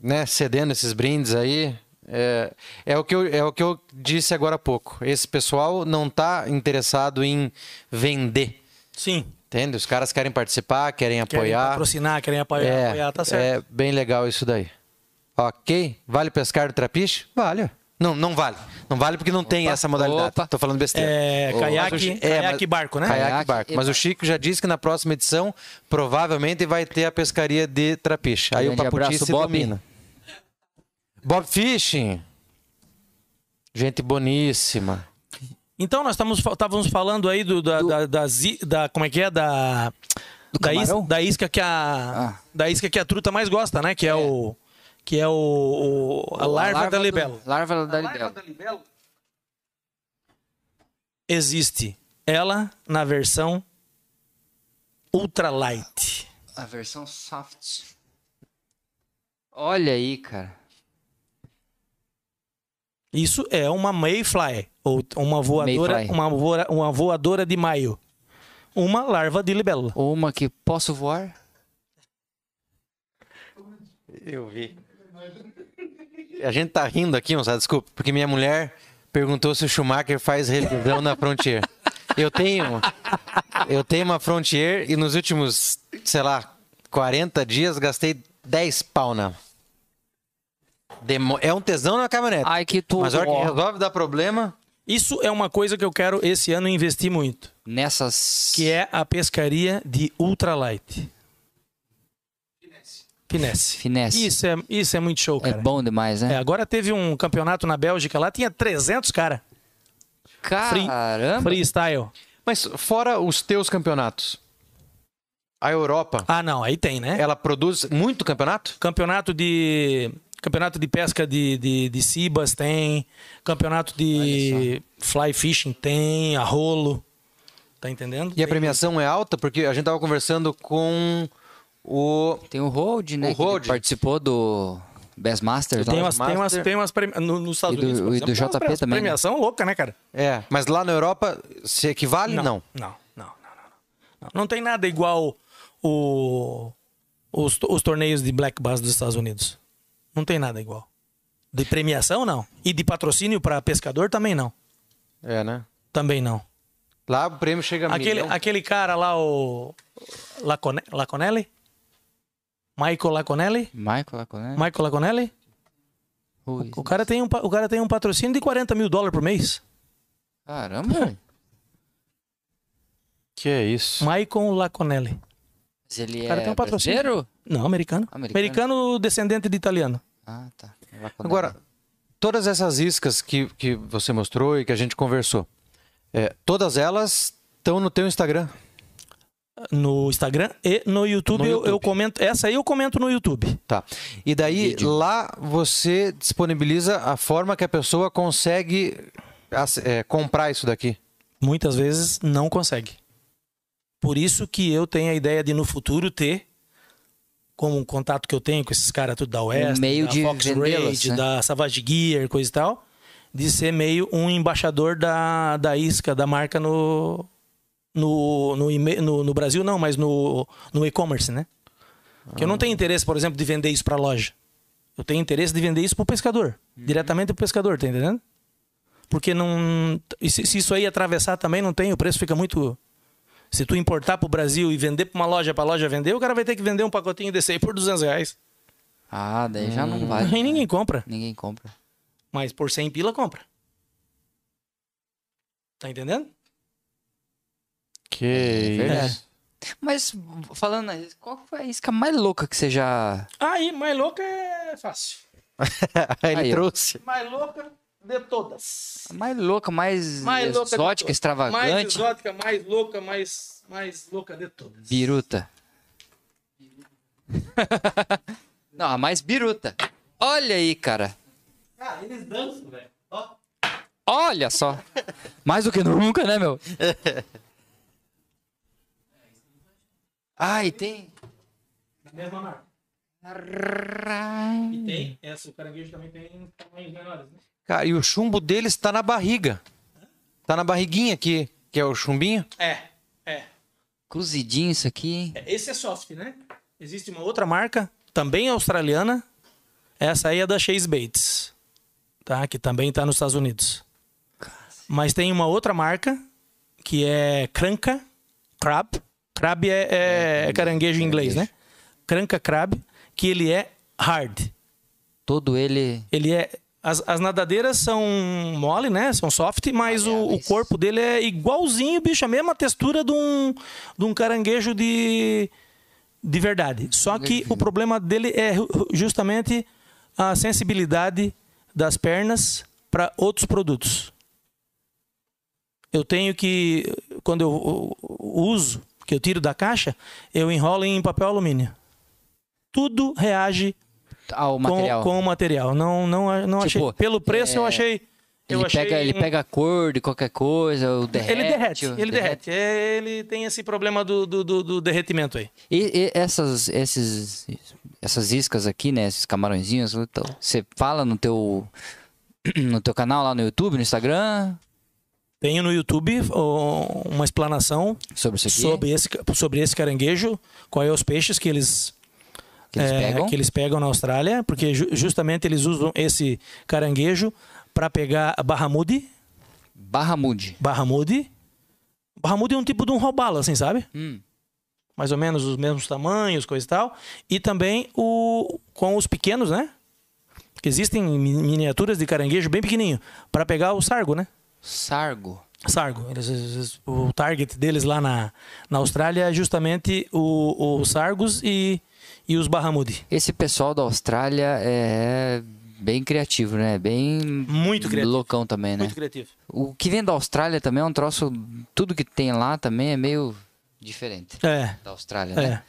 Speaker 3: né, cedendo esses brindes aí. É, é, o que eu, é o que eu disse agora há pouco. Esse pessoal não tá interessado em vender,
Speaker 1: Sim.
Speaker 3: entende? Os caras querem participar, querem
Speaker 1: Querem
Speaker 3: apoiar.
Speaker 1: patrocinar, querem apoiar,
Speaker 3: é,
Speaker 1: apoiar, tá certo.
Speaker 3: é bem legal isso daí. Ok? Vale pescar do trapiche? Vale. Não, não vale. Não vale porque não tem essa modalidade.
Speaker 2: opa.
Speaker 3: Tô falando besteira.
Speaker 1: É,
Speaker 3: Ô,
Speaker 1: caiaque-
Speaker 3: mas o Chi-
Speaker 1: caiaque
Speaker 3: mas-
Speaker 1: e barco, né?
Speaker 3: Caiaque e
Speaker 2: Caiaque
Speaker 3: barco.
Speaker 2: e
Speaker 3: Mas o
Speaker 2: barco.
Speaker 3: Chico já disse que na próxima edição provavelmente vai ter a pescaria de trapiche. Aí o
Speaker 2: Grande
Speaker 3: Paputi
Speaker 2: abraço,
Speaker 3: se
Speaker 2: Bob.
Speaker 3: domina. Bob Fishing. Gente boníssima.
Speaker 1: Então nós estamos fa- estávamos falando aí do, da, da, da zi- da- como é que é da da, is-
Speaker 2: camarão?
Speaker 1: da isca que a
Speaker 2: Ah.
Speaker 1: da isca que a truta mais gosta, né? Que é, o que é o, o- a, larva da
Speaker 2: do-
Speaker 1: libelo.
Speaker 2: Larva da libelo.
Speaker 1: Existe ela na versão ultralight.
Speaker 2: A versão soft. Olha aí, cara.
Speaker 1: Isso é uma mayfly ou t- uma voadora,
Speaker 2: Mayfly.
Speaker 1: Uma, voa- uma voadora de maio. uma larva de libélula.
Speaker 2: Ou uma que posso voar?
Speaker 3: Eu vi. A gente tá rindo aqui, moçada, desculpa, porque minha mulher perguntou se o Schumacher faz revisão na Frontier. Eu tenho, eu tenho uma Frontier e nos últimos, sei lá, 40 dias gastei 10 pau na. Demo- É um tesão na caminhonete.
Speaker 2: Ai, que tudo.
Speaker 3: Mas a hora que
Speaker 2: ó.
Speaker 3: resolve dar problema,
Speaker 1: Isso é uma coisa que eu quero esse ano investir muito,
Speaker 2: Nessas.
Speaker 1: que é a pescaria de ultralight. Finesse.
Speaker 2: Finesse.
Speaker 1: Isso é, isso é muito show,
Speaker 2: É
Speaker 1: cara.
Speaker 2: bom demais,
Speaker 1: É,
Speaker 2: né?
Speaker 1: agora teve um campeonato na Bélgica lá, tinha 300 cara. É, free-
Speaker 2: Caramba.
Speaker 1: Freestyle.
Speaker 3: mas fora os teus campeonatos, a Europa,
Speaker 1: Ah, não, aí tem, né?
Speaker 3: ela produz muito campeonato?
Speaker 1: Campeonato de. Campeonato de pesca de, de, de cibas tem. Campeonato de fly fishing tem. Arrolo. Tá entendendo?
Speaker 3: E a
Speaker 1: Tem-
Speaker 3: premiação é alta porque a gente tava conversando com o
Speaker 2: Tem o Hold, né?
Speaker 3: O
Speaker 2: que ele
Speaker 3: Hold.
Speaker 2: participou do Best Masters.
Speaker 1: Tem
Speaker 2: lá.
Speaker 1: umas, tem umas,
Speaker 3: Master.
Speaker 1: tem umas premi- no, nos Estados
Speaker 2: E do-
Speaker 1: Unidos. por
Speaker 2: e
Speaker 1: exemplo,
Speaker 2: do
Speaker 1: tem umas
Speaker 2: JP
Speaker 1: pre-
Speaker 2: também, né?
Speaker 1: Premiação louca, né, cara?
Speaker 3: É, mas lá na Europa se equivale? Não.
Speaker 1: Não, não, não, não, não. Não tem nada igual o, os, os torneios de Black Bass dos Estados Unidos. Não tem nada igual. De premiação, não. E de patrocínio para pescador, também não.
Speaker 3: É, né?
Speaker 1: Também não.
Speaker 3: Lá o prêmio chega a
Speaker 1: Aquele,
Speaker 3: milhão.
Speaker 1: aquele cara lá, o Lacone, Laconelli? Michael Laconelli?
Speaker 2: Michael é? Laconé.
Speaker 1: Michael Laconelli?
Speaker 2: Ui,
Speaker 1: O cara, tem um, pa- o cara tem um patrocínio de 40 mil dólares por mês.
Speaker 2: Caramba.
Speaker 3: Que é isso?
Speaker 1: Michael Laconelli.
Speaker 2: Mas ele
Speaker 1: O cara
Speaker 2: é
Speaker 1: tem um patrocínio.
Speaker 2: brasileiro?
Speaker 1: Não, americano.
Speaker 2: Americano.
Speaker 1: Americano, descendente de italiano.
Speaker 2: Ah, tá.
Speaker 3: Agora, todas essas iscas que, que você mostrou e que a gente conversou, é, todas elas estão no teu Instagram.
Speaker 1: No Instagram e no YouTube,
Speaker 3: No
Speaker 1: eu- Eu,
Speaker 3: YouTube.
Speaker 1: comento. Essa aí eu comento no YouTube.
Speaker 3: Tá. E daí, lá você disponibiliza a forma que a pessoa consegue ass- é, comprar isso daqui.
Speaker 1: Muitas vezes não consegue. Por isso que eu tenho a ideia de no futuro ter, como um contato que eu tenho com esses caras tudo da West,
Speaker 2: Um meio
Speaker 1: da
Speaker 2: de
Speaker 1: Fox
Speaker 2: vendê-las,
Speaker 1: Raid,
Speaker 2: né?
Speaker 1: da Savage Gear, coisa e tal, de ser meio um embaixador da, da isca, da marca no. No, no, e-mail- no, no Brasil não, mas no, no e-commerce, né? Porque
Speaker 2: Ah.
Speaker 1: eu não tenho interesse, por exemplo, de vender isso para loja. Eu tenho interesse de vender isso pro pescador.
Speaker 2: Uhum.
Speaker 1: Diretamente pro pescador, tá entendendo? Porque não. e se, se isso aí atravessar também, não tem, o preço fica muito. Se tu importar pro Brasil e vender pra uma loja, pra loja vender, o cara vai ter que vender um pacotinho desse aí por 200 reais.
Speaker 2: Ah, daí já não
Speaker 1: Aí
Speaker 2: vale.
Speaker 1: ninguém compra.
Speaker 2: Ninguém compra.
Speaker 1: Mas por 100 pila, compra. Tá entendendo? É,
Speaker 3: Que
Speaker 2: verdade. Mas falando, na isca, qual foi a isca mais louca que você já.
Speaker 1: Aí, mais louca é fácil.
Speaker 3: Ele
Speaker 2: Aí, ó.
Speaker 3: trouxe.
Speaker 1: Mais louca de todas.
Speaker 2: a Mais louca, mais,
Speaker 1: Mais louca de
Speaker 2: exótica,
Speaker 1: todas. Mais
Speaker 2: extravagante?
Speaker 1: exótica, mais louca, mais, mais louca de todas.
Speaker 2: Biruta. não, a mais biruta. Olha aí, cara.
Speaker 5: Cara, eles dançam, velho. Ó,
Speaker 2: Olha só. Mais do que nunca, né, meu? Ai, tem.
Speaker 1: Mesma marca. E tem, essa, o caranguejo também tem tamanhos menores, né?
Speaker 3: Cara, e o chumbo dele está na barriga. Tá na barriguinha aqui, que é o chumbinho.
Speaker 1: É, é.
Speaker 2: Cozidinho isso aqui, hein?
Speaker 1: É, Esse é soft, né? Existe uma outra marca, também australiana. Essa aí é da Chase Bates, tá? Que também tá nos Estados Unidos. Mas tem uma outra marca que é Cranca Crab. Crab é, é- é caranguejo em inglês, né? Cranca Crab, que ele é hard.
Speaker 2: Todo ele.
Speaker 1: Ele é. As, as nadadeiras são mole, né? São soft, mas o, o corpo dele é igualzinho, bicho, a mesma textura de um, de um caranguejo de, de verdade. Só que o problema dele é ju- justamente a sensibilidade das pernas para outros produtos. Eu tenho que, quando eu u- u- uso, que eu tiro da caixa, eu enrolo em papel alumínio. Tudo reage
Speaker 2: Ah, o
Speaker 1: com-
Speaker 2: material.
Speaker 1: Com, o material. Não, não, não
Speaker 2: Tipo,
Speaker 1: achei. Pelo preço, eu
Speaker 2: é,
Speaker 1: achei. Eu
Speaker 2: Ele,
Speaker 1: achei
Speaker 2: pega, ele
Speaker 1: um-
Speaker 2: pega a cor de qualquer coisa, o derrete.
Speaker 1: Ele derrete,
Speaker 2: o-
Speaker 1: ele derrete. É, ele tem esse problema do, do, do- do derretimento aí.
Speaker 2: E, e essas, esses, essas iscas aqui, né? Esses camarõezinhos, então, você fala no teu, no teu canal lá no YouTube, no Instagram.
Speaker 1: Tenho no YouTube ó, uma explanação
Speaker 2: Sobre isso aqui.
Speaker 1: sobre esse, ca- sobre esse caranguejo, qual é os peixes que eles,
Speaker 2: Que eles
Speaker 1: é,
Speaker 2: pegam.
Speaker 1: que eles pegam na Austrália, porque ju- justamente eles usam esse caranguejo para pegar a barramude.
Speaker 2: Barramude.
Speaker 1: Barramude. Barramude é um tipo de um robalo, assim, sabe?
Speaker 2: Hum.
Speaker 1: Mais ou menos os mesmos tamanhos, coisa e tal. E também o com os pequenos, né? Que existem mi- miniaturas de caranguejo bem pequenininho para pegar o sargo, né?
Speaker 2: Sargo.
Speaker 1: Sargo. Eles- eles- o target deles lá na, na Austrália é justamente o, o Sargos e, e os Barramude.
Speaker 2: Esse pessoal da Austrália é bem criativo, né? Bem.
Speaker 1: Muito criativo.
Speaker 2: Loucão também, né?
Speaker 1: Muito criativo.
Speaker 2: O que vem da Austrália também é um troço. Tudo que tem lá também é meio diferente
Speaker 1: É,
Speaker 2: da Austrália, né?
Speaker 1: é.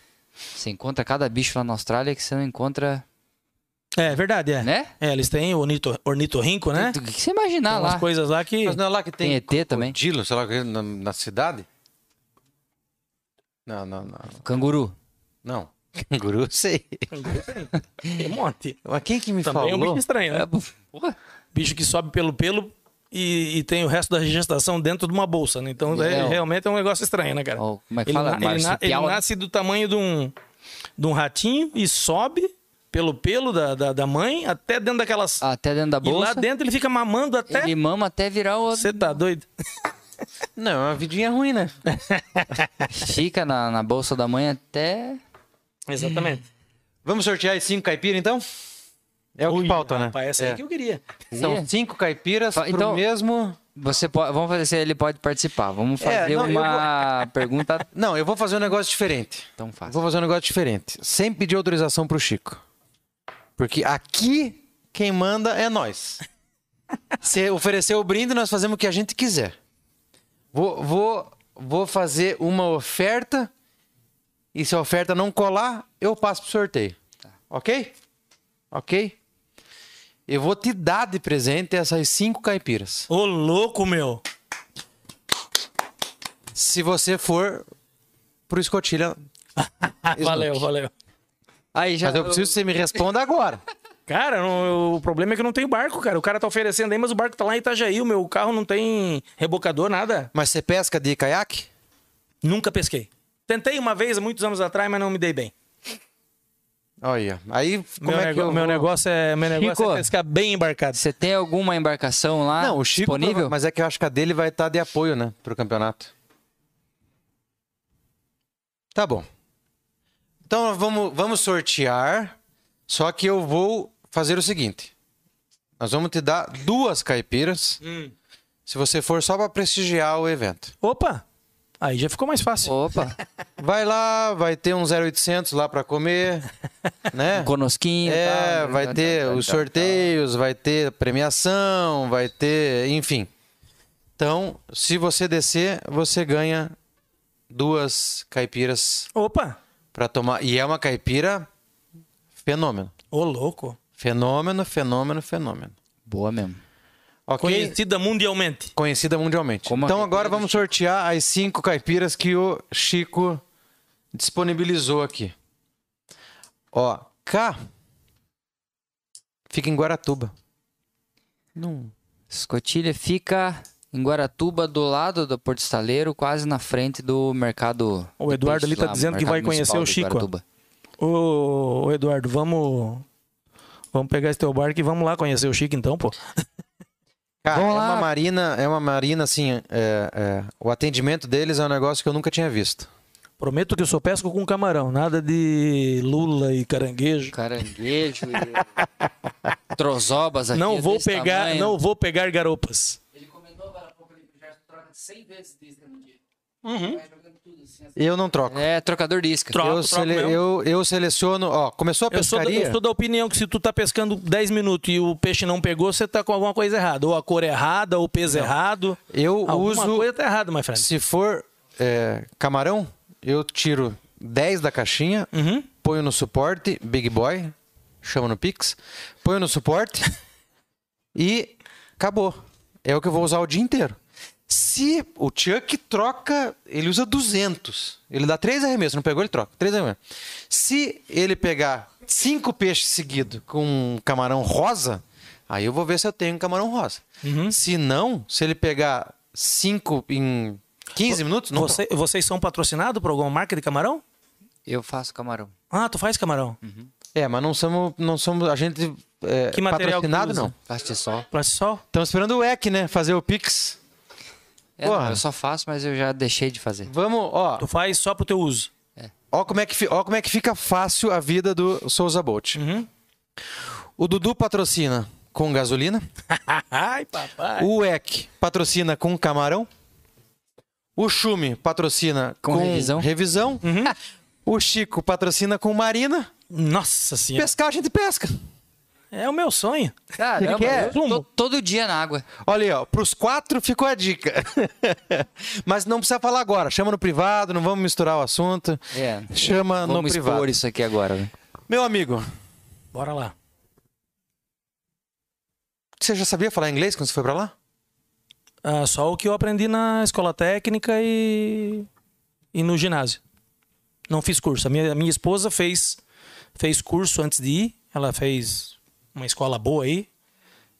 Speaker 2: Você encontra cada bicho lá na Austrália que você não encontra.
Speaker 1: É verdade, é.
Speaker 2: Né?
Speaker 1: É, eles têm o ornito, ornitorrinco, né?
Speaker 2: O que você imaginar
Speaker 1: Tem umas
Speaker 2: Tá lá?
Speaker 1: coisas lá que...
Speaker 3: Mas não é lá que tem,
Speaker 2: Tem ET também.
Speaker 3: crocodilo, sei lá, o quê, na, na cidade? Não, não, não.
Speaker 2: Canguru.
Speaker 3: Não. Canguru, eu sei.
Speaker 1: um Tem um monte.
Speaker 3: Mas quem que me
Speaker 1: Também é um
Speaker 3: falou?
Speaker 1: bicho estranho, né?
Speaker 2: É, porra.
Speaker 1: Bicho que sobe pelo pelo e, e tem o resto da gestação dentro de uma bolsa, né? Então é-
Speaker 2: Não.
Speaker 1: realmente é um negócio estranho, né, cara?
Speaker 2: Ó, como é que
Speaker 1: Ele,
Speaker 2: fala?
Speaker 1: na- ele na- ele
Speaker 2: Marsupial, né?
Speaker 1: nasce do tamanho de um, de um ratinho e sobe pelo pelo da, da, da mãe até dentro daquelas.
Speaker 2: Até dentro da
Speaker 1: e lá
Speaker 2: bolsa.
Speaker 1: dentro ele fica mamando até.
Speaker 2: Ele mama até virar o.
Speaker 1: Você tá doido?
Speaker 3: Não, é uma vidinha ruim, né?
Speaker 2: Fica na, na bolsa da mãe até.
Speaker 1: Exatamente.
Speaker 3: Vamos sortear as cinco caipiras, então? É o que falta, né?
Speaker 1: Rapaz, essa
Speaker 3: é.
Speaker 1: aí que eu queria.
Speaker 3: São cinco caipiras
Speaker 2: Fa-
Speaker 3: pro
Speaker 2: então-
Speaker 3: mesmo...
Speaker 2: Você pode. Vamos fazer se ele pode participar. Vamos
Speaker 3: É,
Speaker 2: fazer
Speaker 3: não, eu
Speaker 2: uma pergunta
Speaker 3: Não, eu vou fazer um negócio diferente.
Speaker 2: tão fácil.
Speaker 3: Vou fazer um negócio diferente. Sem pedir autorização pro Chico. Porque aqui, quem manda é nós. Se oferecer o brinde, nós fazemos o que a gente quiser. Vou, vou, vou fazer uma oferta. E se a oferta não colar, eu passo pro sorteio.
Speaker 2: Tá.
Speaker 3: Ok? Ok? Eu vou te dar de presente essas cinco caipiras.
Speaker 1: Ô, louco, meu!
Speaker 3: Se você for pro escotilha.
Speaker 1: valeu, valeu.
Speaker 2: Aí já.
Speaker 3: Mas eu preciso que você me responda agora.
Speaker 1: Cara, não- eu- o problema é que eu não tenho barco, cara. O cara tá oferecendo aí, mas o barco tá lá em Itajaí. O meu carro não tem rebocador, nada.
Speaker 3: Mas você pesca de caiaque?
Speaker 1: Nunca pesquei. Tentei uma vez, há muitos anos atrás, mas não me dei bem.
Speaker 3: Olha, aí como
Speaker 1: meu
Speaker 3: é que
Speaker 1: nego-
Speaker 3: eu
Speaker 1: meu
Speaker 3: vou-
Speaker 1: negócio é meu negócio
Speaker 2: Chico.
Speaker 1: é pescar bem embarcado.
Speaker 2: Você tem alguma embarcação lá
Speaker 3: Não, o Chico,
Speaker 2: disponível?
Speaker 3: mas é que eu acho que a dele vai estar de apoio, né, pro campeonato. Tá bom. Então vamos, vamos sortear, só que eu vou fazer o seguinte. Nós vamos te dar duas caipiras,
Speaker 1: Hum.
Speaker 3: se você for só para prestigiar o evento.
Speaker 1: Opa! Aí já ficou mais fácil.
Speaker 2: Opa,
Speaker 3: Vai lá, vai ter um 0800 lá para comer, né?
Speaker 2: um conosquinho. e
Speaker 3: É,
Speaker 2: tal, né, Tá,
Speaker 3: vai
Speaker 2: tal,
Speaker 3: ter
Speaker 2: tal,
Speaker 3: os
Speaker 2: tal,
Speaker 3: sorteios, vai ter premiação, vai ter, enfim. Então, se você descer, você ganha duas caipiras
Speaker 1: Opa!
Speaker 3: para tomar. E é uma caipira fenômeno.
Speaker 1: Ô, louco!
Speaker 3: Fenômeno, fenômeno, fenômeno.
Speaker 2: tal. Boa mesmo.
Speaker 3: Ok?
Speaker 1: Conhecida mundialmente.
Speaker 3: Conhecida mundialmente.
Speaker 2: Como a
Speaker 3: então,
Speaker 2: caipira
Speaker 3: agora vamos sortear as cinco caipiras que o Chico disponibilizou aqui. Ó, K fica em Guaratuba. Não.
Speaker 2: Escotilha fica em Guaratuba, do lado do Porto Estaleiro, quase na frente do mercado.
Speaker 1: O
Speaker 2: de
Speaker 1: Eduardo
Speaker 2: peixe
Speaker 1: ali tá
Speaker 2: lá,
Speaker 1: dizendo que
Speaker 2: mercado
Speaker 1: vai conhecer
Speaker 2: municipal
Speaker 1: o
Speaker 2: de
Speaker 1: Chico, ó.
Speaker 2: Guaratuba.
Speaker 1: Ô, ô, Eduardo, vamos vamos pegar esse teu barco e vamos lá conhecer o Chico então, pô.
Speaker 3: Cara,
Speaker 2: Vamos
Speaker 3: é
Speaker 2: lá.
Speaker 3: uma marina, é uma marina assim, é- é, o atendimento deles é um negócio que eu nunca tinha visto.
Speaker 1: Prometo que eu só pesco com camarão, nada de lula e caranguejo.
Speaker 2: Caranguejo e trozobas aqui.
Speaker 1: não vou
Speaker 2: desse
Speaker 1: pegar,
Speaker 2: tamanho.
Speaker 1: não vou pegar garopas.
Speaker 2: Ele comentou agora há pouco ali que já troca 100 vezes de isca no dia.
Speaker 3: Eu não troco.
Speaker 2: É, trocador de isca.
Speaker 1: Troca.
Speaker 3: eu,
Speaker 1: troco
Speaker 3: sele-
Speaker 1: mesmo.
Speaker 3: eu- eu seleciono, ó, começou a
Speaker 1: Eu sou, da,
Speaker 3: pescaria.
Speaker 1: eu sou da opinião que se tu tá pescando 10 minutos e o peixe não pegou, você tá com alguma coisa errada. Ou a cor é errada, ou o peso errado.
Speaker 3: eu
Speaker 1: Alguma
Speaker 3: uso
Speaker 1: coisa tá errada, my friend.
Speaker 3: Se for é, camarão, eu tiro 10 da caixinha,
Speaker 1: Uhum.
Speaker 3: ponho no suporte, Big Boy, chama no Pix, ponho no suporte e acabou. É o que eu vou usar o dia inteiro. Se o Chuck troca, ele usa 200. Ele dá três arremessos, não pegou, ele troca. Três arremessos. Se ele pegar cinco peixes seguidos com um
Speaker 1: Uhum.
Speaker 3: camarão rosa, aí eu vou ver se eu tenho um camarão rosa. Se não, se ele pegar cinco em 15 minutos? Não,
Speaker 1: Você- vocês são patrocinados por alguma marca de camarão?
Speaker 2: Eu faço camarão.
Speaker 1: Ah, tu faz camarão?
Speaker 3: É, mas não somos, não somos a gente é,
Speaker 1: Que material que
Speaker 3: patrocinado,
Speaker 1: usa?
Speaker 3: não.
Speaker 2: Faço de sol.
Speaker 1: Pra só?
Speaker 3: Estamos esperando o EC, né? Fazer o Pix.
Speaker 2: É, não,
Speaker 3: Porra.
Speaker 2: eu só faço, mas eu já deixei de fazer.
Speaker 3: Vamos, ó.
Speaker 1: Tu faz só pro teu uso.
Speaker 3: Ó como, é que, fi- ó como é que fica fácil a vida do Souza Bolt.
Speaker 1: Uhum.
Speaker 3: O Dudu patrocina com gasolina.
Speaker 1: Ai, papai.
Speaker 3: O EC patrocina com camarão. O Chume patrocina com,
Speaker 2: Com revisão.
Speaker 3: revisão.
Speaker 1: Uhum.
Speaker 3: O Chico patrocina com marina.
Speaker 1: Nossa senhora.
Speaker 3: Pescar a gente pesca.
Speaker 1: É o meu sonho.
Speaker 2: Caramba,
Speaker 3: que é?
Speaker 2: eu tô todo dia na água.
Speaker 3: Olha aí, ó, pros quatro ficou a dica. Mas não precisa falar agora. Chama no privado, não vamos misturar o assunto.
Speaker 2: É.
Speaker 3: Chama no
Speaker 2: Vamos expor
Speaker 3: privado.
Speaker 2: isso aqui agora. né?
Speaker 3: Meu amigo,
Speaker 1: Bora lá.
Speaker 3: você já sabia falar inglês quando você foi pra lá?
Speaker 1: Ah, só o que eu aprendi na escola técnica e, e no ginásio. Não fiz curso. A minha, a minha esposa fez, fez curso antes de ir. Ela fez uma escola boa aí.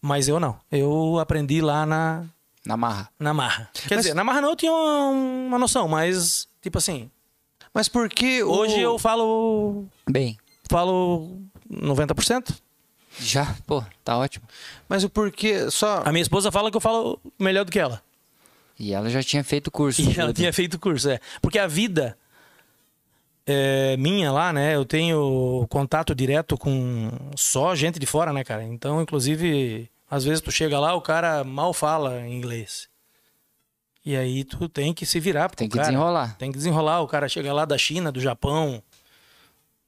Speaker 1: Mas eu não. Eu aprendi lá na,
Speaker 2: Na marra.
Speaker 1: na marra. Quer
Speaker 3: Mas-
Speaker 1: dizer, na marra não eu tinha uma noção, mas, tipo assim,
Speaker 3: Mas por que o-
Speaker 1: hoje eu falo.
Speaker 2: Bem,
Speaker 1: Falo 90%.
Speaker 2: já, pô, tá ótimo.
Speaker 3: Mas o porquê só...
Speaker 1: A minha esposa fala que eu falo melhor do que ela.
Speaker 2: E ela já tinha feito o curso.
Speaker 1: E ela
Speaker 2: tudo.
Speaker 1: tinha feito o curso, é. Porque a vida é, minha lá, né? Eu tenho contato direto com só gente de fora, né, cara? Então, inclusive, às vezes tu chega lá, o cara mal fala inglês. E aí tu tem que se virar. pro
Speaker 2: Tem que
Speaker 1: cara.
Speaker 2: desenrolar.
Speaker 1: Tem que desenrolar. O cara chega lá da China, do Japão,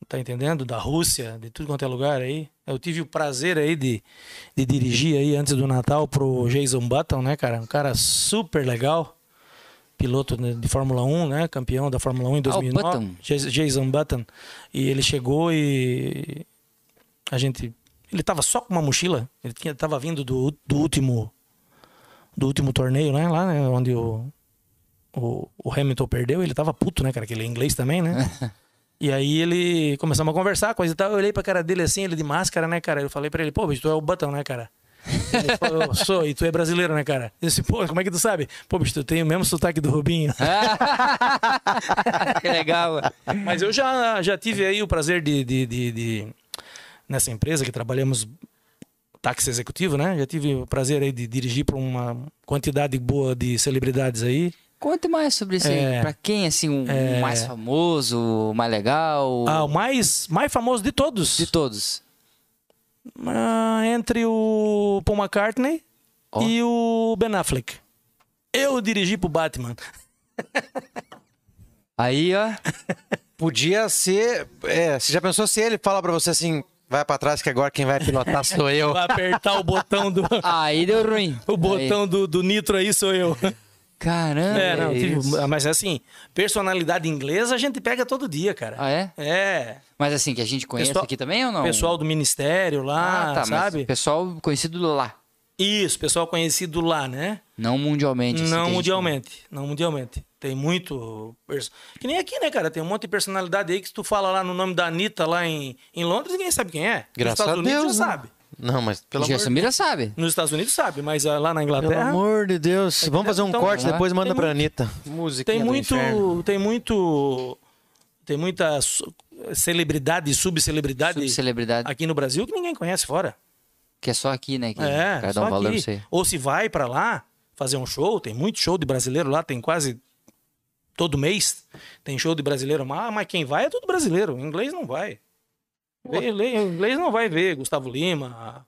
Speaker 1: tá entendendo? Da Rússia, de tudo quanto é lugar aí. Eu tive o prazer aí de, de dirigir aí antes do Natal pro Jason Button, né, cara? Um cara super legal. Piloto de de Fórmula 1, né? Campeão da Fórmula 1 em
Speaker 2: Ah, o
Speaker 1: 2009.
Speaker 2: Button.
Speaker 1: Jas- Jason Button. E ele chegou e a gente... Ele tava só com uma mochila. Ele tinha, tava vindo do, do último... Do último torneio, né? Lá, né? Onde o, o, o Hamilton perdeu, ele tava puto, né, cara? Que ele é inglês também, né? e aí ele começamos a conversar, coisa e tal. Eu olhei pra cara dele assim, ele de máscara, né, cara? Eu falei pra ele, pô, bicho, tu é o Button, né, cara? Ele falou, eu sou, e tu é brasileiro, né, cara? Eu disse, pô, como é que tu sabe? Pô, bicho, tu tem o mesmo sotaque do Rubinho.
Speaker 2: que legal.
Speaker 1: Mas eu já, já tive aí o prazer de, de, de- de- Nessa empresa que trabalhamos táxi executivo, né? Já tive o prazer aí de dirigir pra uma quantidade boa de celebridades aí.
Speaker 2: Conte mais sobre isso aí.
Speaker 1: É.
Speaker 2: Pra quem, assim, o
Speaker 1: É.
Speaker 2: mais famoso, o mais legal
Speaker 1: Ah, o mais, mais famoso de todos.
Speaker 2: de todos?
Speaker 1: Ah, entre o Paul McCartney
Speaker 2: Ó.
Speaker 1: e o Ben Affleck. Eu dirigi pro Batman.
Speaker 2: Aí, ó,
Speaker 3: Podia ser... É, você já pensou se ele fala pra você assim... Vai pra trás que agora quem vai pilotar sou eu.
Speaker 1: Pra apertar o botão do
Speaker 2: aí deu ruim.
Speaker 1: o botão do, do nitro aí sou eu.
Speaker 2: Aí. Caramba.
Speaker 1: É, não, tive-
Speaker 2: isso.
Speaker 1: mas assim, personalidade inglesa a gente pega todo dia, cara.
Speaker 2: Ah, é?
Speaker 1: É.
Speaker 2: Mas assim, que a gente conhece
Speaker 1: Pessoal-
Speaker 2: aqui também ou não?
Speaker 1: Pessoal do ministério lá,
Speaker 2: Ah, tá,
Speaker 1: sabe?
Speaker 2: mas pessoal conhecido lá.
Speaker 1: Isso, pessoal conhecido lá, né?
Speaker 2: Não mundialmente. assim, que a
Speaker 1: Não
Speaker 2: gente
Speaker 1: mundialmente, não mundialmente. Tem muito. perso- Que nem aqui, né, cara? Tem um monte de personalidade aí que se tu fala lá no nome da Anitta lá em, em Londres, ninguém sabe quem é.
Speaker 3: Graças
Speaker 1: Nos Estados
Speaker 3: a
Speaker 1: Unidos
Speaker 3: Deus,
Speaker 1: já
Speaker 3: né?
Speaker 1: sabe.
Speaker 3: Não, mas pelo
Speaker 2: conhece.
Speaker 3: amor,
Speaker 2: Gerson Mira sabe.
Speaker 1: Nos Estados Unidos sabe, mas ah, lá na
Speaker 3: pelo
Speaker 1: Inglaterra.
Speaker 3: amor de Deus. Vamos fazer um
Speaker 1: Então,
Speaker 3: corte,
Speaker 2: lá.
Speaker 3: depois manda
Speaker 1: Tem
Speaker 3: pra Anitta. Música
Speaker 1: tem muito. Tem muito. Tem muita su- celebridade, subcelebridade
Speaker 2: Subcelebridade.
Speaker 1: aqui no Brasil que ninguém conhece fora.
Speaker 2: Que é só aqui, né? Que o
Speaker 1: É,
Speaker 2: cara dá
Speaker 1: só
Speaker 2: um valor
Speaker 1: que-
Speaker 2: pra você.
Speaker 1: Ou se vai pra lá fazer um show, tem muito show de brasileiro lá, tem quase todo mês tem show de brasileiro, mas, mas quem vai é tudo brasileiro, inglês não vai. Lê- lê- Inglês não vai ver Gustavo Lima,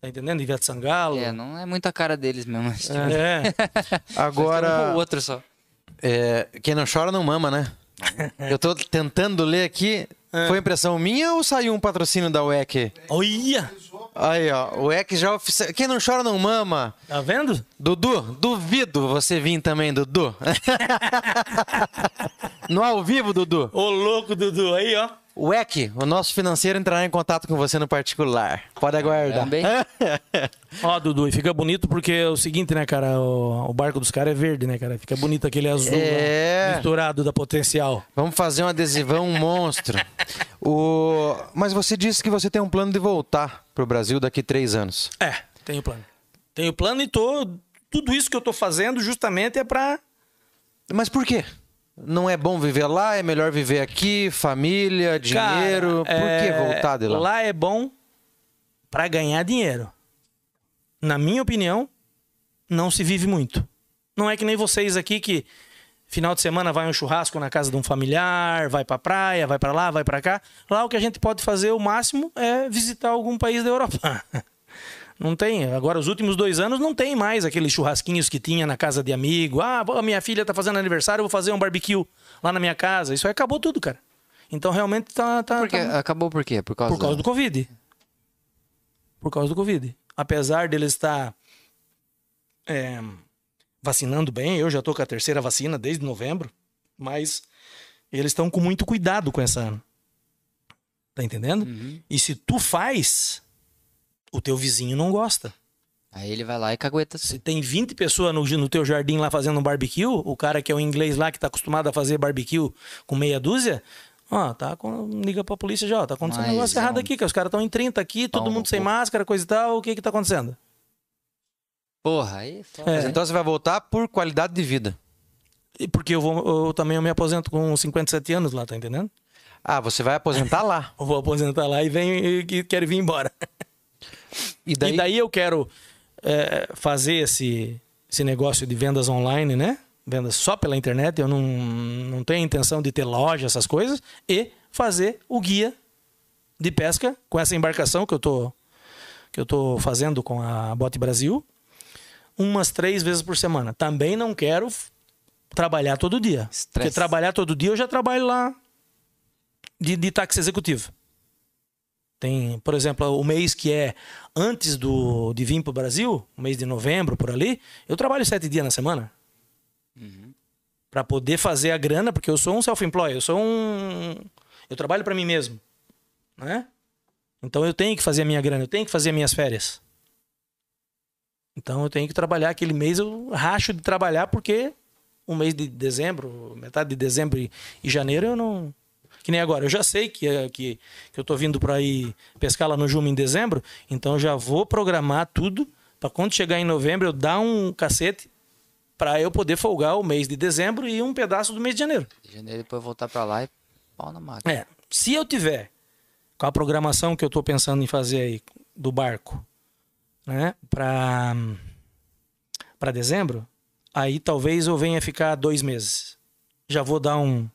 Speaker 1: tá entendendo? Ivete Sangalo.
Speaker 2: É, não é muito a cara deles mesmo. mas, tipo,
Speaker 1: É.
Speaker 2: Um
Speaker 3: Agora,
Speaker 2: ou outro só.
Speaker 3: é, quem não chora não mama, né? Eu tô tentando ler aqui. Foi impressão minha ou saiu um patrocínio da WEC?
Speaker 1: Olha,
Speaker 3: Aí, ó. O WEC já oficial. Quem não chora não mama.
Speaker 1: tá vendo?
Speaker 3: Dudu, duvido você vir também, Dudu. no ao vivo, Dudu.
Speaker 1: Ô louco Dudu, aí ó.
Speaker 3: O EC, o nosso financeiro, entrará em contato com você no particular. Pode aguardar.
Speaker 2: Também.
Speaker 1: Ó, Dudu, e fica bonito porque é o seguinte, né, cara? O, o barco dos caras é verde, né, cara? Fica bonito aquele azul
Speaker 3: É.
Speaker 1: né? misturado da potencial.
Speaker 3: Vamos fazer um adesivão monstro. O... Mas você disse que você tem um plano de voltar pro Brasil daqui três anos.
Speaker 1: É, tenho plano. Tenho plano e tô tudo isso que eu tô fazendo justamente é pra.
Speaker 3: Mas por quê? Não é bom viver lá? É melhor viver aqui? Família, dinheiro?
Speaker 1: Cara,
Speaker 3: por
Speaker 1: é,
Speaker 3: que voltar de lá?
Speaker 1: Lá é bom pra ganhar dinheiro. Na minha opinião, não se vive muito. Não é que nem vocês aqui que final de semana vai um churrasco na casa de um familiar, vai pra praia, vai pra lá, vai pra cá. Lá o que a gente pode fazer o máximo é visitar algum país da Europa. Não tem. Agora, os últimos dois anos não tem mais aqueles churrasquinhos que tinha na casa de amigo. Ah, pô, minha filha tá fazendo aniversário, eu vou fazer um barbecue lá na minha casa. Isso aí acabou tudo, cara. Então, realmente, tá... tá,
Speaker 2: Por quê?
Speaker 1: tá-
Speaker 2: Acabou por quê? Por causa,
Speaker 1: por causa do Covid. Por causa do Covid. Apesar dele estar é, vacinando bem, eu já estou com a terceira vacina desde novembro, mas eles estão com muito cuidado com essa. Tá entendendo? E se tu faz, o teu vizinho não gosta.
Speaker 2: Aí ele vai lá e cagueta.
Speaker 1: Se tem 20 pessoas no, no teu jardim lá fazendo um barbecue, o cara que é o inglês lá que tá acostumado a fazer barbecue com meia dúzia, ó, tá com, liga pra polícia já, ó, tá acontecendo
Speaker 2: Mas
Speaker 1: um negócio
Speaker 2: é
Speaker 1: errado
Speaker 2: um-
Speaker 1: aqui, que os caras estão em 30 aqui, todo
Speaker 2: Pau no
Speaker 1: mundo sem
Speaker 2: cu.
Speaker 1: máscara, coisa e tal, o que que tá acontecendo?
Speaker 2: Porra, aí foda. né?
Speaker 1: É.
Speaker 3: Mas então você vai voltar por qualidade de vida.
Speaker 1: E porque eu, vou, eu também eu me aposento com 57 anos lá, tá entendendo?
Speaker 3: Ah, você vai aposentar lá.
Speaker 1: Eu vou aposentar lá e venho e que- quero vir embora.
Speaker 3: E daí,
Speaker 1: E daí eu quero é, fazer esse, esse negócio de vendas online, né? Vendas só pela internet, eu não, não tenho intenção de ter loja, essas coisas, e fazer o guia de pesca com essa embarcação que eu tô, que eu tô fazendo com a Bote Brasil, umas três vezes por semana. Também não quero f- trabalhar todo dia.
Speaker 2: Estresse.
Speaker 1: Porque trabalhar todo dia eu já trabalho lá de, de táxi executivo. Tem, por exemplo, o mês que é antes do, de vir para o Brasil, o mês de novembro, por ali, eu trabalho sete dias na semana. Para poder fazer a grana, porque eu sou um self-employed, eu sou um. Eu trabalho para mim mesmo. Né? Então eu tenho que fazer a minha grana, eu tenho que fazer as minhas férias. Então eu tenho que trabalhar aquele mês, eu racho de trabalhar, porque o mês de dezembro, metade de dezembro e, e janeiro eu não. Que nem agora, eu já sei que, é- que, que eu tô vindo para ir pescar lá no Juma em dezembro, então eu já vou programar tudo para quando chegar em novembro eu dar um cacete para eu poder folgar o mês de dezembro e um pedaço do mês de janeiro.
Speaker 2: De janeiro depois voltar pra lá e pau na máquina.
Speaker 1: É, se eu tiver com a programação que eu tô pensando em fazer aí do barco, né, para para dezembro, aí talvez eu venha ficar dois meses. Já vou dar um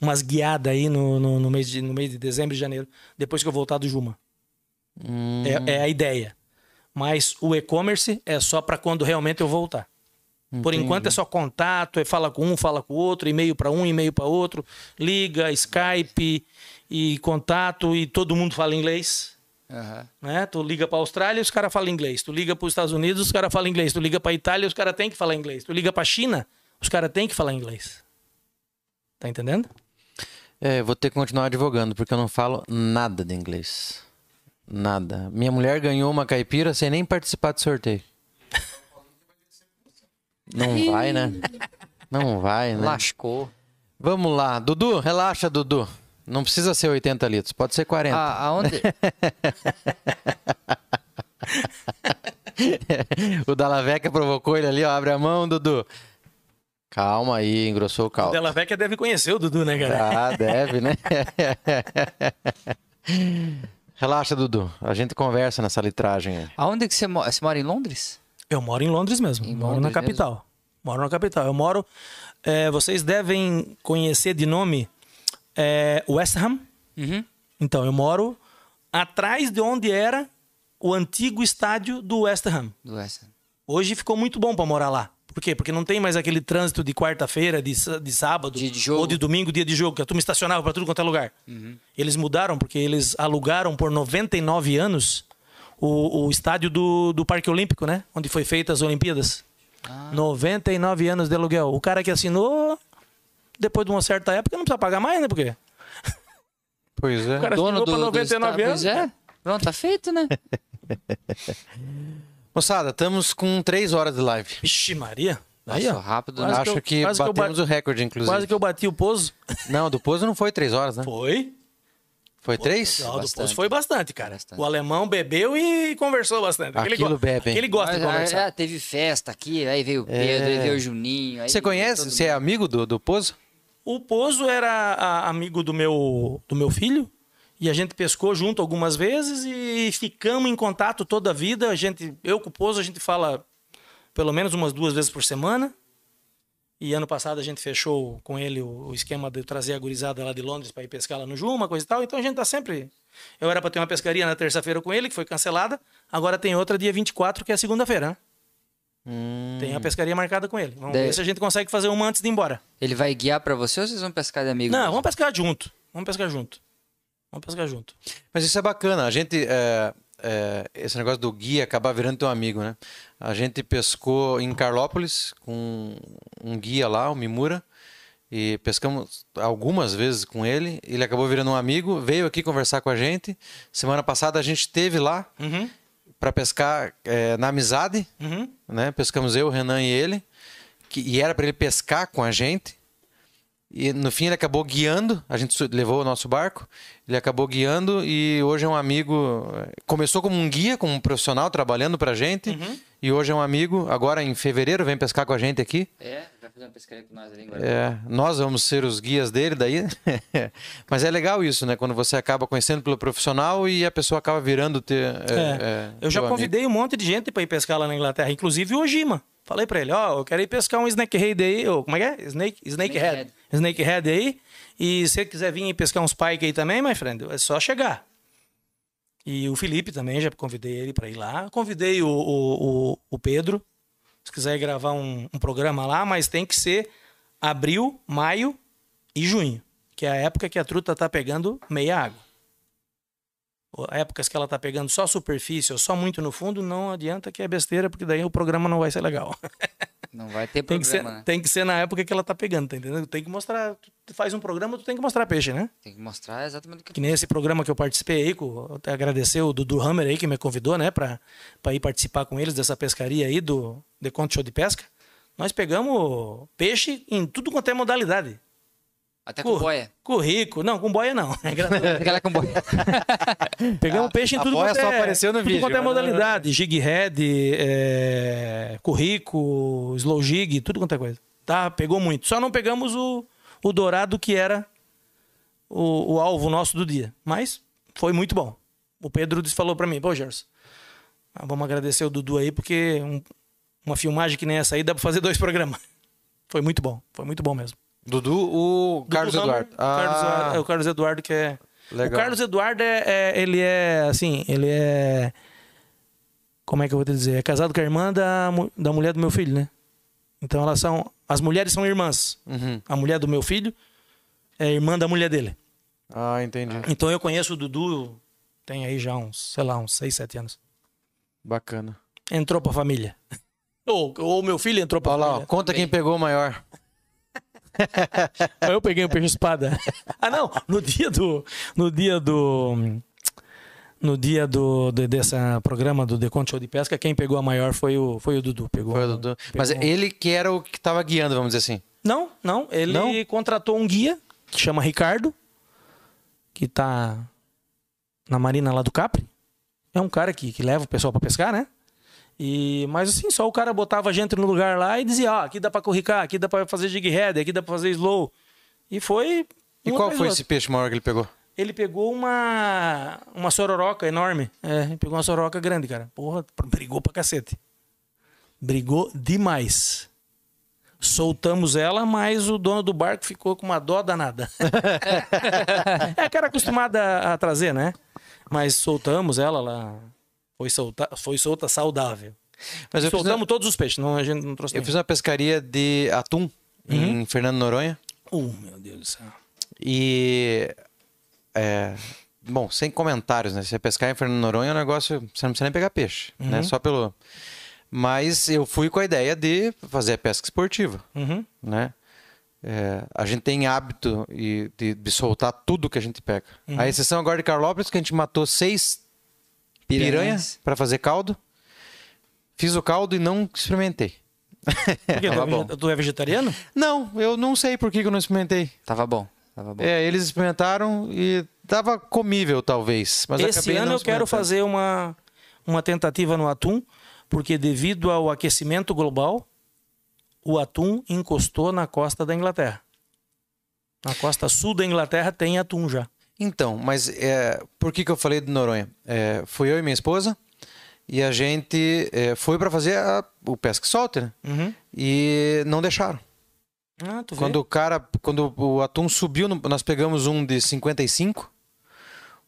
Speaker 1: umas guiadas aí no, no, no mês de, no mês de dezembro e janeiro, depois que eu voltar do Juma. É, é a ideia. Mas o e-commerce é só para quando realmente eu voltar. Por enquanto é só contato, é fala com um, fala com o outro, e-mail para um, e-mail para outro, liga, Skype e contato e todo mundo fala inglês,
Speaker 2: Aham.
Speaker 1: né? Tu liga para Austrália, os caras falam inglês. Tu liga para os Estados Unidos, os caras falam inglês. Tu liga para Itália, os caras têm que falar inglês. Tu liga para China, os caras têm que falar inglês. Tá entendendo?
Speaker 3: é, eu vou ter que continuar advogando, porque eu não falo nada de inglês. Nada. Minha mulher ganhou uma caipira sem nem participar do sorteio. Não vai, né? Não
Speaker 1: É.
Speaker 3: vai, né?
Speaker 2: Lascou.
Speaker 3: Vamos lá. Dudu, relaxa, Dudu. Não precisa ser 80 litros, pode ser
Speaker 1: É.
Speaker 3: 40.
Speaker 2: Ah, aonde?
Speaker 3: o Dalaveca provocou ele ali, ó. Abre a mão, Dudu. Calma aí, engrossou o
Speaker 1: O
Speaker 3: caldo.
Speaker 1: Della Vecchia deve conhecer o Dudu, né, cara?
Speaker 3: Ah, deve, né? Relaxa, Dudu. A gente conversa nessa litragem aí.
Speaker 2: aonde que você mora? Você mora em Londres?
Speaker 1: Eu moro em Londres mesmo.
Speaker 2: Em
Speaker 1: moro na
Speaker 2: Londres
Speaker 1: capital. Moro na capital. Eu moro. eh, vocês devem conhecer de nome eh, West Ham.
Speaker 2: Uhum.
Speaker 1: Então, eu moro atrás de onde era o antigo estádio do West Ham.
Speaker 2: Do West Ham.
Speaker 1: Hoje ficou muito bom para morar lá. Por quê? Porque não tem mais aquele trânsito de quarta-feira, de, sá- de sábado,
Speaker 2: Dia de jogo. Uhum.
Speaker 1: ou de domingo, dia de jogo, que a turma estacionava para tudo quanto é lugar. Eles mudaram porque eles alugaram por 99 anos o, o estádio do, do Parque Olímpico, né? Onde foi feitas as Olimpíadas.
Speaker 2: Ah.
Speaker 1: 99 anos de aluguel. O cara que assinou, depois de uma certa época, não precisa pagar mais, né? Porque
Speaker 3: Pois
Speaker 1: o
Speaker 3: é.
Speaker 1: cara
Speaker 2: Dono
Speaker 1: assinou
Speaker 2: do,
Speaker 1: para
Speaker 2: do
Speaker 1: 99
Speaker 2: estádio,
Speaker 1: anos.
Speaker 2: Pois é. Pronto, tá feito, né?
Speaker 3: Moçada, estamos com três horas de live.
Speaker 1: Vixe Maria. Aí,
Speaker 2: Passou
Speaker 1: ó.
Speaker 2: rápido,
Speaker 1: Quase
Speaker 2: né?
Speaker 1: que
Speaker 3: Acho
Speaker 1: eu-
Speaker 3: que,
Speaker 1: quase que eu
Speaker 3: batemos
Speaker 1: ba-
Speaker 3: o recorde, inclusive.
Speaker 1: Quase que eu bati o pouso.
Speaker 3: Não, do Pozo não foi três horas, né?
Speaker 1: Foi.
Speaker 3: Foi três?
Speaker 1: O Aldo
Speaker 2: Bastante.
Speaker 1: Poço foi bastante, cara.
Speaker 2: Bastante.
Speaker 1: O alemão bebeu e conversou bastante. Aquele
Speaker 3: Aquilo
Speaker 1: go-
Speaker 3: bebe, hein?
Speaker 1: Aquele gosta de
Speaker 2: Ah,
Speaker 1: conversar.
Speaker 2: ah, teve festa aqui, aí
Speaker 1: É.
Speaker 2: veio o Pedro, aí veio o Juninho. aí
Speaker 3: Você conhece?
Speaker 2: todo
Speaker 3: Você é amigo do, do Pozo?
Speaker 1: O Pozo era a- amigo do meu, do meu filho e a gente pescou junto algumas vezes e ficamos em contato toda a vida. A gente, eu com o Pozo, a gente fala pelo menos umas duas vezes por semana. E ano passado a gente fechou com ele o o esquema de trazer a gurizada lá de Londres para ir pescar lá no Juma, coisa e tal. Então a gente tá sempre. Eu era para ter uma pescaria na terça-feira com ele, que foi cancelada. Agora tem outra dia 24, que é segunda-feira. né? Tem a pescaria marcada com ele. Vamos
Speaker 2: Daí-
Speaker 1: ver se a gente consegue fazer uma antes de ir embora.
Speaker 2: Ele vai guiar pra você ou vocês vão pescar de amigo?
Speaker 1: Não, vamos pescar junto. Vamos pescar junto. Vamos pescar junto.
Speaker 3: Mas isso é bacana. A gente. é, é, esse negócio do guia acabar virando teu amigo, né? A gente pescou em Carlópolis com um guia lá, o Mimura. E pescamos algumas vezes com ele. Ele acabou virando um amigo, veio aqui conversar com a gente. Semana passada a gente esteve lá
Speaker 1: Uhum.
Speaker 3: para pescar é, na amizade.
Speaker 1: Uhum.
Speaker 3: né? Pescamos eu, o Renan e ele, que, e era para ele pescar com a gente. E no fim ele acabou guiando, a gente su- levou o nosso barco, ele acabou guiando e hoje é um amigo. eh, Começou como um guia, como um profissional trabalhando pra gente,
Speaker 1: Uhum.
Speaker 3: e hoje é um amigo. Agora em fevereiro vem pescar com a gente aqui.
Speaker 2: É, vai fazer uma pescaria com nós ali em Guarapari.
Speaker 3: É, nós vamos ser os guias dele daí. Mas é legal isso, né? Quando você acaba conhecendo pelo profissional e a pessoa acaba virando ter.
Speaker 1: É, eu já convidei um monte de gente para ir pescar lá na Inglaterra, inclusive o Ojima. Falei para ele, ó, eu quero ir pescar um snakehead aí, ou como é que é? Snake, snakehead. Snakehead aí. E se você quiser vir e pescar uns pike aí também, my friend, é só chegar. E o Felipe também, já convidei ele para ir lá. Convidei o, o, o, o Pedro, se quiser gravar um, um programa lá, mas tem que ser abril, maio e junho, que é a época que a truta tá pegando meia água. Ou Épocas que ela tá pegando só superfície ou só muito no fundo, não adianta que é besteira, porque daí o programa não vai ser legal.
Speaker 2: Não vai ter
Speaker 1: É. tem,
Speaker 2: problema,
Speaker 1: que ser,
Speaker 2: né?
Speaker 1: tem que ser na época que ela tá pegando, tá entendendo? Tem que mostrar. Tu faz um programa, tu tem que mostrar peixe, né?
Speaker 2: Tem que mostrar exatamente o que...
Speaker 1: Que nem esse programa que eu participei aí, com- até agradecer o Dudu Hammer aí que me convidou, né, pra, pra ir participar com eles dessa pescaria aí do The Conto Show de Pesca. Nós pegamos peixe em tudo quanto é modalidade.
Speaker 2: Até com
Speaker 1: Cur-
Speaker 2: boia.
Speaker 1: Currico. Não, com boia não. É engraçado.
Speaker 2: Aquela com boia.
Speaker 1: Pegamos peixe em
Speaker 3: Ah, a
Speaker 1: tudo
Speaker 3: boia
Speaker 1: quanto
Speaker 3: só
Speaker 1: é,
Speaker 3: apareceu no
Speaker 1: tudo
Speaker 3: vídeo,
Speaker 1: quanto é
Speaker 3: mas não-
Speaker 1: modalidade. Jig head, é, currico, slow jig, tudo quanto é coisa. Tá, pegou muito. Só não pegamos o, o dourado que era o, o alvo nosso do dia. Mas foi muito bom. O Pedro disse- falou pra mim, pô, Gerson, ah, vamos agradecer o Dudu aí, porque um- uma filmagem que nem essa aí dá pra fazer dois programas. Foi muito bom, foi muito bom mesmo.
Speaker 3: Dudu, o
Speaker 1: Dudu
Speaker 3: Carlos
Speaker 1: Hammer,
Speaker 3: Eduardo.
Speaker 1: né? Carlos
Speaker 3: Ah.
Speaker 1: Eduardo- é o Carlos Eduardo que é.
Speaker 3: Legal.
Speaker 1: O Carlos Eduardo é, é- ele é assim, ele é como é que eu vou te dizer? É casado com a irmã da, mu- da mulher do meu filho, né? Então elas são as mulheres são irmãs.
Speaker 3: Uhum.
Speaker 1: A mulher do meu filho é irmã da mulher dele.
Speaker 3: Ah, entendi.
Speaker 1: Então eu conheço o Dudu tem aí já uns, sei lá, uns 6, 7 anos.
Speaker 3: Bacana.
Speaker 1: Entrou pra família. Ou ou meu filho entrou pra
Speaker 3: Olha lá, ó,
Speaker 1: família.
Speaker 3: conta quem pegou o maior.
Speaker 1: Aí eu peguei o peixe espada. Ah, não, no dia do no dia do no dia do de- dessa programa do The Conte Show de Pesca, quem pegou a maior foi o foi o Dudu, pegou.
Speaker 3: Foi o Dudu. Mas é-
Speaker 1: pegou-
Speaker 3: ele que era o que tava guiando, vamos dizer assim.
Speaker 1: Não, não, ele
Speaker 3: Não?
Speaker 1: contratou um guia que chama Ricardo, que tá na marina lá do Capri. É um cara que, que leva o pessoal pra pescar, né? E, mas assim, só o cara botava a gente no lugar lá e dizia, ó, aqui dá pra corricar, aqui dá pra fazer jig head, aqui dá pra fazer slow. E foi...
Speaker 3: E
Speaker 1: um
Speaker 3: qual
Speaker 1: atrás do
Speaker 3: foi
Speaker 1: outro.
Speaker 3: esse peixe maior que ele pegou?
Speaker 1: Ele pegou uma uma sororoca enorme. É, ele pegou uma sororoca grande, cara. Porra, brigou pra cacete. Brigou demais. Soltamos ela, mas o dono do barco ficou com uma dó danada. é a cara acostumada a- a trazer, né? Mas soltamos ela lá. Foi solta, foi solta saudável.
Speaker 3: Mas eu fiz,
Speaker 1: soltamos
Speaker 3: uma,
Speaker 1: todos os peixes, não, a gente não trouxe
Speaker 3: eu
Speaker 1: nenhum.
Speaker 3: fiz uma pescaria de atum
Speaker 1: Uhum.
Speaker 3: em Fernando Noronha.
Speaker 1: Uh, meu Deus do céu.
Speaker 3: E. é, bom, sem comentários, né? Você pescar em Fernando Noronha é um negócio. Você não precisa nem pegar peixe, né? Só pelo. Mas eu fui com a ideia de fazer a pesca esportiva,
Speaker 1: Uhum.
Speaker 3: né? É, a gente tem hábito e- de, de soltar tudo que a gente pega. A exceção agora de Carlópolis, que a gente matou seis piranha
Speaker 2: Piranhas.
Speaker 3: para fazer caldo. Fiz o caldo e não experimentei.
Speaker 1: Por quê? Tu é vege- tu é vegetariano?
Speaker 3: Não, eu não sei por que que eu não experimentei.
Speaker 2: Tava bom, tava bom.
Speaker 3: É, eles É, experimentaram e tava comível, talvez. Mas
Speaker 1: Esse
Speaker 3: acabei
Speaker 1: ano
Speaker 3: não
Speaker 1: eu quero
Speaker 3: experimentando.
Speaker 1: fazer uma, uma tentativa no atum, porque devido ao aquecimento global, o atum encostou na costa da Inglaterra. Na costa sul da Inglaterra tem atum já.
Speaker 3: Então, mas é, por que, que eu falei de Noronha? É, fui eu e minha esposa e a gente é, foi para fazer a- o pesca e solte, né? E não deixaram.
Speaker 1: Ah, tu vê.
Speaker 3: Quando o cara, quando o atum subiu, no- nós pegamos um de 55,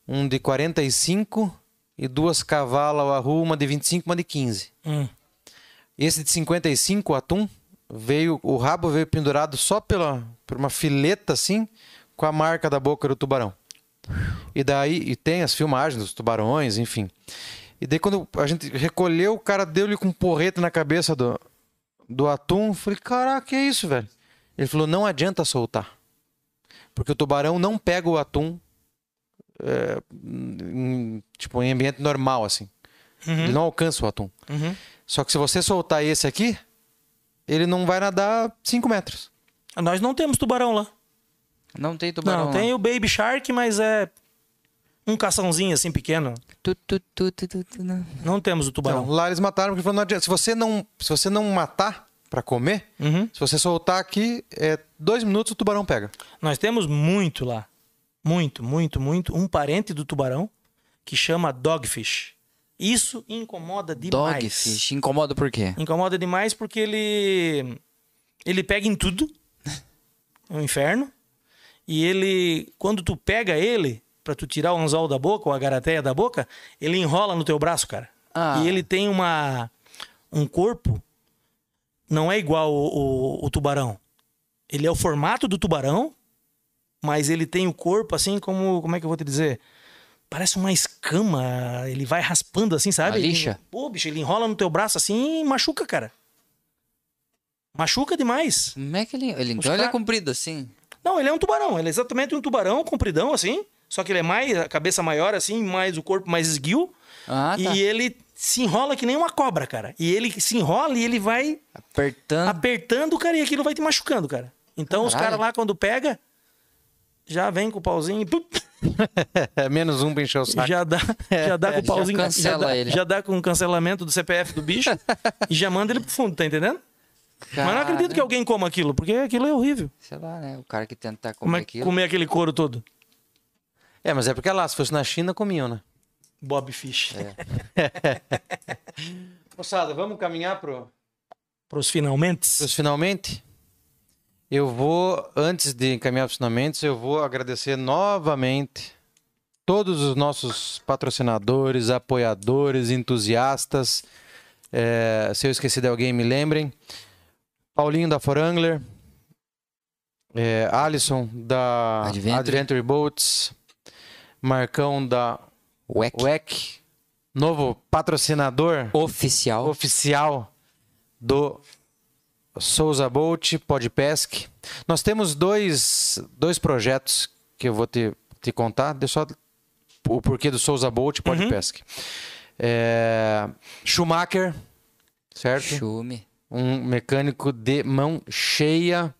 Speaker 3: um de 45 e duas cavalas ao arru, uma de 25, uma de 15.
Speaker 1: Hum.
Speaker 3: Esse de 55, o atum, veio, o rabo veio pendurado só pela, por uma fileta assim, com a marca da boca do tubarão. E daí, e tem as filmagens dos tubarões, enfim. E daí quando a gente recolheu, o cara deu-lhe com um porrete na cabeça do, do atum. Falei, caraca, que é isso, velho? Ele falou, não adianta soltar. Porque o tubarão não pega o atum, é, em- tipo, em ambiente normal, assim. Ele não alcança o atum.
Speaker 1: Uhum.
Speaker 3: Só que se você soltar esse aqui, ele não vai nadar 5 metros.
Speaker 1: Nós não temos tubarão lá.
Speaker 2: Não tem tubarão.
Speaker 1: Não,
Speaker 2: lá.
Speaker 1: tem um- o Baby Shark, mas é um caçãozinho assim pequeno.
Speaker 2: Tu, tu, tu, tu, tu, tu, não.
Speaker 1: Não temos o
Speaker 3: Então,
Speaker 1: tubarão.
Speaker 3: lá eles mataram porque falou, não adianta. Se você não, se você não matar pra comer,
Speaker 1: Uhum.
Speaker 3: se você soltar aqui, é dois minutos o tubarão pega.
Speaker 1: Nós temos muito lá. Muito, muito, muito. Um parente do tubarão que chama dogfish. Isso incomoda demais.
Speaker 2: Dogfish. Incomoda por quê?
Speaker 1: Incomoda demais porque ele. Ele pega em tudo. É um inferno. E ele. Quando tu pega ele, pra tu tirar o anzol da boca ou a garateia da boca, ele enrola no teu braço, cara.
Speaker 2: Ah.
Speaker 1: E ele tem uma. Um corpo. Não é igual o, o, o tubarão. Ele é o formato do tubarão, mas ele tem o corpo assim como. Como é que eu vou te dizer? Parece uma escama. Ele vai raspando assim, sabe? Ele-
Speaker 2: lixa.
Speaker 1: Pô, bicho, ele enrola no teu braço assim e machuca, cara. Machuca demais.
Speaker 2: Como é que ele. ele então
Speaker 1: Os
Speaker 2: ele é
Speaker 1: ca-
Speaker 2: comprido assim.
Speaker 1: Não, ele é um tubarão. Ele é exatamente um tubarão, compridão assim. Só que ele é mais, a cabeça maior assim, mais o corpo mais esguio.
Speaker 2: Ah, tá.
Speaker 1: E ele se enrola que nem uma cobra, cara. E ele se enrola e ele vai
Speaker 2: Apertando.
Speaker 1: Ah, apertando, cara, e aquilo vai te machucando, cara. Então os
Speaker 2: Ah. Caralho.
Speaker 1: caras lá, quando pega, já vem com o pauzinho e pup,
Speaker 3: É menos um pra encher o saco.
Speaker 1: já dá, já dá com o
Speaker 2: É, já
Speaker 1: pauzinho.
Speaker 2: cancela
Speaker 1: dá,
Speaker 2: ele.
Speaker 1: já dá com o cancelamento do CPF do bicho e já manda ele pro fundo, tá entendendo? Mas não acredito que alguém coma aquilo, porque aquilo é horrível.
Speaker 2: né? Sei lá, né? O cara que tenta comer
Speaker 1: Como é que
Speaker 2: aquilo.
Speaker 1: comer aquele couro todo?
Speaker 3: É, mas é porque lá, se fosse na China, comiam, né?
Speaker 1: Bob Fish.
Speaker 2: É.
Speaker 3: Moçada, vamos caminhar pro...
Speaker 1: Pros finalmente.
Speaker 3: pros finalmente? Eu vou, antes de encaminhar pros finalmente, eu vou agradecer novamente todos os nossos patrocinadores, apoiadores, entusiastas. É, se eu esqueci de alguém, me lembrem. Paulinho da Forangler. É, Alisson da
Speaker 2: Adventure.
Speaker 3: Adventure Boats. Marcão da
Speaker 2: Uec.
Speaker 3: WEC. Novo patrocinador
Speaker 2: Oficial.
Speaker 3: oficial do Souza Bolt Podpesc. Nós temos dois, dois projetos que eu vou te, te contar. Deixa eu só o porquê do Souza Bolt Podpesc. É, Schumacher, certo?
Speaker 2: Chume.
Speaker 3: Um mecânico de mão cheia.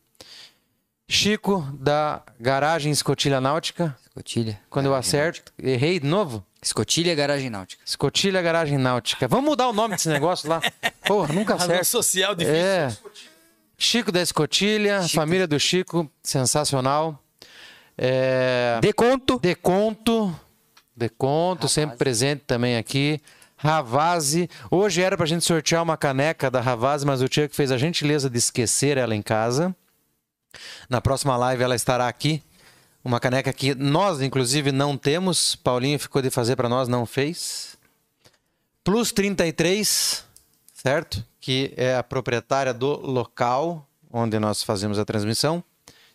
Speaker 3: Chico, da Garagem Escotilha Náutica.
Speaker 2: Escotilha.
Speaker 3: Quando eu acerto, errei de novo?
Speaker 2: Escotilha Garagem Náutica.
Speaker 3: Escotilha Garagem Náutica. Vamos mudar o nome desse negócio lá. Porra, nunca
Speaker 1: Razão
Speaker 3: acerto.
Speaker 1: social difícil.
Speaker 3: É. Chico da Escotilha, família do Chico, sensacional. É...
Speaker 2: Deconto.
Speaker 3: Deconto. Deconto, sempre presente também aqui. Ravazzi. Hoje era pra gente sortear uma caneca da Ravazzi, mas o Tiago fez a gentileza de esquecer ela em casa. Na próxima live ela estará aqui. Uma caneca que nós, inclusive, não temos. Paulinho ficou de fazer pra nós, não fez. Plus 33, certo? Que é a proprietária do local onde nós fazemos a transmissão.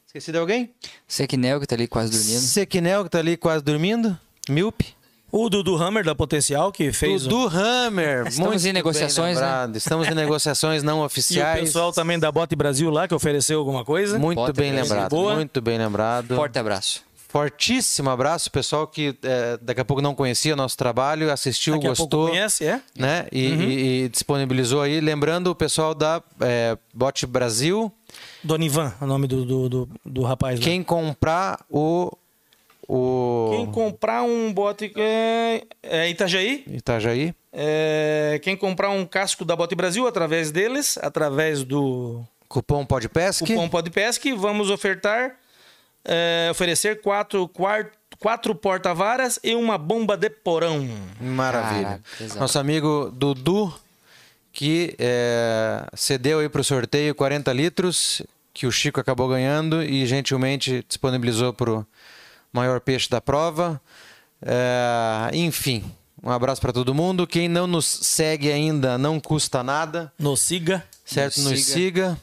Speaker 3: Esqueci de alguém?
Speaker 2: Sequinel que tá ali quase dormindo.
Speaker 3: Sequinel, que tá ali quase dormindo. Milpe.
Speaker 1: O Dudu Hammer da Potencial, que fez. um-
Speaker 3: Dudu Hammer.
Speaker 2: Estamos
Speaker 3: muito
Speaker 2: em
Speaker 3: bem
Speaker 2: negociações, né?
Speaker 3: lembrado. Estamos em negociações não
Speaker 1: E o
Speaker 3: oficiais.
Speaker 1: pessoal também da Bote Brasil lá, que ofereceu alguma coisa.
Speaker 3: Muito
Speaker 2: Bota
Speaker 3: bem
Speaker 2: aí,
Speaker 3: lembrado.
Speaker 1: boa.
Speaker 3: Muito bem lembrado.
Speaker 2: Forte abraço.
Speaker 3: Fortíssimo abraço, pessoal que eh, daqui a pouco não conhecia nosso trabalho, assistiu,
Speaker 1: Daqui a pouco
Speaker 3: gostou.
Speaker 1: conhece, é?
Speaker 3: né? E, e- e disponibilizou aí. Lembrando o pessoal da eh, Bot Brasil.
Speaker 1: é Donivan, o nome do, do, do, do rapaz lá.
Speaker 3: Quem comprar o, o
Speaker 1: Quem comprar um bote é, é Itajaí,
Speaker 3: Itajaí.
Speaker 1: é, quem comprar um casco da Bote Brasil através deles, através do
Speaker 3: Cupom Podpesc.
Speaker 1: cupom Podpesc, vamos ofertar, é, oferecer quatro, quar- quatro porta-varas e uma bomba de porão.
Speaker 3: Maravilha.
Speaker 2: Caraca, exato.
Speaker 3: Nosso amigo Dudu, que é, cedeu aí para o sorteio 40 litros, que o Chico acabou ganhando e gentilmente disponibilizou para o maior peixe da prova. É, enfim, um abraço para todo mundo. Quem não nos segue ainda, não custa nada,
Speaker 1: No siga,
Speaker 3: certo? Nos,
Speaker 2: Nos
Speaker 3: siga.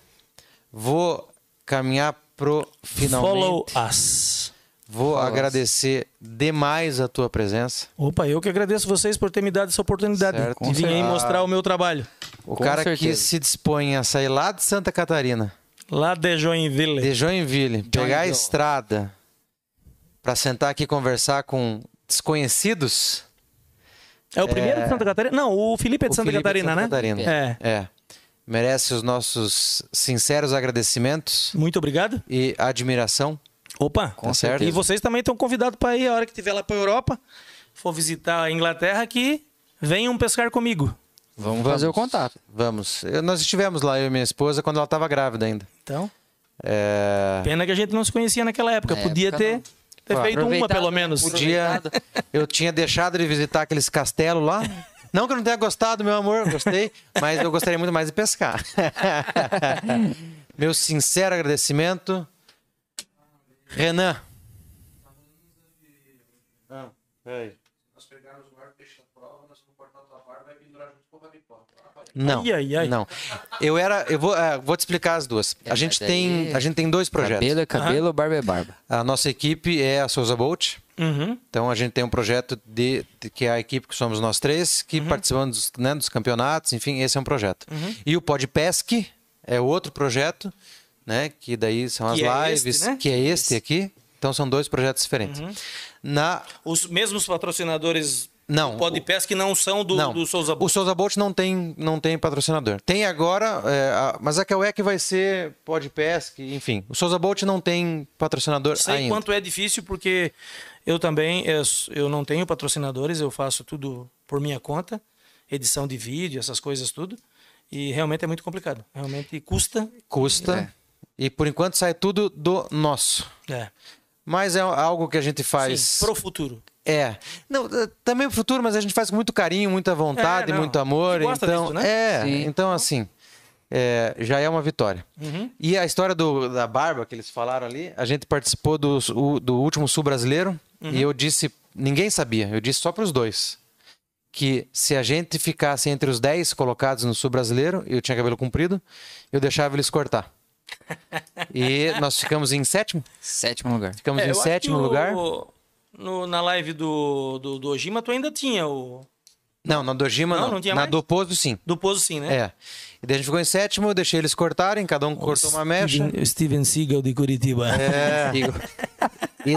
Speaker 3: Vou caminhar pro finalmente.
Speaker 1: follow us.
Speaker 3: Vou agradecer demais a tua presença.
Speaker 1: Opa, eu que agradeço vocês por ter me dado essa oportunidade
Speaker 3: Certo.
Speaker 1: de vir aí mostrar o meu trabalho.
Speaker 3: O
Speaker 2: Com
Speaker 3: cara que
Speaker 2: certeza.
Speaker 3: se dispõe a sair lá de Santa Catarina,
Speaker 1: Lá de Joinville.
Speaker 3: de Joinville, pegar a estrada para sentar aqui e conversar com desconhecidos.
Speaker 1: É o primeiro de Santa Catarina? Não, o Felipe é de
Speaker 3: o
Speaker 1: Santa
Speaker 3: Felipe
Speaker 1: Catarina, né?
Speaker 3: Catarina.
Speaker 1: É.
Speaker 3: É. Merece os nossos sinceros agradecimentos
Speaker 1: Muito obrigado.
Speaker 3: e admiração.
Speaker 1: Opa,
Speaker 3: Tá certo?
Speaker 1: E vocês também estão convidados para ir a hora que tiver lá para Europa, for visitar a Inglaterra, que venham pescar comigo.
Speaker 2: Vamos fazer o contato.
Speaker 3: Vamos. Eu- nós estivemos lá, eu e minha esposa, quando ela estava grávida ainda.
Speaker 1: Então,
Speaker 3: É,
Speaker 1: pena que a gente não se conhecia naquela época.
Speaker 2: Na
Speaker 1: Podia
Speaker 2: época,
Speaker 1: ter,
Speaker 2: não.
Speaker 1: ter
Speaker 3: Pô,
Speaker 1: feito uma,
Speaker 2: aproveitado,
Speaker 1: pelo
Speaker 2: né?
Speaker 1: menos.
Speaker 3: Podia.
Speaker 2: Aproveitado.
Speaker 3: um Eu tinha deixado de visitar aqueles castelos lá. Não que eu não tenha gostado, meu amor, gostei, mas eu gostaria muito mais de pescar. meu sincero agradecimento. Renan. Não,
Speaker 1: Ai, ai, É, ai.
Speaker 3: não. Eu era, eu vou, é, vou te explicar as duas. A gente
Speaker 2: mas aí-
Speaker 3: tem, a gente tem
Speaker 1: tá
Speaker 3: dois projetos.
Speaker 2: Cabelo é cabelo, barba é barba.
Speaker 3: A nossa equipe é a Souza Bolt.
Speaker 1: Uhum.
Speaker 3: Então a gente tem um projeto de, de- que é a equipe que somos nós três,
Speaker 1: Uhum.
Speaker 3: que participamos dos, né, dos campeonatos, enfim, esse é um projeto. E o Podpesc é outro projeto, né? Que daí são
Speaker 1: Que
Speaker 3: as
Speaker 1: é
Speaker 3: lives,
Speaker 1: este, né? Uhum.
Speaker 3: que é este aqui. Então são dois projetos diferentes. Na
Speaker 1: Os mesmos patrocinadores
Speaker 3: Não,
Speaker 1: do Podpesca que não são do,
Speaker 3: não,
Speaker 1: do Souza
Speaker 3: o Souza Bolt não tem, não tem patrocinador. Tem agora, é, a- mas a Kawek vai ser Podpesc, enfim. O Souza Bolt não tem patrocinador
Speaker 1: sei
Speaker 3: ainda.
Speaker 1: quanto é difícil porque eu também eu, s- eu não tenho patrocinadores, eu faço tudo por minha conta, edição de vídeo, essas coisas tudo, e realmente é muito complicado. Realmente custa.
Speaker 3: Custa. E por enquanto sai tudo do nosso.
Speaker 1: É.
Speaker 3: Mas é algo que a gente faz.
Speaker 1: Sim, pro futuro.
Speaker 3: É. Não, eh, também pro futuro, mas a gente faz com muito carinho, muita vontade,
Speaker 1: É, não.
Speaker 3: muito amor.
Speaker 1: A gente gosta
Speaker 3: então,
Speaker 1: disso, né?
Speaker 3: é,
Speaker 2: Sim.
Speaker 3: então assim, é, já é uma vitória.
Speaker 1: Uhum.
Speaker 3: E a história do- da barba que eles falaram ali, a gente participou do, su- o- do último sul brasileiro
Speaker 1: Uhum.
Speaker 3: e eu disse, ninguém sabia, eu disse só para os dois que se a gente ficasse entre os 10 colocados no sul brasileiro, eu tinha cabelo comprido, eu deixava eles cortar. E nós ficamos em sétimo,
Speaker 2: Sétimo lugar.
Speaker 3: ficamos
Speaker 1: É,
Speaker 3: em
Speaker 1: eu acho
Speaker 3: sétimo
Speaker 1: que o-
Speaker 3: lugar.
Speaker 1: no- na live do, do, do Ojima, tu ainda tinha o.
Speaker 3: Não, na Dojima
Speaker 1: Não,
Speaker 3: não.
Speaker 1: não tinha
Speaker 3: na
Speaker 1: mais?
Speaker 3: do Pozo, sim.
Speaker 1: Do Pozo sim, né?
Speaker 3: É. E daí a gente ficou em sétimo, eu deixei eles cortarem, cada um cortou uma mecha.
Speaker 1: Steven Seagal de Curitiba.
Speaker 3: É. E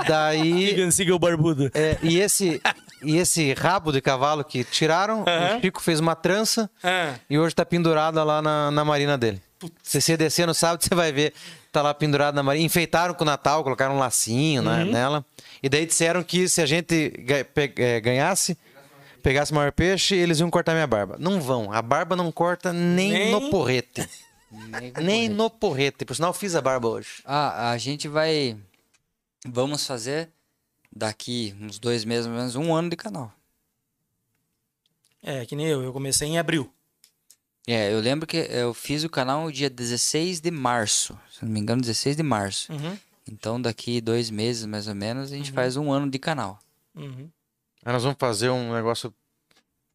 Speaker 3: daí.
Speaker 1: Steven Seagal barbudo.
Speaker 3: é, e, esse, e esse rabo de cavalo que tiraram, o Chico fez uma trança
Speaker 1: Ah,
Speaker 3: e hoje tá pendurada lá na, na marina dele. Se você descer no sábado, você vai ver. Tá lá pendurado na marina. Enfeitaram com o Natal, colocaram um lacinho né,
Speaker 1: Uhum.
Speaker 3: nela. E daí disseram que se a gente ga- pe- eh, ganhasse, pegasse o maior peixe, eles iam cortar minha barba. Não vão. A barba não corta nem,
Speaker 1: Nem-
Speaker 3: no porrete. Nem no porrete. Por sinal, fiz a barba hoje.
Speaker 2: Ah, a gente vai. Vamos fazer daqui uns dois meses, mais ou menos um ano de canal.
Speaker 1: é, que nem eu, eu comecei em abril.
Speaker 2: É, eu lembro que eu fiz o canal no dia 16 de março. Se não me engano, 16 de março.
Speaker 1: Uhum,
Speaker 2: Então, daqui dois meses, mais ou menos, a gente faz um ano de canal.
Speaker 1: uhum.
Speaker 3: Aí nós vamos fazer um negócio.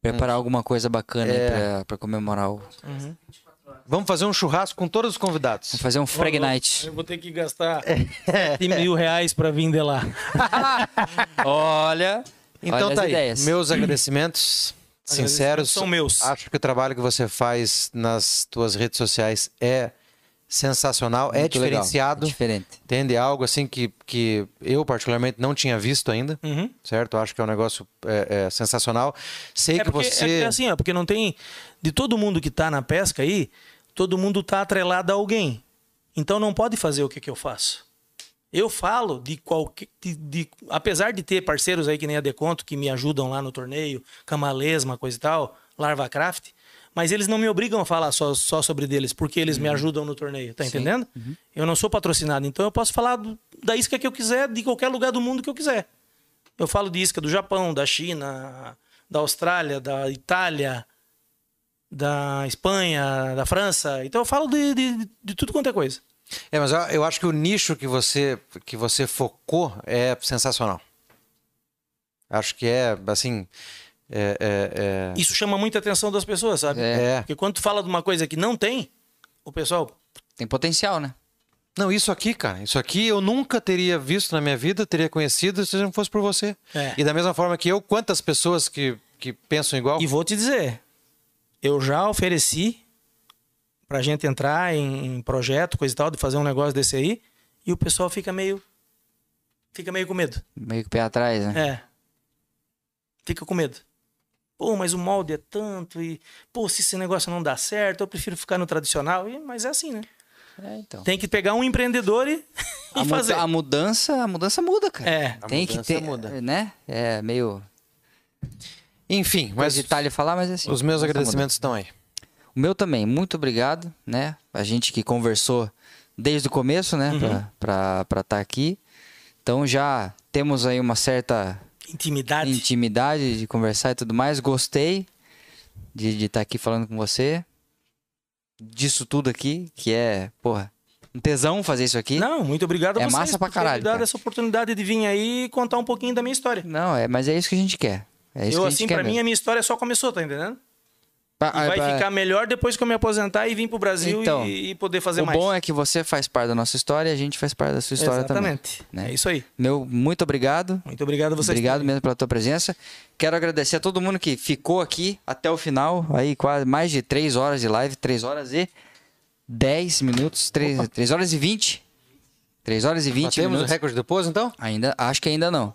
Speaker 2: Preparar alguma coisa bacana aí
Speaker 3: É.
Speaker 2: pra, pra comemorar o. Vamos
Speaker 1: Uhum.
Speaker 3: Vamos fazer um churrasco com todos os convidados.
Speaker 2: fazer um Frag
Speaker 1: Ô, louco,
Speaker 2: Night.
Speaker 1: Eu vou ter que gastar 7 mil reais pra vir de lá.
Speaker 2: Olha!
Speaker 3: Então
Speaker 2: olha
Speaker 3: tá
Speaker 2: as
Speaker 3: aí.
Speaker 2: ideias.
Speaker 3: Meus agradecimentos sinceros.
Speaker 1: São meus.
Speaker 3: Acho que o trabalho que você faz nas tuas redes sociais é sensacional, é
Speaker 2: Muito legal,
Speaker 3: diferenciado.
Speaker 2: é diferente.
Speaker 3: Entende? É Algo assim que, que eu particularmente não tinha visto ainda,
Speaker 1: Uhum.
Speaker 3: certo? Acho que é um negócio é, é, sensacional. Sei
Speaker 1: É
Speaker 3: que
Speaker 1: porque, é
Speaker 3: você...
Speaker 1: porque assim, ó, porque não tem. De todo mundo que tá na pesca aí, todo mundo tá atrelado a alguém. Então não pode fazer o que, que eu faço. Eu falo de qualquer. de- de- apesar de ter parceiros aí que nem a Deconto que me ajudam lá no torneio, Camalesma, coisa e tal, Larva Craft, mas eles não me obrigam a falar só, só sobre deles, porque eles
Speaker 3: Uhum.
Speaker 1: me ajudam no torneio, tá entendendo? Eu não sou patrocinado, então eu posso falar do- da isca que eu quiser, de qualquer lugar do mundo que eu quiser. Eu falo de isca do Japão, da China, da Austrália, da Itália, da Espanha, da França. Então eu falo de, de, de tudo quanto é coisa.
Speaker 3: É, mas eu, eu acho que o nicho que você, que você focou é sensacional. Acho que é, assim. É, é, é-
Speaker 1: Isso chama muita atenção das pessoas, sabe?
Speaker 3: É.
Speaker 1: Porque quando tu fala de uma coisa que não tem, o pessoal.
Speaker 2: Tem potencial, né?
Speaker 3: Não, isso aqui, cara. Isso aqui eu nunca teria visto na minha vida, teria conhecido se não fosse por você.
Speaker 1: É.
Speaker 3: E da mesma forma que eu, quantas pessoas que, que pensam igual.
Speaker 1: E vou te dizer, eu já ofereci pra gente entrar em, em projeto, coisa e tal, de fazer um negócio desse aí, e o pessoal fica meio. Fica meio com medo.
Speaker 2: Meio que pé atrás, né?
Speaker 1: É. Fica com medo. Pô, mas o molde é tanto e. Pô, se esse negócio não dá certo, eu prefiro ficar no tradicional. E, mas é assim, né?
Speaker 2: É, então.
Speaker 1: Tem que pegar um empreendedor e,
Speaker 2: A,
Speaker 1: e
Speaker 2: mu-
Speaker 1: fazer.
Speaker 2: a mudança, a mudança muda, cara.
Speaker 1: É.
Speaker 3: A
Speaker 2: Tem que
Speaker 3: mudança
Speaker 2: ter,
Speaker 3: muda.
Speaker 2: né? É meio
Speaker 3: Enfim,
Speaker 2: mas
Speaker 3: mas
Speaker 2: de Itália falar, mas é assim.
Speaker 3: os meus
Speaker 2: mudança muda.
Speaker 3: agradecimentos estão aí.
Speaker 2: O meu também, muito obrigado, né? A gente que conversou desde o começo, né?
Speaker 1: Uhum.
Speaker 2: Pra estar aqui. Então já temos aí uma certa
Speaker 1: Intimidade.
Speaker 2: intimidade de conversar e tudo mais. Gostei de estar aqui falando com você. Disso tudo aqui, que é, porra, um tesão fazer isso aqui.
Speaker 1: Não, muito obrigado a
Speaker 2: É
Speaker 1: vocês
Speaker 2: massa pra
Speaker 1: por
Speaker 2: caralho,
Speaker 1: terem dado
Speaker 2: cara.
Speaker 1: essa oportunidade de vir aí e contar um pouquinho da minha história.
Speaker 2: Não, é, mas é isso que a gente quer. É isso
Speaker 1: eu,
Speaker 2: que a gente
Speaker 1: assim,
Speaker 2: quer.
Speaker 1: pra mim,
Speaker 2: mesmo.
Speaker 1: a minha história só começou, tá entendendo?
Speaker 2: Pra-
Speaker 1: E vai
Speaker 2: pra-
Speaker 1: ficar melhor depois que eu me aposentar e vir pro Brasil
Speaker 2: Então,
Speaker 1: e, e poder fazer
Speaker 2: o
Speaker 1: mais.
Speaker 2: bom é que você faz parte da nossa história e a gente faz parte da sua história
Speaker 1: Exatamente.
Speaker 2: também. né?
Speaker 1: É isso aí.
Speaker 2: Meu, muito obrigado.
Speaker 1: Muito obrigado a vocês.
Speaker 2: Obrigado
Speaker 1: também.
Speaker 2: mesmo pela tua presença. Quero agradecer a todo mundo que ficou aqui até o final, aí quase mais de 3 horas de live, 3 horas e 10 minutos, 3, três horas e 20. 3 horas e 20
Speaker 3: Batemos
Speaker 2: minutos.
Speaker 3: o recorde depois, então?
Speaker 2: Ainda, acho que ainda não.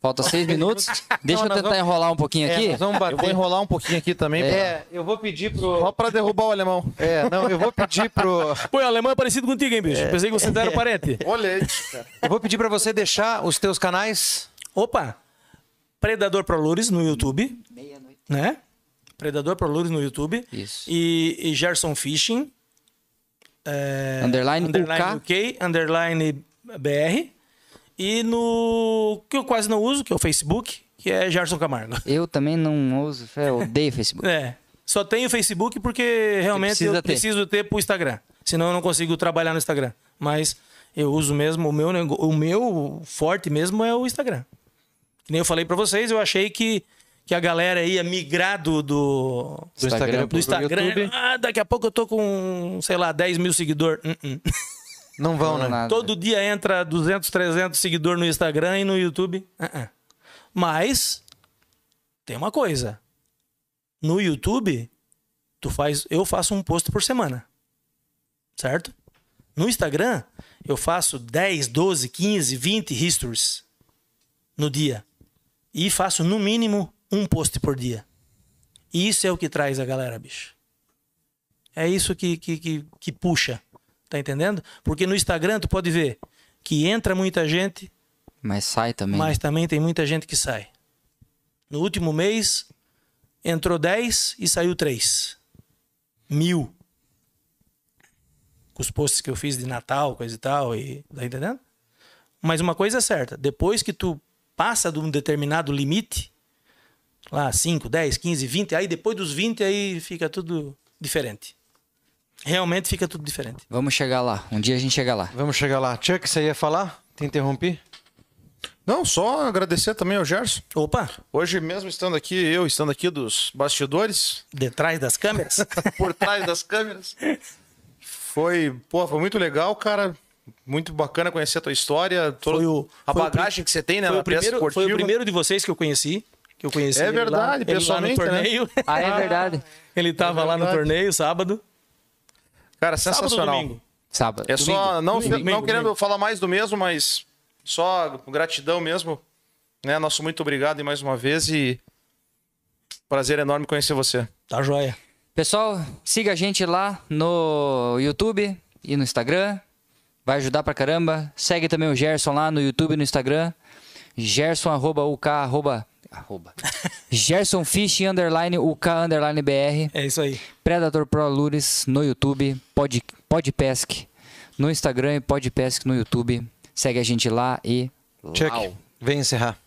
Speaker 2: Falta 6 minutos. Deixa eu
Speaker 3: nós
Speaker 2: tentar
Speaker 3: vamos-
Speaker 2: enrolar um pouquinho aqui.
Speaker 3: É, nós vamos
Speaker 4: Eu vou
Speaker 3: bater.
Speaker 4: enrolar um pouquinho aqui também,
Speaker 3: É, eu vou pedir
Speaker 4: pra- só
Speaker 3: pro.
Speaker 4: pra derrubar o alemão.
Speaker 3: É, não, eu vou pedir pro.
Speaker 1: Pô, o alemão é parecido contigo, hein, bicho? Pensei que você era parente.
Speaker 4: Olha
Speaker 3: Eu vou pedir pra você deixar os teus canais.
Speaker 1: Opa! Predador Prolures no YouTube. Né? Predador Prolures no YouTube.
Speaker 2: Isso.
Speaker 1: E, e Gerson Fishing. é,
Speaker 2: Underline UK.
Speaker 1: UK, underline BR. E no que eu quase não uso, que é o Facebook, que é Gerson Camargo.
Speaker 2: Eu também não uso, eu odeio Facebook.
Speaker 1: É. Só tenho o Facebook porque realmente
Speaker 2: precisa
Speaker 1: eu
Speaker 2: ter.
Speaker 1: preciso ter pro Instagram. Senão eu não consigo trabalhar no Instagram. Mas eu uso mesmo, o meu, nego- o meu forte mesmo é o Instagram. Que nem eu falei pra vocês, eu achei que, que a galera ia migrar do, do,
Speaker 2: Instagram
Speaker 3: Do Instagram,
Speaker 1: do
Speaker 3: pro
Speaker 1: Instagram.
Speaker 3: YouTube.
Speaker 1: Ah, daqui a pouco eu tô com, sei lá, 10 mil Hum, seguidores.
Speaker 3: Não vão, né?
Speaker 2: Nada.
Speaker 1: Todo dia entra 200, 300 seguidores no Instagram e no YouTube. Uh-uh. Mas tem uma coisa. No YouTube, tu faz, eu faço um post por semana. Certo? No Instagram, eu faço 10, 12, 15, 20 histories no dia. E faço no mínimo um post por dia. E isso é o que traz a galera, bicho. É isso que, que, que, que puxa. Tá entendendo? Porque no Instagram tu pode ver que entra muita gente,
Speaker 2: Mas sai também.
Speaker 1: mas também tem muita gente que sai. No último mês entrou 10 e saiu 3. Mil. Com os posts que eu fiz de Natal, coisa e tal, e tá entendendo? Mas uma coisa é certa, depois que tu passa de um determinado limite, lá 5, 10, 15, 20, aí depois dos 20 aí fica tudo diferente. Realmente fica tudo diferente.
Speaker 2: Vamos chegar lá. Um dia a gente chega lá.
Speaker 3: Vamos chegar lá. Chuck, você ia falar? Te interrompi?
Speaker 4: Não, só agradecer também ao Gerson.
Speaker 1: Opa,
Speaker 4: Hoje mesmo estando aqui, eu estando aqui dos bastidores,
Speaker 1: detrás das câmeras?
Speaker 4: por trás das câmeras. Foi, pô, foi muito legal, cara. Muito bacana conhecer a tua história, toda
Speaker 1: Foi o-
Speaker 4: a
Speaker 1: foi o
Speaker 4: bagagem que você tem, né?
Speaker 1: foi,
Speaker 4: na
Speaker 1: o
Speaker 4: peça
Speaker 1: primeiro, foi
Speaker 4: esportiva.
Speaker 1: o primeiro de vocês que eu conheci. Que eu conheci
Speaker 4: É
Speaker 1: ele lá-
Speaker 4: verdade,
Speaker 1: ele lá,
Speaker 4: pessoalmente, né? É
Speaker 1: no torneio.
Speaker 2: Ah, é verdade.
Speaker 1: Ele tava lá no
Speaker 4: verdade.
Speaker 1: torneio sábado.
Speaker 4: Cara,
Speaker 1: Sábado ou
Speaker 4: sensacional.
Speaker 1: domingo?
Speaker 2: Sábado.
Speaker 4: É só, não,
Speaker 1: Domingo,
Speaker 4: não
Speaker 1: domingo,
Speaker 4: querendo
Speaker 1: domingo.
Speaker 4: falar mais do mesmo, mas só gratidão mesmo. Né? Nosso muito obrigado e mais uma vez e prazer enorme conhecer você.
Speaker 1: Tá joia.
Speaker 2: Pessoal, siga a gente lá no YouTube e no Instagram. Vai ajudar pra caramba. Segue também o Gerson lá no YouTube e no Instagram. Gerson arroba UK arroba. arroba. Gerson Fish underline UK underline BR.
Speaker 1: É isso aí.
Speaker 2: Predator Pro Lures no YouTube, Pod, Podpesc no Instagram e Podpesc no YouTube. Segue a gente lá e.
Speaker 3: Check.
Speaker 2: Lau.
Speaker 3: Vem encerrar.